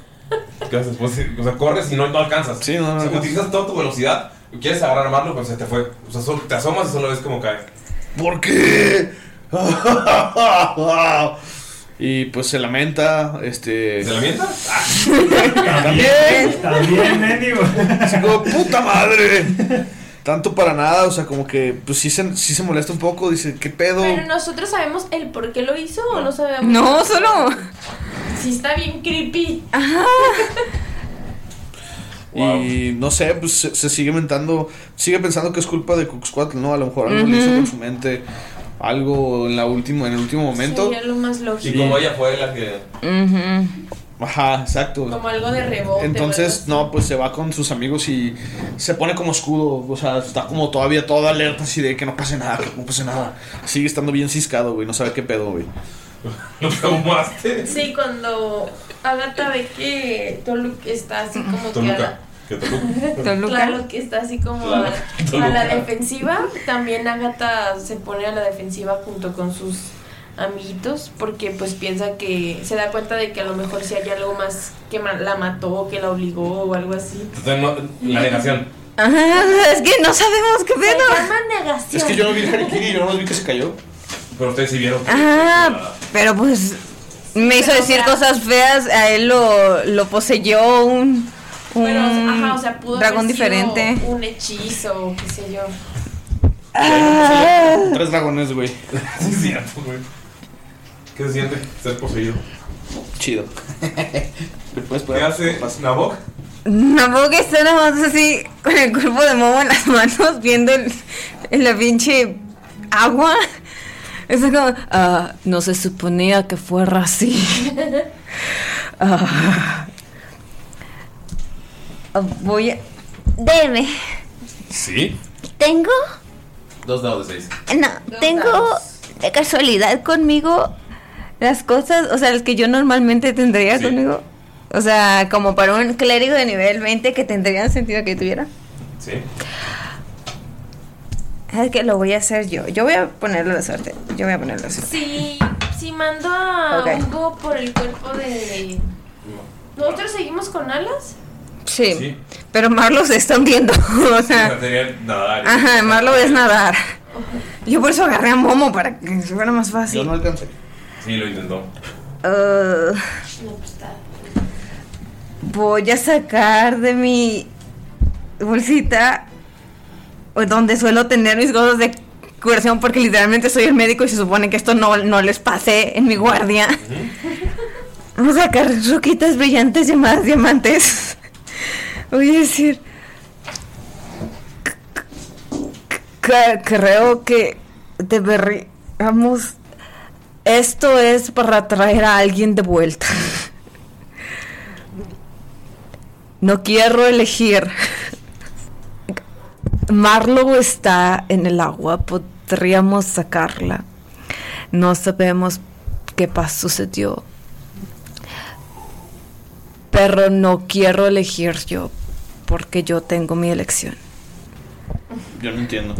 Speaker 2: ¿qué haces? Pues, o sea, corres y no, no alcanzas. Sí, no,
Speaker 3: no.
Speaker 2: utilizas toda tu velocidad, quieres agarrar a Marlo, pero se te fue. O sea, solo- te asomas y solo ves cómo cae.
Speaker 3: ¿Por qué? *laughs* y pues se lamenta, este... ¿Se
Speaker 2: lamenta?
Speaker 3: *laughs* También.
Speaker 7: *laughs* También, mendigo.
Speaker 3: Así como, puta madre. Tanto para nada, o sea, como que pues sí se, sí se molesta un poco, dice, ¿qué pedo?
Speaker 8: Pero nosotros sabemos el por qué lo hizo o no sabemos.
Speaker 3: No, solo-
Speaker 8: Sí, está bien creepy.
Speaker 3: Y no sé, pues se, se sigue mentando, sigue pensando que es culpa de Cuxcuatl, ¿no? A lo mejor algo le hizo
Speaker 8: Ujú.
Speaker 3: con su mente, algo en, la última, en el último momento.
Speaker 8: Sería lo más
Speaker 2: Y
Speaker 8: lógico.
Speaker 2: como ella fue la que.
Speaker 3: Mm. Ajá, exacto.
Speaker 8: Como algo de rebote.
Speaker 3: Entonces, no, pues se va con sus amigos y se pone como escudo. O sea, está como todavía todo alerta, así de que no pase nada, que no pase nada. Sigue estando bien ciscado, güey, no sabe qué pedo, güey.
Speaker 2: ¿Lo traumaste?
Speaker 8: ¿verdad? Sí, cuando Agatha ve que Toluk está así como que. a
Speaker 2: Toluca.
Speaker 8: la-
Speaker 2: ¿Qué Toluca?
Speaker 6: *laughs*
Speaker 8: Claro que está así como
Speaker 2: Claro.
Speaker 8: a, a la
Speaker 2: Toluca.
Speaker 8: defensiva. También Agatha se pone a la defensiva junto con sus amiguitos porque pues piensa que se da cuenta de que a lo mejor si hay algo más que ma- la mató, que la obligó o algo así.
Speaker 2: Entonces, no- la negación.
Speaker 8: Ajá,
Speaker 6: es que no sabemos qué
Speaker 8: pedo. Se llama negación.
Speaker 3: Es que yo no vi el Harikiri, yo no vi que se
Speaker 8: *laughs*
Speaker 3: cayó.
Speaker 2: Pero ustedes sí vieron.
Speaker 6: Ah, pero pues me hizo decir cosas feas, a él lo, lo poseyó un, un
Speaker 8: Pero, ajá, o sea, pudo haber
Speaker 6: Mm, dragón
Speaker 8: sido
Speaker 6: diferente.
Speaker 8: Un hechizo, qué sé yo.
Speaker 6: Ah.
Speaker 3: Tres dragones,
Speaker 8: *laughs*
Speaker 3: güey.
Speaker 2: Sí, es cierto, güey. ¿Qué se siente ser poseído? *laughs*
Speaker 3: Chido.
Speaker 2: ¿Qué hace Nabok?
Speaker 6: Tampoco que está nada más así con el cuerpo de Momo en las manos viendo el, la pinche agua. Es como,
Speaker 22: Ah, no se suponía que fuera así.
Speaker 8: *laughs*
Speaker 22: Ah,
Speaker 6: "Ah, voy a...
Speaker 23: Deme.
Speaker 2: Sí.
Speaker 23: Tengo.
Speaker 2: Dos dados de seis.
Speaker 6: No,
Speaker 23: tengo
Speaker 6: de casualidad conmigo las cosas, o sea, las que yo normalmente tendría conmigo. O sea, como para un clérigo de nivel 20 que tendría sentido que tuviera.
Speaker 2: Sí.
Speaker 6: Es que lo voy a hacer yo. Yo voy a ponerle la suerte. Yo voy a ponerle la suerte.
Speaker 8: Si, si mando a
Speaker 6: Ok.
Speaker 8: Hugo por el cuerpo de. ¿Nosotros seguimos con alas?
Speaker 6: Sí. Pero Marlo se está hundiendo. *laughs* O sea,
Speaker 2: No tenía nada.
Speaker 6: ajá, Marlo es nadar. Yo por eso agarré a Momo para que fuera más fácil.
Speaker 3: Yo no alcancé.
Speaker 6: Ah.
Speaker 2: Sí, lo intentó.
Speaker 6: Uh, voy a sacar de mi bolsita o donde suelo tener mis cosas de curación porque literalmente soy el médico y se supone que esto no, no les pase en mi guardia. Voy a sacar roquitas brillantes llamadas diamantes. Voy a decir... que- creo que deberíamos... Esto es para traer a alguien de vuelta. No quiero elegir. Marlowe está en el agua, podríamos sacarla. No sabemos qué pas- sucedió. Pero no quiero elegir yo, porque yo tengo mi elección. *laughs*
Speaker 3: Yo no entiendo.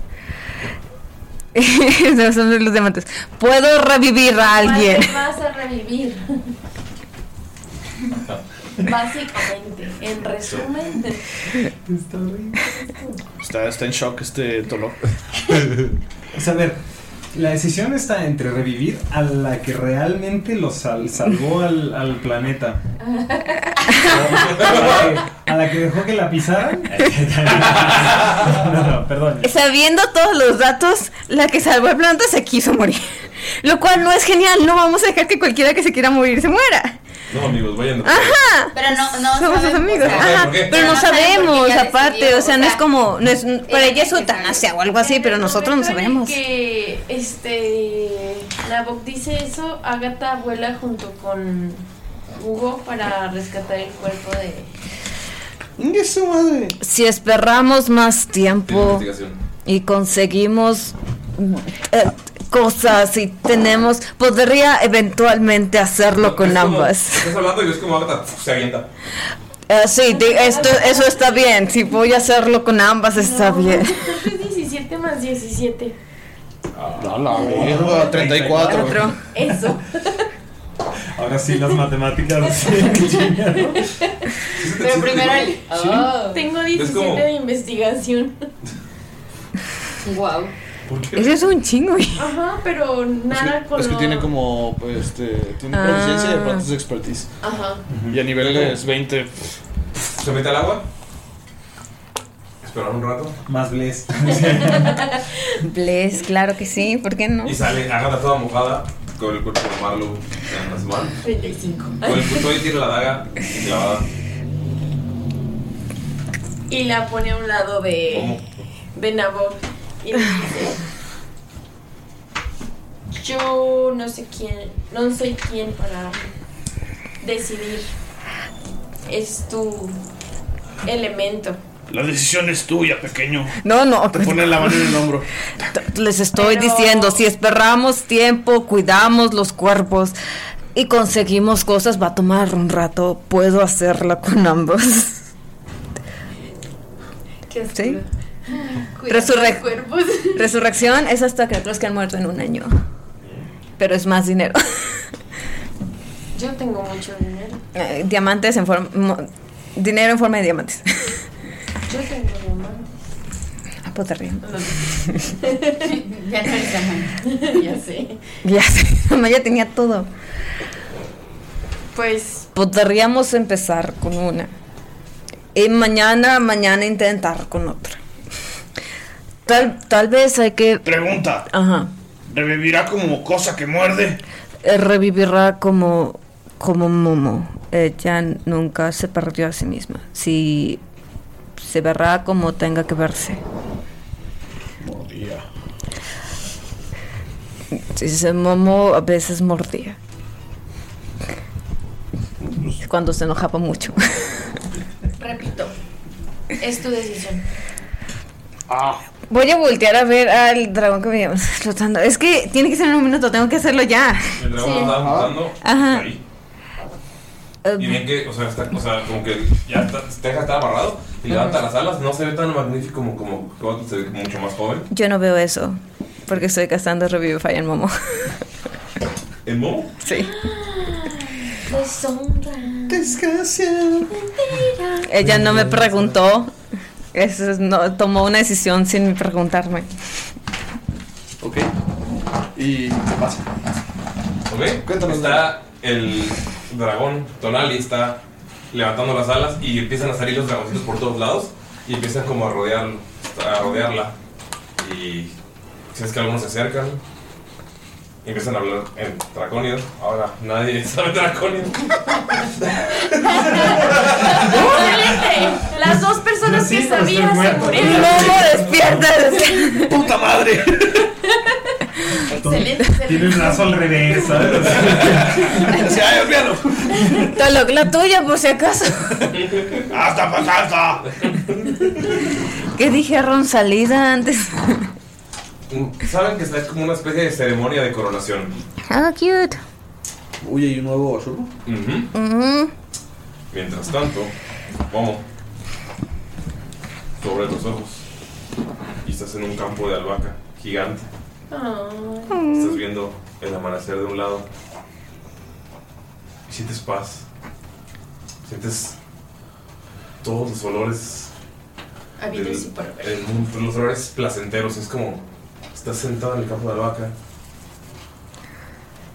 Speaker 6: No son los diamantes. Puedo revivir a alguien.
Speaker 8: Te vas a revivir. *laughs* Básicamente, en resumen.
Speaker 3: Está, está en shock este Tolo.
Speaker 7: O sea, Pues, a ver, la decisión está entre revivir a la que realmente lo sal- salvó al, al planeta. A la, que, a la que dejó que la pisaran. No, no, perdón.
Speaker 6: Sabiendo todos los datos, la que salvó el planeta se quiso morir. Lo cual no es genial, no vamos a dejar que cualquiera que se quiera morir se muera.
Speaker 2: No, amigos, vayan.
Speaker 8: Ah.
Speaker 6: Ajá.
Speaker 24: Pero no, no
Speaker 6: Somos sus amigos.
Speaker 2: o sea,
Speaker 6: Ajá,
Speaker 2: ¿por qué?
Speaker 6: Pero no
Speaker 24: No saben
Speaker 6: sabemos,
Speaker 24: porque ya
Speaker 6: aparte,
Speaker 24: decidió,
Speaker 6: o sea,
Speaker 24: o
Speaker 6: no es
Speaker 24: sea,
Speaker 6: como, no es, para ella es eutanasia o algo así, pero nosotros no sabemos.
Speaker 8: Que este. Nabok dice eso, Agatha vuela junto con Hugo para rescatar el cuerpo de.
Speaker 6: Si esperamos más tiempo
Speaker 2: Investigación.
Speaker 6: y conseguimos mm, eh, cosas y tenemos, podría eventualmente hacerlo con ambas.
Speaker 2: Estás hablando y es como Agatha se avienta.
Speaker 6: Eh, sí, de- esto, eso está bien. Si voy a hacerlo con ambas, está
Speaker 8: *laughs*
Speaker 6: bien.
Speaker 8: Creo que es 17 más 17.
Speaker 3: No, la verga, 34.
Speaker 6: *laughs*
Speaker 8: Eso.
Speaker 7: Ahora sí, las matemáticas. *laughs*
Speaker 8: Pero primero el. Oh. Tengo
Speaker 7: Es
Speaker 8: 17
Speaker 7: como-
Speaker 8: de
Speaker 6: *laughs*
Speaker 8: investigación. Wow.
Speaker 6: Eso es un chingo.
Speaker 8: Ajá, pero nada con.
Speaker 3: Es que
Speaker 8: lo-
Speaker 3: tiene como. pues, Este, tiene
Speaker 8: Ah.
Speaker 3: proficiencia y aparte es expertise.
Speaker 8: Ajá.
Speaker 3: Y a niveles 20.
Speaker 2: ¿Se mete al agua? Esperar un rato.
Speaker 7: Más bless.
Speaker 25: Bless, claro que sí, ¿por qué no?
Speaker 2: Y sale Agatha toda mojada con el cuerpo de Marlowe en las manos.
Speaker 8: 35.
Speaker 2: Con el cuchillo y tira la daga clavada.
Speaker 8: Y la pone a un lado de. de Nabok. Y le dice. Yo no sé quién. No soy quién para decidir. Es tu elemento.
Speaker 3: La decisión es tuya, pequeño.
Speaker 6: No, no.
Speaker 3: Te pone la mano en el hombro.
Speaker 6: Les estoy
Speaker 3: Pero-
Speaker 6: diciendo, si esperamos tiempo, cuidamos los cuerpos y conseguimos cosas, va a tomar un rato. Puedo hacerla con ambos. ¿Sí? Resurrec- Resurrección es hasta que otros que han muerto en un año. Pero es más dinero. *laughs*
Speaker 8: Yo tengo mucho dinero.
Speaker 6: Eh, diamantes en forma... mo- Dinero en forma de diamantes.
Speaker 8: Yo tengo diamantes.
Speaker 6: Ah, pues te ríes.
Speaker 8: *laughs*
Speaker 24: ya no eres diamante. Ya sé.
Speaker 6: *laughs* Ya, *laughs* mamá ya tenía todo.
Speaker 8: Pues.
Speaker 6: Podríamos empezar con una. Y mañana, mañana intentar con otra. Tal, tal vez hay que...
Speaker 3: Pregunta.
Speaker 6: Ajá.
Speaker 3: ¿Revivirá como cosa que muerde?
Speaker 6: Eh, Revivirá como, como Momo. Ella nunca se perdió a sí misma. Si se verá como tenga que verse.
Speaker 2: Oh,
Speaker 3: Mordía.
Speaker 6: Si se Momo a veces mordía. Cuando se enojaba mucho. *laughs*
Speaker 8: Repito. Es tu decisión.
Speaker 7: Ah.
Speaker 2: *laughs*
Speaker 6: Voy a voltear a ver al dragón que veíamos *laughs* flotando. Es que tiene que ser en un minuto, tengo que hacerlo ya.
Speaker 2: El dragón lo estaba montando.
Speaker 6: Ajá. Um,
Speaker 2: Ahí. Y ven que, o sea, está, o sea como que ya está, Teja está amarrado y levanta las alas. No se ve tan magnífico como, como Godwin, se ve mucho más joven.
Speaker 6: Yo no veo eso. Porque estoy gastando Revive Fire en
Speaker 26: *laughs*
Speaker 6: Momo.
Speaker 2: ¿En Momo?
Speaker 6: Sí.
Speaker 8: De sombra.
Speaker 3: Desgracia.
Speaker 8: Mentira.
Speaker 6: Ella no me preguntó. Eso es- no, tomó una decisión sin
Speaker 26: *laughs*
Speaker 6: preguntarme.
Speaker 3: Ok. ¿Y qué pasa?
Speaker 2: ¿Ok? Está el dragón Tonali, está levantando las alas y empiezan a salir los dragoncitos por todos lados y empiezan como a rodearlo, a rodearla. Y si es que algunos se acercan y empiezan a hablar en draconio. Ahora nadie *laughs* sabe
Speaker 13: *laughs*
Speaker 2: draconio.
Speaker 8: Excelente. Las dos personas eso es lo que sabía, aseguré.
Speaker 13: despiertas! ¡Puta madre!
Speaker 3: Tiene el brazo al revés, ¿sabes? *laughs*
Speaker 13: Se ha olvidado.
Speaker 26: Tolok, la tuya, por si acaso.
Speaker 13: ¡Hasta pasada!
Speaker 27: ¿Qué dijeron salida antes?
Speaker 2: Saben que está como una especie de ceremonia de coronación.
Speaker 27: How cute.
Speaker 13: Uy, ¿hay un nuevo azul?
Speaker 2: Ujú.
Speaker 27: Mm.
Speaker 2: Mientras tanto, Momo sobre los ojos y estás en un campo de albahaca gigante. Estás viendo el amanecer de un lado y sientes paz. Sientes todos los olores
Speaker 8: Habidos y
Speaker 2: del, del mundo, pues, los olores placenteros. Es como estás sentado en el campo de albahaca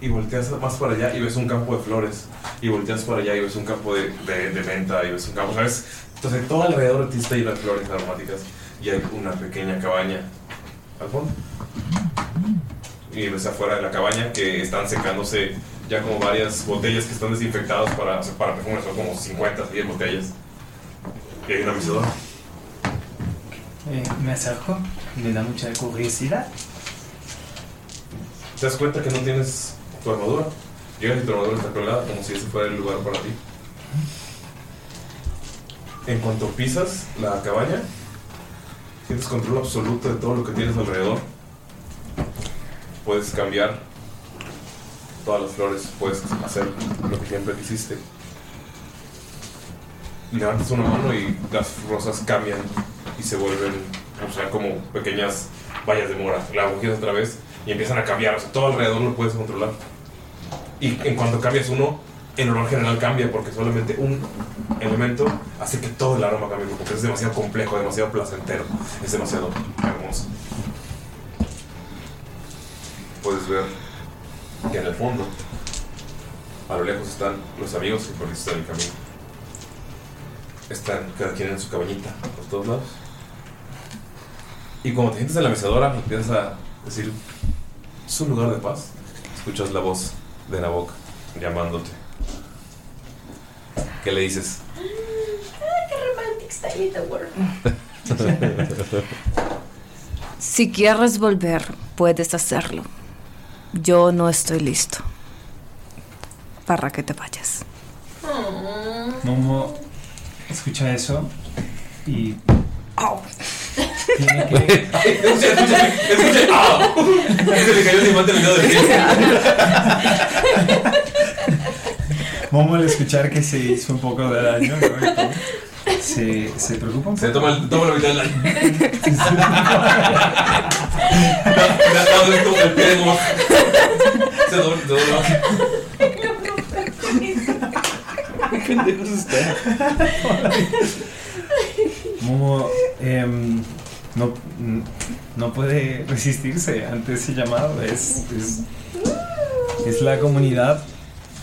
Speaker 2: y volteas más para allá y ves un campo de flores. Y volteas para allá y ves un campo de, de, de menta y ves un campo, ¿sabes? Entonces todo alrededor de ti está lleno de flores aromáticas y hay una pequeña cabaña al fondo. Y ves afuera de la cabaña que están secándose ya como varias botellas que están desinfectadas para, o sea, para perfumes, son como 50, 10 botellas. Y hay una mecedora.
Speaker 7: Eh, me acerco, me da mucha curiosidad.
Speaker 2: Te das cuenta que no tienes tu armadura. Llegas y tu armadura está colgada como si ese fuera el lugar para ti. En cuanto pisas la cabaña, tienes control absoluto de todo lo que tienes alrededor. Puedes cambiar todas las flores, puedes hacer lo que siempre quisiste. Levantas una mano y las rosas cambian y se vuelven, o sea, como pequeñas vallas de mora. La agujas otra vez y empiezan a cambiar, o sea, todo alrededor lo puedes controlar. Y en cuanto cambias uno, el olor general cambia porque solamente un elemento hace que todo el aroma cambie, porque es demasiado complejo, demasiado placentero, es demasiado hermoso. Puedes ver que en el fondo, a lo lejos están los amigos que perdiste en el camino. Están cada quien en su cabañita, por todos lados. Y cuando te sientes en la mecedora, empiezas a decir, es un lugar de paz. Escuchas la voz de Nabok llamándote. ¿Qué le
Speaker 7: *laughs*
Speaker 2: dices?
Speaker 8: Ah, qué romantic style in the world.
Speaker 6: Si quieres volver, puedes hacerlo. Yo no estoy listo para que te vayas.
Speaker 7: Momo escucha eso y. Tiene
Speaker 3: *laughs*
Speaker 7: que.
Speaker 2: Escuche, ¡ah!
Speaker 5: *laughs*
Speaker 2: Se le cayó el diamante en el dedo de
Speaker 7: Momo al escuchar que se hizo un poco de daño, ¿no? Y todo, se, se preocupa un poco.
Speaker 2: Se toma, el, toma la mitad del año. Me ha dado esto el pie de Momo. Se dobla, se dobla.
Speaker 13: ¡Qué pendejos
Speaker 7: este.
Speaker 13: están!
Speaker 7: Momo em, no, no puede resistirse ante ese llamado. Es, es, es la comunidad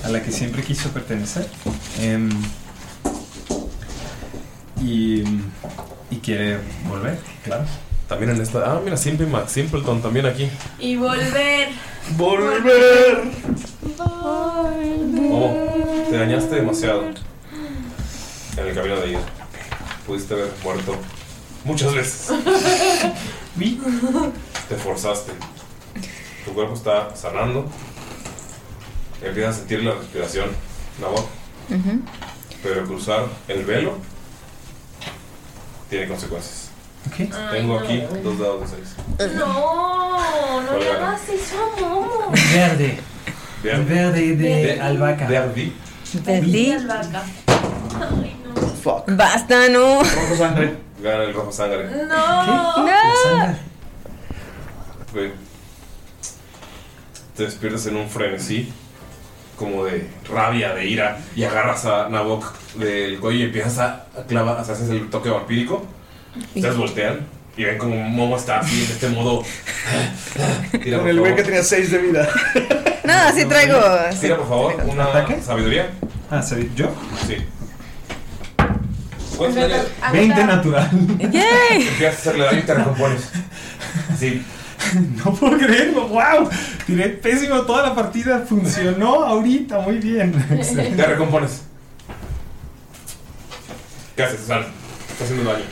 Speaker 7: a la que siempre quiso pertenecer. Em, y, y quiere volver, claro.
Speaker 2: También en esta. Ah, mira, siempre Max Simpleton también aquí.
Speaker 8: Y volver.
Speaker 2: ¡Volver! Oh, te dañaste demasiado. En el camino de ida. Pudiste haber muerto muchas veces. Te forzaste. Tu cuerpo está sanando. Empiezas a sentir la respiración. Nabok. Pero cruzar el velo tiene consecuencias. Tengo
Speaker 8: Ay,
Speaker 2: aquí
Speaker 8: no.
Speaker 2: dos dados de seis.
Speaker 8: No, no le hagas eso a Momo.
Speaker 7: Verde. Verde de,
Speaker 2: De-
Speaker 7: albahaca.
Speaker 2: Verde.
Speaker 26: Perdí.
Speaker 8: Albahaca.
Speaker 26: Basta, no. *laughs*
Speaker 2: Rojo sangre. Gana el rojo sangre.
Speaker 8: No.
Speaker 26: No.
Speaker 2: Ve. Te despiertas en un frenesí, como de rabia, de ira, y agarras a Nabok del cuello y empiezas a clavar, o sea, haces el toque vampírico. Ustedes voltean y ven como Momo está así, en este modo. Tira,
Speaker 13: Con
Speaker 2: por
Speaker 13: el güey
Speaker 2: favor,
Speaker 13: que tenía 6 de vida.
Speaker 26: No, sí traigo.
Speaker 2: Tira, por favor una sabiduría.
Speaker 7: Ah, ¿sabes? ¿Yo?
Speaker 2: Sí. ¿Cuántos daños? *laughs*
Speaker 7: 20 natural.
Speaker 2: Empiezas a hacerle daño y te recompones. Sí.
Speaker 7: *laughs* No puedo creerlo, wow. Tiré pésimo toda la partida, funcionó ahorita, muy bien.
Speaker 2: Te recompones. ¿Qué haces, Susana? Está haciendo daño.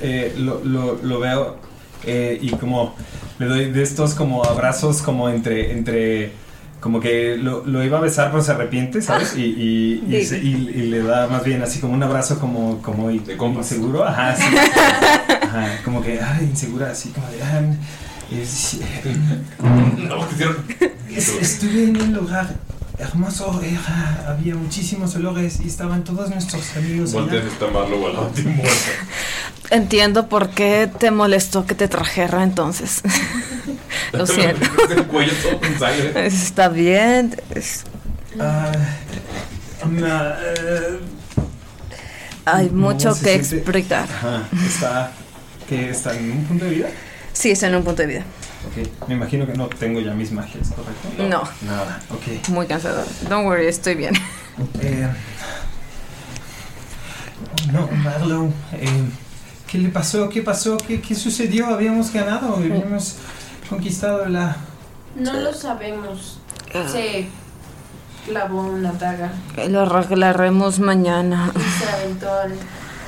Speaker 7: eh, lo, lo- lo veo eh, y como le doy de estos como abrazos como entre, entre como que lo, lo iba a besar pero se arrepiente, ¿sabes? Y, y, y
Speaker 28: Ah. Sí.
Speaker 7: se- y- y le da más bien así como un abrazo como, como de inseguro, ajá, sí. Ajá, como que, ay, insegura, así como de, ah, es- Es- Estuve en un lugar hermoso, era- había muchísimos olores y estaban todos nuestros amigos. allá.
Speaker 2: Volteas está Marlo o al último.
Speaker 6: Entiendo por qué te molestó que te trajera
Speaker 26: *laughs*
Speaker 6: entonces.
Speaker 2: *laughs*
Speaker 6: Lo siento.
Speaker 2: El cuello todo con sangre.
Speaker 6: Está bien. es-
Speaker 7: Ah, na- eh,
Speaker 6: Hay
Speaker 7: no,
Speaker 6: mucho
Speaker 7: se
Speaker 6: que
Speaker 7: siente-
Speaker 6: explicar.
Speaker 7: Ajá, está, que está en un punto de vida.
Speaker 6: Sí, está en un punto de vida.
Speaker 7: Ok, me imagino que no tengo ya mis magias, ¿correcto?
Speaker 6: No.
Speaker 7: Nada, ok.
Speaker 6: Muy cansador. Don't worry, estoy bien. *laughs*
Speaker 7: Eh, no, Marlow, eh, ¿qué le pasó? ¿Qué pasó? ¿Qué, qué sucedió? Habíamos ganado, habíamos conquistado la...
Speaker 8: No lo sabemos. Se clavó una daga
Speaker 6: Lo arreglaremos mañana.
Speaker 8: y se aventó al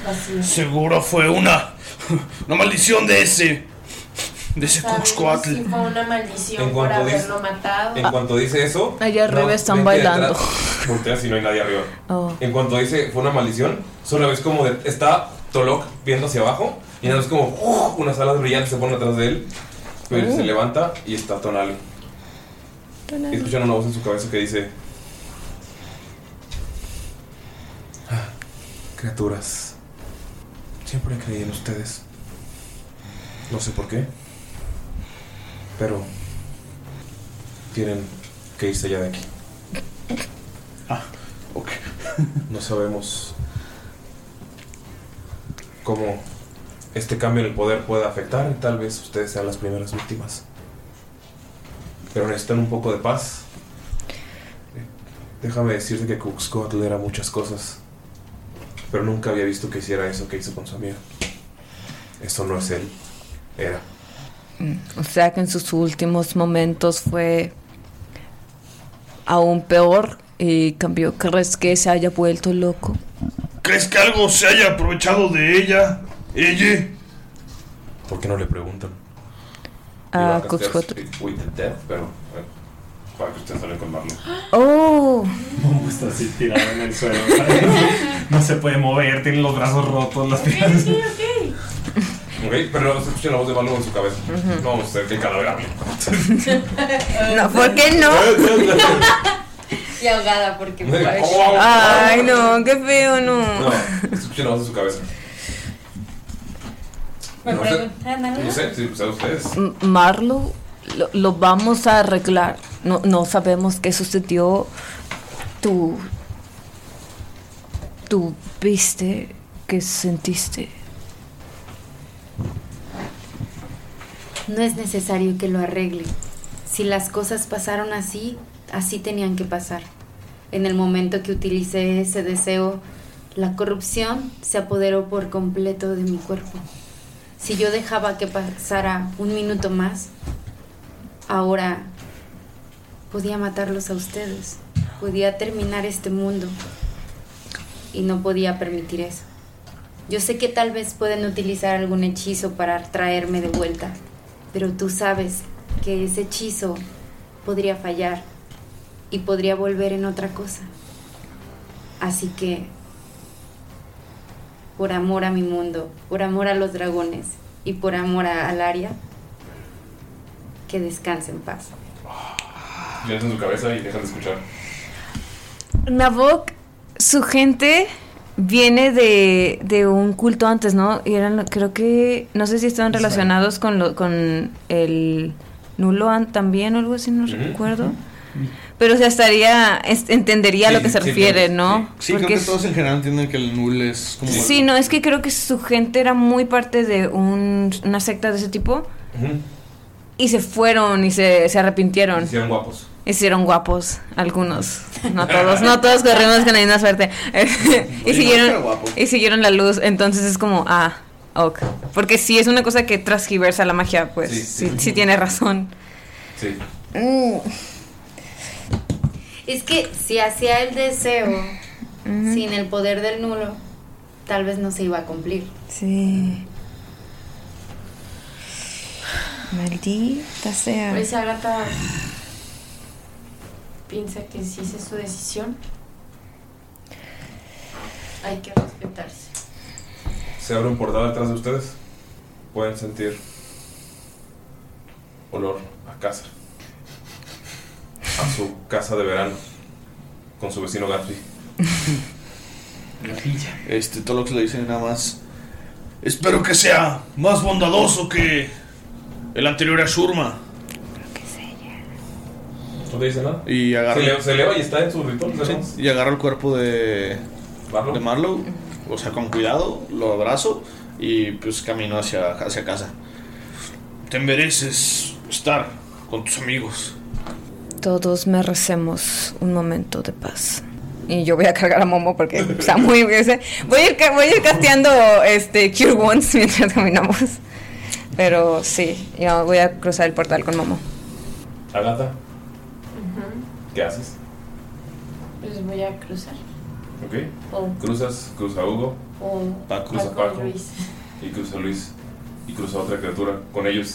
Speaker 8: vacío.
Speaker 3: Seguro fue una. Una maldición de ese. De ese
Speaker 8: Sabemos
Speaker 3: Cuxcoatl.
Speaker 8: si fue una maldición
Speaker 2: En
Speaker 8: por
Speaker 2: cuanto
Speaker 8: haberlo
Speaker 2: dice-
Speaker 8: matado.
Speaker 2: En cuanto dice eso.
Speaker 6: Allá arriba están
Speaker 2: ven que
Speaker 6: bailando.
Speaker 2: detrás Volteas y no hay nadie arriba.
Speaker 6: Oh.
Speaker 2: En cuanto dice fue una maldición, solo ves como de- está Tolok viendo hacia abajo y nada más como ¡uf! unas alas brillantes se ponen atrás de él. Pero
Speaker 6: Oh.
Speaker 2: se levanta y está Tonal. Y escuchan una voz en su cabeza que dice: "Ah, Criaturas, siempre creí en ustedes. No sé por qué, pero tienen que irse ya de aquí. Ah, ok. No sabemos cómo este cambio en el poder pueda afectar y tal vez ustedes sean las primeras víctimas. Pero necesitan un poco de paz. Déjame decirte que Cuxcoatl era muchas cosas, pero nunca había visto que hiciera eso que hizo con su amiga. Esto no es él, era.
Speaker 6: O sea que en sus últimos momentos fue aún peor y cambió. ¿Crees que se haya vuelto loco?
Speaker 3: ¿Crees que algo se haya aprovechado de ella? Ella.
Speaker 2: ¿Por qué no le preguntan?
Speaker 6: Ah,
Speaker 2: Iba a castear
Speaker 6: Cuxcoatl.
Speaker 2: Speak With the Death, pero eh, para que ustedes salen con Marlo.
Speaker 5: *laughs*
Speaker 6: Oh.
Speaker 7: Momo está así tirado en el suelo. ¿sabes? No se puede mover, tiene los brazos rotos, las piernas.
Speaker 2: Ok, pero se escucha la voz de Balú en su cabeza. No vamos a hacer que calaverarle.
Speaker 29: No, ¿por qué
Speaker 2: *laughs*
Speaker 29: no?
Speaker 5: Y ahogada porque...
Speaker 2: No digas,
Speaker 5: Ay.
Speaker 2: "Oh".
Speaker 30: Ay, no, qué feo, no.
Speaker 2: No, se escucha la voz en su cabeza.
Speaker 5: Me
Speaker 2: No sé.
Speaker 5: preguntan algo.
Speaker 2: No sé, si sean ustedes.
Speaker 6: M- Marlo, lo, lo vamos a arreglar. No, no sabemos qué sucedió. Tú. Tú viste que sentiste.
Speaker 5: No es necesario que lo arregle. Si las cosas pasaron así, así tenían que pasar. En el momento que utilicé ese deseo, la corrupción se apoderó por completo de mi cuerpo. Si yo dejaba que pasara un minuto más, ahora podía matarlos a ustedes, podía terminar este mundo y no podía permitir eso. Yo sé que tal vez pueden utilizar algún hechizo para traerme de vuelta, pero tú sabes que ese hechizo podría fallar y podría volver en otra cosa. Así que, por amor a mi mundo, por amor a los dragones y por amor a Alaria, que descanse en paz.
Speaker 2: Giras en su cabeza y dejan de escuchar.
Speaker 6: Nabok, su gente viene de, de un culto antes, ¿no? Y eran, creo que, no sé si estaban relacionados con, lo, con el Nuloan también o algo así, no
Speaker 30: Ujú.
Speaker 6: recuerdo. Pero o sea, estaría, es- entendería a lo
Speaker 31: Sí,
Speaker 6: que se
Speaker 31: sí,
Speaker 6: refiere,
Speaker 31: creo-
Speaker 6: ¿no?
Speaker 31: Sí,
Speaker 6: Porque
Speaker 31: creo que
Speaker 6: es-
Speaker 31: todos en general entienden que el null es como.
Speaker 6: Sí, no, es que creo que su gente era muy parte de un- una secta de ese tipo y se fueron y se, se arrepintieron.
Speaker 2: Hicieron guapos.
Speaker 6: Hicieron guapos, algunos, no todos, no todos corrimos con la misma
Speaker 2: *laughs*
Speaker 6: suerte. y,
Speaker 2: no,
Speaker 6: siguieron,
Speaker 2: pero guapo.
Speaker 6: y siguieron la luz, entonces es como, ah, ok. Porque sí es una cosa que transgiversa la magia, pues sí, sí, tiene razón.
Speaker 2: Sí.
Speaker 6: Mm.
Speaker 5: Es que si hacía el deseo sin el poder del nulo, tal vez no se iba a cumplir.
Speaker 6: Sí. Maldita sea.
Speaker 8: Pues Agatha piensa que si esa es su decisión, hay que respetarse.
Speaker 2: Se abre un portal atrás de ustedes. Pueden sentir olor a casa. A su casa de verano. Con su vecino Gatsby.
Speaker 32: Este Tolox le dice nada más. Espero que sea más bondadoso que el anterior a Shurma.
Speaker 2: No te dice nada.
Speaker 32: Y agarra.
Speaker 2: Se, le- se eleva y está en su ritual.
Speaker 32: Sí,
Speaker 2: ¿no?
Speaker 32: y agarro el cuerpo de Marlow. de Marlow, o sea, con cuidado, lo abrazo y pues camino hacia, hacia casa. Te mereces estar con tus amigos.
Speaker 9: Todos merecemos un momento de paz. Y yo voy a cargar a Momo porque está muy... o sea, Voy a ir, ca- voy a ir casteando este, Cure Wounds mientras caminamos. Pero sí, yo voy a cruzar el portal con Momo.
Speaker 2: Agatha, ¿qué haces?
Speaker 8: Pues voy a cruzar.
Speaker 2: ¿Ok?
Speaker 8: O
Speaker 2: Cruzas, cruza Hugo,
Speaker 8: o
Speaker 2: pa- Ah, cruza
Speaker 8: Paco y
Speaker 2: Paco
Speaker 8: Luis.
Speaker 2: y cruza Luis y cruza otra criatura con ellos.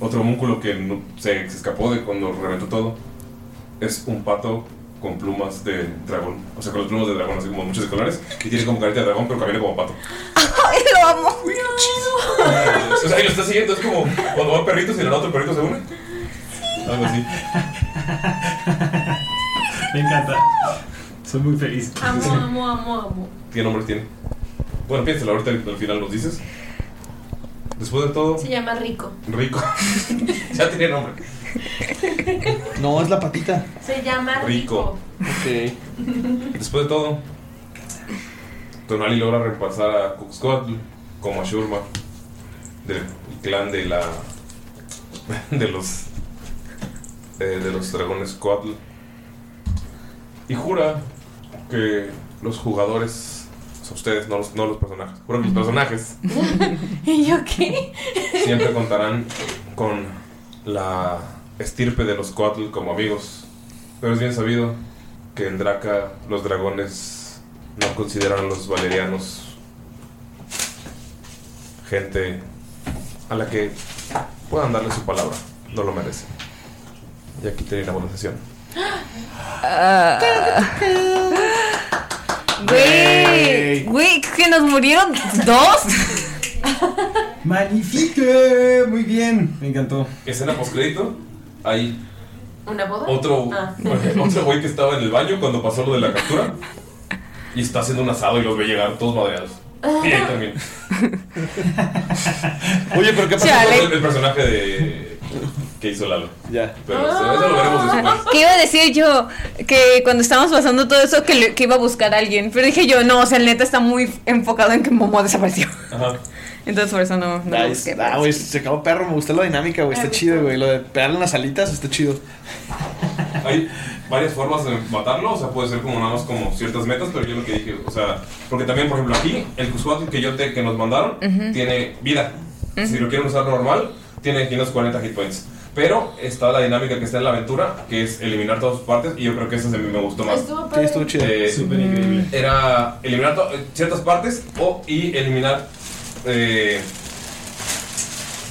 Speaker 2: Otro múnculo que no- se, se escapó de cuando reventó todo es un pato con plumas de dragón, o sea, con las plumas de dragón, así como muchos de colores, y tiene como carita de dragón, pero camina
Speaker 7: *laughs*
Speaker 2: como pato.
Speaker 9: *laughs* ¡Ay, lo amo!
Speaker 2: o sea, y lo está siguiendo, es como cuando van perritos y el otro perrito se une. Algo así.
Speaker 7: *laughs* Me encanta. Soy muy feliz.
Speaker 8: Amo, amo, amo, amo.
Speaker 2: ¿Qué nombre tiene? Bueno, piénsalo, ahorita al al final nos dices. Después de todo,
Speaker 8: Se llama Rico.
Speaker 2: rico. *laughs* ya tiene nombre.
Speaker 3: No, es la patita.
Speaker 8: Se llama
Speaker 2: Rico. Ok. Después de todo, Tonali logra reemplazar a Cuxcotl como a Shurma del clan de la. *laughs* de los. eh, de los dragones Coatl. Y jura que los jugadores. o sea, ustedes, no los, no los personajes. Jura que los personajes
Speaker 19: *laughs*
Speaker 8: ¿Y yo qué?
Speaker 2: siempre contarán con la estirpe de los Coatl como amigos. Pero es bien sabido que en Draca los dragones no consideran a los valerianos gente a la que puedan darle su palabra. No lo merecen. Y aquí terminamos la sesión.
Speaker 6: Ah.
Speaker 9: Ah. Güey, güey, que nos murieron dos.
Speaker 7: Magnifique, muy bien. Me encantó.
Speaker 2: Escena postcrédito. Ahí
Speaker 8: *laughs* ¿Una boda?
Speaker 2: otro
Speaker 8: Ah.
Speaker 2: *laughs* otro güey que estaba en el baño cuando pasó lo de la captura. Y está haciendo un asado y los ve llegar todos madreados. Y ahí también. Oye, pero ¿qué pasó
Speaker 9: Chale.
Speaker 2: con el, el personaje de que hizo Lalo? Ya. Pero eso, eso lo veremos después.
Speaker 9: ¿Qué iba a decir yo? Que cuando estábamos pasando todo eso, que, le- que iba a buscar a alguien. Pero dije yo, no, o sea, el neta está muy enfocado en que Momo desapareció.
Speaker 2: Ajá.
Speaker 9: Entonces por eso no, no lo
Speaker 3: Nice.
Speaker 9: busqué.
Speaker 3: Ah, güey, se acabó perro, me gustó la dinámica, güey. Está chido, güey. Lo de pegarle en las alitas está chido.
Speaker 2: Hay varias formas de matarlo, o sea, puede ser como nada más como ciertas metas, pero yo lo que dije, o sea, porque también, por ejemplo, aquí, el Cuscuatl que yo te, que nos mandaron,
Speaker 32: Ujú.
Speaker 2: tiene vida.
Speaker 32: Ujú.
Speaker 2: Si lo quieren usar normal, tiene 540 hit points. Pero está la dinámica que está en la aventura, que es eliminar todas sus partes, y yo creo que esa se- me gustó más.
Speaker 8: Estuvo padre. Sí, estuvo chido.
Speaker 2: Eh,
Speaker 8: Súper increíble.
Speaker 2: Era eliminar to- eh, ciertas partes o, y eliminar eh,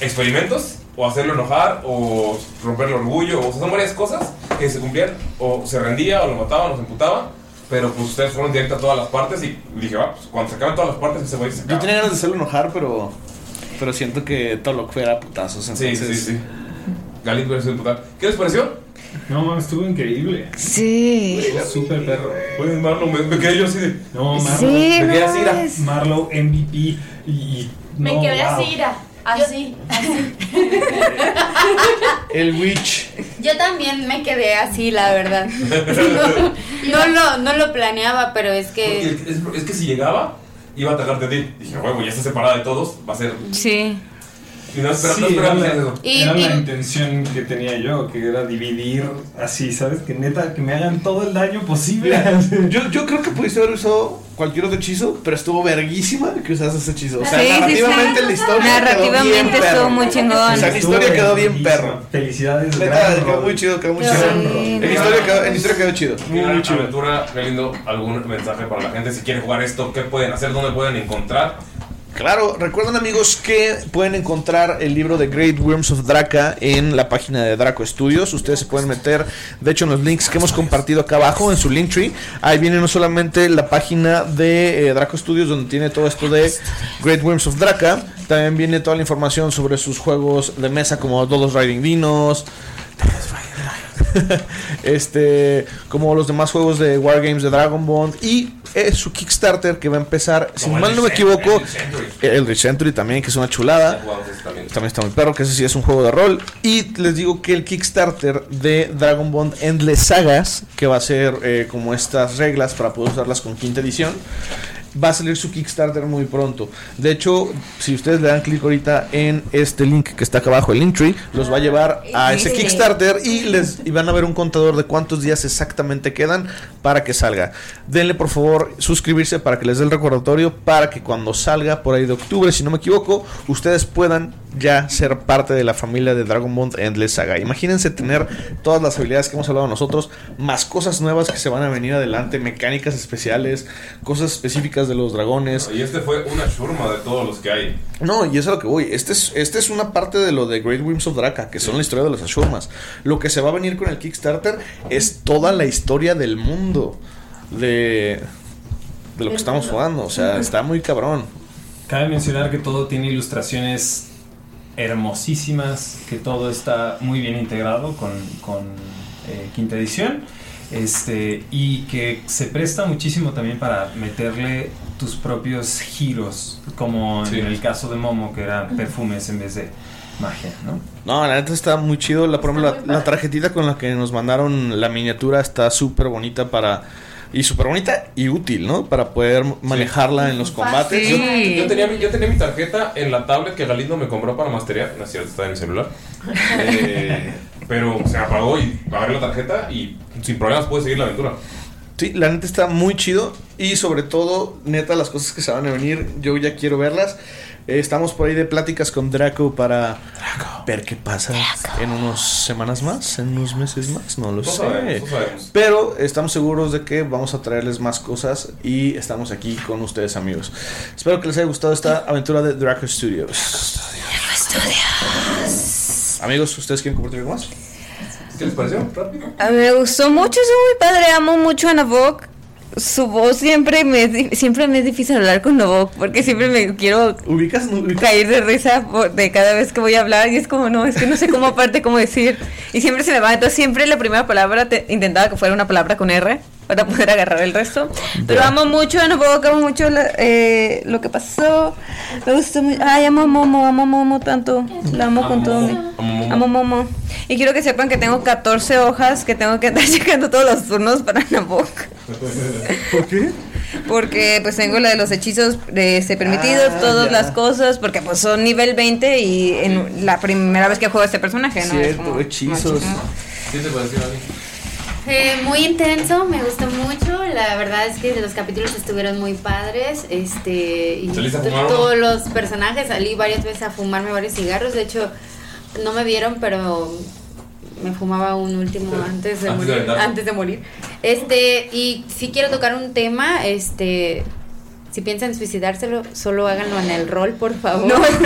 Speaker 2: experimentos o hacerlo enojar o romperle orgullo. O sea, son varias cosas que se cumplían o se rendía o lo mataban o se emputaba. Pero pues ustedes fueron directo a todas las partes y dije, va, pues cuando se acaban todas las partes ese güey se
Speaker 3: Yo
Speaker 2: acaba.
Speaker 3: tenía ganas de hacerlo enojar, pero. Pero siento que todo lo que fuera putazos.
Speaker 2: Sí, sí, sí. Galit versus putar. ¿Qué les
Speaker 3: *laughs*
Speaker 2: pareció?
Speaker 7: No mames, estuvo increíble.
Speaker 9: Sí.
Speaker 7: Estuvo súper perro.
Speaker 2: Pues Marlow, me, me quedé yo así de.
Speaker 7: No, Marlow.
Speaker 9: Sí,
Speaker 7: me quedé
Speaker 9: no
Speaker 7: así, era
Speaker 9: mames.
Speaker 7: Marlow MVP. Y. y-
Speaker 8: Me
Speaker 7: no,
Speaker 8: quedé
Speaker 7: wow.
Speaker 8: así, ira. Así, así.
Speaker 3: El Witch.
Speaker 5: Yo también me quedé así, la
Speaker 2: *laughs*
Speaker 5: verdad. No lo, no lo planeaba, pero es
Speaker 2: Y
Speaker 5: que.
Speaker 2: el- es, es que si llegaba, iba a atacarte a ti. Dije, huevo, ya está separada de todos, va a ser.
Speaker 9: Sí.
Speaker 2: Y no esperaba,
Speaker 7: Sí,
Speaker 2: no
Speaker 7: era
Speaker 2: esperaba
Speaker 7: la,
Speaker 2: hacer eso.
Speaker 7: era
Speaker 5: Y-
Speaker 7: la
Speaker 5: y-
Speaker 7: intención que tenía yo, que era dividir así, ¿sabes? Que neta, que me hagan todo el daño posible.
Speaker 3: Yo, yo creo que pudiste haber usado cualquier otro hechizo, pero estuvo verguísima que usaste ese hechizo. O sea,
Speaker 9: Sí, sí, sí.
Speaker 3: narrativamente la historia. quedó bien
Speaker 9: Narrativamente
Speaker 3: perro.
Speaker 9: estuvo muy chingón.
Speaker 3: O sea, la
Speaker 9: Estuvo
Speaker 3: historia quedó bien
Speaker 7: verguísima.
Speaker 3: perro.
Speaker 7: Felicidades,
Speaker 3: Neta,
Speaker 7: gran
Speaker 3: quedó
Speaker 7: rol.
Speaker 3: muy chido, quedó muy
Speaker 7: Sí.
Speaker 3: chido.
Speaker 7: Sí,
Speaker 3: En
Speaker 7: no
Speaker 3: historia quedó- En
Speaker 7: mames.
Speaker 3: historia quedó chido. Muy,
Speaker 2: Gran
Speaker 3: muy chido.
Speaker 2: aventura, qué lindo. ¿Algún mensaje para la gente? Si quieren jugar esto, ¿qué pueden hacer? ¿Dónde pueden encontrar?
Speaker 3: Claro, recuerden amigos que pueden encontrar el libro de Great Worms of Draca en la página de Draco Studios. Ustedes se pueden meter, de hecho, en los links que hemos compartido acá abajo en su Linktree. Ahí viene no solamente la página de eh, Draco Studios donde tiene todo esto de Great Worms of Draca, también viene toda la información sobre sus juegos de mesa como Todos Riding Dinos, *laughs* este, como los demás juegos de Wargames de Dragon Bond y eh, su Kickstarter que va a empezar, si
Speaker 2: Como
Speaker 3: mal
Speaker 2: el
Speaker 3: no me
Speaker 2: Century,
Speaker 3: equivoco, eh,
Speaker 2: el Century.
Speaker 3: el Rich Century también, que es una chulada. También está muy perro, que ese sí es un juego de rol. Y les digo que el Kickstarter de Dragon Bond Endless Sagas, que va a ser eh, como estas reglas para poder usarlas con quinta edición, va a salir su Kickstarter muy pronto. De hecho, si ustedes le dan clic ahorita en este link que está acá abajo, el Linktree, los va a llevar a ese
Speaker 33: Sí.
Speaker 3: Kickstarter y les y van a ver un contador de cuántos días exactamente quedan para que salga. Denle por favor suscribirse para que les dé el recordatorio para que cuando salga por ahí de octubre, si no me equivoco, ustedes puedan ya ser parte de la familia de Dragon Bond Endless Saga. Imagínense tener todas las habilidades que hemos hablado nosotros, más cosas nuevas que se van a venir adelante, mecánicas especiales, cosas específicas de los dragones.
Speaker 2: Y este fue una churma de todos los que hay.
Speaker 3: No, y eso es a lo que voy. Este es, este es una parte de lo de Great Whims of Draka, que son la historia de los Ashurmas. Lo que se va a venir con el Kickstarter es toda la historia del mundo de, de lo que estamos jugando. O *laughs* sea, está muy cabrón.
Speaker 7: Cabe mencionar que todo tiene ilustraciones hermosísimas, que todo está muy bien integrado con, con, eh, quinta edición, este, y que se presta muchísimo también para meterle tus propios giros, como en el caso de Momo, que eran perfumes en vez de magia, ¿no?
Speaker 3: No, la neta está muy chido. La, por ejemplo, la, la tarjetita con la que nos mandaron la miniatura está súper bonita para... Y súper bonita y útil, ¿no? Para poder manejarla en los combates.
Speaker 2: Yo, yo tenía mi, yo tenía mi tarjeta en la tablet que Galindo me compró para masterear. No es cierto, está en el celular. Eh, pero se me apagó y agarré la tarjeta y sin problemas pude seguir la aventura.
Speaker 3: Sí, la neta está muy chido. Y sobre todo, neta, las cosas que se van a venir, yo ya quiero verlas. Eh, estamos por ahí de pláticas con Draco para ver qué pasa en unas semanas más, en unos meses más, no lo
Speaker 2: No
Speaker 3: sé.
Speaker 2: sabemos, no sabemos.
Speaker 3: Pero estamos seguros de que vamos a traerles más cosas y estamos aquí con ustedes, amigos. Espero que les haya gustado esta aventura de Draco Studios. Amigos, ¿ustedes quieren compartir algo más?
Speaker 2: ¿Qué les pareció? Rápido. *laughs*
Speaker 6: A mí me gustó mucho, es muy padre, amo mucho a Nabok. Su voz siempre me, es di- siempre me es difícil hablar con Nabok porque siempre me quiero
Speaker 3: ¿Ubicas,
Speaker 6: caer de risa por- de cada vez que voy a hablar y es como, no, es que no sé cómo aparte cómo decir. Y siempre se me va, entonces siempre la primera palabra te- intentaba que fuera una palabra con R para poder agarrar el resto. Pero
Speaker 8: Ya.
Speaker 6: amo mucho a Nabok, amo mucho la- eh, lo que pasó. Me gustó mucho. Ay, amo a Momo, amo a Momo tanto. La amo con todo mi... Amo Momo. Y quiero que sepan que tengo 14 hojas que tengo que *laughs* estar checando todos los turnos para Nabok.
Speaker 3: ¿Por qué?
Speaker 6: Porque pues tengo la de los hechizos de este, permitidos,
Speaker 3: Ah,
Speaker 6: todas
Speaker 3: ya.
Speaker 6: las cosas, porque pues son nivel 20 y en la primera vez que juego a este personaje, ¿no? Es como-
Speaker 3: hechizos.
Speaker 2: ¿Qué te pareció, Dani?
Speaker 5: Eh, muy intenso, me gustó mucho. La verdad es que los capítulos estuvieron muy padres. Este, y
Speaker 2: ¿Saliste a
Speaker 5: to-
Speaker 2: fumar o no?
Speaker 5: todos los personajes salí varias veces a fumarme varios cigarros. De hecho, no me vieron, pero me fumaba un último antes de
Speaker 2: Antes de
Speaker 5: morir.
Speaker 2: aventar.
Speaker 5: antes de morir. Este, y si quiero tocar un tema, este. Si piensan suicidárselo, solo háganlo en el rol, por favor. No, solo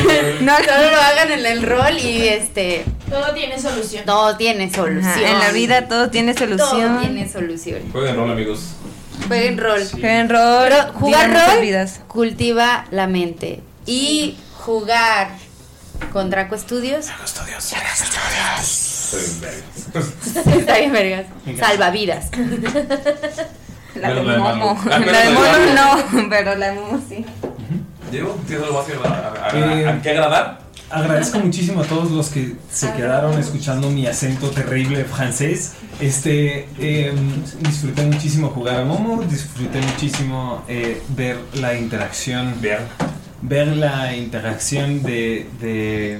Speaker 5: lo hagan en el rol y este. Todo tiene solución. Todo tiene solución.
Speaker 6: Ajá, en la vida todo tiene solución.
Speaker 5: Todo tiene solución.
Speaker 2: Jueguen rol, amigos.
Speaker 5: Jueguen rol.
Speaker 6: Jueguen rol.
Speaker 5: Pero jugar
Speaker 6: vivan sus
Speaker 5: rol
Speaker 6: vidas.
Speaker 5: cultiva la mente. Y jugar con Draco Studios. *laughs* Está bien, vergas. Salva vidas.
Speaker 6: *laughs* La
Speaker 2: Menos
Speaker 6: de
Speaker 2: la de
Speaker 6: Momo.
Speaker 2: Manu.
Speaker 6: La
Speaker 2: Ah, menos
Speaker 6: de
Speaker 2: la de
Speaker 6: Momo no, *laughs* pero la de Momo sí.
Speaker 2: Diego, ¿tienes algo más que agradar? ¿A- a- a- a- qué agradar?
Speaker 7: Agradezco muchísimo a todos los que se quedaron escuchando mi acento terrible francés. Este, eh, disfruté muchísimo jugar a Momo, disfruté muchísimo eh, ver la interacción. Ver. la interacción de, de,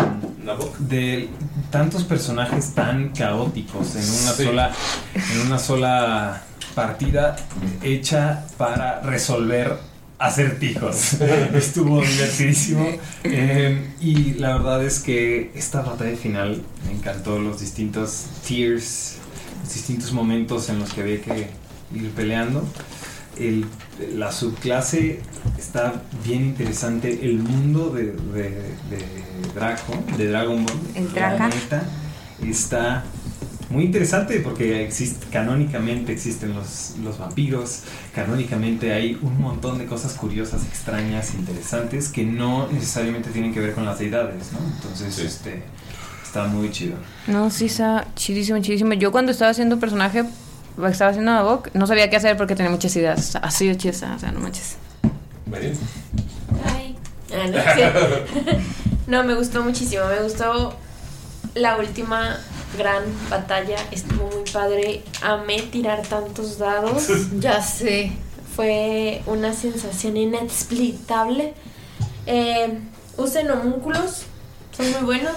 Speaker 7: de tantos personajes tan caóticos en una
Speaker 2: Sí.
Speaker 7: sola en una sola partida hecha para resolver acertijos. Estuvo divertidísimo. Eh, y la verdad es que esta batalla final me encantó los distintos tiers, los distintos momentos en los que había que ir peleando. el- la subclase está bien interesante. El mundo de, de, de Draco, de Dragon Ball,
Speaker 34: El
Speaker 7: la
Speaker 34: Draca.
Speaker 7: neta, está muy interesante porque existe, canónicamente existen los, los vampiros, canónicamente hay un montón de cosas curiosas, extrañas, interesantes que no necesariamente tienen que ver con las deidades, ¿no? Entonces, este, está
Speaker 6: *laughs*
Speaker 7: muy chido.
Speaker 6: No, sí, está chidísimo, chidísimo. Yo cuando estaba haciendo personaje, estaba haciendo a Bok, no sabía qué hacer porque tenía muchas ideas. Así de chida, o sea, no manches.
Speaker 35: Marín.
Speaker 8: Ay. Ah, no, sí. No, me gustó muchísimo. Me gustó la última gran batalla. Estuvo muy padre. Amé tirar tantos dados.
Speaker 5: Ya sé.
Speaker 8: Fue una sensación inexplicable. Eh, usen homúnculos. Son muy buenos.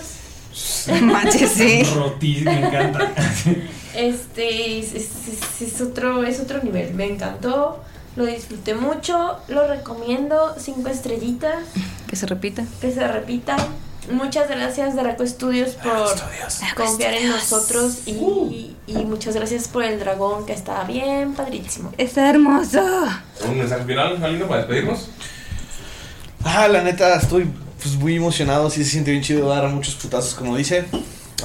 Speaker 6: Manches,
Speaker 7: *laughs*
Speaker 6: sí.
Speaker 7: Roti, me encanta.
Speaker 8: Este es, es- es- es otro, es otro nivel. Me encantó. Lo disfruté mucho. Lo recomiendo. Cinco estrellitas.
Speaker 6: Que se repita.
Speaker 8: Que se repita. Muchas gracias Draco Studios por confiar en nosotros y,
Speaker 35: Uh.
Speaker 8: y muchas gracias por el dragón que está bien padrísimo.
Speaker 34: Está hermoso.
Speaker 35: ¿Un mensaje final, Alina, para despedirnos?
Speaker 3: Ah, la neta, estoy pues, muy emocionado. Sí, se siente bien chido dar muchos putazos, como dice.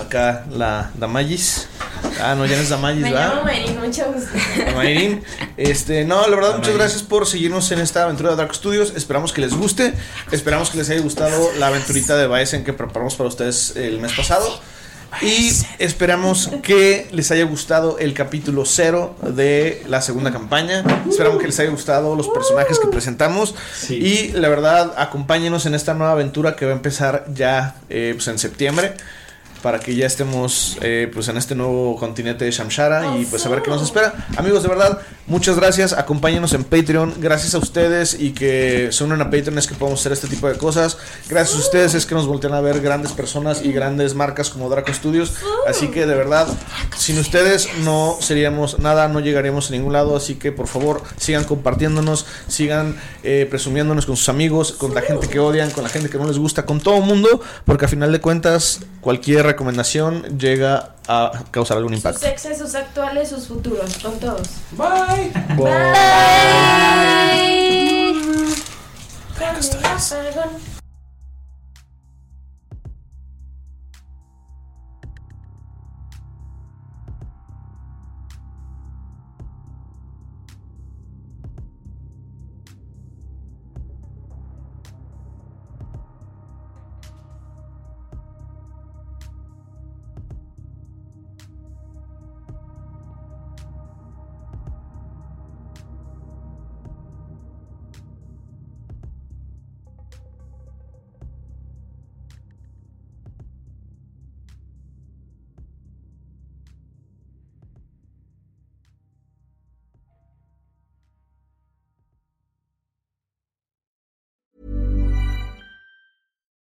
Speaker 3: Acá la Damagis. Ah, no, ya no es Damagis,
Speaker 8: Me llamo
Speaker 3: ¿verdad?
Speaker 8: Marín, mucho gusto.
Speaker 3: Damairin. Este, no, la verdad, muchas gracias por seguirnos en esta aventura de Dark Studios. Esperamos que les guste. Esperamos que les haya gustado la aventurita de Baesen que preparamos para ustedes el mes pasado. Y esperamos que les haya gustado el capítulo cero de la segunda campaña. Esperamos que les haya gustado los personajes que presentamos. Y la verdad, acompáñenos en esta nueva aventura que va a empezar ya eh, pues en septiembre. Para que ya estemos eh, pues en este nuevo continente de Shamshara y pues a ver qué nos espera. Amigos, de verdad, muchas gracias. Acompáñenos en Patreon. Gracias a ustedes y que se unan a Patreon es que podemos hacer este tipo de cosas. Gracias a ustedes es que nos voltean a ver grandes personas y grandes marcas como Draco Studios. Así que de verdad, sin ustedes no seríamos nada, no llegaríamos a ningún lado. Así que por favor, sigan compartiéndonos, sigan eh, presumiéndonos con sus amigos, con la gente que odian, con la gente que no les gusta, con todo el mundo, porque a final de cuentas, cualquier recomendación llega a causar algún impacto.
Speaker 8: Sus exes, sus actuales, sus futuros, con todos.
Speaker 35: Bye.
Speaker 8: Dragón.